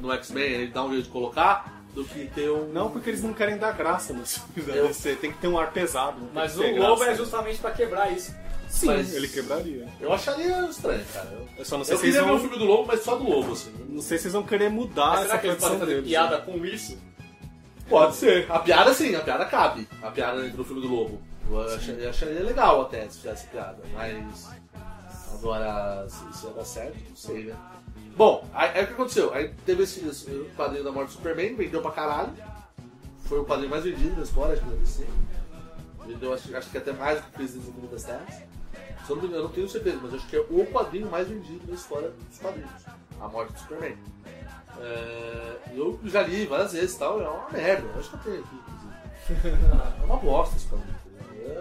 [SPEAKER 4] no X-Men, ele dá um jeito de colocar, do que ter um.
[SPEAKER 5] Não, porque eles não querem dar graça nos [LAUGHS] filmes da
[SPEAKER 4] Eu-
[SPEAKER 5] DC. Tem que ter um ar pesado. não tem
[SPEAKER 12] Mas
[SPEAKER 5] que ter
[SPEAKER 12] o Lobo
[SPEAKER 5] graça.
[SPEAKER 12] é justamente pra quebrar isso.
[SPEAKER 5] Sim, mas ele quebraria.
[SPEAKER 4] Eu acharia estranho, cara. Eu,
[SPEAKER 5] eu só não sei
[SPEAKER 4] eu
[SPEAKER 5] se eles
[SPEAKER 4] queria ver
[SPEAKER 5] vão...
[SPEAKER 4] um filme do Lobo, mas só do Lobo, assim.
[SPEAKER 5] Não sei se vocês vão querer mudar
[SPEAKER 4] Mas será
[SPEAKER 5] Ah, essa
[SPEAKER 4] que eles podem
[SPEAKER 5] produção
[SPEAKER 4] fazer
[SPEAKER 5] deles.
[SPEAKER 4] piada com isso? Pode
[SPEAKER 5] [LAUGHS]
[SPEAKER 4] ser. A piada sim, a piada cabe. A piada dentro do filme do Lobo. Eu acharia, acharia legal até se fizesse piada, mas. Agora, se isso ia dar certo, não sei, né? Bom, aí, aí o que aconteceu? Aí teve esse, esse o quadrinho da morte do Superman, vendeu pra caralho. Foi o quadrinho mais vendido da história, acho que deve ser. Vendeu, acho, acho que até mais do que o Presidente do Mundo das Terras. Se eu não me engano, eu não tenho certeza, mas acho que é o quadrinho mais vendido da história dos quadrinhos. A morte do Superman. É, eu já li várias vezes e tal, é uma merda. Eu acho que eu tenho aqui, inclusive. É uma bosta esse quadrinho.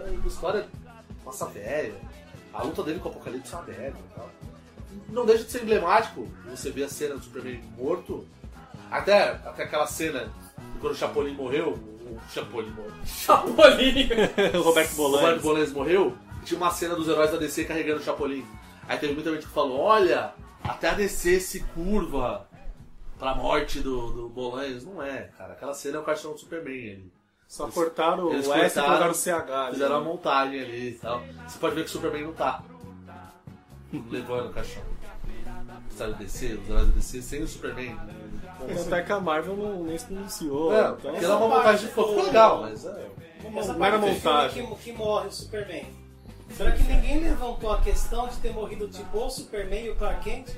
[SPEAKER 4] É uma história massa velha. A luta dele com o Apocalipse é uma merda e tal. Não deixa de ser emblemático você ver a cena do Superman morto. Até, até aquela cena de quando o Chapolin morreu. O Chapolin morreu.
[SPEAKER 12] Chapolin!
[SPEAKER 5] o Roberto Bolanes.
[SPEAKER 4] Roberto Bolanes morreu. E tinha uma cena dos heróis da DC carregando o Chapolin. Aí teve muita gente que falou: Olha, até a DC se curva pra morte do, do Bolanhos. Não é, cara. Aquela cena é o caixão do Superman ali.
[SPEAKER 5] Só cortaram o
[SPEAKER 4] Eles
[SPEAKER 5] S e
[SPEAKER 4] cortaram,
[SPEAKER 5] colocaram o CH. ali.
[SPEAKER 4] Fizeram a montagem ali e tal. Você pode ver que o Superman não tá. Levando o caixão. Sabe, DC, os heróis da DC sem o Superman.
[SPEAKER 5] Tanto é que a Marvel não, nem se anunciou.
[SPEAKER 4] É,
[SPEAKER 5] então-
[SPEAKER 4] porque ela é uma montagem de fofo legal, mas é.
[SPEAKER 13] Essa
[SPEAKER 5] Mas na
[SPEAKER 13] parte do
[SPEAKER 5] montagem.
[SPEAKER 13] filme que, que morre o Superman. Será que ninguém levantou a questão de ter morrido tipo o Superman e o Clark Kent?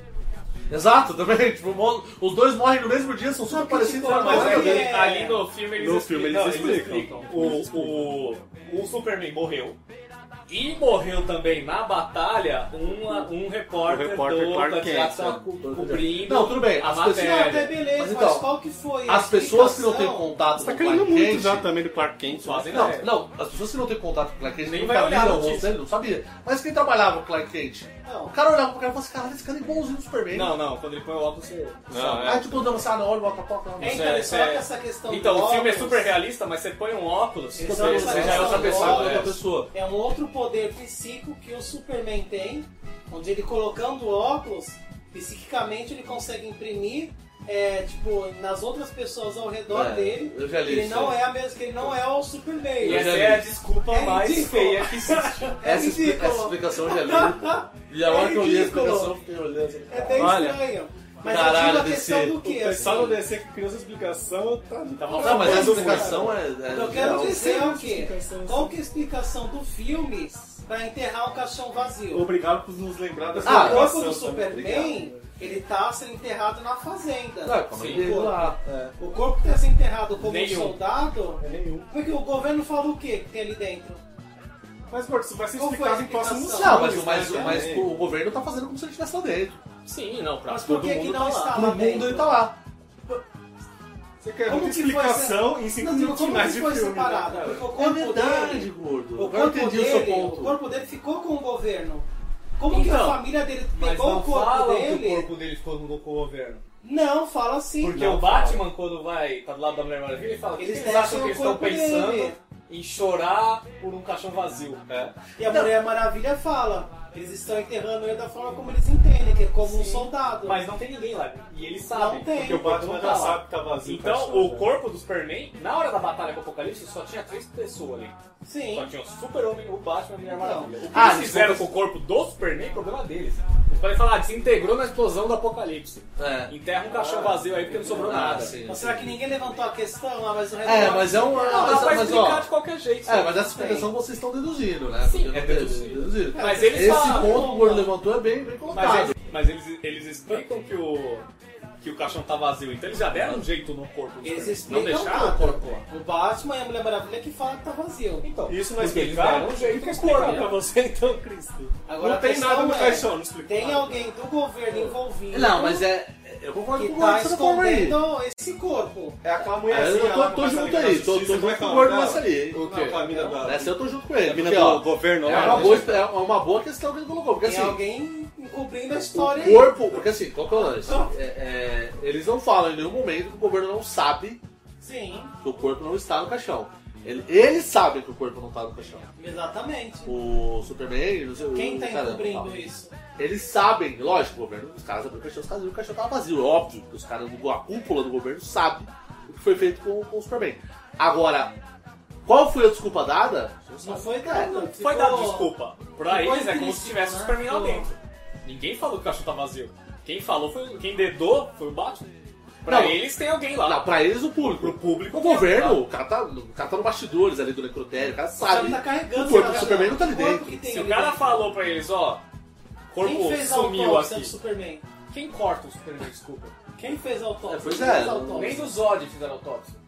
[SPEAKER 4] Exato, também. [LAUGHS] Tipo, mo- os dois morrem no mesmo dia, são super parecidos.
[SPEAKER 13] tipo,
[SPEAKER 4] né,
[SPEAKER 12] Mas é
[SPEAKER 13] Olha!
[SPEAKER 12] ali, tá ali no filme eles
[SPEAKER 5] No filme
[SPEAKER 12] explicam.
[SPEAKER 5] eles
[SPEAKER 12] não,
[SPEAKER 5] explicam.
[SPEAKER 12] O, o, o Superman morreu. E morreu também na batalha um, um repórter,
[SPEAKER 5] O repórter
[SPEAKER 12] do,
[SPEAKER 5] Clark
[SPEAKER 12] da
[SPEAKER 5] Kent,
[SPEAKER 12] Tiago
[SPEAKER 5] né?
[SPEAKER 12] cobrindo.
[SPEAKER 4] Não, tudo bem,
[SPEAKER 12] A
[SPEAKER 4] as pessoas-
[SPEAKER 13] Não,
[SPEAKER 12] matéria.
[SPEAKER 13] Ah, até beleza,
[SPEAKER 4] Mas
[SPEAKER 13] mas,
[SPEAKER 4] então,
[SPEAKER 13] qual que foi? a
[SPEAKER 4] As pessoas que não têm
[SPEAKER 13] explicação?
[SPEAKER 4] contato
[SPEAKER 5] Você tá
[SPEAKER 4] com o
[SPEAKER 5] querendo
[SPEAKER 4] Clark
[SPEAKER 5] muito
[SPEAKER 4] Kent-
[SPEAKER 5] já também do Clark Kent. assim,
[SPEAKER 12] Fazem
[SPEAKER 4] Não,
[SPEAKER 12] ideia.
[SPEAKER 4] não, as pessoas que não têm contato com o Clark Kent
[SPEAKER 12] Nem
[SPEAKER 4] nunca
[SPEAKER 12] vai olhar a
[SPEAKER 4] viram o
[SPEAKER 12] notícia.
[SPEAKER 4] rosto dele, não sabia. Mas quem trabalhava com o Clark Kent?
[SPEAKER 13] Não.
[SPEAKER 4] O cara olhava pro cara e falava assim, caralho, esse cara é igualzinho do Superman.
[SPEAKER 12] Não, não, quando ele põe o óculos você.
[SPEAKER 5] Não, é.
[SPEAKER 4] Aí tipo, dançar na hora, bota a porta
[SPEAKER 13] É
[SPEAKER 4] na
[SPEAKER 12] Sério,
[SPEAKER 13] interessante
[SPEAKER 12] sério.
[SPEAKER 13] essa questão do
[SPEAKER 12] Então, o filme é
[SPEAKER 13] óculos.
[SPEAKER 12] super realista, mas você põe um óculos, você,
[SPEAKER 13] Eles
[SPEAKER 12] você
[SPEAKER 13] são
[SPEAKER 12] já é outra
[SPEAKER 13] óculos,
[SPEAKER 12] pessoa.
[SPEAKER 13] óculos.
[SPEAKER 12] é.
[SPEAKER 4] pessoa.
[SPEAKER 13] É um outro poder psíquico que o Superman tem, onde ele colocando óculos, psiquicamente ele consegue imprimir, é, tipo, nas outras pessoas ao redor
[SPEAKER 4] É,
[SPEAKER 13] dele,
[SPEAKER 4] eu já li
[SPEAKER 13] que ele
[SPEAKER 4] isso
[SPEAKER 13] não
[SPEAKER 4] aí.
[SPEAKER 13] é a mesma, que ele não é o Superman.
[SPEAKER 12] E
[SPEAKER 4] Eu
[SPEAKER 12] essa
[SPEAKER 4] já
[SPEAKER 12] é a
[SPEAKER 4] vi.
[SPEAKER 12] desculpa
[SPEAKER 13] É
[SPEAKER 12] mais
[SPEAKER 13] ridículo.
[SPEAKER 12] feia que existe.
[SPEAKER 4] Essa, expli-
[SPEAKER 13] ridículo.
[SPEAKER 4] essa explicação eu já [LAUGHS] li. E a hora que eu li a
[SPEAKER 13] ridículo.
[SPEAKER 4] explicação, eu fiquei olhando assim.
[SPEAKER 13] É bem
[SPEAKER 5] Olha,
[SPEAKER 13] estranho. Mas
[SPEAKER 4] caralho,
[SPEAKER 13] eu digo a questão
[SPEAKER 4] DC.
[SPEAKER 13] do que? assim.
[SPEAKER 5] Mas tá Só no DC que criou essa explicação, tá, tá mal.
[SPEAKER 4] Não, mas essa
[SPEAKER 5] todo mundo.
[SPEAKER 4] explicação é. é
[SPEAKER 13] Eu
[SPEAKER 4] geral.
[SPEAKER 13] quero dizer
[SPEAKER 5] Sem
[SPEAKER 13] o quê?
[SPEAKER 5] explicação,
[SPEAKER 13] Qual que é a explicação do filme pra enterrar o caixão vazio?
[SPEAKER 5] Obrigado por nos lembrar dessa
[SPEAKER 13] é- Ah, o corpo
[SPEAKER 5] explicação
[SPEAKER 13] do
[SPEAKER 5] também,
[SPEAKER 13] Superman,
[SPEAKER 5] tá obrigado.
[SPEAKER 13] ele tá sendo enterrado na fazenda.
[SPEAKER 4] Não, calma aí,
[SPEAKER 13] o, corpo,
[SPEAKER 4] lá, é.
[SPEAKER 13] o corpo que tá sendo enterrado como
[SPEAKER 12] Nenhum.
[SPEAKER 13] um soldado,
[SPEAKER 5] É nenhum.
[SPEAKER 13] porque o governo fala o quê que tem ali dentro?
[SPEAKER 5] Mas, Gordo, isso vai ser
[SPEAKER 13] Qual foi
[SPEAKER 5] explicado
[SPEAKER 13] a
[SPEAKER 5] em próximos
[SPEAKER 13] explicação?
[SPEAKER 4] Não, mas,
[SPEAKER 5] filmes,
[SPEAKER 4] mas,
[SPEAKER 5] né,
[SPEAKER 4] mas
[SPEAKER 5] também.
[SPEAKER 4] o governo tá fazendo como se ele estivesse lá dentro.
[SPEAKER 12] Sim, não, pra
[SPEAKER 13] Mas por
[SPEAKER 12] todo
[SPEAKER 13] que que
[SPEAKER 12] mundo
[SPEAKER 13] não
[SPEAKER 12] tá lá.
[SPEAKER 13] está?
[SPEAKER 4] No
[SPEAKER 13] lá
[SPEAKER 4] mundo
[SPEAKER 13] dentro.
[SPEAKER 4] ele tá lá.
[SPEAKER 5] Você quer
[SPEAKER 13] Como
[SPEAKER 5] é muita
[SPEAKER 13] que foi
[SPEAKER 5] explicação em 5
[SPEAKER 13] Não, digo,
[SPEAKER 5] minutos
[SPEAKER 13] como que
[SPEAKER 5] finais de
[SPEAKER 13] foi
[SPEAKER 5] filme. né,
[SPEAKER 13] separado?
[SPEAKER 5] cara?
[SPEAKER 13] Porque o
[SPEAKER 4] É
[SPEAKER 13] corpo
[SPEAKER 4] verdade,
[SPEAKER 13] dele,
[SPEAKER 4] gordo.
[SPEAKER 13] o
[SPEAKER 4] Agora eu
[SPEAKER 13] corpo,
[SPEAKER 4] entendi o
[SPEAKER 13] dele,
[SPEAKER 4] seu
[SPEAKER 13] o
[SPEAKER 4] ponto.
[SPEAKER 13] corpo dele ficou com o governo. Como que a
[SPEAKER 12] Então,
[SPEAKER 13] família dele
[SPEAKER 12] Mas
[SPEAKER 13] pegou
[SPEAKER 12] não
[SPEAKER 13] o corpo
[SPEAKER 12] falam que
[SPEAKER 13] dele?
[SPEAKER 12] o corpo dele ficou no governo.
[SPEAKER 13] Não, fala assim.
[SPEAKER 12] Porque
[SPEAKER 13] Não,
[SPEAKER 12] o Batman, quando vai, tá do lado da Mulher Maravilha, ele fala o que
[SPEAKER 13] Eles
[SPEAKER 12] eles, acham
[SPEAKER 13] deixam
[SPEAKER 12] que eles
[SPEAKER 13] o
[SPEAKER 12] estão
[SPEAKER 13] corpo
[SPEAKER 12] pensando
[SPEAKER 13] dele.
[SPEAKER 12] em chorar por um caixão vazio.
[SPEAKER 13] E a Mulher Maravilha fala, eles estão enterrando ele da forma como eles entendem, que é como um soldado.
[SPEAKER 12] Mas não tem ninguém lá. E ele sabe.
[SPEAKER 13] Não tem.
[SPEAKER 12] porque
[SPEAKER 5] Porque o Batman
[SPEAKER 12] tá
[SPEAKER 5] já
[SPEAKER 12] lá.
[SPEAKER 5] sabe que tá vazio.
[SPEAKER 12] Então,
[SPEAKER 5] caixão,
[SPEAKER 12] o
[SPEAKER 5] né?
[SPEAKER 12] corpo do Superman, na hora da batalha com o Apocalipse, só tinha três pessoas ali.
[SPEAKER 13] Sim.
[SPEAKER 12] Só tinha o Super-Homem, o Batman e a Mulher
[SPEAKER 13] Então.
[SPEAKER 12] Maravilha. O que
[SPEAKER 4] Ah,
[SPEAKER 12] eles fizeram com o corpo do Superman, é problema deles. Eles podem falar, ah, desintegrou na explosão do Apocalipse.
[SPEAKER 4] É.
[SPEAKER 12] Enterra um caixão vazio aí porque não sobrou
[SPEAKER 4] Ah,
[SPEAKER 12] nada.
[SPEAKER 4] sim.
[SPEAKER 13] Ou será que ninguém levantou a questão? Ah, mas o
[SPEAKER 4] É, mas é um.
[SPEAKER 12] Não, dá
[SPEAKER 4] Mas,
[SPEAKER 12] pra
[SPEAKER 4] mas, ó,
[SPEAKER 12] explicar de qualquer jeito.
[SPEAKER 4] É, mas essa explicação vocês estão deduzindo, né?
[SPEAKER 12] Sim,
[SPEAKER 4] Porque
[SPEAKER 12] é
[SPEAKER 4] não tem-
[SPEAKER 12] deduzido.
[SPEAKER 4] deduzido. É,
[SPEAKER 12] Mas eles
[SPEAKER 4] Esse
[SPEAKER 12] falam-
[SPEAKER 4] ponto que o Gordo levantou é bem, bem colocado.
[SPEAKER 13] Tá.
[SPEAKER 12] Mas, eles, mas eles- eles explicam que o, que o caixão tá vazio, então eles já deram um jeito no corpo. do
[SPEAKER 13] Eles
[SPEAKER 12] Superman.
[SPEAKER 13] explicam
[SPEAKER 12] não deixaram
[SPEAKER 13] nada.
[SPEAKER 12] o corpo lá.
[SPEAKER 13] O Batman e a Mulher Maravilha que falam que tá vazio.
[SPEAKER 12] Então,
[SPEAKER 5] Isso não é
[SPEAKER 12] porque eles
[SPEAKER 5] explicado?
[SPEAKER 12] deram um jeito no
[SPEAKER 5] Explicar pra
[SPEAKER 12] corpo.
[SPEAKER 5] você então, Cristo.
[SPEAKER 13] Agora
[SPEAKER 5] não
[SPEAKER 13] a
[SPEAKER 5] tem
[SPEAKER 13] questão
[SPEAKER 5] nada no
[SPEAKER 13] é,
[SPEAKER 5] caixão, não explica.
[SPEAKER 13] Tem
[SPEAKER 5] nada.
[SPEAKER 13] alguém do governo envolvido
[SPEAKER 4] Não, mas é. Eu concordo
[SPEAKER 13] que
[SPEAKER 4] com o Gordo
[SPEAKER 13] tá
[SPEAKER 4] dessa forma aí.
[SPEAKER 13] escondendo esse corpo.
[SPEAKER 5] É aquela
[SPEAKER 4] Ah, eu
[SPEAKER 12] assim,
[SPEAKER 5] mulherzinha.
[SPEAKER 4] tô-
[SPEAKER 5] lá
[SPEAKER 4] tô
[SPEAKER 5] na
[SPEAKER 4] junto
[SPEAKER 5] Batalha da
[SPEAKER 4] aí, tô-
[SPEAKER 5] Justiça,
[SPEAKER 4] tô
[SPEAKER 5] como é
[SPEAKER 4] junto
[SPEAKER 5] que é
[SPEAKER 4] com o
[SPEAKER 5] nome
[SPEAKER 4] Gordo nessa
[SPEAKER 5] dela?
[SPEAKER 4] aí.
[SPEAKER 5] Não, com a mina da-
[SPEAKER 4] Nessa eu tô junto com ele.
[SPEAKER 5] É, a mina
[SPEAKER 4] porque, ó,
[SPEAKER 5] do governo.
[SPEAKER 4] é,
[SPEAKER 5] lá,
[SPEAKER 4] uma
[SPEAKER 5] né?
[SPEAKER 4] boa, é uma boa questão que ele colocou. Porque
[SPEAKER 13] Tem
[SPEAKER 4] assim,
[SPEAKER 13] alguém encobrindo a história
[SPEAKER 4] o
[SPEAKER 13] aí.
[SPEAKER 4] corpo. Porque assim, qual que é o lance? É, é, eles não falam em nenhum momento que o governo não sabe
[SPEAKER 13] Sim,
[SPEAKER 4] que o corpo não está no caixão. Ele- eles sabem que o corpo não está no caixão.
[SPEAKER 13] exatamente.
[SPEAKER 4] O Superman, não sei o-
[SPEAKER 13] Quem tá
[SPEAKER 4] o cara,
[SPEAKER 13] encobrindo
[SPEAKER 4] tal.
[SPEAKER 13] isso?
[SPEAKER 4] Eles sabem, lógico, o governo, os caras abriram o caixão, os caras viram que o caixão tava vazio, óbvio, que os caras, a cúpula do governo sabe o que foi feito com, com o Superman. Agora, Qual foi a desculpa dada?
[SPEAKER 13] Não foi dada.
[SPEAKER 12] É, Não
[SPEAKER 13] ficou-
[SPEAKER 12] foi dada desculpa. Pra
[SPEAKER 13] ficou
[SPEAKER 12] eles é como
[SPEAKER 13] implícito,
[SPEAKER 12] se tivesse o
[SPEAKER 13] né?
[SPEAKER 12] Superman lá
[SPEAKER 13] Ficou-
[SPEAKER 12] dentro. Ninguém falou que o caixão tá vazio. Quem falou foi. Quem dedou foi o Batman. Pra
[SPEAKER 4] Não.
[SPEAKER 12] eles tem alguém lá.
[SPEAKER 4] Não, pra eles o público. Pro
[SPEAKER 12] público.
[SPEAKER 4] O governo, o cara, tá, o cara tá no bastidores ali do necrotério, o cara sabe.
[SPEAKER 13] tá
[SPEAKER 4] o
[SPEAKER 13] carregando,
[SPEAKER 4] corpo
[SPEAKER 13] sabe?
[SPEAKER 4] do Superman não tá ali
[SPEAKER 13] O corpo
[SPEAKER 4] dentro.
[SPEAKER 13] que tem
[SPEAKER 12] Se o
[SPEAKER 13] ali
[SPEAKER 12] cara
[SPEAKER 13] dentro.
[SPEAKER 12] falou pra eles, ó. Corpo
[SPEAKER 13] Quem fez a
[SPEAKER 12] sumiu
[SPEAKER 13] autópsia
[SPEAKER 12] aqui.
[SPEAKER 13] do Superman?
[SPEAKER 12] Quem corta o Superman, desculpa?
[SPEAKER 13] Quem fez a autópsia?
[SPEAKER 4] É, pois
[SPEAKER 13] Quem
[SPEAKER 4] é,
[SPEAKER 13] fez a
[SPEAKER 4] não-
[SPEAKER 13] autópsia?
[SPEAKER 12] Nem do Zod fizeram autópsia.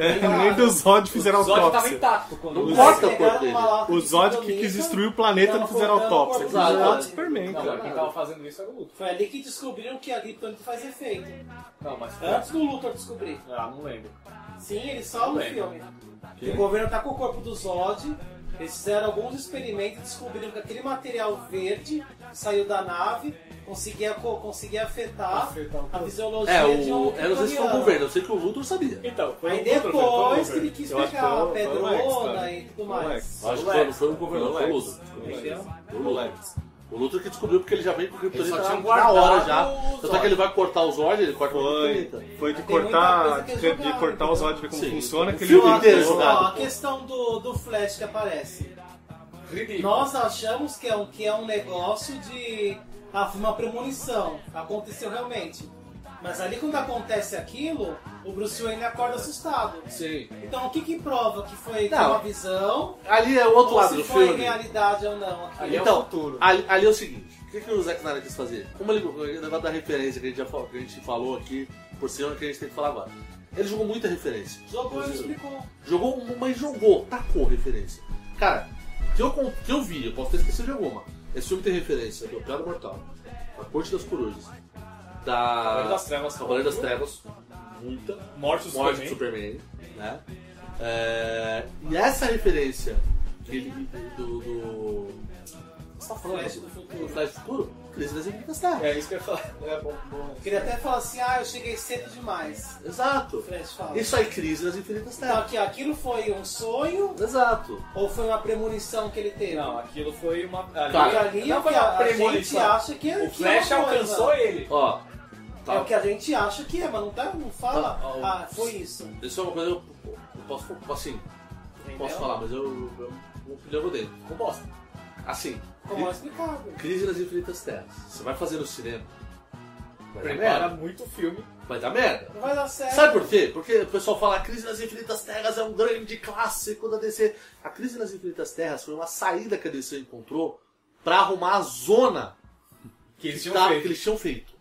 [SPEAKER 5] É, nem do Zod
[SPEAKER 12] O
[SPEAKER 5] fizeram
[SPEAKER 12] Zod
[SPEAKER 5] autópsia.
[SPEAKER 12] tava intacto quando-
[SPEAKER 5] O-
[SPEAKER 12] Não corta
[SPEAKER 13] o corpo dele.
[SPEAKER 5] O Zod que quis destruir o planeta não fizeram autópsia.
[SPEAKER 13] Tava
[SPEAKER 5] Fizeram
[SPEAKER 13] cortando
[SPEAKER 5] autópsia do Superman,
[SPEAKER 12] Não, mas quem
[SPEAKER 5] cara.
[SPEAKER 12] tava fazendo isso era o Luthor.
[SPEAKER 13] Foi ali que descobriram que a criptonita faz efeito.
[SPEAKER 12] Não, mas foi-
[SPEAKER 13] Antes do Luthor descobrir.
[SPEAKER 12] Ah, não lembro.
[SPEAKER 13] Sim, ele salva o
[SPEAKER 12] Lembra.
[SPEAKER 13] filme. O governo tá com o corpo do Zod. Eles fizeram alguns experimentos e descobriram que aquele material verde que saiu da nave conseguia, co- conseguia afetar
[SPEAKER 12] Afetar o
[SPEAKER 13] a fisiologia
[SPEAKER 4] É,
[SPEAKER 13] de
[SPEAKER 4] o. Eu
[SPEAKER 13] um
[SPEAKER 4] não sei se foi o
[SPEAKER 13] kryptoniano.
[SPEAKER 4] governo, eu sei que o Luthor sabia.
[SPEAKER 12] Então, foi
[SPEAKER 13] Aí
[SPEAKER 12] o Luthor, foi o
[SPEAKER 13] depois que
[SPEAKER 12] Goldberg.
[SPEAKER 13] ele quis
[SPEAKER 5] Eu acho que
[SPEAKER 13] pegar
[SPEAKER 5] foi o-
[SPEAKER 13] a
[SPEAKER 5] foi o Lex,
[SPEAKER 13] pedrona
[SPEAKER 5] cara.
[SPEAKER 13] e tudo
[SPEAKER 5] Foi o
[SPEAKER 13] mais.
[SPEAKER 4] Eu Acho
[SPEAKER 5] O
[SPEAKER 4] que foi- não
[SPEAKER 5] Lex.
[SPEAKER 4] foi o governador,
[SPEAKER 5] O é
[SPEAKER 4] foi o
[SPEAKER 5] Lex.
[SPEAKER 4] Luthor.
[SPEAKER 13] Entendeu?
[SPEAKER 4] Foi o é Luthor. O Luthor que descobriu porque ele já vem com o
[SPEAKER 12] Eles só
[SPEAKER 4] Kryptonita
[SPEAKER 12] tinham
[SPEAKER 4] na hora
[SPEAKER 12] guardado
[SPEAKER 4] já.
[SPEAKER 12] o
[SPEAKER 4] Tanto é que ele vai cortar os Zord, ele corta o
[SPEAKER 5] Foi,
[SPEAKER 4] Kryptonita.
[SPEAKER 5] foi de
[SPEAKER 13] Tem muita coisa
[SPEAKER 5] cortar,
[SPEAKER 13] que é
[SPEAKER 5] de,
[SPEAKER 13] jogada,
[SPEAKER 5] cortar os olhos pra ver como
[SPEAKER 4] Sim.
[SPEAKER 5] funciona.
[SPEAKER 4] O
[SPEAKER 5] que
[SPEAKER 4] filme
[SPEAKER 5] ele-
[SPEAKER 4] inteiro
[SPEAKER 13] Ó,
[SPEAKER 4] jogado.
[SPEAKER 13] a questão do, do Flash que aparece.
[SPEAKER 12] Ridículo.
[SPEAKER 13] Nós achamos que é um, que é um negócio de. Ah, foi uma premonição. Aconteceu realmente. Mas ali quando acontece aquilo, o Bruce Wayne acorda assustado.
[SPEAKER 4] Sim.
[SPEAKER 13] Então o que que prova que foi
[SPEAKER 4] Não.
[SPEAKER 13] uma visão?
[SPEAKER 4] Ali é o outro
[SPEAKER 13] ou
[SPEAKER 4] lado
[SPEAKER 13] se
[SPEAKER 4] do
[SPEAKER 13] foi
[SPEAKER 4] filme.
[SPEAKER 13] realidade ou não. aquilo?
[SPEAKER 12] Ali é o
[SPEAKER 4] Então,
[SPEAKER 12] futuro.
[SPEAKER 4] ali, ali é o seguinte: o que, que o Zack Snyder quis fazer? Como ele o negócio da referência que a gente já falou, que a gente falou aqui, por cima que a gente tem que falar agora. Ele jogou muita referência.
[SPEAKER 13] Jogou e
[SPEAKER 4] Jogou.
[SPEAKER 13] explicou.
[SPEAKER 4] Jogou, uma- mas jogou, tacou referência. Cara, que eu, con- que eu vi, eu posso ter esquecido de alguma. Esse filme tem referência do Piada Mortal, da Corte das Corujas,
[SPEAKER 12] Cavaleiro
[SPEAKER 4] da
[SPEAKER 12] das Trevas. tá
[SPEAKER 4] Cavaleiro das Trevas, muita,
[SPEAKER 12] Morte do
[SPEAKER 4] Morte do
[SPEAKER 12] Superman.
[SPEAKER 4] Superman, né? É, e essa referência que ele- do, do,
[SPEAKER 12] tá
[SPEAKER 13] Só Flash do
[SPEAKER 4] do
[SPEAKER 13] futuro.
[SPEAKER 4] Flash Escuro, Crise das Infinitas Terras.
[SPEAKER 12] É isso que eu ia falar. É bom, bom.
[SPEAKER 13] Queria até falar assim, ah, eu cheguei cedo demais. O
[SPEAKER 4] Exato.
[SPEAKER 13] Flash fala.
[SPEAKER 4] Isso aí, Crise das Infinitas
[SPEAKER 13] Então,
[SPEAKER 4] Terras.
[SPEAKER 13] aqui, aquilo foi um sonho
[SPEAKER 4] Exato.
[SPEAKER 13] ou foi uma premonição que ele teve?
[SPEAKER 12] Não, aquilo foi uma. Ali,
[SPEAKER 13] Porque
[SPEAKER 4] Cara,
[SPEAKER 13] ali é
[SPEAKER 12] não
[SPEAKER 13] o que
[SPEAKER 12] foi
[SPEAKER 13] a,
[SPEAKER 12] uma
[SPEAKER 13] a gente
[SPEAKER 12] premonição.
[SPEAKER 13] acha que é
[SPEAKER 12] O
[SPEAKER 13] que é uma
[SPEAKER 12] Flash
[SPEAKER 13] coisa.
[SPEAKER 12] alcançou ele.
[SPEAKER 4] Ó,
[SPEAKER 13] É o que a gente acha que é, mas não, tá, não fala.
[SPEAKER 4] Tá, ó,
[SPEAKER 13] Ah, foi isso.
[SPEAKER 4] isso é uma coisa que eu, eu posso, assim,
[SPEAKER 13] Entendeu?
[SPEAKER 4] posso falar, mas eu, eu, eu, opinião eu dei. Eu gosto. Assim,
[SPEAKER 13] Como é explicado.
[SPEAKER 4] Crise nas Infinitas Terras. Você vai fazer no cinema. Vai dar
[SPEAKER 12] Prepara
[SPEAKER 4] merda.
[SPEAKER 12] muito filme.
[SPEAKER 4] Vai dar merda.
[SPEAKER 13] Não vai dar certo.
[SPEAKER 4] Sabe por quê? Porque o pessoal fala a Crise nas Infinitas Terras é um grande clássico da DC. A Crise nas Infinitas Terras foi uma saída que a DC encontrou pra arrumar a zona
[SPEAKER 12] Que eles
[SPEAKER 4] que,
[SPEAKER 12] tinham
[SPEAKER 4] tava-
[SPEAKER 12] um feito.
[SPEAKER 4] que Tá, eles tinham feito.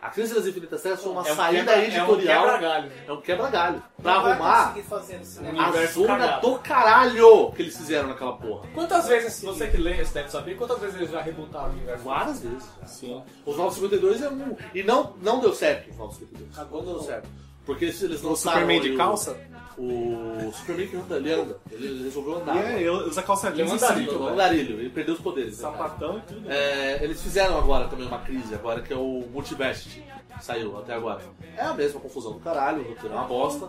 [SPEAKER 4] A Crise nas Infinitas Terras foi uma
[SPEAKER 12] É um
[SPEAKER 4] saída
[SPEAKER 12] quebra-
[SPEAKER 4] editorial.
[SPEAKER 12] É um galho
[SPEAKER 4] É um quebra-galho. Pra
[SPEAKER 13] Não vai
[SPEAKER 4] arrumar
[SPEAKER 13] conseguir fazer no cinema.
[SPEAKER 4] a
[SPEAKER 12] um universo
[SPEAKER 4] zona
[SPEAKER 12] cagado.
[SPEAKER 4] do caralho que eles fizeram naquela porra.
[SPEAKER 12] Quantas vezes, assim, você que lê, você deve saber, quantas vezes eles já rebutaram o universo?
[SPEAKER 4] Várias vezes. Sim. Os 952 é um. E não, não deu certo os 952. Agora não deu certo. Porque eles, eles
[SPEAKER 5] O
[SPEAKER 4] lançaram
[SPEAKER 5] Superman de
[SPEAKER 4] ali o-
[SPEAKER 5] calça?
[SPEAKER 4] O, Superman que anda, ele anda. Ele resolveu
[SPEAKER 13] Tá.
[SPEAKER 4] andar.
[SPEAKER 5] E é, eu- usa calça
[SPEAKER 4] Ele é
[SPEAKER 5] jeans
[SPEAKER 4] um
[SPEAKER 5] e
[SPEAKER 4] andarilho, um
[SPEAKER 5] cinto, velho.
[SPEAKER 4] andarilho. Ele perdeu os poderes. né, cara?
[SPEAKER 5] Sapatão e tudo.
[SPEAKER 4] É, eles fizeram agora também uma crise, agora que é o Multivest. Saiu até agora. É a mesma confusão do caralho, o roteiro é uma bosta.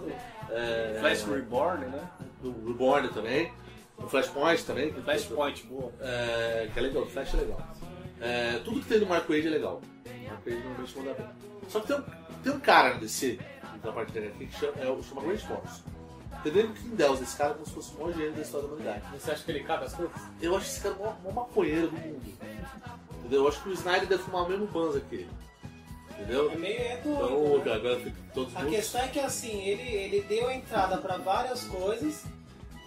[SPEAKER 4] É,
[SPEAKER 5] Flash Reborn, né?
[SPEAKER 4] o Reborn também. O Flashpoint também. que-
[SPEAKER 5] Flashpoint, boa.
[SPEAKER 4] é, que é legal, o Flash é legal. É, tudo que tem no Marco Age é legal. O Marco Age normalmente manda bem. Só que tem um, tem um cara no DC, da parte da HQ, que chama, é, o- chama Grant Morrison. Entendendo que em Deus esse cara é como se fosse o maior gênio da história da humanidade.
[SPEAKER 12] Você acha que ele cabe as coisas?
[SPEAKER 4] Eu acho esse cara o maior, maior maconheiro do mundo. Entendeu? Eu acho que o Snyder deve fumar o mesmo banza que ele. Entendeu?
[SPEAKER 13] É meio é
[SPEAKER 4] Então,
[SPEAKER 13] doido. né?
[SPEAKER 4] cara, agora fica todos
[SPEAKER 13] A
[SPEAKER 4] juntos.
[SPEAKER 13] questão é que assim, ele, ele deu entrada pra várias coisas,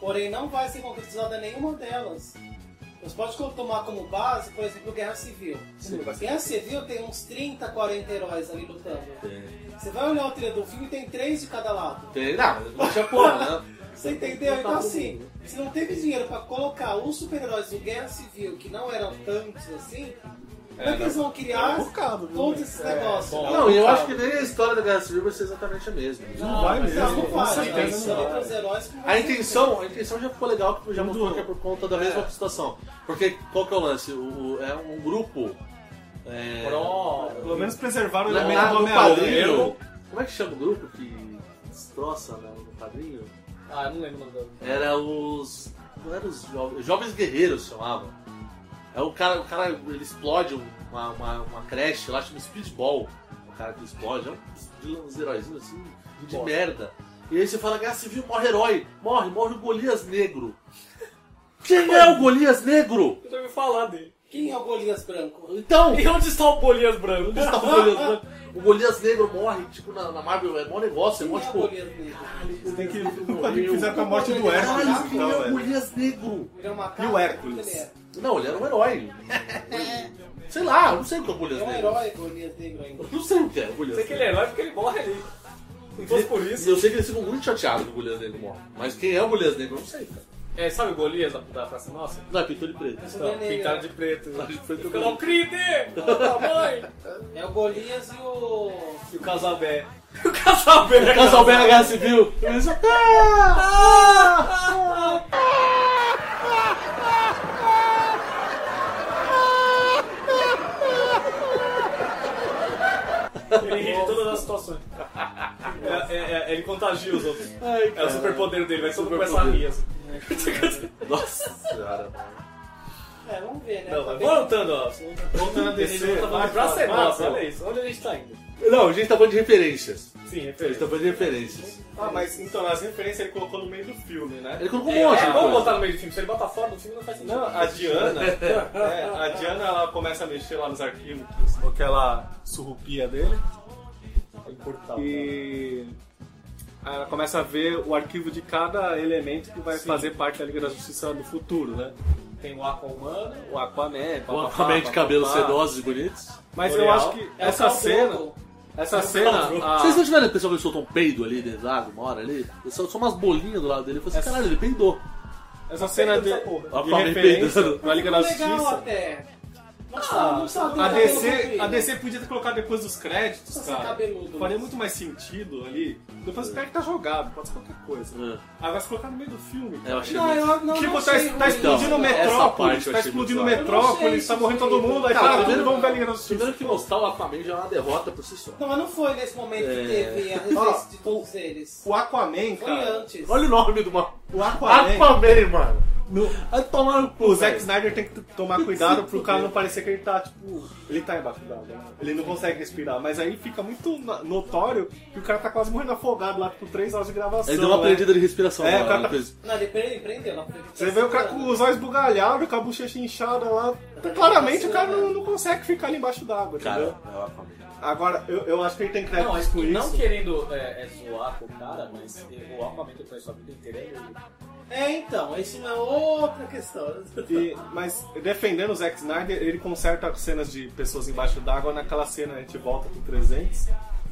[SPEAKER 13] porém não vai ser concretizada nenhuma delas. Você pode tomar como base, por exemplo, Guerra Civil.
[SPEAKER 4] Sim, vai ser-
[SPEAKER 13] Guerra Civil tem uns 30, 40 heróis ali lutando.
[SPEAKER 4] É.
[SPEAKER 13] Você vai olhar o trailer do filme tem três de cada lado.
[SPEAKER 4] Tem, não, não tinha porra, né?
[SPEAKER 13] Você
[SPEAKER 4] Não
[SPEAKER 13] entendeu?
[SPEAKER 4] tá
[SPEAKER 13] Então
[SPEAKER 4] todo
[SPEAKER 13] assim,
[SPEAKER 4] mundo.
[SPEAKER 13] se não teve dinheiro pra colocar os super-heróis do Guerra Civil, que não eram tantos assim, como é que eles vão criar todos esses negócios?
[SPEAKER 4] Não, e eu acho que nem a história da Guerra Civil vai ser exatamente a mesma.
[SPEAKER 5] Não vai
[SPEAKER 13] mas é
[SPEAKER 5] mesmo,
[SPEAKER 13] não
[SPEAKER 5] com
[SPEAKER 13] vai,
[SPEAKER 5] certeza.
[SPEAKER 13] Não, não, os heróis que não
[SPEAKER 4] A
[SPEAKER 13] vai ser
[SPEAKER 4] intenção, a intenção já ficou legal, que já mostrou
[SPEAKER 5] Tudo.
[SPEAKER 4] que é por conta da mesma situação. Porque qual que é o lance? O- o- é um grupo. É,
[SPEAKER 12] Pro.
[SPEAKER 5] Pelo menos preservaram o
[SPEAKER 4] na-
[SPEAKER 5] elemento do
[SPEAKER 4] no
[SPEAKER 5] Homem-Aranha.
[SPEAKER 4] quadrinho. Como é que chama o grupo que destroça né, no quadrinho?
[SPEAKER 12] Ah, eu não lembro o nome dele.
[SPEAKER 4] Era os. Não era os jovens. Jovens guerreiros chamavam. É o cara, o cara ele explode um, uma, uma, uma creche lá, chama Speedball. O cara que explode, é um dos vilão- uns heróizinhos assim, de merda. E aí você fala, Guerra Civil, morre herói. Morre, morre o Golias Negro. Quem é o Golias Negro?
[SPEAKER 12] Eu já ouvi falar dele.
[SPEAKER 13] Quem é o Golias Branco?
[SPEAKER 4] Então...
[SPEAKER 12] E onde está o Golias Branco?
[SPEAKER 4] Onde está o Golias Branco? O Golias Negro morre, tipo, na, na Marvel, é mó negócio, é mó
[SPEAKER 13] Quem é o
[SPEAKER 4] tipo...
[SPEAKER 13] Golias Negro?
[SPEAKER 5] Tem que fazer que fizer com a morte do Hércules.
[SPEAKER 4] Caralho, quem é
[SPEAKER 5] então,
[SPEAKER 4] o
[SPEAKER 5] velho.
[SPEAKER 4] Golias Negro?
[SPEAKER 13] Ele é um macaco?
[SPEAKER 5] E o Hércules?
[SPEAKER 13] Ele é?
[SPEAKER 4] Não, ele era um herói. Sei lá, eu não sei o que é o Golias
[SPEAKER 13] Ele é um
[SPEAKER 4] Negro.
[SPEAKER 13] herói, Golias Negro ainda.
[SPEAKER 4] Eu não sei o que é o Golias
[SPEAKER 12] Sei que
[SPEAKER 4] Negro.
[SPEAKER 12] ele é herói porque ele morre ali. Se fosse por
[SPEAKER 4] [LAUGHS] E eu
[SPEAKER 12] isso.
[SPEAKER 4] sei que eles ficam muito chateados que o Golias Negro morre. Mas quem é o Golias Negro, eu não sei, cara.
[SPEAKER 12] É, sabe o Golias da, da Praça Nossa?
[SPEAKER 4] Não, é pintor de preto.
[SPEAKER 12] Então, pintaram de preto.
[SPEAKER 4] Pintor de preto.
[SPEAKER 12] Fica lá o Cride! Olha a mãe!
[SPEAKER 13] É o Golias e o.
[SPEAKER 12] E o Casalbé. [LAUGHS] O é Casalbé!
[SPEAKER 4] Casal Bela Guerra Civil. "Ah!" Eles-
[SPEAKER 12] Ele ri de todas as situações. É, é, é, ele contagia os outros.
[SPEAKER 4] Ai,
[SPEAKER 12] É o
[SPEAKER 4] cara.
[SPEAKER 12] superpoder dele, vai todo mundo começar a rir.
[SPEAKER 4] Superpoder.
[SPEAKER 12] assim.
[SPEAKER 4] Nossa senhora, mano.
[SPEAKER 13] É, vamos ver, né?
[SPEAKER 5] Não,
[SPEAKER 13] Tá
[SPEAKER 5] mas
[SPEAKER 13] bem-
[SPEAKER 12] Voltando, ó. Voltando
[SPEAKER 5] a descer,
[SPEAKER 12] Tá falando
[SPEAKER 5] vai,
[SPEAKER 12] de Praça
[SPEAKER 5] vai,
[SPEAKER 12] é Nossa,
[SPEAKER 5] vai.
[SPEAKER 12] olha isso. Onde a gente tá indo?
[SPEAKER 4] Não, a gente tá falando de referências.
[SPEAKER 12] Sim,
[SPEAKER 4] A gente tá
[SPEAKER 12] referência.
[SPEAKER 4] falando de referências.
[SPEAKER 5] Ah, mas então, as referências ele colocou no meio do filme, né?
[SPEAKER 4] Ele colocou um monte de
[SPEAKER 12] É, vamos
[SPEAKER 4] coisa.
[SPEAKER 12] botar no meio do filme. Se ele botar fora do filme, não faz sentido.
[SPEAKER 5] Não, a Diana, é, a Diana ela começa a mexer lá nos arquivos com aquela surrupia dele
[SPEAKER 13] É
[SPEAKER 5] e ela começa a ver o arquivo de cada elemento que vai fazer parte da Liga da Justiça do futuro, né?
[SPEAKER 12] Tem o Aqua Humano.
[SPEAKER 5] O Aquaman,
[SPEAKER 4] Um Aquaman de cabelos sedosos e bonitos.
[SPEAKER 5] Mas eu
[SPEAKER 12] Boreal.
[SPEAKER 5] acho que
[SPEAKER 13] É o É
[SPEAKER 5] essa
[SPEAKER 13] Khal
[SPEAKER 5] cena,
[SPEAKER 13] Drogo.
[SPEAKER 5] essa cena,
[SPEAKER 12] Ah.
[SPEAKER 5] a-
[SPEAKER 4] Vocês não tiveram a pessoa que soltou um peido ali dentro da água, uma hora ali? Só, só umas bolinhas do lado dele. Eu falei assim, caralho, ele peidou.
[SPEAKER 5] essa cena de, de
[SPEAKER 4] Aquaman
[SPEAKER 5] referência
[SPEAKER 4] peidando.
[SPEAKER 5] na Liga da
[SPEAKER 13] Legal
[SPEAKER 5] Justiça
[SPEAKER 13] até. Mas ah, não sabe
[SPEAKER 5] A
[SPEAKER 13] o
[SPEAKER 5] DC,
[SPEAKER 13] cabelo
[SPEAKER 5] a DC podia ter colocado depois dos créditos,
[SPEAKER 13] Nossa,
[SPEAKER 5] cara.
[SPEAKER 13] cabeludo.
[SPEAKER 5] Faria muito mais sentido ali. Depois o cara que tá jogado, pode ser qualquer coisa.
[SPEAKER 4] É.
[SPEAKER 5] Agora se colocar no meio do filme.
[SPEAKER 4] É, eu achei
[SPEAKER 13] Não, eu não,
[SPEAKER 5] tipo, tá,
[SPEAKER 13] não sei,
[SPEAKER 5] tá
[SPEAKER 13] Rui.
[SPEAKER 5] explodindo
[SPEAKER 4] Não, essa
[SPEAKER 5] metrópolis,
[SPEAKER 4] parte eu
[SPEAKER 5] tá
[SPEAKER 4] achei
[SPEAKER 5] explodindo
[SPEAKER 4] bizarro.
[SPEAKER 13] Eu não
[SPEAKER 5] metrópolis,
[SPEAKER 13] sei,
[SPEAKER 5] tá morrendo
[SPEAKER 13] isso
[SPEAKER 5] todo
[SPEAKER 13] aí.
[SPEAKER 5] mundo, aí
[SPEAKER 4] Cara,
[SPEAKER 5] fala,
[SPEAKER 4] primeiro-
[SPEAKER 5] tudo vamos pra Liga da Justiça.
[SPEAKER 4] Primeiro que mostrar o Aquaman já é uma derrota por si só.
[SPEAKER 13] Não, mas não foi nesse momento
[SPEAKER 4] É.
[SPEAKER 13] que teve a
[SPEAKER 5] [LAUGHS] Ó,
[SPEAKER 13] referência de todos eles.
[SPEAKER 5] O Aquaman,
[SPEAKER 13] Foi
[SPEAKER 5] cara.
[SPEAKER 13] antes.
[SPEAKER 4] Olha o nome do mal.
[SPEAKER 5] O Aquaman.
[SPEAKER 4] Aquaman, mano. Vai tomar É, no cu,
[SPEAKER 5] O Zack
[SPEAKER 4] velho.
[SPEAKER 5] Snyder tem que tomar cuidado pro cara não parecer que ele tá, tipo. Ele tá embaixo d'água. né? Ele não consegue respirar. Mas aí fica muito na- notório que o cara tá quase morrendo afogado lá, tipo, 3 horas de gravação.
[SPEAKER 4] Ele deu uma
[SPEAKER 5] né?
[SPEAKER 4] prendida de respiração.
[SPEAKER 5] É,
[SPEAKER 4] na-
[SPEAKER 5] o cara
[SPEAKER 4] na
[SPEAKER 5] tá-
[SPEAKER 4] coisa.
[SPEAKER 13] Não, ele prendeu, ele prendeu na frente.
[SPEAKER 5] Você vê o cara com os olhos bugalhados, com a bochecha inchada lá. Tá, claramente o cara não, não consegue ficar ali embaixo d'água,
[SPEAKER 4] Cara,
[SPEAKER 5] entendeu?
[SPEAKER 4] é o Aquaman.
[SPEAKER 5] Agora, eu, eu acho que ele tem
[SPEAKER 12] Não,
[SPEAKER 5] créditos
[SPEAKER 12] é-
[SPEAKER 5] com
[SPEAKER 12] não
[SPEAKER 5] isso.
[SPEAKER 12] querendo é, é, zoar com o cara, mas é, o Aquaman que faz sua vida inteira é ele.
[SPEAKER 13] É, então, isso não é outra questão.
[SPEAKER 5] E- mas defendendo o Zack Snyder, ele conserta as cenas de pessoas embaixo d'água naquela cena, a gente volta pro 300,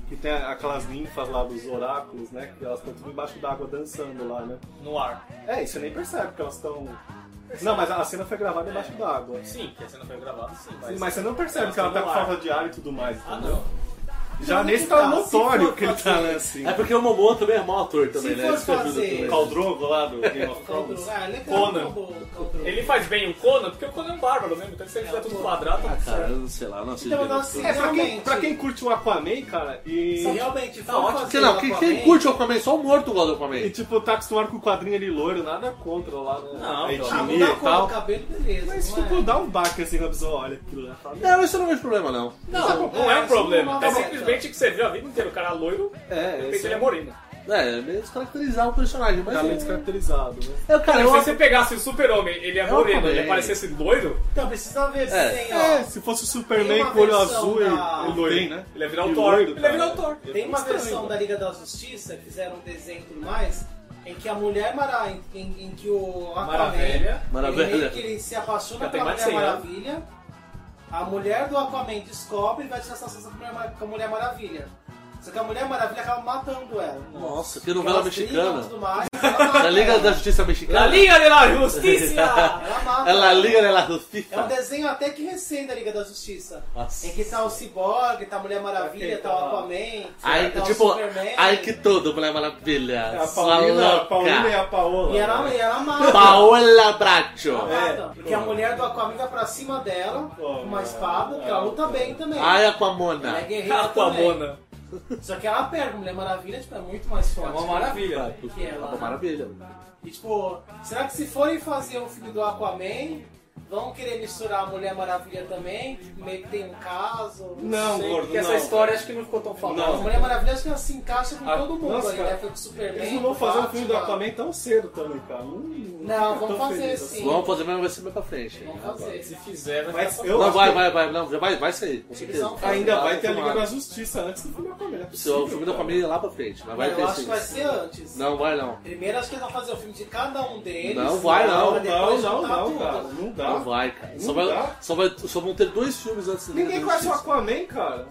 [SPEAKER 5] que tem aquelas ninfas lá dos oráculos, né? Que elas estão tudo embaixo d'água dançando lá, né?
[SPEAKER 12] no ar.
[SPEAKER 5] É, isso você nem percebe que elas estão... Não, mas a a cena foi gravada embaixo d'água.
[SPEAKER 12] Sim, que a cena foi gravada, sim, mas.
[SPEAKER 5] Mas, você não percebe
[SPEAKER 12] Elas
[SPEAKER 5] que ela tá
[SPEAKER 12] tão
[SPEAKER 5] com
[SPEAKER 12] no ar.
[SPEAKER 5] falta de ar e tudo mais,
[SPEAKER 12] Ah,
[SPEAKER 5] entendeu?
[SPEAKER 12] não.
[SPEAKER 5] [LAUGHS] Já nesse tá notório que ele tá né, assim.
[SPEAKER 4] É porque o Momoa também é mau ator também,
[SPEAKER 13] Se
[SPEAKER 4] né?
[SPEAKER 13] for
[SPEAKER 4] Isso que ajuda
[SPEAKER 13] fazer-
[SPEAKER 4] também.
[SPEAKER 5] Caldrogo lá do Game
[SPEAKER 12] É
[SPEAKER 5] of Thrones.
[SPEAKER 13] Ah, legal.
[SPEAKER 5] Conan.
[SPEAKER 13] acabou, acabou.
[SPEAKER 12] Ele faz bem o Conan, porque o Conan é um bárbaro mesmo, então se ele fizer tudo quadrado, tá tudo
[SPEAKER 4] Cara,
[SPEAKER 12] certo.
[SPEAKER 4] eu não sei lá, eu não assisti.
[SPEAKER 13] Então,
[SPEAKER 4] Game of
[SPEAKER 13] assim,
[SPEAKER 4] Thrones.
[SPEAKER 5] É, pra quem,
[SPEAKER 13] realmente.
[SPEAKER 5] pra quem curte o Aquaman, cara,
[SPEAKER 13] Se
[SPEAKER 5] e...
[SPEAKER 13] realmente for
[SPEAKER 4] Tá ótimo.
[SPEAKER 13] fazer
[SPEAKER 4] Sei lá, quem,
[SPEAKER 13] Aquaman,
[SPEAKER 4] quem curte o Aquaman, só o morto gosta do Aquaman.
[SPEAKER 5] E tipo, tá acostumado com o quadrinho ali loiro, nada contra lá, né?
[SPEAKER 12] Não, então.
[SPEAKER 5] a
[SPEAKER 13] Ah,
[SPEAKER 5] etnia
[SPEAKER 13] mudar a
[SPEAKER 5] e
[SPEAKER 13] cor do
[SPEAKER 5] tal.
[SPEAKER 13] cabelo, beleza.
[SPEAKER 5] Mas
[SPEAKER 13] não é?
[SPEAKER 5] tipo, dá um baque assim quando a pessoa olha aquilo lá. fala,
[SPEAKER 4] Não, isso eu não vejo problema, não.
[SPEAKER 12] Não, não é um problema.
[SPEAKER 13] é, isso
[SPEAKER 12] É
[SPEAKER 13] não é
[SPEAKER 12] simplesmente
[SPEAKER 13] uma
[SPEAKER 12] que você viu a vida inteira, o cara loiro, de
[SPEAKER 5] É,
[SPEAKER 12] repente
[SPEAKER 5] esse
[SPEAKER 12] ele é
[SPEAKER 5] é
[SPEAKER 12] moreno.
[SPEAKER 4] É, é meio descaracterizar o personagem, mas.
[SPEAKER 5] tá meio
[SPEAKER 4] É,
[SPEAKER 5] descaracterizado, né?
[SPEAKER 4] é, cara,
[SPEAKER 12] Se
[SPEAKER 4] eu
[SPEAKER 12] você pegasse o super-homem, ele é
[SPEAKER 4] Eu
[SPEAKER 12] moreno,
[SPEAKER 4] também.
[SPEAKER 12] ele aparecesse loiro,
[SPEAKER 13] Então, precisa ver se
[SPEAKER 4] É.
[SPEAKER 13] tem, ó.
[SPEAKER 5] É, se fosse o
[SPEAKER 13] Tem
[SPEAKER 5] Superman
[SPEAKER 13] uma
[SPEAKER 5] com olho
[SPEAKER 13] versão
[SPEAKER 5] azul
[SPEAKER 13] da-
[SPEAKER 5] e, e loiro,
[SPEAKER 12] Tem,
[SPEAKER 5] né?
[SPEAKER 12] ele ia virar o
[SPEAKER 5] E
[SPEAKER 12] Thor.
[SPEAKER 5] loiro,
[SPEAKER 12] Ele ia virar o
[SPEAKER 5] cara.
[SPEAKER 12] Thor.
[SPEAKER 13] Tem uma
[SPEAKER 5] Estranho,
[SPEAKER 13] versão
[SPEAKER 5] né?
[SPEAKER 13] da Liga da Justiça, que fizeram um desenho e tudo mais, em que a Mulher Maravilha, em, em- em que o Aquaman,
[SPEAKER 12] Maravilha.
[SPEAKER 4] Maravilha.
[SPEAKER 13] Ele, meio que ele se apaixona
[SPEAKER 12] Já tem
[SPEAKER 13] pela
[SPEAKER 12] mais de
[SPEAKER 13] Mulher
[SPEAKER 12] 100 anos.
[SPEAKER 13] Maravilha, a mulher do Aquaman descobre e vai tirar satisfação com a Mulher Mar- com a Mulher Maravilha. Só que a Mulher Maravilha acaba matando ela.
[SPEAKER 4] Nossa, que
[SPEAKER 13] Porque
[SPEAKER 4] novela
[SPEAKER 13] elas brigam e
[SPEAKER 4] mexicana. [LAUGHS]
[SPEAKER 13] Tudo mais, ela mata
[SPEAKER 4] Da Liga
[SPEAKER 13] ela.
[SPEAKER 4] da Justiça Mexicana.
[SPEAKER 12] La Liga de la Justiça! [LAUGHS]
[SPEAKER 13] Ela mata
[SPEAKER 4] É La
[SPEAKER 13] ela.
[SPEAKER 4] Liga de la
[SPEAKER 13] É um
[SPEAKER 4] Justiça.
[SPEAKER 13] desenho até que recém da Liga da Justiça.
[SPEAKER 4] Nossa.
[SPEAKER 13] Em que tá o Cyborg, tá a Mulher Maravilha, tá o Aquaman,
[SPEAKER 4] Aí,
[SPEAKER 13] tá o
[SPEAKER 4] tipo,
[SPEAKER 13] Superman. É
[SPEAKER 4] ai que todo, Mulher Maravilha.
[SPEAKER 5] É A
[SPEAKER 4] Sua
[SPEAKER 5] Paulina, a
[SPEAKER 4] louca.
[SPEAKER 5] Paulina e a Paola.
[SPEAKER 13] E ela, e ela mata.
[SPEAKER 4] Paola Bracho.
[SPEAKER 13] Ela mata.
[SPEAKER 5] É.
[SPEAKER 13] Porque a mulher do Aquaman vai pra cima dela com uma espada,
[SPEAKER 5] É.
[SPEAKER 13] porque ela luta bem também.
[SPEAKER 4] Ai,
[SPEAKER 13] Ela é
[SPEAKER 4] Aquamona.
[SPEAKER 13] guerreira também.
[SPEAKER 12] Catapona.
[SPEAKER 13] Só que ela perde, a Mulher Maravilha tipo, é muito mais
[SPEAKER 12] É
[SPEAKER 13] forte.
[SPEAKER 12] uma maravilha.
[SPEAKER 13] Que ela-
[SPEAKER 4] Maravilha.
[SPEAKER 13] E tipo, será que se forem fazer um filme do Aquaman, Vão querer misturar a Mulher Maravilha também, que meio que tem um caso.
[SPEAKER 12] Não,
[SPEAKER 13] sei,
[SPEAKER 12] gordo,
[SPEAKER 13] porque
[SPEAKER 12] não.
[SPEAKER 13] essa história acho que não ficou tão famosa.
[SPEAKER 12] Não.
[SPEAKER 13] A Mulher Maravilha acho que ela se encaixa com
[SPEAKER 5] Ah,
[SPEAKER 13] todo mundo
[SPEAKER 5] nossa,
[SPEAKER 13] aí,
[SPEAKER 5] cara.
[SPEAKER 13] né? Foi com o Superman.
[SPEAKER 5] Eles não vão fazer o filme do
[SPEAKER 13] Batman.
[SPEAKER 5] Aquaman tão cedo também, cara. Não,
[SPEAKER 13] Tipo, Não,
[SPEAKER 5] fico
[SPEAKER 13] vamos
[SPEAKER 5] tão
[SPEAKER 13] fazer
[SPEAKER 5] feliz
[SPEAKER 13] sim.
[SPEAKER 5] assim.
[SPEAKER 4] Vamos fazer, mas vai ser mais pra frente.
[SPEAKER 13] Vamos fazer. Se
[SPEAKER 12] fizer,
[SPEAKER 5] vai ficar
[SPEAKER 4] Não, vai, vai, vai, não, já vai, vai sair, com certeza.
[SPEAKER 5] Ainda vai ter a Liga
[SPEAKER 4] Tomara.
[SPEAKER 5] da Justiça antes do filme do Aquaman. é
[SPEAKER 4] Se o
[SPEAKER 5] possível,
[SPEAKER 4] filme da
[SPEAKER 5] cara.
[SPEAKER 4] família é lá pra frente, mas vai
[SPEAKER 13] eu
[SPEAKER 4] ter
[SPEAKER 13] acho
[SPEAKER 4] sim.
[SPEAKER 13] que vai ser antes.
[SPEAKER 4] Não vai não.
[SPEAKER 13] Primeiro acho que eles vão fazer o filme de cada um deles.
[SPEAKER 4] Não vai,
[SPEAKER 13] pra
[SPEAKER 4] não.
[SPEAKER 13] depois
[SPEAKER 5] Não, não,
[SPEAKER 13] juntar
[SPEAKER 5] não,
[SPEAKER 13] tudo.
[SPEAKER 5] cara. Não
[SPEAKER 13] Tá?
[SPEAKER 5] dá.
[SPEAKER 4] Não vai, cara. Só
[SPEAKER 5] Não
[SPEAKER 4] vai,
[SPEAKER 5] dá.
[SPEAKER 4] só, vai, só vão ter dois filmes antes da Liga
[SPEAKER 5] Ninguém
[SPEAKER 4] da
[SPEAKER 5] conhece o
[SPEAKER 4] Justiça.
[SPEAKER 5] Aquaman, cara.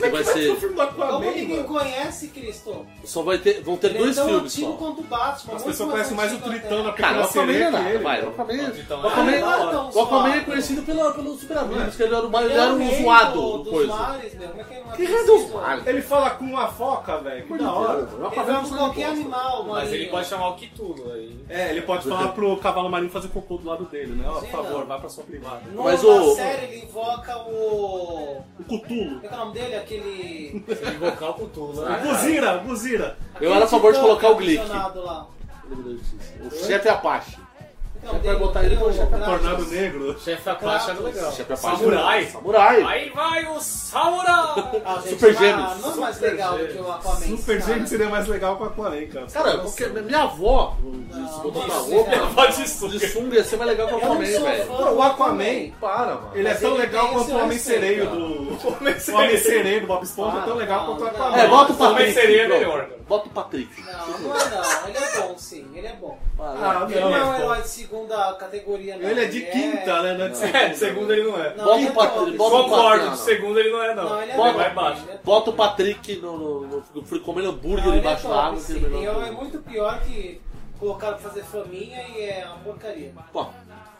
[SPEAKER 5] é
[SPEAKER 4] Que vai
[SPEAKER 5] o
[SPEAKER 4] ser.
[SPEAKER 5] filme do Aquaman,
[SPEAKER 13] Como ninguém
[SPEAKER 5] mano?
[SPEAKER 13] conhece, Cristo?
[SPEAKER 4] Só vai ter. Vão ter
[SPEAKER 13] Ele é
[SPEAKER 4] dois
[SPEAKER 13] tão
[SPEAKER 4] filmes
[SPEAKER 13] antigo
[SPEAKER 4] só.
[SPEAKER 13] quanto o Batman.
[SPEAKER 5] As
[SPEAKER 13] muito né?
[SPEAKER 5] pessoas conhecem mais o
[SPEAKER 13] antigo
[SPEAKER 5] Tritão né?
[SPEAKER 13] até.
[SPEAKER 5] na
[SPEAKER 4] Cara, o
[SPEAKER 5] pequena
[SPEAKER 4] Aquaman é
[SPEAKER 5] sereia que
[SPEAKER 4] nada,
[SPEAKER 5] ele.
[SPEAKER 4] vai. O
[SPEAKER 5] velho.
[SPEAKER 4] Aquaman,
[SPEAKER 12] Então,
[SPEAKER 4] o Aquaman,
[SPEAKER 13] não é tão
[SPEAKER 4] o Aquaman é
[SPEAKER 13] zoado.
[SPEAKER 4] conhecido pela, pelos super amigos, que ele era, o mais-
[SPEAKER 13] Ele
[SPEAKER 4] ele era um
[SPEAKER 13] rei do-
[SPEAKER 4] zoado do
[SPEAKER 13] dos
[SPEAKER 4] coisa.
[SPEAKER 13] mares, meu. Como é que ele não é
[SPEAKER 4] Que rei
[SPEAKER 13] conhecido?
[SPEAKER 4] dos mares?
[SPEAKER 5] Ele fala com uma foca, velho. Que da hora.
[SPEAKER 4] O
[SPEAKER 13] Ele
[SPEAKER 4] Aquaman é
[SPEAKER 13] vai
[SPEAKER 4] um
[SPEAKER 13] com
[SPEAKER 4] super
[SPEAKER 13] qualquer
[SPEAKER 4] amigos.
[SPEAKER 13] animal, mano.
[SPEAKER 12] Mas ele pode chamar o Kitulo aí.
[SPEAKER 5] É, ele pode falar pro cavalo marinho fazer cocô do lado dele, né? Ó, por
[SPEAKER 13] Sim,
[SPEAKER 5] favor,
[SPEAKER 13] não.
[SPEAKER 5] vai pra sua privada.
[SPEAKER 13] No,
[SPEAKER 4] Mas
[SPEAKER 13] na
[SPEAKER 4] o-
[SPEAKER 13] série ele invoca
[SPEAKER 5] O Cutulo.
[SPEAKER 13] o. Como é que é o nome dele? Aquele.
[SPEAKER 12] Se ele invocar o Cthulhu, né?
[SPEAKER 5] Buzira, buzira.
[SPEAKER 4] [LAUGHS] Eu era a favor de
[SPEAKER 13] Titã
[SPEAKER 4] colocar o Glick.
[SPEAKER 13] aprisionado lá. é
[SPEAKER 4] O chefe é Apache.
[SPEAKER 13] Não,
[SPEAKER 4] vai botar ele como
[SPEAKER 13] Ah,
[SPEAKER 4] chefe
[SPEAKER 5] Tornado negro.
[SPEAKER 12] Chefe
[SPEAKER 4] tá
[SPEAKER 12] Apache era legal.
[SPEAKER 4] Chefe Apache.
[SPEAKER 12] Samurai.
[SPEAKER 4] Samurai.
[SPEAKER 12] Aí vai o Samurai!
[SPEAKER 4] Super
[SPEAKER 13] Ah,
[SPEAKER 4] Gêmeos.
[SPEAKER 13] não é mais
[SPEAKER 12] Super
[SPEAKER 13] legal do
[SPEAKER 12] Gêmeos.
[SPEAKER 13] que o Aquaman.
[SPEAKER 5] Super
[SPEAKER 13] cara.
[SPEAKER 5] Gêmeo seria mais legal com a Aquaman, cara.
[SPEAKER 4] Cara, porque minha avó, se botar na roupa,
[SPEAKER 13] não.
[SPEAKER 4] ela de sunga. de sunga ia ser mais legal que o
[SPEAKER 13] Eu não
[SPEAKER 4] Aquaman,
[SPEAKER 13] sou
[SPEAKER 4] velho.
[SPEAKER 13] fã
[SPEAKER 5] Pô,
[SPEAKER 13] do
[SPEAKER 5] o Aquaman,
[SPEAKER 4] Para, mano.
[SPEAKER 5] Ele é
[SPEAKER 13] Mas
[SPEAKER 5] tão
[SPEAKER 13] ele
[SPEAKER 5] legal
[SPEAKER 13] tem
[SPEAKER 5] quanto
[SPEAKER 13] seu
[SPEAKER 5] o Homem
[SPEAKER 13] respeito,
[SPEAKER 5] Sereio
[SPEAKER 13] né, cara.
[SPEAKER 5] do. O Homem Sereio do Bob Esponja é tão
[SPEAKER 13] Ah,
[SPEAKER 5] legal
[SPEAKER 13] não,
[SPEAKER 5] quanto o
[SPEAKER 13] não.
[SPEAKER 5] Aquaman.
[SPEAKER 4] É, bota o
[SPEAKER 12] Homem
[SPEAKER 4] Patrick.
[SPEAKER 12] seria
[SPEAKER 4] pronto.
[SPEAKER 12] melhor, cara.
[SPEAKER 4] Bota o Patrick.
[SPEAKER 13] Não, não é não. Ele é bom, sim. Ele é bom.
[SPEAKER 5] Ah, não,
[SPEAKER 13] Ele não é um
[SPEAKER 5] pô.
[SPEAKER 13] herói de segunda categoria, não.
[SPEAKER 5] Ele é de quinta, né? Não é de segunda.
[SPEAKER 12] É, de segunda ele não é.
[SPEAKER 13] Não,
[SPEAKER 4] Bota
[SPEAKER 13] ele
[SPEAKER 4] o
[SPEAKER 13] é
[SPEAKER 4] Patrick.
[SPEAKER 13] top.
[SPEAKER 4] Bota o
[SPEAKER 12] Concordo, de
[SPEAKER 4] Patrick.
[SPEAKER 12] segunda ele não é, não.
[SPEAKER 13] Não, ele é
[SPEAKER 12] Ele
[SPEAKER 13] bom.
[SPEAKER 12] vai baixo.
[SPEAKER 4] Bota o Patrick no, no, no- fui comendo hambúrguer
[SPEAKER 13] Não, ele é
[SPEAKER 4] debaixo da
[SPEAKER 13] top,
[SPEAKER 4] água. que é
[SPEAKER 13] sim. E
[SPEAKER 4] melhor.
[SPEAKER 13] é muito pior que colocaram pra fazer faminha e é uma porcaria.
[SPEAKER 4] Pô,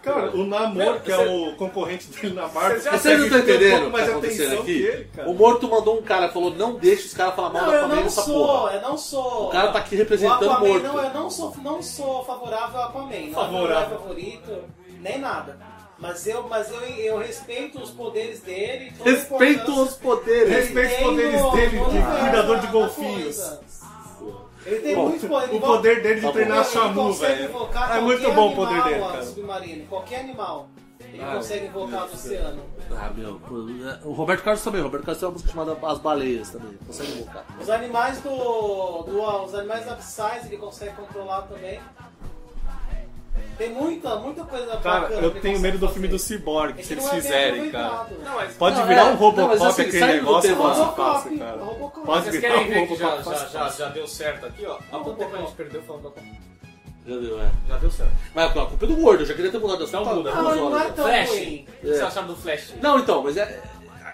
[SPEAKER 5] Cara, o Namor, que é o concorrente dele na Marvel,
[SPEAKER 12] Você já-
[SPEAKER 4] Vocês não estão entendendo o que
[SPEAKER 5] um mais
[SPEAKER 4] tá acontecendo
[SPEAKER 5] atenção
[SPEAKER 4] aqui?
[SPEAKER 5] que ele, cara.
[SPEAKER 4] o morto mandou um cara, falou, não deixa os caras falar mal
[SPEAKER 13] Não,
[SPEAKER 4] da
[SPEAKER 13] eu
[SPEAKER 4] família
[SPEAKER 13] não
[SPEAKER 4] nessa
[SPEAKER 13] sou,
[SPEAKER 4] porra.
[SPEAKER 13] eu não sou.
[SPEAKER 4] O cara tá aqui representando
[SPEAKER 13] o Aquaman,
[SPEAKER 4] morto.
[SPEAKER 13] Não, eu não sou, não sou favorável ao Aquaman. Não
[SPEAKER 5] Favorável.
[SPEAKER 13] é meu favorito, nem nada. Mas eu, mas eu, eu respeito os poderes dele. toda a
[SPEAKER 4] Respeito
[SPEAKER 13] importância
[SPEAKER 4] os poderes.
[SPEAKER 13] que
[SPEAKER 5] Respeito os
[SPEAKER 13] tem um-
[SPEAKER 5] poderes
[SPEAKER 13] no-
[SPEAKER 5] dele,
[SPEAKER 13] no
[SPEAKER 5] de
[SPEAKER 13] universo
[SPEAKER 5] cuidador de
[SPEAKER 13] da
[SPEAKER 5] golfinhos.
[SPEAKER 13] coisa. Ele tem
[SPEAKER 4] Bom,
[SPEAKER 13] muito poder.
[SPEAKER 5] O
[SPEAKER 13] ele
[SPEAKER 5] poder dele
[SPEAKER 4] Tá
[SPEAKER 5] de
[SPEAKER 4] bom.
[SPEAKER 5] treinar a
[SPEAKER 13] Ele
[SPEAKER 5] Shamu,
[SPEAKER 13] consegue
[SPEAKER 5] velho.
[SPEAKER 13] invocar
[SPEAKER 5] É muito
[SPEAKER 13] qualquer
[SPEAKER 5] bom o poder
[SPEAKER 13] animal,
[SPEAKER 5] dele,
[SPEAKER 13] ah,
[SPEAKER 5] cara. Ah,
[SPEAKER 13] submarino, qualquer animal. Ele consegue invocar do oceano.
[SPEAKER 4] Ah, meu. pô, O Roberto Carlos também. O Roberto Carlos tem uma música chamada As Baleias também. Consegue invocar.
[SPEAKER 13] Os animais do, do os animais abissais ele consegue controlar também. Tem muita, muita coisa
[SPEAKER 5] Cara,
[SPEAKER 13] bacana.
[SPEAKER 5] eu
[SPEAKER 13] que
[SPEAKER 5] tenho
[SPEAKER 13] ele
[SPEAKER 5] medo do
[SPEAKER 13] consegue
[SPEAKER 5] filme do Cyborg, se eles
[SPEAKER 13] fazer. Ele não é bem
[SPEAKER 5] fizerem, cara.
[SPEAKER 13] aproveitado.
[SPEAKER 12] Não, mas
[SPEAKER 5] Pode
[SPEAKER 4] Não,
[SPEAKER 5] virar
[SPEAKER 4] é,
[SPEAKER 5] um
[SPEAKER 4] não, mas
[SPEAKER 5] Robocop
[SPEAKER 4] assim,
[SPEAKER 5] aquele
[SPEAKER 4] sai do
[SPEAKER 5] negócio
[SPEAKER 4] tema.
[SPEAKER 5] fácil,
[SPEAKER 13] Robocop, é
[SPEAKER 5] fácil, cara.
[SPEAKER 13] Robocop.
[SPEAKER 5] Pode
[SPEAKER 12] Vocês
[SPEAKER 5] virar
[SPEAKER 12] querem
[SPEAKER 5] um
[SPEAKER 12] ver que já,
[SPEAKER 5] Robocop
[SPEAKER 12] já,
[SPEAKER 5] fácil.
[SPEAKER 12] já, já deu certo aqui, ó? Há quanto tempo a gente perdeu falando da Copa?
[SPEAKER 4] Já deu, é.
[SPEAKER 12] Já deu certo.
[SPEAKER 4] Mas a culpa é do Word. Eu já queria ter mudado de assunto.
[SPEAKER 12] Não
[SPEAKER 4] há
[SPEAKER 12] muda,
[SPEAKER 4] duas
[SPEAKER 13] Não, ele não
[SPEAKER 4] horas,
[SPEAKER 13] é
[SPEAKER 4] né?
[SPEAKER 13] tão
[SPEAKER 12] Flash!
[SPEAKER 13] ruim.
[SPEAKER 12] O que vocês acharam do Flash?
[SPEAKER 4] Não, então, mas é.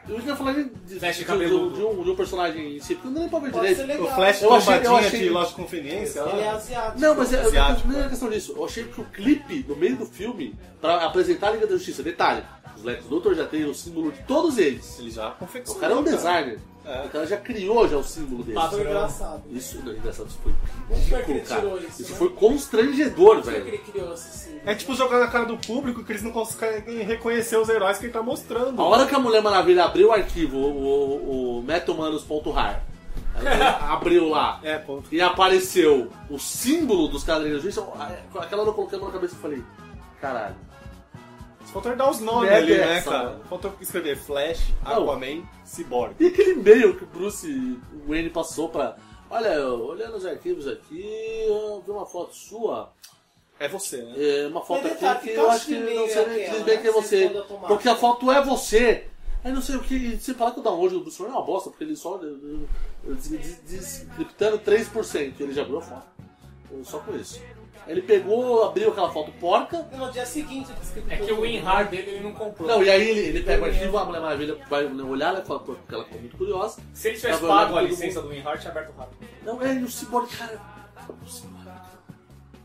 [SPEAKER 4] Eu ia falar de, de,
[SPEAKER 12] Flash
[SPEAKER 4] de-
[SPEAKER 12] cabeludo.
[SPEAKER 4] de um, de um personagem em si, porque não dá nem pra ver
[SPEAKER 13] Pode ser
[SPEAKER 4] direito.
[SPEAKER 13] legal.
[SPEAKER 5] O Flash
[SPEAKER 4] Eu achei- eu
[SPEAKER 5] trombadinha
[SPEAKER 4] achei-
[SPEAKER 5] de loja de conveniência.
[SPEAKER 13] Ele é
[SPEAKER 5] lá.
[SPEAKER 13] asiático.
[SPEAKER 4] Não, mas é, eu-
[SPEAKER 5] Asiático,
[SPEAKER 4] não é questão disso. Eu achei que o clipe, no meio do filme, pra apresentar a Liga da Justiça, detalhe, os Lex Luthor já tem o símbolo de todos eles.
[SPEAKER 5] Ele já
[SPEAKER 4] O
[SPEAKER 5] confeccionou.
[SPEAKER 4] cara é um designer.
[SPEAKER 5] É.
[SPEAKER 4] O cara já criou já o símbolo dele.
[SPEAKER 13] Foi é
[SPEAKER 5] né?
[SPEAKER 13] engraçado.
[SPEAKER 4] Isso, não, engraçado, isso foi
[SPEAKER 13] Como é que ele
[SPEAKER 4] ridículo, cara.
[SPEAKER 13] tirou isso,
[SPEAKER 4] Isso
[SPEAKER 13] né?
[SPEAKER 4] foi constrangedor,
[SPEAKER 13] Por que que
[SPEAKER 4] velho.
[SPEAKER 13] ele criou esse símbolo?
[SPEAKER 5] É tipo jogar na cara do público que eles não conseguem reconhecer os heróis que ele tá mostrando.
[SPEAKER 4] A hora que a Mulher Maravilha abriu o arquivo, o, o, o metalmanos.rar,
[SPEAKER 13] [LAUGHS]
[SPEAKER 4] ela abriu lá
[SPEAKER 5] É, ponto.
[SPEAKER 4] e apareceu o símbolo dos caras da Liga da Justiça, eu- aquela hora eu coloquei a mão na cabeça e falei, caralho.
[SPEAKER 5] Faltou ele dar os nomes
[SPEAKER 4] Merda
[SPEAKER 5] ali,
[SPEAKER 4] é
[SPEAKER 5] né,
[SPEAKER 4] essa,
[SPEAKER 5] cara?
[SPEAKER 4] mano.
[SPEAKER 5] Faltou escrever Flash,
[SPEAKER 4] Não.
[SPEAKER 5] Aquaman, Cyborg.
[SPEAKER 4] E aquele e-mail que o Bruce Wayne passou pra. Olha, olhando os arquivos aqui, eu vi uma foto sua.
[SPEAKER 5] É você, né?
[SPEAKER 4] é, uma foto
[SPEAKER 13] Mas
[SPEAKER 4] aqui tá
[SPEAKER 13] detalhe,
[SPEAKER 4] que
[SPEAKER 13] que
[SPEAKER 4] eu
[SPEAKER 13] caixa
[SPEAKER 4] acho que
[SPEAKER 13] de e-mail
[SPEAKER 4] não sei nem
[SPEAKER 13] é aquela,
[SPEAKER 4] diz bem
[SPEAKER 13] né?
[SPEAKER 4] que é
[SPEAKER 13] Vocês
[SPEAKER 4] você.
[SPEAKER 13] mandam tomar.
[SPEAKER 4] Porque a foto é você. Aí não sei o que. e Se falar que o download do Bruce Wayne é uma bosta, porque ele só. eh, eh, des- des- Descriptando 3%. Ele já abriu a foto. Eh, Só com isso. Aí Ele pegou, abriu aquela foto porca.
[SPEAKER 13] No dia seguinte ele escreveu.
[SPEAKER 12] É que o WinRAR dele ele não comprou.
[SPEAKER 4] Não, e aí ele, ele pega o arquivo, a Mulher Maravilha vai olhar, né, fala, pô, porque ela ficou muito curiosa.
[SPEAKER 12] Se ele tivesse
[SPEAKER 4] Tava olhando
[SPEAKER 12] pago a
[SPEAKER 4] todo
[SPEAKER 12] licença do WinRAR, tinha aberto o rápido.
[SPEAKER 4] Não, é, e o Cyborg, cara. O Cyborg.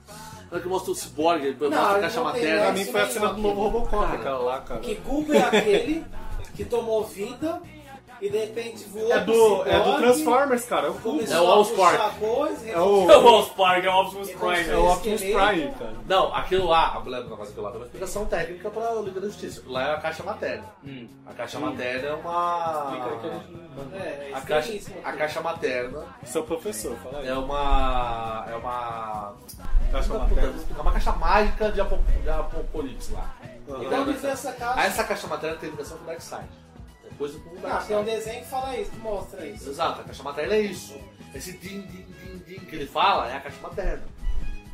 [SPEAKER 4] Na hora que mostra o Cyborg, ele
[SPEAKER 13] Não,
[SPEAKER 4] mostra a
[SPEAKER 13] ele
[SPEAKER 4] caixa
[SPEAKER 13] não tem
[SPEAKER 4] materna.
[SPEAKER 5] Pra
[SPEAKER 13] nada.
[SPEAKER 5] mim
[SPEAKER 13] isso
[SPEAKER 5] foi a
[SPEAKER 13] mesmo,
[SPEAKER 5] cena do novo
[SPEAKER 13] aquilo.
[SPEAKER 5] Robocop,
[SPEAKER 4] É Cara.
[SPEAKER 5] aquela lá, cara.
[SPEAKER 13] Que Cubo é aquele que tomou vida e de repente voou.
[SPEAKER 5] É do,
[SPEAKER 13] pro
[SPEAKER 5] é do
[SPEAKER 13] ciborgue,
[SPEAKER 5] Transformers, cara. É o Cubo.
[SPEAKER 13] começou
[SPEAKER 4] É o
[SPEAKER 13] a
[SPEAKER 4] All
[SPEAKER 13] puxar
[SPEAKER 4] Spark.
[SPEAKER 13] coisa,
[SPEAKER 5] É o,
[SPEAKER 12] É o Walls Park, é o Optimus
[SPEAKER 5] é
[SPEAKER 12] Prime.
[SPEAKER 5] o Optimus Prime, cara.
[SPEAKER 4] Não, aquilo lá, a mulher não faz aquilo lá, tem uma explicação técnica pra Liga da Justiça. Aquilo lá é a caixa materna. A caixa materna é
[SPEAKER 12] Explica aí que a
[SPEAKER 4] uma.
[SPEAKER 12] gente não-
[SPEAKER 13] É, é
[SPEAKER 4] A caixa,
[SPEAKER 13] estranhíssimo
[SPEAKER 4] a
[SPEAKER 13] aquilo.
[SPEAKER 4] caixa materna
[SPEAKER 5] Seu professor, fala aí. Tá
[SPEAKER 4] é uma. É uma. é
[SPEAKER 5] Caixa
[SPEAKER 4] Puta,
[SPEAKER 5] materna.
[SPEAKER 4] vou explicar, uma caixa mágica de, apo, de apocalipse lá. Igual
[SPEAKER 13] Quando
[SPEAKER 4] nessa-
[SPEAKER 13] vê Então, essa caixa-
[SPEAKER 4] Aí essa caixa materna tem ligação com o Darkseid. É coisa com o
[SPEAKER 13] Ah,
[SPEAKER 4] Darkseid.
[SPEAKER 13] tem um desenho que fala isso, que mostra isso.
[SPEAKER 4] Exato, a caixa materna é isso. Esse din, din, din, din que ele fala é a caixa materna.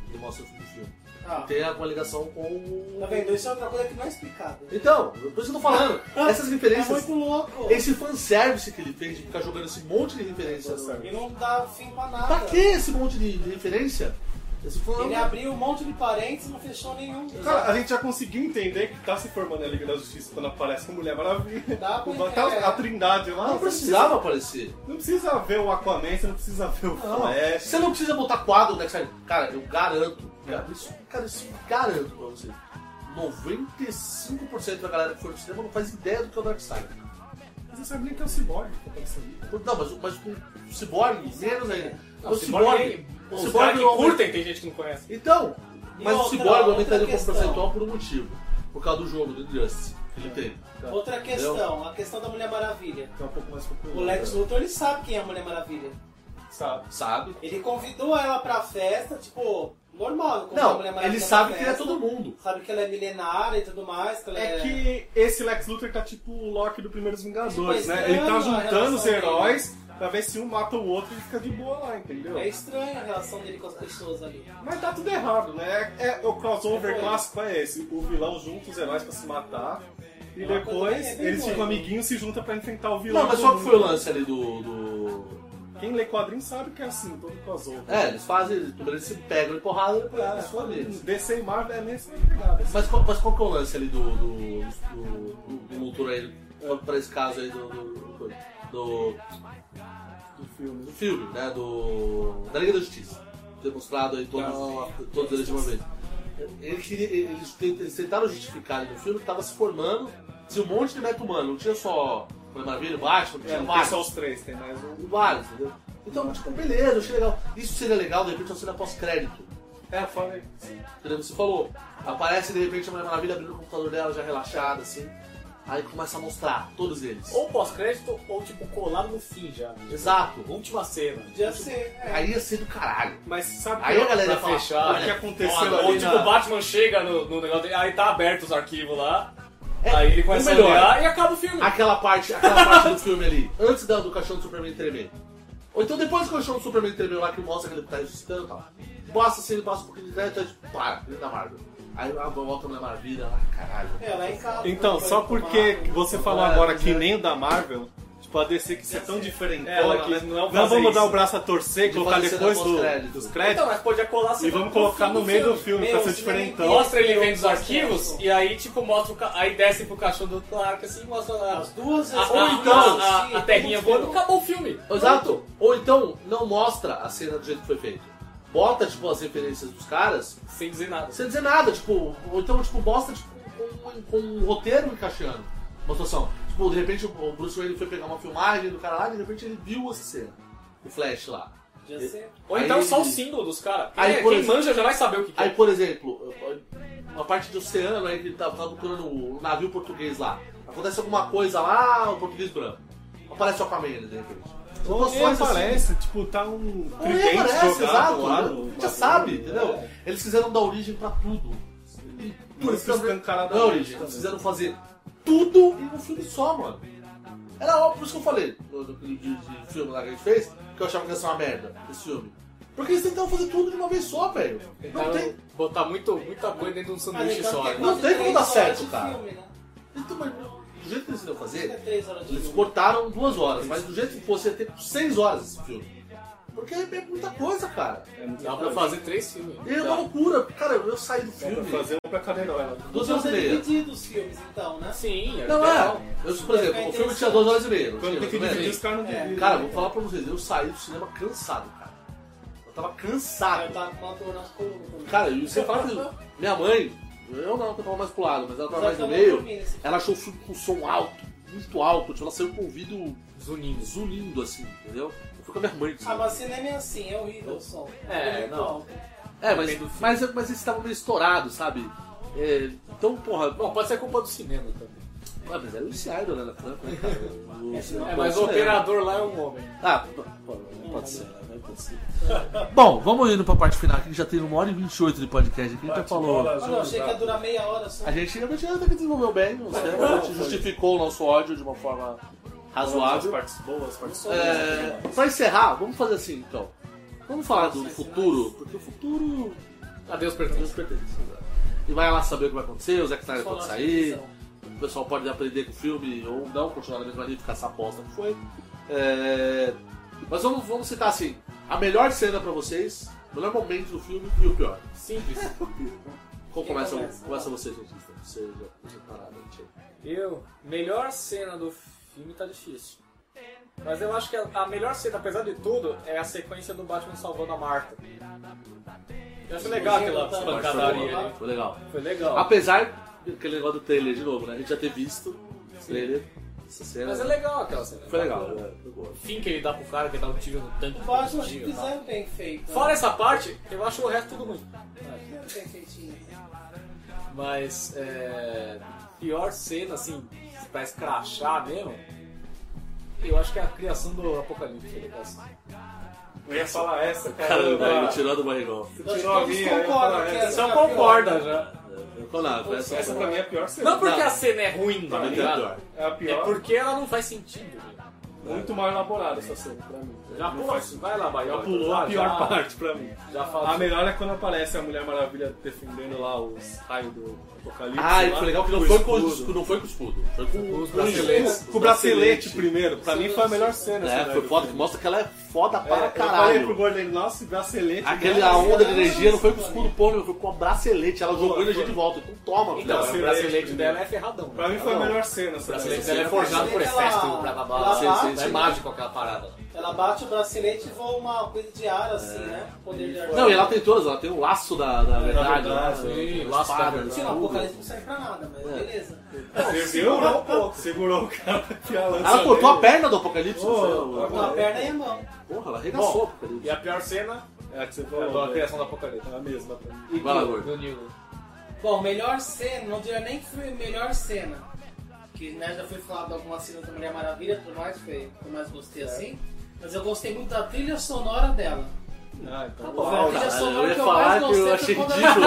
[SPEAKER 4] Ele mostra no filme.
[SPEAKER 13] Ah.
[SPEAKER 4] Tem alguma ligação com o.
[SPEAKER 13] Tá vendo? Isso é outra coisa que não é explicada.
[SPEAKER 4] Então, por isso que eu tô
[SPEAKER 13] [LAUGHS]
[SPEAKER 4] falando. Essas referências.
[SPEAKER 13] É muito louco.
[SPEAKER 4] Esse fanservice que ele fez de ficar jogando esse monte de referência. no-
[SPEAKER 13] E não dá fim pra nada.
[SPEAKER 4] Pra que esse monte de de referência? Esse fã-
[SPEAKER 13] Ele abriu um monte de parênteses e não fechou nenhum.
[SPEAKER 5] Cara, a gente já conseguiu entender que tá se formando a Liga da Justiça quando aparece a Mulher Maravilha.
[SPEAKER 13] Dá pra-
[SPEAKER 5] O- tá a Trindade lá.
[SPEAKER 4] Não
[SPEAKER 5] você
[SPEAKER 4] precisava aparecer.
[SPEAKER 5] Não precisa ver o Aquaman, você não precisa ver o
[SPEAKER 4] Não.
[SPEAKER 5] Flash.
[SPEAKER 4] Você não precisa botar quadro no Darkseid. Cara, eu garanto. Cara, isso, cara, isso eu garanto pra vocês. 95% da galera que for no cinema não faz ideia do que é o Darkseid.
[SPEAKER 5] Mas Você sabe nem que é o Cyborg que tá aparecendo.
[SPEAKER 4] Não, mas, mas com o Cyborg, menos ainda.
[SPEAKER 12] Não,
[SPEAKER 4] o Cyborg.
[SPEAKER 12] O
[SPEAKER 4] O
[SPEAKER 12] Os
[SPEAKER 4] Cyborg
[SPEAKER 12] caras que
[SPEAKER 4] é um-
[SPEAKER 12] curtem, tem gente que não conhece.
[SPEAKER 4] Então,
[SPEAKER 13] E
[SPEAKER 4] mas o
[SPEAKER 13] outra-
[SPEAKER 5] tá
[SPEAKER 4] Cyborg
[SPEAKER 13] outra
[SPEAKER 4] aumentaria como
[SPEAKER 13] questão.
[SPEAKER 4] percentual por um motivo. Por causa do jogo, do Injustice, que ele tem.
[SPEAKER 13] Outra
[SPEAKER 4] Entendeu?
[SPEAKER 13] questão, a questão da Mulher Maravilha.
[SPEAKER 5] É, Que é um pouco mais popular.
[SPEAKER 13] O Lex Luthor, ele sabe quem é a Mulher Maravilha.
[SPEAKER 5] Sabe?
[SPEAKER 4] Sabe?
[SPEAKER 13] Ele convidou ela pra festa, tipo, normal. convidou a
[SPEAKER 4] Não,
[SPEAKER 13] Mulher Maravilha
[SPEAKER 4] ele sabe
[SPEAKER 13] pra
[SPEAKER 4] que ele é
[SPEAKER 13] festa,
[SPEAKER 4] todo mundo.
[SPEAKER 13] Sabe que ela é milenária e tudo mais, que ela é...
[SPEAKER 5] É que esse Lex Luthor tá tipo o Loki do Primeiros Vingadores,
[SPEAKER 13] Pois
[SPEAKER 5] né?
[SPEAKER 13] é,
[SPEAKER 5] Ele tá
[SPEAKER 13] a
[SPEAKER 5] juntando os
[SPEAKER 13] relação
[SPEAKER 5] heróis pra ver se um mata o outro e fica de boa lá, entendeu?
[SPEAKER 13] É estranha a relação dele com as pessoas ali.
[SPEAKER 5] Mas tá tudo errado, né? É, é- o crossover
[SPEAKER 13] Foi.
[SPEAKER 5] clássico é esse. O vilão junta os heróis pra se matar. E
[SPEAKER 13] Uma coisa
[SPEAKER 5] depois
[SPEAKER 13] bem- é bem
[SPEAKER 5] eles ficam
[SPEAKER 13] doido.
[SPEAKER 5] amiguinhos e se juntam pra enfrentar o vilão.
[SPEAKER 4] Não, mas qual que
[SPEAKER 5] comum.
[SPEAKER 4] foi o lance ali do. do...
[SPEAKER 5] Quem lê quadrinho sabe que é assim, todo crossover.
[SPEAKER 4] É, eles fazem, eles se pegam de porrada e depois
[SPEAKER 5] Cara,
[SPEAKER 4] eles são amigos.
[SPEAKER 5] DC e Marvel é nessa pegada.
[SPEAKER 4] Mas qual, mas qual que é o lance ali do. do. do, do, do Vulture aí, qual- pra esse caso aí do. do. do, do-
[SPEAKER 5] do filme.
[SPEAKER 4] do filme, né? Do. Da Liga da Justiça. Demonstrado aí todos, todos eles de uma vez. Ele queria- eles, te- eles tentaram justificar ali no filme que tava se formando, tinha um monte de meta humano, não tinha só. Mulher Maravilha, Batman,
[SPEAKER 5] É,
[SPEAKER 4] tinha
[SPEAKER 5] não tem
[SPEAKER 4] vários.
[SPEAKER 5] só os três, tem mais um.
[SPEAKER 4] Vários, entendeu? Então, tipo, beleza, eu achei legal. Isso seria legal, de repente, uma cena pós-crédito.
[SPEAKER 5] É, fala aí.
[SPEAKER 4] Entendeu? Você falou, aparece de repente a Mulher Maravilha abrindo o computador dela, já relaxada, assim. Aí começa a mostrar, todos eles.
[SPEAKER 12] Ou pós-crédito, ou tipo, colado no fim já.
[SPEAKER 4] Exato.
[SPEAKER 12] Última cena.
[SPEAKER 13] Podia ser, é.
[SPEAKER 4] Aí ia ser do caralho.
[SPEAKER 5] Mas sabe
[SPEAKER 4] Aí a galera ia
[SPEAKER 12] Pra
[SPEAKER 4] falar,
[SPEAKER 12] fechar. né?
[SPEAKER 5] o que
[SPEAKER 4] olha,
[SPEAKER 5] aconteceu
[SPEAKER 12] Foda,
[SPEAKER 5] ali
[SPEAKER 12] ou tipo,
[SPEAKER 4] né?"
[SPEAKER 5] na-
[SPEAKER 12] o Batman chega no, no negócio dele, aí tá aberto os arquivos lá,
[SPEAKER 4] É,
[SPEAKER 12] aí ele começa
[SPEAKER 4] o
[SPEAKER 12] a
[SPEAKER 4] melhor.
[SPEAKER 12] olhar e acaba o filme.
[SPEAKER 4] aquela parte, aquela parte do filme ali, antes da, do caixão do Superman tremer. Ou então depois que o caixão do Superman tremer lá, que mostra que ele tá ressuscitando e tal. Mostra assim, ele passa um pouquinho de crédito, aí tipo, para, ele da Marvel. Aí a volta a Mulher Maravilha, lá, caralho.
[SPEAKER 13] É, lá em casa.
[SPEAKER 5] Então, só porque você falou
[SPEAKER 4] Marvel,
[SPEAKER 5] agora
[SPEAKER 4] né?
[SPEAKER 5] que nem o da Marvel, tipo, a DC que isso é tão diferente.
[SPEAKER 12] É, ela que não é o fazer
[SPEAKER 5] vamos dar
[SPEAKER 12] isso.
[SPEAKER 5] o braço a torcer e
[SPEAKER 4] De
[SPEAKER 5] colocar
[SPEAKER 4] fazer cena
[SPEAKER 5] depois do-
[SPEAKER 4] pós-crédito.
[SPEAKER 5] dos
[SPEAKER 12] Então,
[SPEAKER 5] créditos.
[SPEAKER 12] mas podia colar
[SPEAKER 5] E vamos colocar no meio do filme, pra ser diferentão.
[SPEAKER 12] é Mostra ele vendo os arquivos e aí, tipo, mostra o ca... aí desce pro caixão do Clark assim, mostra a,
[SPEAKER 13] As duas...
[SPEAKER 12] a,
[SPEAKER 13] as-
[SPEAKER 12] a,
[SPEAKER 4] então,
[SPEAKER 12] a- a- a terrinha
[SPEAKER 13] Como
[SPEAKER 12] voando, acabou o filme.
[SPEAKER 4] Exato. Ou então, não mostra a cena do jeito que foi feito. Bota, tipo, as referências dos caras
[SPEAKER 12] Sem dizer nada.
[SPEAKER 4] sem dizer nada, tipo, ou então, tipo, mostra, tipo, com, com um roteiro encaixando uma situação. Tipo, de repente o Bruce Wayne foi pegar uma filmagem do cara lá e de repente ele viu essa cena. O Flash lá.
[SPEAKER 13] Podia ser.
[SPEAKER 12] Ou
[SPEAKER 4] Aí
[SPEAKER 12] então
[SPEAKER 4] ele-
[SPEAKER 12] só o símbolo dos caras. Quem,
[SPEAKER 4] Aí,
[SPEAKER 12] é-
[SPEAKER 4] por
[SPEAKER 12] quem
[SPEAKER 4] exemplo-
[SPEAKER 12] manja já vai saber o que, que
[SPEAKER 4] Aí,
[SPEAKER 12] é.
[SPEAKER 4] por exemplo, uma parte do oceano aí que ele tava tava procurando o navio português lá. Acontece alguma coisa lá, o português branco. Aparece o Aquaman ali, de repente.
[SPEAKER 5] Ou nem
[SPEAKER 4] Situações assim.
[SPEAKER 5] aparece, tipo, tá um
[SPEAKER 4] Não
[SPEAKER 5] tridente
[SPEAKER 4] aparece,
[SPEAKER 5] jogado
[SPEAKER 4] exato.
[SPEAKER 5] lá.
[SPEAKER 4] a
[SPEAKER 5] no
[SPEAKER 4] gente já
[SPEAKER 5] bagulho.
[SPEAKER 4] sabe, entendeu?
[SPEAKER 5] É.
[SPEAKER 4] Eles quiseram dar origem pra tudo. E
[SPEAKER 5] Não
[SPEAKER 4] tudo
[SPEAKER 5] se escancarar da
[SPEAKER 4] Não,
[SPEAKER 5] origem
[SPEAKER 4] origem. Eles
[SPEAKER 5] também.
[SPEAKER 4] quiseram fazer tudo em um filme só, mano. Era óbvio, por isso que eu falei no, no, de, de filme lá que a gente fez, que eu achava que ia ser uma merda, esse filme. Porque eles tentaram fazer tudo de uma vez só, velho. Não
[SPEAKER 12] Então,
[SPEAKER 4] tem.
[SPEAKER 12] botar muito, muita coisa dentro de um sanduíche
[SPEAKER 13] então
[SPEAKER 12] só.
[SPEAKER 13] tem
[SPEAKER 12] né?
[SPEAKER 4] Não
[SPEAKER 13] quase
[SPEAKER 4] tem como
[SPEAKER 13] três
[SPEAKER 4] dar
[SPEAKER 13] horas
[SPEAKER 4] certo,
[SPEAKER 13] de
[SPEAKER 4] cara.
[SPEAKER 13] filme, né?
[SPEAKER 4] Então, mas do jeito que eles iriam
[SPEAKER 13] Não é
[SPEAKER 4] fazer,
[SPEAKER 13] três horas de
[SPEAKER 4] eles
[SPEAKER 13] filme.
[SPEAKER 4] cortaram duas horas, mas do jeito que fosse, ia ter seis horas esse filme. Porque é muita coisa, cara.
[SPEAKER 5] É
[SPEAKER 12] Dá pra fazer três filmes.
[SPEAKER 4] E é uma loucura. Cara, eu saí do
[SPEAKER 5] Dá pra
[SPEAKER 4] filme.
[SPEAKER 5] fazer um pra cada herói. lá.
[SPEAKER 4] Duas horas
[SPEAKER 13] Então
[SPEAKER 4] e
[SPEAKER 13] ser
[SPEAKER 4] meia.
[SPEAKER 13] dividido os filmes, então, né?
[SPEAKER 12] Sim, é
[SPEAKER 4] Não
[SPEAKER 12] legal.
[SPEAKER 4] é. Eu, por exemplo, o filme tinha duas horas e meia. não
[SPEAKER 5] Quando
[SPEAKER 4] tinha,
[SPEAKER 5] tem que
[SPEAKER 4] mais ou
[SPEAKER 5] dividir,
[SPEAKER 4] menos?
[SPEAKER 5] os caras não
[SPEAKER 13] É.
[SPEAKER 5] dividem.
[SPEAKER 4] Cara, eu vou falar pra vocês, eu saí do cinema cansado, cara. Eu tava
[SPEAKER 13] Eu
[SPEAKER 4] cansado.
[SPEAKER 13] tava com uma dor nas colunas também.
[SPEAKER 4] Cara, e você fala que minha mãe, eu não, que eu tava mais pro lado, mas ela tava mais no
[SPEAKER 13] Exatamente,
[SPEAKER 4] meio,
[SPEAKER 13] nesse
[SPEAKER 4] ela achou o filme com som alto, muito alto, tipo, ela saiu com o ouvido
[SPEAKER 12] Zunindo.
[SPEAKER 4] zunindo assim, entendeu? Eu fui com a minha mãe.
[SPEAKER 13] Ah, mas cinema é assim, é horrível o som.
[SPEAKER 12] É,
[SPEAKER 13] muito
[SPEAKER 12] não.
[SPEAKER 13] alto.
[SPEAKER 4] É, mas, mas, mas eles estavam meio estourados, sabe? É, então, porra,
[SPEAKER 12] Bom, pode ser culpa do cinema também.
[SPEAKER 4] ah, mas era o Luciano,
[SPEAKER 12] [LAUGHS]
[SPEAKER 4] né? Era Franco, né, cara? O-
[SPEAKER 12] É, mas o
[SPEAKER 4] cinema.
[SPEAKER 12] operador lá é um homem.
[SPEAKER 4] Ah, pô, pô, não pode ser. né? acontecer. Bom, vamos indo pra parte final aqui, que já tem uma hora e 28 de podcast aqui. A gente já falou.
[SPEAKER 13] Ah, não, achei que ia durar meia hora só.
[SPEAKER 4] A gente ainda tinha que desenvolveu bem, não sei, a gente justificou o nosso ódio de uma forma razoável.
[SPEAKER 5] As partes boas, as partes
[SPEAKER 4] É, pra encerrar, vamos fazer assim então. Vamos falar do futuro, porque o futuro.
[SPEAKER 12] A Deus pertence.
[SPEAKER 4] Deus pertence. exato. E vai lá saber o que vai acontecer, o Zack Snyder pode sair, o pessoal pode aprender com o filme ou não, continuar na mesma linha e ficar essa aposta que foi. É, Mas vamos, vamos citar assim: a melhor cena pra vocês, o melhor momento do filme e o pior. [LAUGHS]
[SPEAKER 12] Simples.
[SPEAKER 4] Qual
[SPEAKER 12] Quem
[SPEAKER 4] começa?
[SPEAKER 12] começa?
[SPEAKER 4] Começa, você, gente. Você já você parado, gente.
[SPEAKER 12] Eu, melhor cena do filme tá difícil.
[SPEAKER 13] É.
[SPEAKER 12] Mas eu acho que a, a melhor cena, apesar de tudo, é a sequência do Batman salvando a Marta. Eu acho legal aquela
[SPEAKER 4] tá.
[SPEAKER 12] espancadaria ali.
[SPEAKER 4] Foi legal.
[SPEAKER 12] Foi legal.
[SPEAKER 4] Ah, Apesar daquele negócio do trailer de novo, né? A gente já ter visto o trailer, essa cena.
[SPEAKER 12] Mas é legal aquela cena.
[SPEAKER 4] Foi legal, né? Foi boa.
[SPEAKER 12] Fim que ele dá pro cara que dá um tiro no tanque.
[SPEAKER 13] O Batman se
[SPEAKER 12] tiro e tal.
[SPEAKER 13] fizer bem feito. né?
[SPEAKER 12] Fora essa parte, eu acho o resto tudo ruim.
[SPEAKER 13] Fizer Bem feitinho.
[SPEAKER 12] Mas é, pior cena, assim, pra escrachar mesmo, eu acho que é a criação do Apocalipse. é legal, assim.
[SPEAKER 5] Eu ia falar essa,
[SPEAKER 12] É,
[SPEAKER 4] Caramba,
[SPEAKER 12] tá.
[SPEAKER 4] ele tirou do barrigol.
[SPEAKER 13] Nós
[SPEAKER 5] Tirou a
[SPEAKER 13] todos
[SPEAKER 5] minha, eu ia falar
[SPEAKER 13] concordam que
[SPEAKER 4] né?
[SPEAKER 5] essa.
[SPEAKER 13] essa
[SPEAKER 12] Então
[SPEAKER 13] é a pior.
[SPEAKER 12] concorda já.
[SPEAKER 4] Ficou lá, foi essa.
[SPEAKER 5] Essa pra mim é a pior cena.
[SPEAKER 12] Não porque a cena é ruim, tá
[SPEAKER 4] Pra mim
[SPEAKER 12] ligado?
[SPEAKER 4] pior. né?
[SPEAKER 5] É a
[SPEAKER 12] É
[SPEAKER 5] pior.
[SPEAKER 12] porque ela não faz sentido. né? velho.
[SPEAKER 5] Muito mal elaborada essa cena pra mim.
[SPEAKER 12] Já
[SPEAKER 5] Não
[SPEAKER 12] pulou,
[SPEAKER 5] faz sentido.
[SPEAKER 12] vai lá, vai.
[SPEAKER 5] Já pulou
[SPEAKER 4] tá
[SPEAKER 5] a pior parte pra mim.
[SPEAKER 12] Já
[SPEAKER 5] A
[SPEAKER 12] fala
[SPEAKER 5] melhor é quando aparece a Mulher Maravilha defendendo lá os raios do Apocalipse.
[SPEAKER 4] Ah, e
[SPEAKER 5] lá.
[SPEAKER 4] foi legal que não
[SPEAKER 5] O
[SPEAKER 4] foi com o
[SPEAKER 5] escudo.
[SPEAKER 4] escudo, não foi com o escudo. Foi com o
[SPEAKER 5] Com o escudo, Com o bracelete primeiro. Pra mim foi a melhor cena. essa
[SPEAKER 4] É,
[SPEAKER 5] daí
[SPEAKER 4] foi
[SPEAKER 5] do
[SPEAKER 4] foda, que
[SPEAKER 5] filme.
[SPEAKER 4] mostra que ela é foda
[SPEAKER 5] É,
[SPEAKER 4] para
[SPEAKER 5] Eu falei pro
[SPEAKER 4] caralho.
[SPEAKER 5] gordo dele, nossa, bracelete.
[SPEAKER 4] Aquele,
[SPEAKER 5] né?
[SPEAKER 4] a onda de energia não foi com o escudo porno, foi com a bracelete. Ela jogou energia de volta. Então toma,
[SPEAKER 12] Então,
[SPEAKER 4] cara.
[SPEAKER 12] o bracelete dela é ferradão. né?
[SPEAKER 5] Pra mim
[SPEAKER 4] Tá
[SPEAKER 5] foi a melhor cena.
[SPEAKER 12] O
[SPEAKER 5] essa
[SPEAKER 12] bracelete
[SPEAKER 5] daí.
[SPEAKER 12] dela é forjado por
[SPEAKER 13] Ela-
[SPEAKER 12] Hefesto, blá blá blá.
[SPEAKER 13] ela
[SPEAKER 12] Sim,
[SPEAKER 13] bate,
[SPEAKER 12] sim, sim. É
[SPEAKER 13] né?
[SPEAKER 12] mágico aquela parada.
[SPEAKER 13] Ela bate o bracelete e voa uma coisa de ar, assim, né? O Poder de ar.
[SPEAKER 4] É. Não, e ela tem todas, ela tem o laço da, da verdade,
[SPEAKER 5] verdade,
[SPEAKER 4] né?
[SPEAKER 12] sim,
[SPEAKER 4] Tem
[SPEAKER 12] laço da
[SPEAKER 4] espada,
[SPEAKER 12] verdade.
[SPEAKER 13] Sim, o
[SPEAKER 4] tudo.
[SPEAKER 13] apocalipse não serve pra nada, mas
[SPEAKER 4] É.
[SPEAKER 13] beleza.
[SPEAKER 5] Segurou um pouco. Segurou o cara [LAUGHS] que a lança
[SPEAKER 4] Ela cortou
[SPEAKER 5] dele.
[SPEAKER 4] a perna do Apocalipse. não sei,
[SPEAKER 5] Ô,
[SPEAKER 4] ela-
[SPEAKER 13] Com a perna e a mão.
[SPEAKER 4] Porra, ela arregaçou o
[SPEAKER 12] E
[SPEAKER 4] Apocalipse.
[SPEAKER 12] a pior cena
[SPEAKER 5] É a que você
[SPEAKER 12] é
[SPEAKER 5] falou.
[SPEAKER 12] a
[SPEAKER 5] né?
[SPEAKER 12] criação do Apocalipse.
[SPEAKER 5] É a mesma pra mim.
[SPEAKER 4] Vai lá, gordo.
[SPEAKER 12] Do Nilo.
[SPEAKER 13] Bom, melhor cena, não diria nem que foi a melhor cena. Que né, já foi falado algumas cenas da Mulher Maravilha, por mais foi o que eu mais
[SPEAKER 4] É.
[SPEAKER 13] gostei assim. Mas eu gostei muito da trilha sonora dela.
[SPEAKER 5] Ah, então o
[SPEAKER 13] Tá bom,
[SPEAKER 5] áudio.
[SPEAKER 13] cara.
[SPEAKER 4] Caralho,
[SPEAKER 13] sonora
[SPEAKER 4] eu ia
[SPEAKER 13] que eu
[SPEAKER 4] falar
[SPEAKER 13] mais
[SPEAKER 4] que
[SPEAKER 13] gostei
[SPEAKER 4] eu
[SPEAKER 13] foi
[SPEAKER 4] achei
[SPEAKER 13] quando
[SPEAKER 4] ridículo.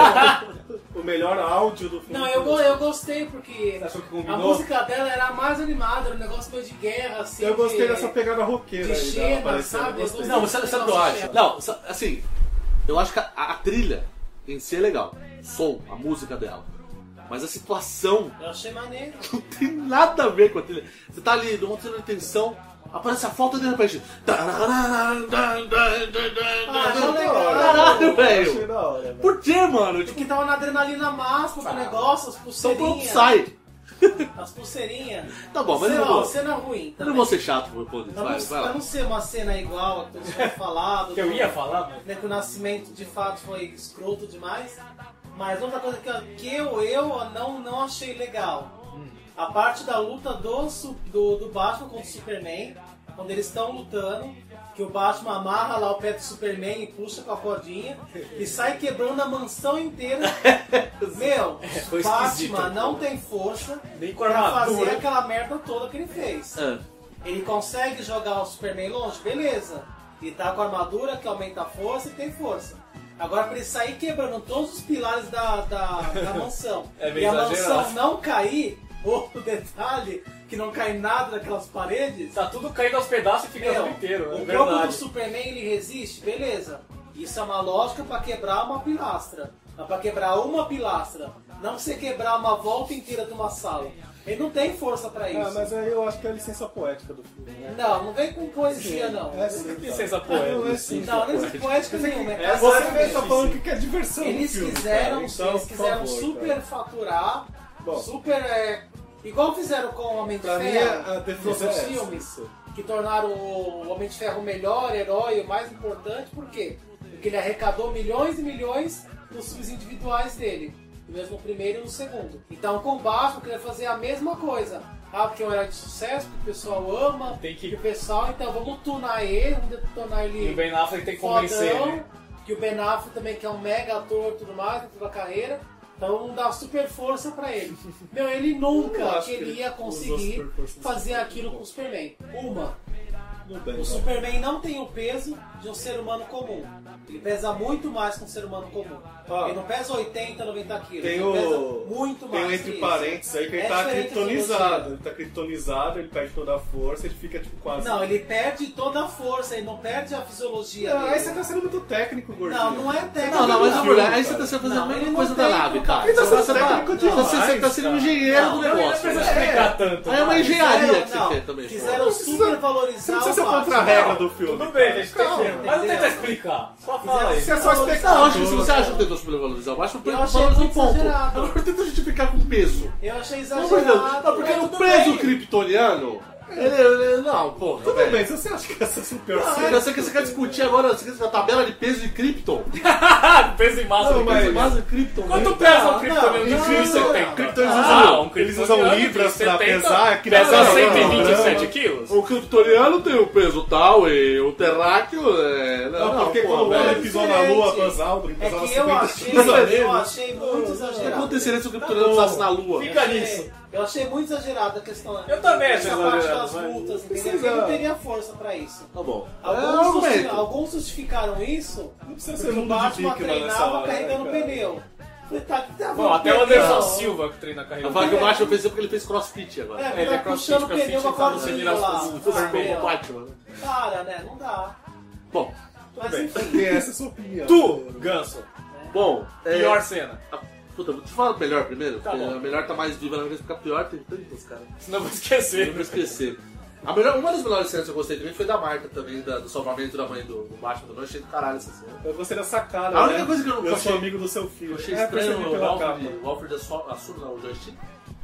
[SPEAKER 5] O melhor áudio do filme.
[SPEAKER 13] Não, eu, go- eu gostei porque
[SPEAKER 4] Tá.
[SPEAKER 5] Você achou que
[SPEAKER 13] a
[SPEAKER 5] combinou?
[SPEAKER 13] música dela era a mais animada, era um negócio meio de guerra, assim.
[SPEAKER 5] Eu gostei
[SPEAKER 13] de-
[SPEAKER 5] dessa pegada roqueira
[SPEAKER 13] de
[SPEAKER 5] aí
[SPEAKER 13] cena,
[SPEAKER 5] dela aparecendo.
[SPEAKER 13] sabe?
[SPEAKER 5] Eu gostei.
[SPEAKER 4] Não, mas sabe, sabe o que eu acho? Não, sa- assim, eu acho que a, a trilha em si é legal. O som, a música dela. Mas a situação [LAUGHS]
[SPEAKER 13] Eu achei maneiro.
[SPEAKER 4] não tem nada a ver com a trilha. Você tá ali, não tendo intenção, aparece a foto de repente.
[SPEAKER 13] Ah, já
[SPEAKER 5] Não,
[SPEAKER 13] legal.
[SPEAKER 5] não,
[SPEAKER 4] Caralho,
[SPEAKER 5] eu
[SPEAKER 4] velho.
[SPEAKER 5] achei da hora, velho.
[SPEAKER 4] Por que, mano? Tipo,
[SPEAKER 13] Porque tava na adrenalina máxima
[SPEAKER 5] Tá.
[SPEAKER 13] com o negócio, as
[SPEAKER 5] Então
[SPEAKER 4] são
[SPEAKER 5] um
[SPEAKER 4] pro
[SPEAKER 13] pulseirinhas.
[SPEAKER 4] upside.
[SPEAKER 13] As pulseirinhas.
[SPEAKER 4] Tá bom, mas
[SPEAKER 13] Sei
[SPEAKER 4] eu não
[SPEAKER 13] lá, Tá
[SPEAKER 4] vou.
[SPEAKER 13] cena ruim.
[SPEAKER 4] Eu não
[SPEAKER 13] também.
[SPEAKER 4] vou ser chato por por isso.
[SPEAKER 13] Pra não,
[SPEAKER 4] Vai, vai
[SPEAKER 13] pra
[SPEAKER 4] lá.
[SPEAKER 13] não ser uma cena igual a que
[SPEAKER 5] [LAUGHS]
[SPEAKER 13] todos tinham falado,
[SPEAKER 5] é
[SPEAKER 12] Que eu ia falar, mas...
[SPEAKER 13] né, que o nascimento de fato foi escroto demais, mas outra coisa que eu, que eu, eu não, não achei legal,
[SPEAKER 12] Hum.
[SPEAKER 13] a parte da luta do, su- do, do Batman contra o Superman, quando eles estão lutando, que o Batman amarra lá o pé do Superman e puxa com a
[SPEAKER 12] [LAUGHS]
[SPEAKER 13] cordinha e sai quebrando a mansão inteira. Meu,
[SPEAKER 12] foi esquisito.
[SPEAKER 13] Batman não tem força
[SPEAKER 12] Nem com
[SPEAKER 13] pra fazer
[SPEAKER 12] armadura.
[SPEAKER 13] aquela merda toda que ele fez.
[SPEAKER 4] Ah,
[SPEAKER 13] Ele consegue jogar o Superman longe, beleza. E tá com a armadura que aumenta a força e tem força. Agora pra ele sair quebrando todos os pilares da, da,
[SPEAKER 12] [LAUGHS]
[SPEAKER 13] da mansão
[SPEAKER 12] É meio
[SPEAKER 13] e a
[SPEAKER 12] exagerado.
[SPEAKER 13] mansão não cair, outro detalhe, que não cai nada daquelas paredes.
[SPEAKER 12] Tá tudo caindo aos pedaços e fica
[SPEAKER 13] Meu,
[SPEAKER 12] tudo inteiro. É
[SPEAKER 13] o corpo do
[SPEAKER 12] verdade.
[SPEAKER 13] Superman ele resiste, beleza. Isso é uma lógica pra quebrar uma pilastra. Mas pra quebrar uma pilastra, não você quebrar uma volta inteira de uma sala. Ele não tem força pra isso.
[SPEAKER 5] Ah, mas aí eu acho que é a licença poética do filme, né?
[SPEAKER 13] Não, não vem com poesia não.
[SPEAKER 5] É sim,
[SPEAKER 12] Licença
[SPEAKER 5] cara. Não, é
[SPEAKER 12] poética.
[SPEAKER 5] sim.
[SPEAKER 13] Não, não é poética nenhuma. É
[SPEAKER 5] É,
[SPEAKER 13] clássico
[SPEAKER 5] você
[SPEAKER 13] mesmo.
[SPEAKER 5] mesmo tá falando que quer diversão no
[SPEAKER 13] Eles
[SPEAKER 5] filme,
[SPEAKER 13] quiseram,
[SPEAKER 5] cara. Então,
[SPEAKER 13] eles
[SPEAKER 5] por
[SPEAKER 13] quiseram
[SPEAKER 5] favor,
[SPEAKER 13] super
[SPEAKER 5] cara.
[SPEAKER 13] faturar,
[SPEAKER 5] Bom.
[SPEAKER 13] super. é, igual fizeram com o Homem de
[SPEAKER 5] Pra mim,
[SPEAKER 13] Ferro
[SPEAKER 5] a definição é
[SPEAKER 13] nos
[SPEAKER 5] essa.
[SPEAKER 13] filmes, que tornaram o Homem de Ferro o melhor herói, o mais importante, por quê? Porque ele arrecadou milhões e milhões nos filmes individuais dele. Mesmo no primeiro e no segundo. Então com o Batman queria fazer a mesma coisa. Ah, porque é um herói de sucesso, que o pessoal ama,
[SPEAKER 12] Tem que-
[SPEAKER 13] o pessoal, então vamos tunar ele, vamos tornar ele
[SPEAKER 12] E o Ben Affleck tem que
[SPEAKER 13] fodão,
[SPEAKER 12] convencer né? ele.
[SPEAKER 5] né?
[SPEAKER 13] que o Ben Affleck também que é um mega ator e tudo mais, tem toda a carreira. Então vamos dar super força
[SPEAKER 5] [LAUGHS]
[SPEAKER 13] pra ele. Meu, ele
[SPEAKER 5] Eu
[SPEAKER 13] nunca
[SPEAKER 5] acho que
[SPEAKER 13] queria
[SPEAKER 5] ele usou
[SPEAKER 13] conseguir
[SPEAKER 5] super força no
[SPEAKER 13] fazer
[SPEAKER 5] Superman.
[SPEAKER 13] aquilo com o Superman. Uma.
[SPEAKER 5] bem,
[SPEAKER 13] o Superman não tem o peso de um ser humano comum. Ele pesa muito mais que um ser humano comum.
[SPEAKER 5] Ó,
[SPEAKER 13] ele não pesa 80, 90 quilos.
[SPEAKER 5] Ah. Tem
[SPEAKER 13] ele
[SPEAKER 5] o.
[SPEAKER 13] pesa muito
[SPEAKER 5] tem
[SPEAKER 13] mais.
[SPEAKER 5] o
[SPEAKER 13] que
[SPEAKER 5] entre
[SPEAKER 13] isso.
[SPEAKER 5] parênteses aí que ele
[SPEAKER 13] É
[SPEAKER 5] tá
[SPEAKER 13] diferente do
[SPEAKER 5] criptonizado. Ele tá criptonizado, ele perde toda a força, ele fica tipo quase.
[SPEAKER 13] Não, ele perde toda a força, ele não perde a fisiologia.
[SPEAKER 5] Não,
[SPEAKER 13] dele.
[SPEAKER 5] aí você tá sendo muito técnico, gordinho.
[SPEAKER 13] Não, não é técnico.
[SPEAKER 4] Não, não, mas na
[SPEAKER 13] não,
[SPEAKER 4] verdade, aí
[SPEAKER 13] cara.
[SPEAKER 4] você tá sendo fazendo a
[SPEAKER 13] Não,
[SPEAKER 4] mesma
[SPEAKER 13] ele não
[SPEAKER 4] coisa da
[SPEAKER 13] tem
[SPEAKER 4] nave,
[SPEAKER 13] como-
[SPEAKER 4] cara.
[SPEAKER 13] Ele tá
[SPEAKER 4] Você
[SPEAKER 13] sendo
[SPEAKER 4] tá-
[SPEAKER 13] técnico
[SPEAKER 4] você-
[SPEAKER 13] demais,
[SPEAKER 4] Você tá sendo um engenheiro do
[SPEAKER 13] Não,
[SPEAKER 4] negócio.
[SPEAKER 13] ele não precisa
[SPEAKER 4] né?
[SPEAKER 13] explicar
[SPEAKER 12] tanto,
[SPEAKER 4] Aí é uma
[SPEAKER 12] não.
[SPEAKER 4] engenharia que
[SPEAKER 13] Fizeram-
[SPEAKER 4] você fez
[SPEAKER 13] não,
[SPEAKER 4] também.
[SPEAKER 13] Quiseram super valorizar
[SPEAKER 5] Você é
[SPEAKER 13] o Batman.
[SPEAKER 5] contra a regra do filme.
[SPEAKER 12] Tudo bem, gente, tem
[SPEAKER 13] Calma,
[SPEAKER 12] tempo. Mas não
[SPEAKER 13] entendeu?
[SPEAKER 12] tenta explicar. Só fala um aí.
[SPEAKER 5] Você é só espectador.
[SPEAKER 4] Não, acho que se você acha que tentou supervalorizar o Batman,
[SPEAKER 13] Eu achei
[SPEAKER 4] valoriza um
[SPEAKER 13] muito
[SPEAKER 4] ponto.
[SPEAKER 13] exagerado.
[SPEAKER 4] Agora tenta justificar com peso.
[SPEAKER 13] Eu achei
[SPEAKER 4] Não, por Deus.
[SPEAKER 13] exagerado.
[SPEAKER 4] Não, porque
[SPEAKER 13] mas
[SPEAKER 4] no
[SPEAKER 13] tudo
[SPEAKER 4] preso
[SPEAKER 13] bem.
[SPEAKER 4] kryptoniano, ele, ele- Não, porra.
[SPEAKER 5] Tudo bem, se você acha que essa é a super
[SPEAKER 4] Não,
[SPEAKER 5] cena-
[SPEAKER 4] Você, quer- você quer discutir agora você quer discutir a tabela de peso de Krypton?
[SPEAKER 12] Peso em massa.
[SPEAKER 13] É
[SPEAKER 5] Não, mas-
[SPEAKER 4] Mas o Krypton. Ah,
[SPEAKER 12] Quanto pesa um criptoniano de
[SPEAKER 5] Não,
[SPEAKER 12] frio
[SPEAKER 5] não,
[SPEAKER 12] 70?
[SPEAKER 5] Krypton eles
[SPEAKER 13] é
[SPEAKER 12] Ah,
[SPEAKER 5] usam,
[SPEAKER 12] um
[SPEAKER 5] eles usam
[SPEAKER 12] criptoniano de
[SPEAKER 5] libras
[SPEAKER 12] 70,
[SPEAKER 5] pra pesar. que
[SPEAKER 12] Pesa
[SPEAKER 5] não, não, não, não.
[SPEAKER 12] 127 quilos?
[SPEAKER 4] O kryptoniano tem o peso tal e o terráqueo é. Não,
[SPEAKER 5] Não, porque
[SPEAKER 4] pô,
[SPEAKER 5] quando o
[SPEAKER 4] velho.
[SPEAKER 5] Waller pisou na lua
[SPEAKER 13] Gente,
[SPEAKER 5] com as Aldrin,
[SPEAKER 13] É
[SPEAKER 5] pesava
[SPEAKER 13] que eu
[SPEAKER 5] 50
[SPEAKER 13] achei,
[SPEAKER 5] quilos a
[SPEAKER 13] eu
[SPEAKER 5] menos.
[SPEAKER 13] achei muito
[SPEAKER 4] O que
[SPEAKER 13] exagerado.
[SPEAKER 4] aconteceria se o kryptoniano pisasse na lua?
[SPEAKER 13] Eu
[SPEAKER 12] Fica
[SPEAKER 13] achei-
[SPEAKER 12] nisso.
[SPEAKER 13] Eu achei muito exagerada a questão. né?
[SPEAKER 12] Eu também achei
[SPEAKER 13] Essa parte
[SPEAKER 12] exagerado,
[SPEAKER 13] das
[SPEAKER 12] mas-
[SPEAKER 13] multas, entendeu?
[SPEAKER 5] Precisa-
[SPEAKER 13] Porque não teria força pra isso.
[SPEAKER 4] Tá bom. É um
[SPEAKER 13] Alguns, justi-
[SPEAKER 4] argumento.
[SPEAKER 13] alguns justificaram isso
[SPEAKER 5] Não precisa
[SPEAKER 13] porque
[SPEAKER 5] ser
[SPEAKER 13] o
[SPEAKER 5] mundo de
[SPEAKER 13] Batman
[SPEAKER 5] Dickman nessa
[SPEAKER 13] treinava
[SPEAKER 5] hora, né,
[SPEAKER 13] carregando
[SPEAKER 5] cara?
[SPEAKER 13] pneu. Falei, tá, tá,
[SPEAKER 12] Bom, até o Anderson Silva que treina a
[SPEAKER 4] Eu
[SPEAKER 12] carreira.
[SPEAKER 4] falo que o Batman fez isso porque ele fez crossfit agora.
[SPEAKER 13] É,
[SPEAKER 12] Ele
[SPEAKER 13] ele
[SPEAKER 12] é
[SPEAKER 13] tá
[SPEAKER 12] crossfit,
[SPEAKER 13] puxando pneu com a
[SPEAKER 12] crossfit, tá no
[SPEAKER 13] quadrilha lá.
[SPEAKER 12] Superman,
[SPEAKER 4] Superman,
[SPEAKER 13] Ah,
[SPEAKER 4] Batman. né?
[SPEAKER 13] meu, Cara, né? Não dá.
[SPEAKER 4] Bom,
[SPEAKER 13] Mas enfim.
[SPEAKER 5] Tem essa sua opinião.
[SPEAKER 12] Tu, Ganso.
[SPEAKER 4] bom. é-
[SPEAKER 12] Pior cena.
[SPEAKER 4] Ah, Puta, deixa eu falar melhor primeiro.
[SPEAKER 12] Tá
[SPEAKER 4] porque
[SPEAKER 12] bom.
[SPEAKER 4] a melhor tá mais viva na minha cabeça, porque a pior tem tantos, cara. Eu
[SPEAKER 12] Senão eu vou
[SPEAKER 4] não vou
[SPEAKER 12] esquecer.
[SPEAKER 4] esquecer. A melhor, uma das melhores cenas que eu gostei também foi da Marta também, da- do salvamento da mãe do, do Batman também. Eu achei do caralho essa cena.
[SPEAKER 5] Eu gostei dessa cara.
[SPEAKER 4] A única
[SPEAKER 5] né?
[SPEAKER 4] coisa que eu não-
[SPEAKER 5] Eu
[SPEAKER 4] achei-
[SPEAKER 5] sou amigo do seu filho.
[SPEAKER 4] Eu achei
[SPEAKER 5] É,
[SPEAKER 4] estranho
[SPEAKER 5] percebi
[SPEAKER 4] o
[SPEAKER 5] pela
[SPEAKER 4] Alfred,
[SPEAKER 5] capa.
[SPEAKER 4] o Alfred é assu- assume lá o joystick.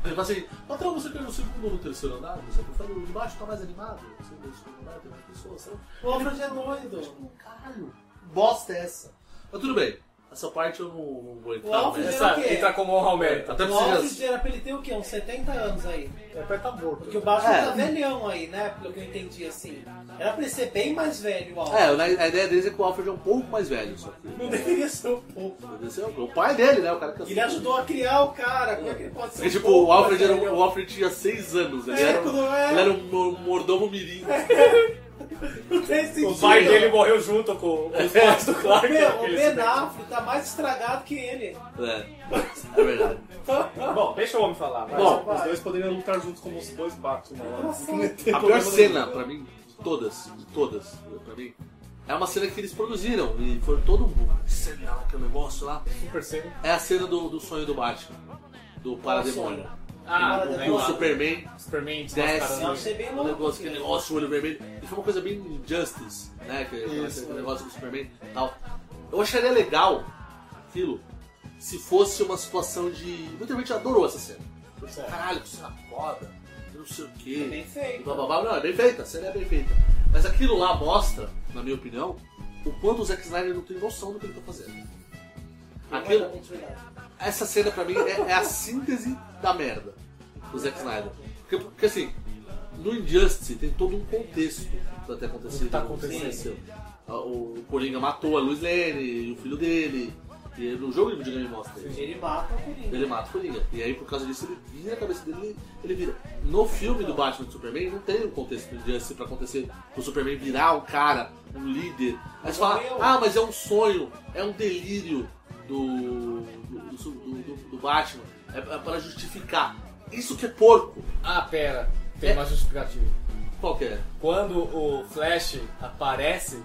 [SPEAKER 4] Ele fala assim, patrão, você caiu no segundo ou no terceiro andar? Não sei o que. Eu falei, o de baixo tá mais animado. Você no segundo andar, tem mais pessoas, sabe?
[SPEAKER 13] O Alfred é doido.
[SPEAKER 4] Caralho, que bosta é essa? Mas tudo bem, essa parte eu não, não vou entrar.
[SPEAKER 13] O Alfred
[SPEAKER 4] mas-
[SPEAKER 13] é
[SPEAKER 12] Sabe,
[SPEAKER 13] o quê?
[SPEAKER 12] entra como um honra ao mérito.
[SPEAKER 4] Até
[SPEAKER 13] O
[SPEAKER 4] porque você
[SPEAKER 13] Alfred é-
[SPEAKER 4] já...
[SPEAKER 13] era pra ele ter o quê? Uns 70 anos aí.
[SPEAKER 5] É pra estar morto.
[SPEAKER 13] Porque o Batman
[SPEAKER 4] É.
[SPEAKER 13] tá velhão aí, né? Pelo que eu entendi, assim. Era pra ele ser bem mais velho, o Alfred.
[SPEAKER 4] É, na- a ideia deles é que o Alfred é um pouco mais velho, só que...
[SPEAKER 13] Não deveria ser um pouco.
[SPEAKER 4] Esse é o o pai dele, né? O cara que
[SPEAKER 13] Ele ajudou a criar o cara. Como é que ele pode ser
[SPEAKER 4] Porque,
[SPEAKER 13] um
[SPEAKER 4] tipo,
[SPEAKER 13] pouco
[SPEAKER 4] o Alfred,
[SPEAKER 13] mais
[SPEAKER 4] era,
[SPEAKER 13] velho?
[SPEAKER 4] um- o Alfred tinha 6 anos, ele
[SPEAKER 13] É,
[SPEAKER 4] era, um-
[SPEAKER 13] quando era- É.
[SPEAKER 4] ele era um mo- mordomo mirim.
[SPEAKER 13] Não tem sentido.
[SPEAKER 12] O pai dele morreu junto com, com os pais do Clark.
[SPEAKER 13] Meu, um o
[SPEAKER 12] Aquele
[SPEAKER 13] Ben
[SPEAKER 12] acidente.
[SPEAKER 13] Affleck tá mais estragado que ele.
[SPEAKER 4] É, é verdade.
[SPEAKER 12] Bom, deixa o homem falar. vai.
[SPEAKER 4] Bom,
[SPEAKER 5] Os dois poderiam lutar juntos como os dois Batman. né?
[SPEAKER 13] assim?
[SPEAKER 4] A pior cena, pra mim, de todas, de todas, pra mim, é uma cena que eles produziram e foi todo um cena lá, aquele negócio lá.
[SPEAKER 12] Super cena.
[SPEAKER 4] É a cena do, do sonho do Batman, do Parademônio.
[SPEAKER 12] Ah,
[SPEAKER 13] Cara,
[SPEAKER 12] do
[SPEAKER 13] deve
[SPEAKER 4] E o
[SPEAKER 13] lá.
[SPEAKER 4] um Superman,
[SPEAKER 12] Superman
[SPEAKER 4] Desce.
[SPEAKER 13] Eu
[SPEAKER 12] desmascarando.
[SPEAKER 13] achei bem
[SPEAKER 4] o
[SPEAKER 13] louco.
[SPEAKER 4] um negócio, aquele negócio, o olho vermelho. E foi uma coisa bem Injustice, né? Que, aquela- aquele negócio do Superman e tal. Eu acharia legal aquilo se fosse uma situação de. Muita gente adorou essa cena. Caralho, que cena foda, não sei o quê.
[SPEAKER 13] Bem
[SPEAKER 4] E
[SPEAKER 13] feito.
[SPEAKER 4] blá, blá, blá. Não, é bem feita, a série é bem feita. Mas aquilo lá mostra, na minha opinião, o quanto o Zack Snyder não tem noção do que ele tá fazendo. Aquilo,
[SPEAKER 13] Completamente verdade.
[SPEAKER 4] essa cena pra mim é, é a síntese da merda do Zack Snyder. Porque, porque, assim, no Injustice tem todo um contexto pra ter acontecido.
[SPEAKER 12] tá
[SPEAKER 4] o que
[SPEAKER 12] acontecendo.
[SPEAKER 4] aconteceu. Ah, O Coringa matou a Luz Lane e o filho dele. E no jogo de videogame mostra isso.
[SPEAKER 13] Ele mata o Coringa.
[SPEAKER 4] Ele mata o Coringa. E aí, por causa disso, ele vira a cabeça dele ele vira. No filme do Batman e Superman, não tem um contexto de assim pra acontecer o Superman virar um cara, um líder. Aí você fala,
[SPEAKER 13] Morreu.
[SPEAKER 4] ah, mas é um sonho, é um delírio do, do, do- do- do Batman. É, é para justificar. Isso que é porco.
[SPEAKER 12] Ah, pera. Tem
[SPEAKER 4] É.
[SPEAKER 12] uma justificativa.
[SPEAKER 4] Qual que é?
[SPEAKER 12] Quando o Flash aparece,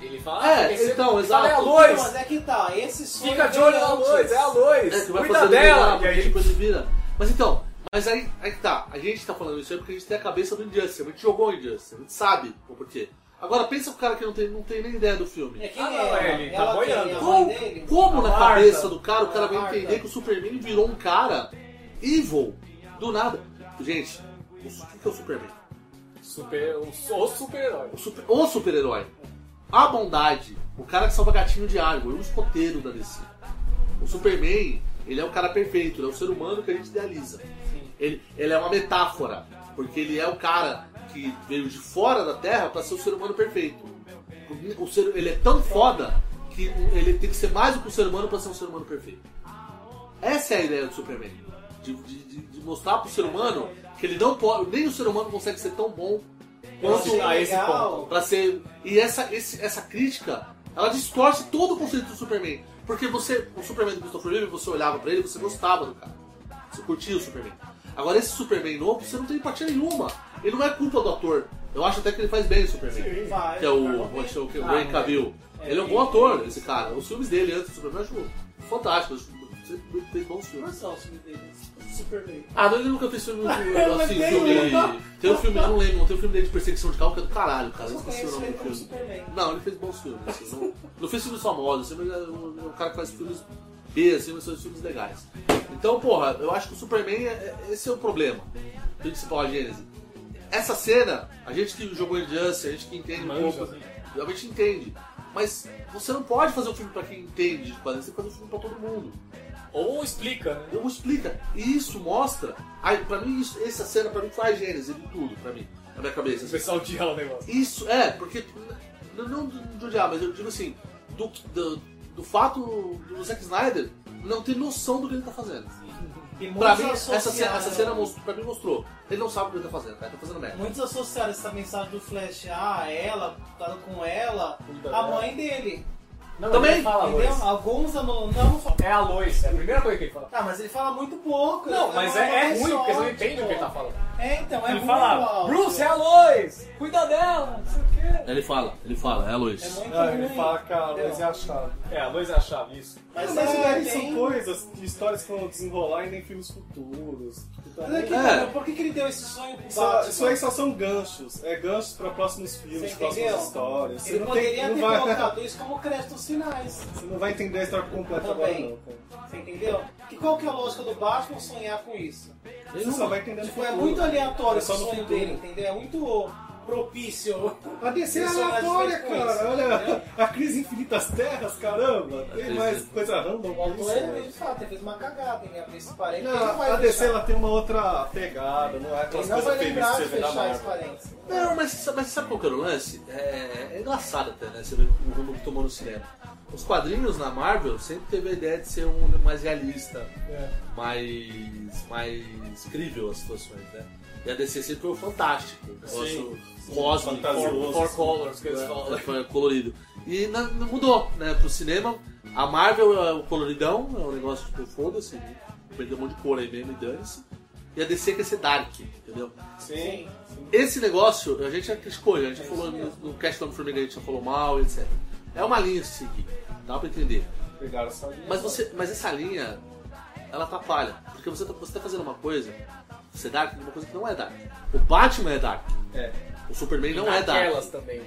[SPEAKER 12] ele fala...
[SPEAKER 4] É,
[SPEAKER 12] ah, tem que ser-
[SPEAKER 4] então,
[SPEAKER 12] Fala, é a
[SPEAKER 4] exato.
[SPEAKER 13] Não,
[SPEAKER 12] luz!
[SPEAKER 13] mas é que tá, esse sonho.
[SPEAKER 12] Fica de
[SPEAKER 13] veio
[SPEAKER 12] olho na
[SPEAKER 13] antes.
[SPEAKER 12] luz, é a luz!
[SPEAKER 4] É, que vai
[SPEAKER 12] Cuida
[SPEAKER 4] fazer
[SPEAKER 12] dela!
[SPEAKER 4] dela, e aí depois ele tipo, vira. Mas então, mas aí, aí que tá, a gente tá falando isso aí porque a gente tem a cabeça do Injustice, a gente jogou o Injustice, a gente sabe o porquê. Agora pensa pro cara que não tem, não tem nem ideia do filme.
[SPEAKER 13] É quem
[SPEAKER 12] Ah, não,
[SPEAKER 13] ela?
[SPEAKER 12] ele tá
[SPEAKER 13] Ela quem?
[SPEAKER 12] boiando.
[SPEAKER 13] É a mãe
[SPEAKER 4] Como,
[SPEAKER 13] dele?
[SPEAKER 4] como
[SPEAKER 13] A
[SPEAKER 4] na
[SPEAKER 13] Marta?
[SPEAKER 4] cabeça do cara o cara
[SPEAKER 13] A
[SPEAKER 4] vai
[SPEAKER 13] Marta.
[SPEAKER 4] entender que o Superman virou um cara evil do nada? Gente, o su- o que que é o Superman?
[SPEAKER 12] Super, o, o super-herói.
[SPEAKER 4] O, super, o super-herói. A bondade. O cara que salva gatinho de árvore. O escoteiro da DC. O Superman, ele é o cara perfeito. Ele é o ser humano que a gente idealiza. Ele, ele é uma metáfora. Porque ele é o cara que veio de fora da Terra para ser o ser humano perfeito. O ser, ele é tão foda que ele tem que ser mais do que um ser humano para ser um ser humano perfeito. Essa é a ideia do Superman. De, de, de, de mostrar pro ser humano que ele não pode. Nem o ser humano consegue ser tão bom
[SPEAKER 13] Quanto
[SPEAKER 4] a esse
[SPEAKER 13] legal.
[SPEAKER 4] ponto. Pra ser... E essa, esse- essa crítica, ela distorce todo o conceito do Superman. Porque você, o Superman do Christopher Reeve, você olhava pra ele você gostava do cara. Você curtia o Superman. Agora, esse Superman novo, você não tem empatia nenhuma. Ele não é culpa do ator. Eu acho até que ele faz bem o Superman.
[SPEAKER 13] faz,
[SPEAKER 4] que é o, como é que chama? Que é o Henry Cavill. Ele é um bom ator, esse cara. Os filmes dele antes do Superman eu acho fantástico. Eu acho que Sempre fez bons filmes.
[SPEAKER 13] Mas são os filmes é dele. Superman.
[SPEAKER 4] Ah, não, ele nunca fez filme
[SPEAKER 13] [LAUGHS] Eu
[SPEAKER 4] assim,
[SPEAKER 13] lembrei
[SPEAKER 4] filme.
[SPEAKER 13] um.
[SPEAKER 4] Tem um filme, não lembro, tem um filme dele de perseguição de carro que é do caralho, cara. Eu
[SPEAKER 13] Eu
[SPEAKER 4] esqueci o
[SPEAKER 13] conheço
[SPEAKER 4] nome
[SPEAKER 13] ele é um
[SPEAKER 4] do
[SPEAKER 13] como
[SPEAKER 4] filme.
[SPEAKER 13] Superman.
[SPEAKER 4] Não, ele fez bons filmes. Assim, não, não fez filmes famosos, assim, mas é um, é um cara que faz filmes B, assim, mas são filmes legais. Então, porra, eu acho que o Superman, é, é- esse é o problema principal, a gênese. Essa cena, a gente que jogou Injustice, a gente que entende um pouco, realmente entende. Mas você não pode fazer um filme pra quem entende de quadrinhos, você tem que fazer um filme pra todo mundo.
[SPEAKER 12] Ou explica, né?
[SPEAKER 4] Ou explica. E isso mostra. Aí, pra mim, isso- essa cena pra mim faz gênese de tudo, pra mim, na minha cabeça. assim.
[SPEAKER 12] O pessoal odiava o negócio.
[SPEAKER 4] Isso, é, porque. Não, não de odiar, mas eu digo assim, do, do, do fato do Zack Snyder não ter noção do que ele tá fazendo.
[SPEAKER 13] E
[SPEAKER 4] Pra
[SPEAKER 13] muitos
[SPEAKER 4] mim, essa cena,
[SPEAKER 13] associaram-
[SPEAKER 4] essa cena mostrou, pra mim mostrou. Ele não sabe o que ele tá fazendo, cara. Ele tá fazendo merda.
[SPEAKER 13] Muitos associaram essa mensagem do Flash a ela, tá com ela,
[SPEAKER 4] Cuida
[SPEAKER 13] a
[SPEAKER 4] dela.
[SPEAKER 13] mãe dele.
[SPEAKER 12] Não,
[SPEAKER 4] Também.
[SPEAKER 12] ele fala
[SPEAKER 13] entendeu?
[SPEAKER 12] Lois.
[SPEAKER 13] Alguns não, não falam.
[SPEAKER 12] É a Lois, é a primeira coisa que ele fala.
[SPEAKER 13] Ah, mas ele fala muito pouco.
[SPEAKER 12] Não,
[SPEAKER 13] ele
[SPEAKER 12] mas
[SPEAKER 13] fala
[SPEAKER 12] é, é
[SPEAKER 13] uma
[SPEAKER 12] ruim,
[SPEAKER 13] só,
[SPEAKER 12] porque você não
[SPEAKER 13] tipo,
[SPEAKER 12] entende o que ele tá falando.
[SPEAKER 13] É, então, é
[SPEAKER 12] Ele
[SPEAKER 13] ruim.
[SPEAKER 12] fala,
[SPEAKER 13] igual.
[SPEAKER 12] Bruce, é a Lois! Cuida dela! Não sei o quê.
[SPEAKER 4] Ele fala, ele fala, é a Luiz.
[SPEAKER 5] Ah, ele fala que a Lois é a chave.
[SPEAKER 12] É, a Lois é a chave, isso.
[SPEAKER 13] Mas
[SPEAKER 5] Mas,
[SPEAKER 13] é,
[SPEAKER 5] daí
[SPEAKER 13] tem-
[SPEAKER 5] são coisas, histórias que vão desenrolar e nem filmes futuros. Então,
[SPEAKER 13] Mas é que,
[SPEAKER 4] É.
[SPEAKER 13] cara, por que, que ele deu esse sonho pro
[SPEAKER 5] Só,
[SPEAKER 13] Batman?
[SPEAKER 5] isso aí só são ganchos. É ganchos pra próximos
[SPEAKER 13] Você
[SPEAKER 5] filmes,
[SPEAKER 13] entendeu?
[SPEAKER 5] próximas histórias. Você
[SPEAKER 13] ele
[SPEAKER 5] não, tem-
[SPEAKER 13] poderia
[SPEAKER 5] não
[SPEAKER 13] ter
[SPEAKER 5] vai,
[SPEAKER 13] colocado isso como créditos finais.
[SPEAKER 5] [LAUGHS] você não vai entender a história completa agora,
[SPEAKER 13] Também.
[SPEAKER 5] não. cara.
[SPEAKER 13] Você entendeu? Que qual que é a lógica do Batman sonhar com isso?
[SPEAKER 5] Você só vai entender no
[SPEAKER 13] Tipo, é
[SPEAKER 5] futuro.
[SPEAKER 13] muito aleatório
[SPEAKER 5] É
[SPEAKER 13] esse
[SPEAKER 5] só no
[SPEAKER 13] sonho
[SPEAKER 5] futuro.
[SPEAKER 13] dele, entendeu? É muito propício.
[SPEAKER 5] A DC é
[SPEAKER 13] Esse é o
[SPEAKER 5] aleatória,
[SPEAKER 13] mais
[SPEAKER 5] cara.
[SPEAKER 13] com isso,
[SPEAKER 5] Olha, a crise infinitas terras, caramba. Tem
[SPEAKER 4] crise-
[SPEAKER 5] mais coisa random.
[SPEAKER 13] é. O autor, é
[SPEAKER 5] Isso, né?
[SPEAKER 13] ele, de fato, ele fez uma cagada, ele abriu esse parênteses. ele não
[SPEAKER 5] Não,
[SPEAKER 13] vai
[SPEAKER 5] a DC
[SPEAKER 13] deixar.
[SPEAKER 5] ela tem uma outra pegada, não é aquelas
[SPEAKER 13] Ele não
[SPEAKER 5] coisas
[SPEAKER 13] vai
[SPEAKER 5] felizes
[SPEAKER 13] lembrar
[SPEAKER 5] que
[SPEAKER 13] de
[SPEAKER 5] você vê na
[SPEAKER 13] fechar esse
[SPEAKER 5] Marvel.
[SPEAKER 13] parênteses.
[SPEAKER 4] Não, mas, mas sabe qual que era o lance? É, é engraçado até, né? Você vê o rumo que tomou no cinema. Os quadrinhos na Marvel sempre teve a ideia de ser um mais realista,
[SPEAKER 5] É.
[SPEAKER 4] mais, mais crível as situações, né? E a DC sempre foi o fantástico, o negócio cósmico,
[SPEAKER 5] fantasioso,
[SPEAKER 4] four
[SPEAKER 5] assim.
[SPEAKER 4] colors, que eles
[SPEAKER 5] É.
[SPEAKER 4] falam, né? Foi colorido. E na- não mudou, né? Pro cinema, a Marvel é o coloridão, é um negócio tipo, foda-se, perdeu um monte de cor aí mesmo e dane-se. E a DC quer ser dark, entendeu?
[SPEAKER 5] Sim.
[SPEAKER 4] Esse negócio, a gente já criticou, a gente já falou no, no cast do Homem-Formiga, a gente já falou mal, etc. É uma linha a se seguir, dá pra entender.
[SPEAKER 5] Pegaram essa linha.
[SPEAKER 4] Mas, você, mas essa linha, ela atrapalha. Porque você tá, você tá fazendo uma coisa, você é dark, uma coisa que não é dark. O Batman é dark,
[SPEAKER 5] É.
[SPEAKER 4] o Superman não é dark.
[SPEAKER 12] Naquelas também.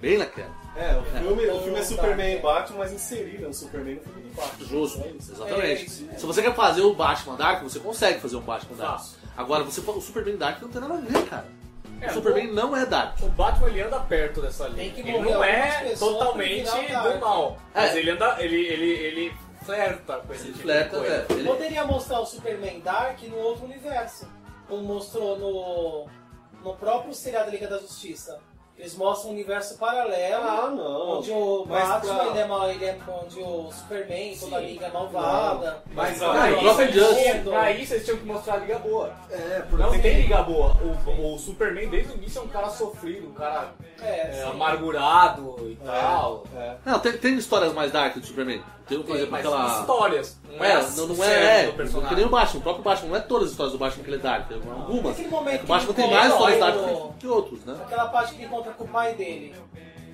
[SPEAKER 4] Bem naquela.
[SPEAKER 5] É, o filme, o filme é
[SPEAKER 13] Não,
[SPEAKER 5] Superman
[SPEAKER 13] tá.
[SPEAKER 5] e Batman, mas inseriram o Superman no filme do Batman.
[SPEAKER 4] Justo,
[SPEAKER 5] É isso.
[SPEAKER 4] exatamente.
[SPEAKER 13] É isso,
[SPEAKER 4] Se você quer fazer o Batman Dark, você consegue fazer um Batman Dark.
[SPEAKER 12] Fácil.
[SPEAKER 4] Agora, você, o Superman Dark não tem nada a ver, cara.
[SPEAKER 12] É,
[SPEAKER 4] o Superman não é Dark.
[SPEAKER 12] O Batman ele anda perto dessa linha.
[SPEAKER 13] Tem que
[SPEAKER 12] ele
[SPEAKER 13] morrer
[SPEAKER 12] não
[SPEAKER 13] algumas
[SPEAKER 12] é
[SPEAKER 13] pessoas
[SPEAKER 12] totalmente
[SPEAKER 13] pra virar o
[SPEAKER 12] do
[SPEAKER 13] Dark.
[SPEAKER 12] mal. Mas
[SPEAKER 4] É.
[SPEAKER 12] ele anda. ele, ele, ele flerta com esse
[SPEAKER 4] Ele
[SPEAKER 12] tipo
[SPEAKER 4] flerta,
[SPEAKER 12] de coisa.
[SPEAKER 4] é, ele-
[SPEAKER 13] Poderia mostrar o Superman Dark no outro universo, como mostrou no, no próprio seriado Liga da Justiça. Eles mostram um universo paralelo,
[SPEAKER 5] Ah, não.
[SPEAKER 13] onde o
[SPEAKER 5] Mas
[SPEAKER 13] Batman
[SPEAKER 5] pra-
[SPEAKER 13] ele é, mal, ele é onde o Superman, toda a Liga é malvada. É,
[SPEAKER 12] Mas
[SPEAKER 5] Não,
[SPEAKER 12] pra
[SPEAKER 4] o
[SPEAKER 12] isso
[SPEAKER 4] próprio
[SPEAKER 12] eles tinham-
[SPEAKER 13] Injustice.
[SPEAKER 12] pra isso eles tinham que mostrar a liga boa.
[SPEAKER 5] É, porque
[SPEAKER 12] Não tem liga boa. O, o Superman desde o início é um cara sofrido, um cara
[SPEAKER 13] É,
[SPEAKER 12] é,
[SPEAKER 13] sim.
[SPEAKER 12] amargurado e
[SPEAKER 5] É,
[SPEAKER 12] tal.
[SPEAKER 5] é.
[SPEAKER 4] Não, tem, tem histórias mais dark do Superman. Tem, por
[SPEAKER 12] Tem,
[SPEAKER 4] exemplo,
[SPEAKER 12] mas
[SPEAKER 4] aquela.
[SPEAKER 12] histórias. assim
[SPEAKER 4] Não é, não, não é, é que nem o Batman, o próprio Batman, não é todas as histórias do Batman que ele é dark, tem algumas. É
[SPEAKER 13] Naquele momento
[SPEAKER 4] O Batman
[SPEAKER 13] que
[SPEAKER 4] tem mais
[SPEAKER 13] encontra
[SPEAKER 4] histórias dark
[SPEAKER 13] o-
[SPEAKER 4] que, que outros, né?
[SPEAKER 13] Aquela parte que ele encontra com o pai dele.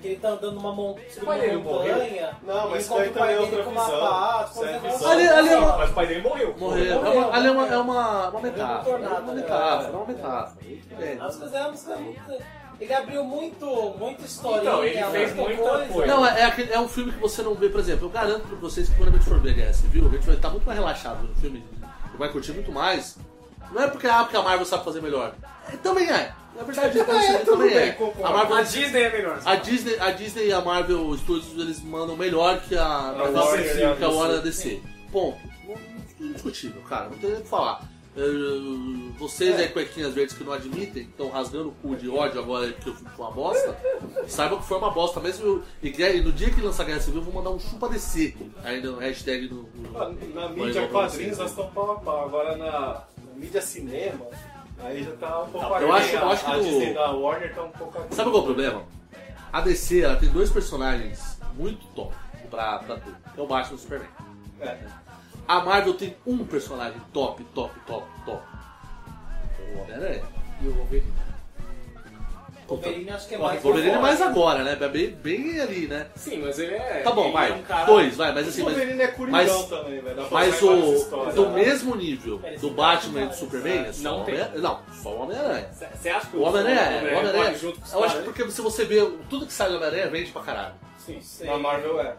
[SPEAKER 13] Que ele tá andando numa, mon... sobre
[SPEAKER 12] pai dele
[SPEAKER 13] uma montanha.
[SPEAKER 5] Não,
[SPEAKER 13] ele
[SPEAKER 5] mas isso
[SPEAKER 13] encontra
[SPEAKER 5] daí
[SPEAKER 13] o
[SPEAKER 5] também
[SPEAKER 13] pai
[SPEAKER 5] é
[SPEAKER 13] dele
[SPEAKER 5] outra
[SPEAKER 13] com uma
[SPEAKER 5] visão.
[SPEAKER 13] pata,
[SPEAKER 5] Isso é
[SPEAKER 13] com um
[SPEAKER 5] visão.
[SPEAKER 13] negócio
[SPEAKER 4] Ali- ali é uma-
[SPEAKER 13] assim,
[SPEAKER 12] Mas o pai dele morreu.
[SPEAKER 4] Morrer. É
[SPEAKER 13] Morreu,
[SPEAKER 4] uma, ali é uma,
[SPEAKER 13] né?
[SPEAKER 4] é uma, uma metáfora.
[SPEAKER 13] Morreu
[SPEAKER 4] É
[SPEAKER 13] tornado,
[SPEAKER 4] uma
[SPEAKER 13] né?
[SPEAKER 4] metáfora, é uma metáfora. É.
[SPEAKER 13] ó. Nós fizemos muito. Ele abriu muito, muita história.
[SPEAKER 12] Então, ele fez muita coisa.
[SPEAKER 4] Não, é, é aquele- é um filme que você não vê, por exemplo, eu garanto pra vocês que quando a gente for ver Guerra Civil, a gente vai estar muito mais relaxado no filme, você vai curtir muito mais. Não é porque, ah, porque a Marvel sabe fazer melhor. É, também é. Na verdade, Guerra Civil
[SPEAKER 5] tudo
[SPEAKER 4] também
[SPEAKER 5] bem,
[SPEAKER 4] é.
[SPEAKER 5] concordo.
[SPEAKER 4] A Marvel
[SPEAKER 12] A Disney
[SPEAKER 4] Tá
[SPEAKER 12] é melhor.
[SPEAKER 4] A Disney, a Disney e a Marvel Studios eles mandam melhor que a, que a
[SPEAKER 5] Warner
[SPEAKER 4] DC,
[SPEAKER 5] e a
[SPEAKER 4] que a Warner
[SPEAKER 13] DC.
[SPEAKER 4] DC. Ponto. Não- não- Indiscutível, cara. Não tem nem o que falar. Eh, Vocês
[SPEAKER 5] É.
[SPEAKER 4] aí, cuequinhas verdes que não admitem, que estão rasgando o cu de ódio agora aí porque eu fui com uma bosta,
[SPEAKER 5] [LAUGHS]
[SPEAKER 4] saibam que foi uma bosta mesmo. eu- E, que- é, e no dia que lançar a Guerra Civil, eu vou mandar um chupa DC. Ainda no hashtag no. no-
[SPEAKER 5] Na
[SPEAKER 4] no-
[SPEAKER 5] mídia
[SPEAKER 4] no-
[SPEAKER 5] quadrinhos
[SPEAKER 4] no-
[SPEAKER 5] nós estamos pau a pau. Agora na, na mídia cinema, Aí já tá um pouco
[SPEAKER 4] Eu
[SPEAKER 5] alheia.
[SPEAKER 4] acho- eu acho que
[SPEAKER 5] a
[SPEAKER 4] o-
[SPEAKER 5] Disney da Warner tá um pouco alheia.
[SPEAKER 4] Sabe qual é o problema? A DC ela tem dois personagens muito top pra, pra tudo. Que é o Batman e o Superman.
[SPEAKER 5] É.
[SPEAKER 4] A Marvel tem um personagem top, top, top, top. Que é O Homem-Aranha.
[SPEAKER 13] E o Wolverine.
[SPEAKER 4] O
[SPEAKER 13] Wolverine acho que é
[SPEAKER 4] Porra,
[SPEAKER 13] mais
[SPEAKER 4] O Wolverine é
[SPEAKER 13] por fora.
[SPEAKER 4] mais agora, né? Bem, bem ali, né?
[SPEAKER 12] Sim, mas ele é.
[SPEAKER 4] Tá bom,
[SPEAKER 12] ele
[SPEAKER 4] vai.
[SPEAKER 12] é um cara-
[SPEAKER 4] Dois, vai, mas assim.
[SPEAKER 5] O
[SPEAKER 4] mas-
[SPEAKER 5] Wolverine é Coringão
[SPEAKER 4] mas,
[SPEAKER 5] também, né? Dá pra
[SPEAKER 4] Mas
[SPEAKER 5] fazer várias
[SPEAKER 4] o.
[SPEAKER 5] histórias,
[SPEAKER 4] Do
[SPEAKER 5] né?
[SPEAKER 4] mesmo nível do Batman e do Superman, é só
[SPEAKER 12] Não
[SPEAKER 4] o
[SPEAKER 12] tem.
[SPEAKER 4] Homem- Não, só o Homem-Aranha.
[SPEAKER 12] Você acha que
[SPEAKER 4] O Homem-Aranha
[SPEAKER 12] o
[SPEAKER 4] é. O Homem-Aranha.
[SPEAKER 12] pode junto com os
[SPEAKER 4] Eu acho que
[SPEAKER 12] caras?
[SPEAKER 4] porque se você vê tudo que sai do Homem-Aranha vende pra caralho.
[SPEAKER 12] Sim, sim.
[SPEAKER 5] Na Marvel é.
[SPEAKER 13] Não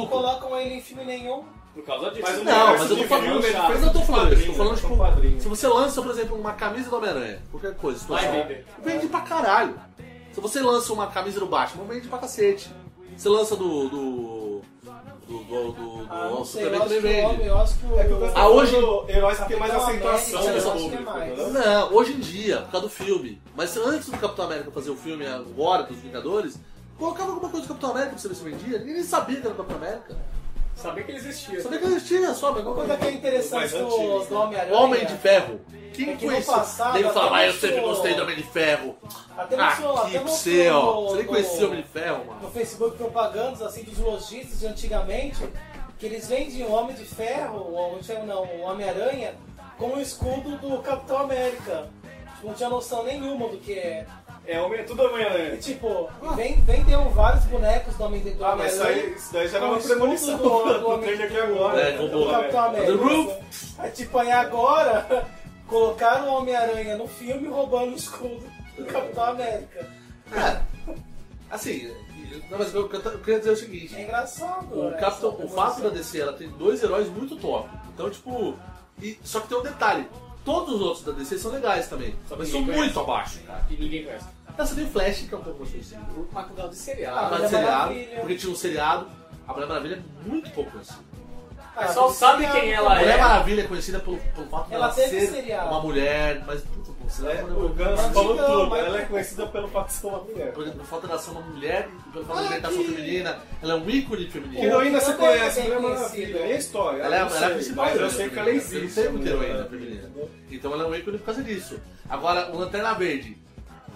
[SPEAKER 4] Tudo.
[SPEAKER 13] colocam ele em filme nenhum.
[SPEAKER 12] Por causa disso.
[SPEAKER 5] Mas o
[SPEAKER 4] Não,
[SPEAKER 5] universo
[SPEAKER 4] mas eu tô
[SPEAKER 5] de
[SPEAKER 4] falando. um
[SPEAKER 5] filme,
[SPEAKER 4] Mas
[SPEAKER 5] ele
[SPEAKER 4] eu tô
[SPEAKER 5] faz
[SPEAKER 4] falando,
[SPEAKER 5] quadrinhos,
[SPEAKER 4] tô falando,
[SPEAKER 5] são
[SPEAKER 4] tipo,
[SPEAKER 5] quadrinhos.
[SPEAKER 4] se você lança, por exemplo, uma camisa do Homem-Aranha, qualquer coisa, se
[SPEAKER 12] Vai
[SPEAKER 4] você-
[SPEAKER 12] vender.
[SPEAKER 4] vende pra caralho. Se você lança uma camisa do Batman, vende pra cacete. Você lança do. do. do. do. do,
[SPEAKER 13] Ah, não
[SPEAKER 4] do
[SPEAKER 13] sei, eu
[SPEAKER 4] Superman
[SPEAKER 13] acho
[SPEAKER 4] também
[SPEAKER 13] que o homem, um
[SPEAKER 4] vende.
[SPEAKER 13] eu acho que o...
[SPEAKER 5] É que eu gosto
[SPEAKER 4] Ah, hoje-
[SPEAKER 5] do heróis que tem mais
[SPEAKER 13] Capitão
[SPEAKER 5] aceitação
[SPEAKER 4] né,
[SPEAKER 13] América,
[SPEAKER 5] do
[SPEAKER 13] eu acho que é
[SPEAKER 5] público,
[SPEAKER 13] mais.
[SPEAKER 5] entendeu?
[SPEAKER 4] Não, hoje em dia, por causa do filme. Mas antes do Capitão América fazer o filme agora, dos Vingadores, colocava alguma coisa do Capitão América pra você ver se vendia. Ninguém nem sabia que era o Capitão América.
[SPEAKER 12] Sabia que ele existia.
[SPEAKER 4] Sabia que existia só, mas
[SPEAKER 13] Uma coisa que é interessante
[SPEAKER 5] Mais
[SPEAKER 13] do,
[SPEAKER 5] antigos,
[SPEAKER 13] do
[SPEAKER 5] né?
[SPEAKER 13] Homem-Aranha...
[SPEAKER 4] Um Homem de Ferro. Quem
[SPEAKER 13] É que no
[SPEAKER 4] foi isso?
[SPEAKER 13] passado,
[SPEAKER 4] Deve falar,
[SPEAKER 13] até
[SPEAKER 4] ah, eu
[SPEAKER 13] mostrou-
[SPEAKER 4] sempre gostei do Homem de Ferro.
[SPEAKER 13] Até mostrou-
[SPEAKER 4] Aqui
[SPEAKER 13] até
[SPEAKER 4] pra
[SPEAKER 13] mostrou
[SPEAKER 4] Ah, você, ó.
[SPEAKER 13] no-
[SPEAKER 4] Você nem conhecia o
[SPEAKER 13] no-
[SPEAKER 4] Homem de Ferro, mano.
[SPEAKER 13] no Facebook propagandas assim dos lojistas de antigamente que eles vendiam o Homem de Ferro, o Homem de Ferro não, o Homem-Aranha, como o escudo do Capitão América. Tipo, não tinha noção nenhuma do que é.
[SPEAKER 5] É, homem, tudo
[SPEAKER 13] E
[SPEAKER 5] amanhã.
[SPEAKER 13] tipo, vem, vendiam vários bonecos do Homem de do
[SPEAKER 5] Ah, mas isso, aí,
[SPEAKER 13] Homem-Aranha.
[SPEAKER 5] isso daí já era
[SPEAKER 13] com
[SPEAKER 5] uma
[SPEAKER 13] né? o escudo
[SPEAKER 5] premonição
[SPEAKER 13] do- do
[SPEAKER 5] do, [LAUGHS] do
[SPEAKER 13] Homem-
[SPEAKER 5] trailer aqui
[SPEAKER 13] do-
[SPEAKER 5] agora.
[SPEAKER 4] É,
[SPEAKER 5] né?
[SPEAKER 4] do-
[SPEAKER 13] do Capitão América.
[SPEAKER 4] The Roof.
[SPEAKER 13] Aí, tipo, aí agora [LAUGHS] colocaram o Homem-Aranha no filme roubando o escudo do Capitão América.
[SPEAKER 4] É. Assim, não, mas eu, eu queria dizer o seguinte.
[SPEAKER 13] É engraçado.
[SPEAKER 4] O,
[SPEAKER 13] né,
[SPEAKER 4] Capitão,
[SPEAKER 13] essa
[SPEAKER 4] o fato da
[SPEAKER 13] premonição.
[SPEAKER 4] DC, ela tem dois heróis muito top. Então, tipo. E, só que tem um detalhe. Todos os outros da DC são legais também.
[SPEAKER 12] Só que
[SPEAKER 4] mas são
[SPEAKER 12] ninguém
[SPEAKER 4] muito
[SPEAKER 12] conhece.
[SPEAKER 4] abaixo, cara.
[SPEAKER 12] E Tá, ninguém conhece.
[SPEAKER 4] Não, você tem o Flash, que é um pouco mais conhecido.
[SPEAKER 12] Mas por causa de
[SPEAKER 13] Ah,
[SPEAKER 4] Ah,
[SPEAKER 12] seriado.
[SPEAKER 13] mas
[SPEAKER 4] mas
[SPEAKER 13] é
[SPEAKER 4] seriado,
[SPEAKER 13] maravilha.
[SPEAKER 4] porque tinha um seriado. A Mulher Maravilha é muito pouco conhecida.
[SPEAKER 12] O
[SPEAKER 4] Ah,
[SPEAKER 12] pessoal sabe quem
[SPEAKER 4] A
[SPEAKER 12] ela
[SPEAKER 4] Mulher
[SPEAKER 12] é.
[SPEAKER 4] Maravilha é conhecida pelo, pelo fato
[SPEAKER 13] Ah, Ela
[SPEAKER 4] dela
[SPEAKER 13] teve
[SPEAKER 4] ser
[SPEAKER 13] seriado.
[SPEAKER 4] uma mulher, mas puta, pô, você
[SPEAKER 5] É,
[SPEAKER 4] leva
[SPEAKER 5] o Gans
[SPEAKER 13] Mas
[SPEAKER 5] falou
[SPEAKER 13] não,
[SPEAKER 5] tudo.
[SPEAKER 13] mas-
[SPEAKER 5] Ela é conhecida pelo fato de ser uma mulher.
[SPEAKER 4] Por exemplo, falta da ação da mulher e pela falta da libertação feminina, ela é um ícone
[SPEAKER 5] Que
[SPEAKER 4] feminino.
[SPEAKER 13] Eu-
[SPEAKER 5] heroína
[SPEAKER 13] eu
[SPEAKER 5] você
[SPEAKER 13] também
[SPEAKER 5] conhece,
[SPEAKER 13] bem
[SPEAKER 5] Mulher
[SPEAKER 13] conhecida.
[SPEAKER 5] Maravilha. É a história.
[SPEAKER 4] Ela é-
[SPEAKER 5] eu
[SPEAKER 4] ela
[SPEAKER 5] não
[SPEAKER 4] é a
[SPEAKER 5] sei,
[SPEAKER 4] principal
[SPEAKER 5] Mas eu
[SPEAKER 4] heroína,
[SPEAKER 5] sei que ela
[SPEAKER 4] feminina. Eu
[SPEAKER 5] existe.
[SPEAKER 4] sei muito
[SPEAKER 5] Mulher
[SPEAKER 4] heroína
[SPEAKER 5] Maravilha,
[SPEAKER 4] feminina.
[SPEAKER 5] entendeu?
[SPEAKER 4] Então ela é um ícone por causa disso. Agora, o Lanterna Verde.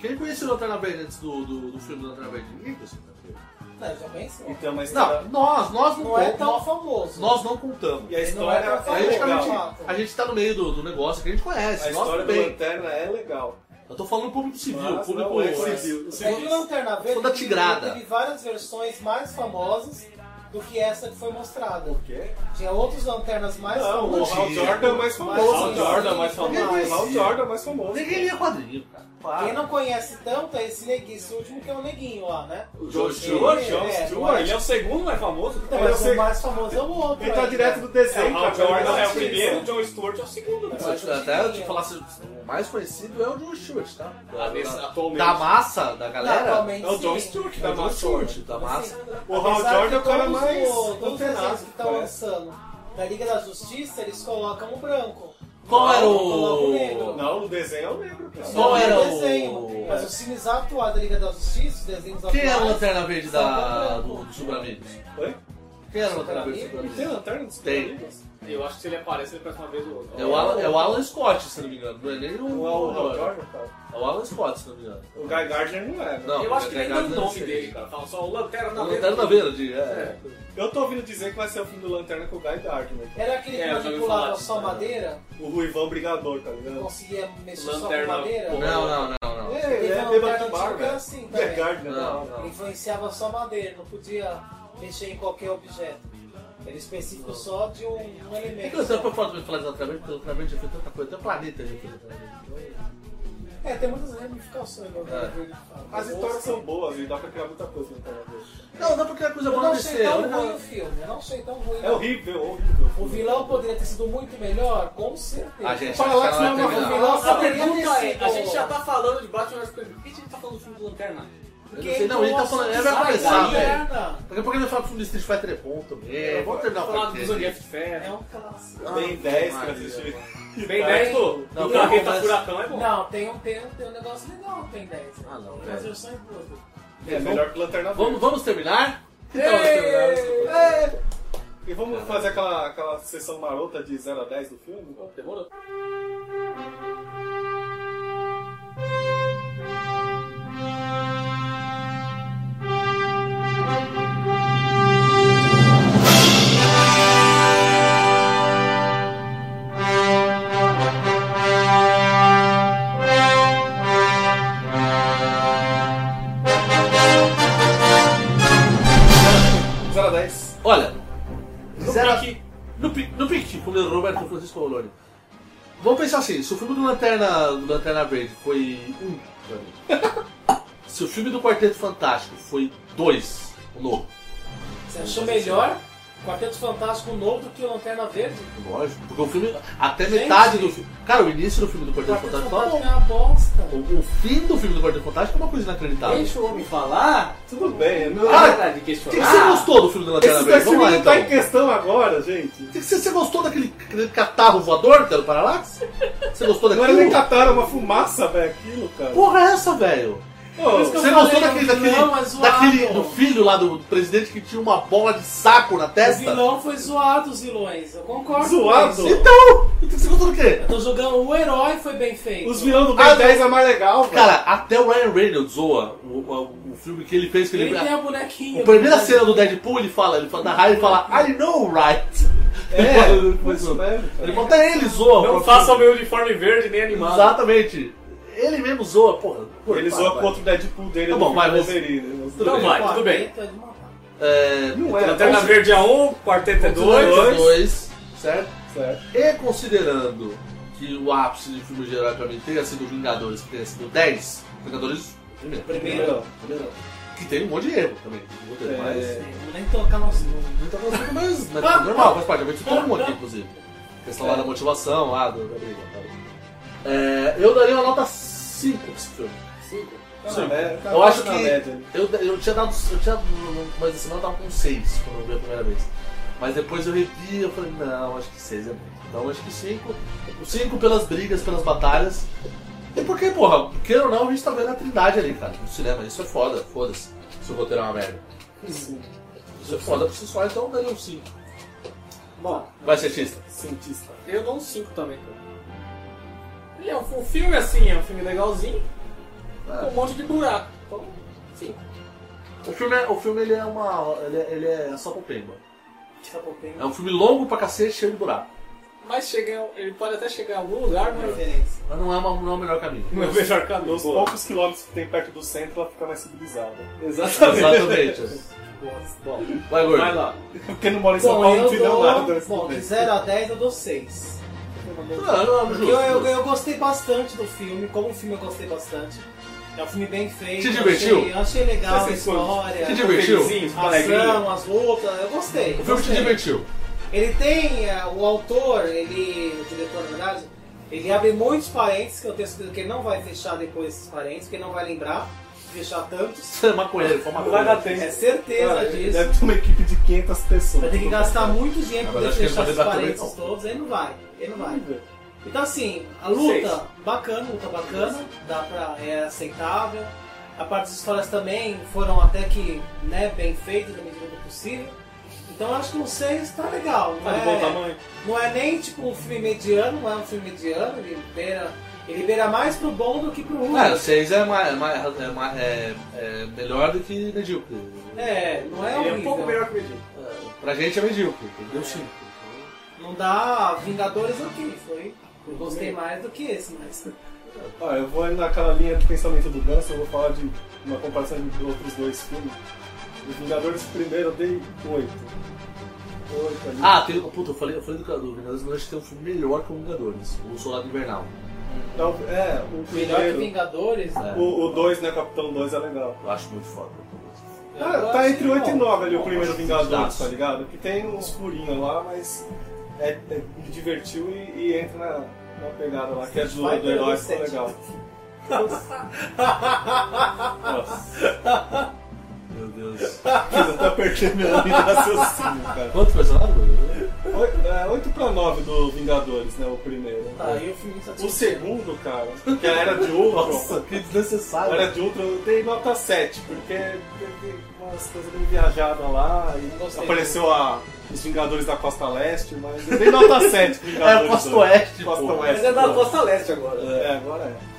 [SPEAKER 4] Quem conhecia o Lanterna Verde antes do, do, do filme do Lanterna Verde? Ninguém conhecia o Lanterna Verde.
[SPEAKER 13] Não, já pensou.
[SPEAKER 5] Então, mas
[SPEAKER 4] Não, nós, nós não,
[SPEAKER 13] Não é
[SPEAKER 4] con-
[SPEAKER 13] tão famoso.
[SPEAKER 4] nós não contamos.
[SPEAKER 5] E a
[SPEAKER 13] não é
[SPEAKER 5] história
[SPEAKER 13] tão
[SPEAKER 5] é
[SPEAKER 4] Praticamente,
[SPEAKER 5] legal.
[SPEAKER 4] a gente tá no meio do, do negócio que a gente conhece.
[SPEAKER 5] A
[SPEAKER 4] nós
[SPEAKER 5] história do
[SPEAKER 4] também.
[SPEAKER 5] Lanterna é legal.
[SPEAKER 4] Eu tô falando do público civil,
[SPEAKER 5] Mas
[SPEAKER 4] público
[SPEAKER 5] não é civil.
[SPEAKER 4] é,
[SPEAKER 13] É que o Lanterna Verde
[SPEAKER 4] Toda
[SPEAKER 13] teve-
[SPEAKER 4] tigrada.
[SPEAKER 13] teve várias versões mais famosas do que essa que foi mostrada.
[SPEAKER 5] O quê?
[SPEAKER 13] Tinha outros lanternas mais
[SPEAKER 5] Não, o
[SPEAKER 13] famosas.
[SPEAKER 5] Hal Jordan é mais famoso.
[SPEAKER 13] Mas-
[SPEAKER 5] Hal Jordan é mais famoso.
[SPEAKER 13] Mas-
[SPEAKER 5] Hal Jordan é mais famoso.
[SPEAKER 4] Ninguém lia quadrinho, cara.
[SPEAKER 13] Quem não conhece tanto é esse neguinho, esse último que é o neguinho lá, né?
[SPEAKER 5] O
[SPEAKER 4] Jon
[SPEAKER 5] John
[SPEAKER 4] Stewart,
[SPEAKER 5] Stewart,
[SPEAKER 13] Jon
[SPEAKER 5] John
[SPEAKER 13] Stewart.
[SPEAKER 5] Stewart.
[SPEAKER 12] Ele é o segundo mais famoso.
[SPEAKER 13] Então,
[SPEAKER 5] Eu
[SPEAKER 13] mas
[SPEAKER 5] sei-
[SPEAKER 13] o mais famoso é o outro.
[SPEAKER 5] Ele tá
[SPEAKER 13] aí,
[SPEAKER 5] direto
[SPEAKER 13] né?
[SPEAKER 5] do desenho,
[SPEAKER 12] É, o Hal
[SPEAKER 5] cara.
[SPEAKER 12] Jordan é o
[SPEAKER 5] Sim.
[SPEAKER 12] primeiro, o John Stewart é o segundo. né?
[SPEAKER 13] Mas-
[SPEAKER 4] Até eu te falar, se o mais conhecido é o John Stewart, tá? Da,
[SPEAKER 12] Ah, desse-
[SPEAKER 4] da-
[SPEAKER 12] atualmente.
[SPEAKER 4] da massa, da galera.
[SPEAKER 13] Atualmente,
[SPEAKER 5] É o John
[SPEAKER 13] sim.
[SPEAKER 5] Stewart
[SPEAKER 4] É
[SPEAKER 5] da
[SPEAKER 4] o John
[SPEAKER 5] massa.
[SPEAKER 4] Stewart, da massa.
[SPEAKER 5] O Hal
[SPEAKER 13] Apesar
[SPEAKER 5] Jordan é
[SPEAKER 13] de
[SPEAKER 5] o cara
[SPEAKER 13] todos
[SPEAKER 5] mais
[SPEAKER 13] os- Todos os desenhos
[SPEAKER 5] antenado.
[SPEAKER 13] que estão
[SPEAKER 5] parece.
[SPEAKER 13] lançando da Liga da Justiça, eles colocam o branco.
[SPEAKER 4] Qual era
[SPEAKER 13] Coloca o negro.
[SPEAKER 4] o.
[SPEAKER 5] Não, no desenho eu lembro, cara.
[SPEAKER 4] Qual
[SPEAKER 13] Não, é
[SPEAKER 4] era o-
[SPEAKER 13] desenho, Mas os filmes atuais da Liga da Justiça, os desenhos
[SPEAKER 4] Quem
[SPEAKER 13] atuais...
[SPEAKER 4] era o Lanterna Verde da,
[SPEAKER 13] Só
[SPEAKER 4] do, do Super Amigos?
[SPEAKER 5] Oi?
[SPEAKER 4] Quem era o Lanterna Verde do Super
[SPEAKER 5] Tem um-
[SPEAKER 4] Amigos?
[SPEAKER 5] lanterna dos
[SPEAKER 4] Tem.
[SPEAKER 5] quadrinhos?
[SPEAKER 12] Eu acho que se ele aparece, ele aparece uma vez ou outra.
[SPEAKER 4] É o, Alan, é o Alan Scott, se não me engano. Não é nem o.
[SPEAKER 5] O Hal Hal Jordan, cara.
[SPEAKER 4] É o Alan Scott, se não me engano.
[SPEAKER 5] O Guy Gardner não é. né?
[SPEAKER 4] Não,
[SPEAKER 12] Eu acho que nem dá o
[SPEAKER 4] Lanterna
[SPEAKER 12] nome
[SPEAKER 4] Verde.
[SPEAKER 12] dele, cara. Fala só o
[SPEAKER 4] O
[SPEAKER 12] Lanterna Verde.
[SPEAKER 4] Lanterna Verde, é.
[SPEAKER 5] Eu tô ouvindo dizer que vai ser o fim do Lanterna com o Guy Gardner. cara.
[SPEAKER 13] Era aquele que
[SPEAKER 12] É, eu já ouvi falar
[SPEAKER 13] manipulava
[SPEAKER 12] disso,
[SPEAKER 13] só
[SPEAKER 12] né?
[SPEAKER 13] madeira?
[SPEAKER 5] O Ruivão Brigador, tá ligado?
[SPEAKER 13] Conseguia mexer só
[SPEAKER 12] Lanterna
[SPEAKER 13] com madeira?
[SPEAKER 12] Verde.
[SPEAKER 4] Não, não, não, não.
[SPEAKER 5] É, ele
[SPEAKER 13] Teve
[SPEAKER 5] é
[SPEAKER 13] uma
[SPEAKER 5] bêbado
[SPEAKER 13] alternativa
[SPEAKER 5] de bar,
[SPEAKER 13] que
[SPEAKER 5] velho.
[SPEAKER 13] era assim,
[SPEAKER 5] Guy
[SPEAKER 13] também.
[SPEAKER 5] Gardner,
[SPEAKER 4] Não,
[SPEAKER 5] não.
[SPEAKER 4] não.
[SPEAKER 13] Influenciava só madeira, não podia mexer em qualquer objeto. Era específico só de um, um
[SPEAKER 4] É que
[SPEAKER 13] elemento.
[SPEAKER 4] eu sempre falo de falar exatamente, porque exatamente já fez tanta coisa, né? até o planeta já fez exatamente.
[SPEAKER 13] É, tem muitas ramificações. né,
[SPEAKER 4] É.
[SPEAKER 13] do- do-
[SPEAKER 5] As
[SPEAKER 13] do-
[SPEAKER 5] histórias são boas e dá pra criar muita coisa no Lanterna Verde.
[SPEAKER 4] Não, não porque a coisa
[SPEAKER 13] Eu
[SPEAKER 4] boa é né?
[SPEAKER 13] não
[SPEAKER 4] acontecer.
[SPEAKER 13] achei
[SPEAKER 5] então
[SPEAKER 13] tão
[SPEAKER 4] Eu
[SPEAKER 13] ruim o
[SPEAKER 4] não-
[SPEAKER 13] filme, eu não achei tão ruim.
[SPEAKER 5] É horrível, horrível.
[SPEAKER 13] O vilão poderia ter sido muito melhor, com certeza.
[SPEAKER 4] A Ah, gente
[SPEAKER 5] Fala lá que
[SPEAKER 4] ela
[SPEAKER 5] senão eu
[SPEAKER 4] vai
[SPEAKER 5] vou
[SPEAKER 13] O
[SPEAKER 4] terminar.
[SPEAKER 13] vilão
[SPEAKER 12] A
[SPEAKER 13] só teria
[SPEAKER 12] pergunta é,
[SPEAKER 13] sido-
[SPEAKER 12] a gente já tá falando de Batman vs Superman. Por que a gente tá falando do filme do Lanterna?
[SPEAKER 4] Eu não sei, não, ele tá falando, ele vai
[SPEAKER 13] Sai
[SPEAKER 4] começar,
[SPEAKER 13] daí,
[SPEAKER 4] velho.
[SPEAKER 5] é-
[SPEAKER 13] Ana.
[SPEAKER 4] Daqui a pouco ele vai falar que o filme de Street Fighter é bom também. Vamos terminar o
[SPEAKER 12] Falar do
[SPEAKER 4] podcast.
[SPEAKER 12] Zodíaco de Ferro.
[SPEAKER 13] É um clássico.
[SPEAKER 4] Ah,
[SPEAKER 5] Tem 10 pra
[SPEAKER 4] Maria,
[SPEAKER 5] assistir.
[SPEAKER 12] Bem 10 do,
[SPEAKER 4] Não,
[SPEAKER 12] do Carreta
[SPEAKER 4] mas-
[SPEAKER 12] Furacão é bom.
[SPEAKER 13] Não, tem um, tem, um- tem um negócio legal, tem 10.
[SPEAKER 4] Ah, não,
[SPEAKER 13] Tem
[SPEAKER 4] velho.
[SPEAKER 13] umas versões boas.
[SPEAKER 5] É melhor que Lanterna Verde.
[SPEAKER 4] Vamos, vamos terminar? Que tal nós terminarmos?
[SPEAKER 5] É. E vamos fazer aquela, aquela sessão marota de 0 a 10 do filme?
[SPEAKER 12] Demorou.
[SPEAKER 4] No
[SPEAKER 13] Zero-
[SPEAKER 4] pique, no pique, no pique, como diz o Roberto Francisco Roloni. Vamos pensar assim, se o filme do Lanterna, do Lanterna Verde foi um, pra mim, [LAUGHS] se o filme do Quarteto Fantástico foi dois, o novo.
[SPEAKER 13] Você achou melhor
[SPEAKER 4] é.
[SPEAKER 13] Quarteto Fantástico novo do que o Lanterna Verde?
[SPEAKER 4] Lógico, porque o filme, até
[SPEAKER 13] Gente.
[SPEAKER 4] metade do filme. Cara, o início do filme do Quarteto
[SPEAKER 13] Quarteto
[SPEAKER 4] Fantástico tá assim,
[SPEAKER 13] Fantástico é uma bosta.
[SPEAKER 4] O, o fim do filme do Quarteto Fantástico é uma coisa inacreditável.
[SPEAKER 12] Deixa o homem falar, tudo bem, não
[SPEAKER 4] Cara,
[SPEAKER 12] é nada de
[SPEAKER 4] O que,
[SPEAKER 13] ah,
[SPEAKER 4] que você
[SPEAKER 12] questionar.
[SPEAKER 4] gostou do filme do Lanterna Verde? Vamos lá,
[SPEAKER 13] tá
[SPEAKER 4] então.
[SPEAKER 5] tá questão agora, gente.
[SPEAKER 4] O que que você, você gostou daquele, daquele catarro voador que era o Parallax? Você gostou daquilo?
[SPEAKER 5] Agora é nem cataram uma fumaça, velho, aquilo, cara.
[SPEAKER 4] Porra é essa, velho?
[SPEAKER 5] Ô,
[SPEAKER 13] isso que eu
[SPEAKER 4] Você gostou daquele,
[SPEAKER 13] falei, o
[SPEAKER 4] daquele,
[SPEAKER 13] vilão é zoado.
[SPEAKER 4] daquele do filho lá do presidente que tinha uma bola de saco na
[SPEAKER 13] O
[SPEAKER 4] testa?
[SPEAKER 13] vilão foi zoado, os vilões. Eu concordo.
[SPEAKER 5] Zoado?
[SPEAKER 13] Com isso.
[SPEAKER 4] Então, então você gostou do quê?
[SPEAKER 13] Eu tô jogando o herói foi bem feito.
[SPEAKER 5] Os vilões do Ben
[SPEAKER 4] Ah,
[SPEAKER 5] 10 é mais legal, velho.
[SPEAKER 4] Cara, até o Ryan Reynolds zoa o, o- o filme que ele fez. Que ele,
[SPEAKER 13] Ele tem a
[SPEAKER 4] a
[SPEAKER 13] bonequinha.
[SPEAKER 4] primeira cena do Deadpool, ele fala, ele fala da raio e fala, I know, right?
[SPEAKER 5] É,
[SPEAKER 4] [LAUGHS] Ele fala,
[SPEAKER 5] isso mesmo, cara.
[SPEAKER 4] ele fala, até ele zoa.
[SPEAKER 12] Não
[SPEAKER 4] pô.
[SPEAKER 12] faça o meu uniforme verde nem animado.
[SPEAKER 4] Exatamente. Ele mesmo zoa, porra. porra,
[SPEAKER 5] Ele
[SPEAKER 4] vai,
[SPEAKER 5] zoa
[SPEAKER 4] vai.
[SPEAKER 5] contra o Deadpool dele
[SPEAKER 4] Tá
[SPEAKER 5] no
[SPEAKER 4] bom,
[SPEAKER 5] filme
[SPEAKER 4] vai, mas-
[SPEAKER 5] Wolverine, né?
[SPEAKER 4] Tudo
[SPEAKER 12] Então
[SPEAKER 4] bem.
[SPEAKER 12] vai, tudo bem.
[SPEAKER 13] Quarteto é de matar.
[SPEAKER 4] É,
[SPEAKER 5] Não é,
[SPEAKER 12] Lanterna Verde é um, Quarteto é dois.
[SPEAKER 4] dois, dois, certo?
[SPEAKER 5] Certo.
[SPEAKER 4] E considerando que o ápice de filme de herói pra mim tenha sido Vingadores, que tenha sido 10, Vingadores primeiro.
[SPEAKER 13] Primeiro.
[SPEAKER 4] Primeiro. Que tem um monte de erro também. Um monte de erro, mas-
[SPEAKER 5] É.
[SPEAKER 13] Vou nem tocar no assunto.
[SPEAKER 4] Não tá acontecendo, mas, mas é normal, faz parte. Eu vou te todo mundo aqui, inclusive. A questão lá da motivação, lá do, da briga. Tá bom. É, eu daria uma nota 5 pra esse filme.
[SPEAKER 5] Tá na média, tá
[SPEAKER 4] Eu acho
[SPEAKER 5] na
[SPEAKER 4] que-
[SPEAKER 5] média.
[SPEAKER 4] Eu, eu tinha dado. Eu tinha, mas esse semana eu tava com 6 quando eu vi a primeira vez. Mas depois eu revi eu falei, não, acho que 6 é muito. Então acho que 5. 5 pelas brigas, pelas batalhas. E porque, porra, queira ou não, a gente tá vendo a trindade ali, cara, no cinema. Isso é foda, foda-se. Se o roteiro é uma merda. Isso é foda por si só, então eu daria um 5.
[SPEAKER 12] Bom,
[SPEAKER 4] Vai ser artista.
[SPEAKER 5] Cientista.
[SPEAKER 12] eu dou um 5 também, cara. Ele é um, um filme assim, é um filme legalzinho,
[SPEAKER 4] É.
[SPEAKER 12] com um monte de buraco. Então, 5.
[SPEAKER 4] O filme, é, o filme ele é uma. Ele é, ele é só popemba.
[SPEAKER 13] Tá bom, tem
[SPEAKER 4] É um filme longo pra cacete, cheio de buraco.
[SPEAKER 12] Mas chega, em- ele pode até chegar em algum lugar,
[SPEAKER 13] uma
[SPEAKER 12] mas
[SPEAKER 13] referência.
[SPEAKER 4] Mas não é, uma, não é o melhor caminho.
[SPEAKER 12] não é o melhor caminho.
[SPEAKER 5] Nos poucos quilômetros que tem perto do centro, ela fica mais civilizada.
[SPEAKER 4] [LAUGHS] Exatamente.
[SPEAKER 12] Bom,
[SPEAKER 4] Vai, gordo.
[SPEAKER 12] vai lá.
[SPEAKER 5] Porque não mora em São
[SPEAKER 13] Bom,
[SPEAKER 5] Paulo, não
[SPEAKER 13] eu
[SPEAKER 5] tem não nada.
[SPEAKER 13] dou...
[SPEAKER 5] nesse
[SPEAKER 13] Bom, de
[SPEAKER 5] momento.
[SPEAKER 13] 0 a 10 eu dou 6.
[SPEAKER 4] Ah, Não, não, não,
[SPEAKER 13] Porque
[SPEAKER 4] justo,
[SPEAKER 13] eu, eu,
[SPEAKER 4] justo.
[SPEAKER 13] eu gostei bastante do filme, como filme eu gostei bastante. É um filme bem feito.
[SPEAKER 4] Te divertiu?
[SPEAKER 13] Achei, achei legal a
[SPEAKER 5] Você se
[SPEAKER 13] história.
[SPEAKER 4] Te divertiu?
[SPEAKER 12] Felizinhos,
[SPEAKER 13] A
[SPEAKER 12] alegrinha.
[SPEAKER 13] ação, as lutas, eu gostei.
[SPEAKER 4] O filme te
[SPEAKER 13] gostei.
[SPEAKER 4] divertiu.
[SPEAKER 13] Ele tem, eh, o autor, ele, o diretor, na verdade, ele abre muitos parênteses, que eu tenho certeza que ele não vai fechar depois esses parênteses, porque ele não vai lembrar de fechar tantos.
[SPEAKER 4] Você é maconheiro, foi
[SPEAKER 5] Não vai dar
[SPEAKER 4] maconheiro.
[SPEAKER 5] tempo.
[SPEAKER 13] É certeza
[SPEAKER 5] Cara,
[SPEAKER 13] disso.
[SPEAKER 5] Deve ter uma equipe de 500 pessoas.
[SPEAKER 13] Vai ter que gastar muito dinheiro pra
[SPEAKER 4] Mas
[SPEAKER 13] poder
[SPEAKER 4] acho que ele
[SPEAKER 13] fechar
[SPEAKER 4] vai
[SPEAKER 13] esses
[SPEAKER 4] debater
[SPEAKER 13] parênteses
[SPEAKER 4] bem, não.
[SPEAKER 13] todos, aí não vai, ele não vai.
[SPEAKER 5] Incrível.
[SPEAKER 13] Então assim, a luta,
[SPEAKER 12] Seis.
[SPEAKER 13] bacana, luta bacana, dá pra, é aceitável. A parte das histórias também foram até que né, bem feitas da medida do possível. Então eu acho que um 6 tá legal. Não,
[SPEAKER 5] Tá de bom
[SPEAKER 13] é,
[SPEAKER 5] tamanho?
[SPEAKER 13] não é nem tipo um filme mediano, não é um filme mediano, ele beira, ele beira mais pro bom do que pro ruim.
[SPEAKER 4] Cara, 6 é, mais, é, mais, é, mais, é, é melhor do que medíocre.
[SPEAKER 13] É, não é
[SPEAKER 12] Ele é um
[SPEAKER 13] horrível.
[SPEAKER 12] pouco melhor que o Medinho.
[SPEAKER 4] É, Pra gente é medíocre, entendeu? Sim.
[SPEAKER 13] Não dá Vingadores ok, foi. Eu gostei mais do que esse, mas.
[SPEAKER 5] Ó, eu vou naquela linha de pensamento do Gans, eu vou falar de uma comparação de outros dois filmes. Os Vingadores primeiro eu dei 8. 8 ali.
[SPEAKER 4] Ah, tem, puta, eu falei, eu falei do, do Vingadores, mas acho que tem um filme melhor que o Vingadores, o Soldado Invernal.
[SPEAKER 5] Então, é, o
[SPEAKER 13] Melhor que
[SPEAKER 5] primeiro.
[SPEAKER 13] Vingadores?
[SPEAKER 4] É.
[SPEAKER 5] O 2, né, Capitão 2 é legal.
[SPEAKER 4] Eu acho muito foda.
[SPEAKER 13] É, eu
[SPEAKER 5] Tá,
[SPEAKER 13] acho
[SPEAKER 5] tá entre
[SPEAKER 13] que
[SPEAKER 5] 8 e
[SPEAKER 13] não.
[SPEAKER 5] 9 ali o
[SPEAKER 13] Bom,
[SPEAKER 5] primeiro
[SPEAKER 4] acho
[SPEAKER 5] Vingadores,
[SPEAKER 4] justiçado.
[SPEAKER 5] tá ligado? Que tem uns furinhos lá, mas é, é, me divertiu e, e entra na, na pegada lá, que é do,
[SPEAKER 13] Vai
[SPEAKER 5] do herói,
[SPEAKER 13] ter
[SPEAKER 5] ficou
[SPEAKER 13] sete.
[SPEAKER 5] legal. Nossa,
[SPEAKER 4] Meu Deus.
[SPEAKER 5] eu até perdi minha linha de raciocínio, cara.
[SPEAKER 4] Quanto personagem? Bruno?
[SPEAKER 5] 8 pra 9 do Vingadores, né? O primeiro.
[SPEAKER 13] Tá, e o filme tá
[SPEAKER 5] O Um segundo, cara, que era de Ultron.
[SPEAKER 4] Nossa, que
[SPEAKER 5] a
[SPEAKER 4] desnecessário.
[SPEAKER 5] Era de Ultron, eu dei nota 7, porque teve umas coisas meio viajadas lá e
[SPEAKER 13] Gostei.
[SPEAKER 5] apareceu a, os Vingadores da Costa Leste, mas eu dei nota [LAUGHS] 7 pro Vingadores.
[SPEAKER 4] É, Costa
[SPEAKER 5] hoje.
[SPEAKER 4] Oeste,
[SPEAKER 5] Costa
[SPEAKER 4] pô.
[SPEAKER 5] Oeste.
[SPEAKER 12] Mas é da
[SPEAKER 5] pô.
[SPEAKER 12] Costa Leste agora.
[SPEAKER 5] É, agora é.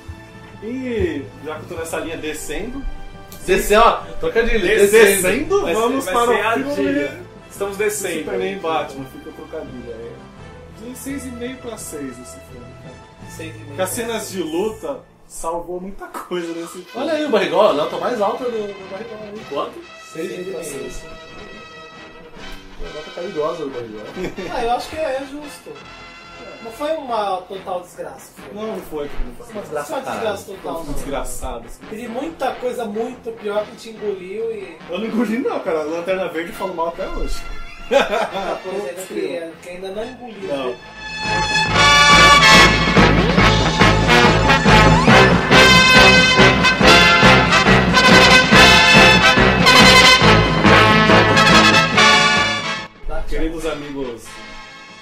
[SPEAKER 5] E já que eu tô nessa linha descendo,
[SPEAKER 4] Descendo, ó, trocadilho.
[SPEAKER 5] Descendo.
[SPEAKER 12] Vai ser-
[SPEAKER 5] vamos
[SPEAKER 12] vai
[SPEAKER 5] para
[SPEAKER 12] ser
[SPEAKER 5] o
[SPEAKER 12] a
[SPEAKER 5] filme.
[SPEAKER 12] dica. Estamos descendo.
[SPEAKER 5] Superman e Batman, fica trocadilho aí. De 6,5 pra 6 esse filme, cara.
[SPEAKER 13] seis e meio.
[SPEAKER 5] Porque as cenas de luta salvou muita coisa nesse filme.
[SPEAKER 4] Olha aí o barrigol, a nota mais alta do, do barrigol. aí.
[SPEAKER 12] Quanto?
[SPEAKER 4] Seis, seis, seis.
[SPEAKER 5] Nota caridosa do Barrigol.
[SPEAKER 13] Ah, eu acho que é justo. Não foi uma total desgraça. Foi.
[SPEAKER 5] Não, não foi. tipo, Não foi uma
[SPEAKER 13] desgraça,
[SPEAKER 5] foi
[SPEAKER 13] uma desgraça total.
[SPEAKER 5] Foi desgraçado. Assim.
[SPEAKER 13] Teve muita coisa muito pior que te engoliu e...
[SPEAKER 5] Eu não engoli não, cara. A Lanterna Verde falo mal até hoje.
[SPEAKER 13] Uma coisa que, que ainda não engoliu.
[SPEAKER 5] Ah, Não. Queridos amigos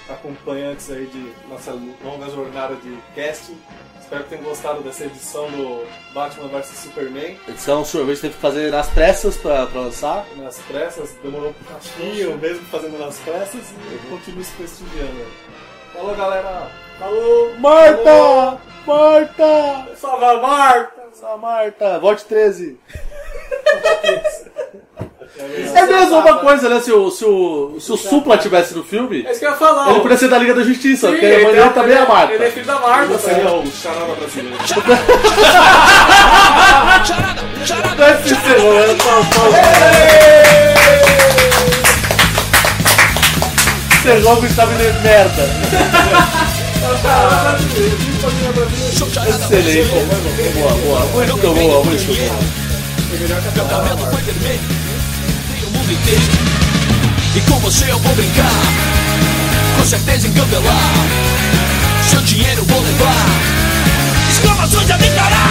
[SPEAKER 5] acompanhantes aí de nossa longa jornada de casting, espero que tenham gostado dessa edição do Batman vs Superman.
[SPEAKER 14] Edição, o sorvete teve que fazer nas pressas pra, pra lançar.
[SPEAKER 5] Nas pressas, demorou um pouquinho, mesmo fazendo nas pressas, e eu continuo prestigiando. Falou, galera! Falou!
[SPEAKER 14] Marta! Marta!
[SPEAKER 5] Salva Marta!
[SPEAKER 14] Só Marta! Volte 13!
[SPEAKER 5] É
[SPEAKER 14] É mesmo uma coisa, né? Se o, se o, se o Supla tivesse no filme,
[SPEAKER 12] É isso que eu ia falar.
[SPEAKER 14] ele
[SPEAKER 12] ó.
[SPEAKER 14] podia ser da Liga da Justiça,
[SPEAKER 12] Sim,
[SPEAKER 14] porque a irmã dele
[SPEAKER 12] é-
[SPEAKER 14] também é a Marta.
[SPEAKER 12] Ele é filho da Marta.
[SPEAKER 5] Seria o Charada brasileiro.
[SPEAKER 4] é
[SPEAKER 14] Você joga o estava de merda. Excelente. Boa, boa. Muito boa, muito boa.
[SPEAKER 4] E com você eu vou brincar Com certeza engambelar Seu dinheiro eu vou levar Exclamações a brincará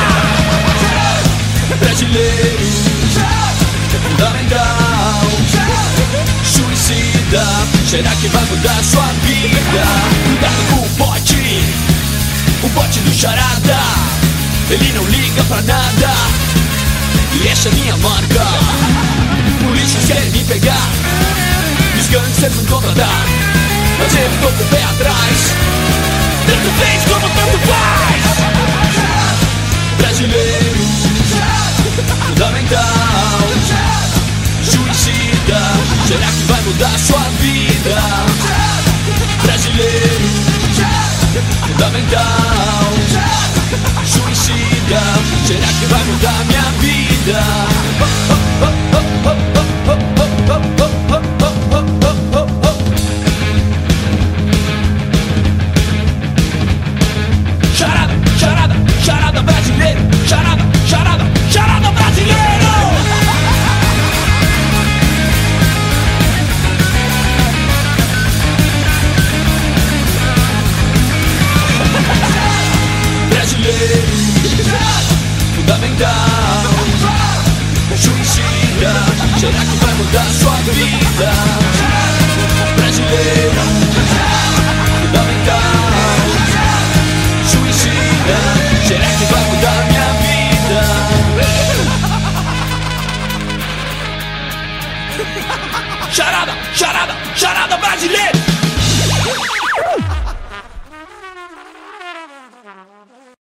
[SPEAKER 4] Brasileiro Fundamental Suicida Será que vai mudar sua vida? Cuidado com o bote O bote do charada Ele não liga pra nada E essa é minha marca Polícias querem me pegar os gangsters me contratar Mas eu tô com o pé atrás Tanto fez como tanto faz Brasileiro Fundamental Suicida Será que vai mudar sua vida? Brasileiro Fundamental Suicida Será que vai mudar minha vida? Charada, charada, charada brasileiro Charada, charada, charada brasileiro Brasileiro Fundamental Suicida Será que vai mudar sua vida? Brasileiro Fundamental Suicida Será que vai mudar minha vida? Charada, charada, charada brasileira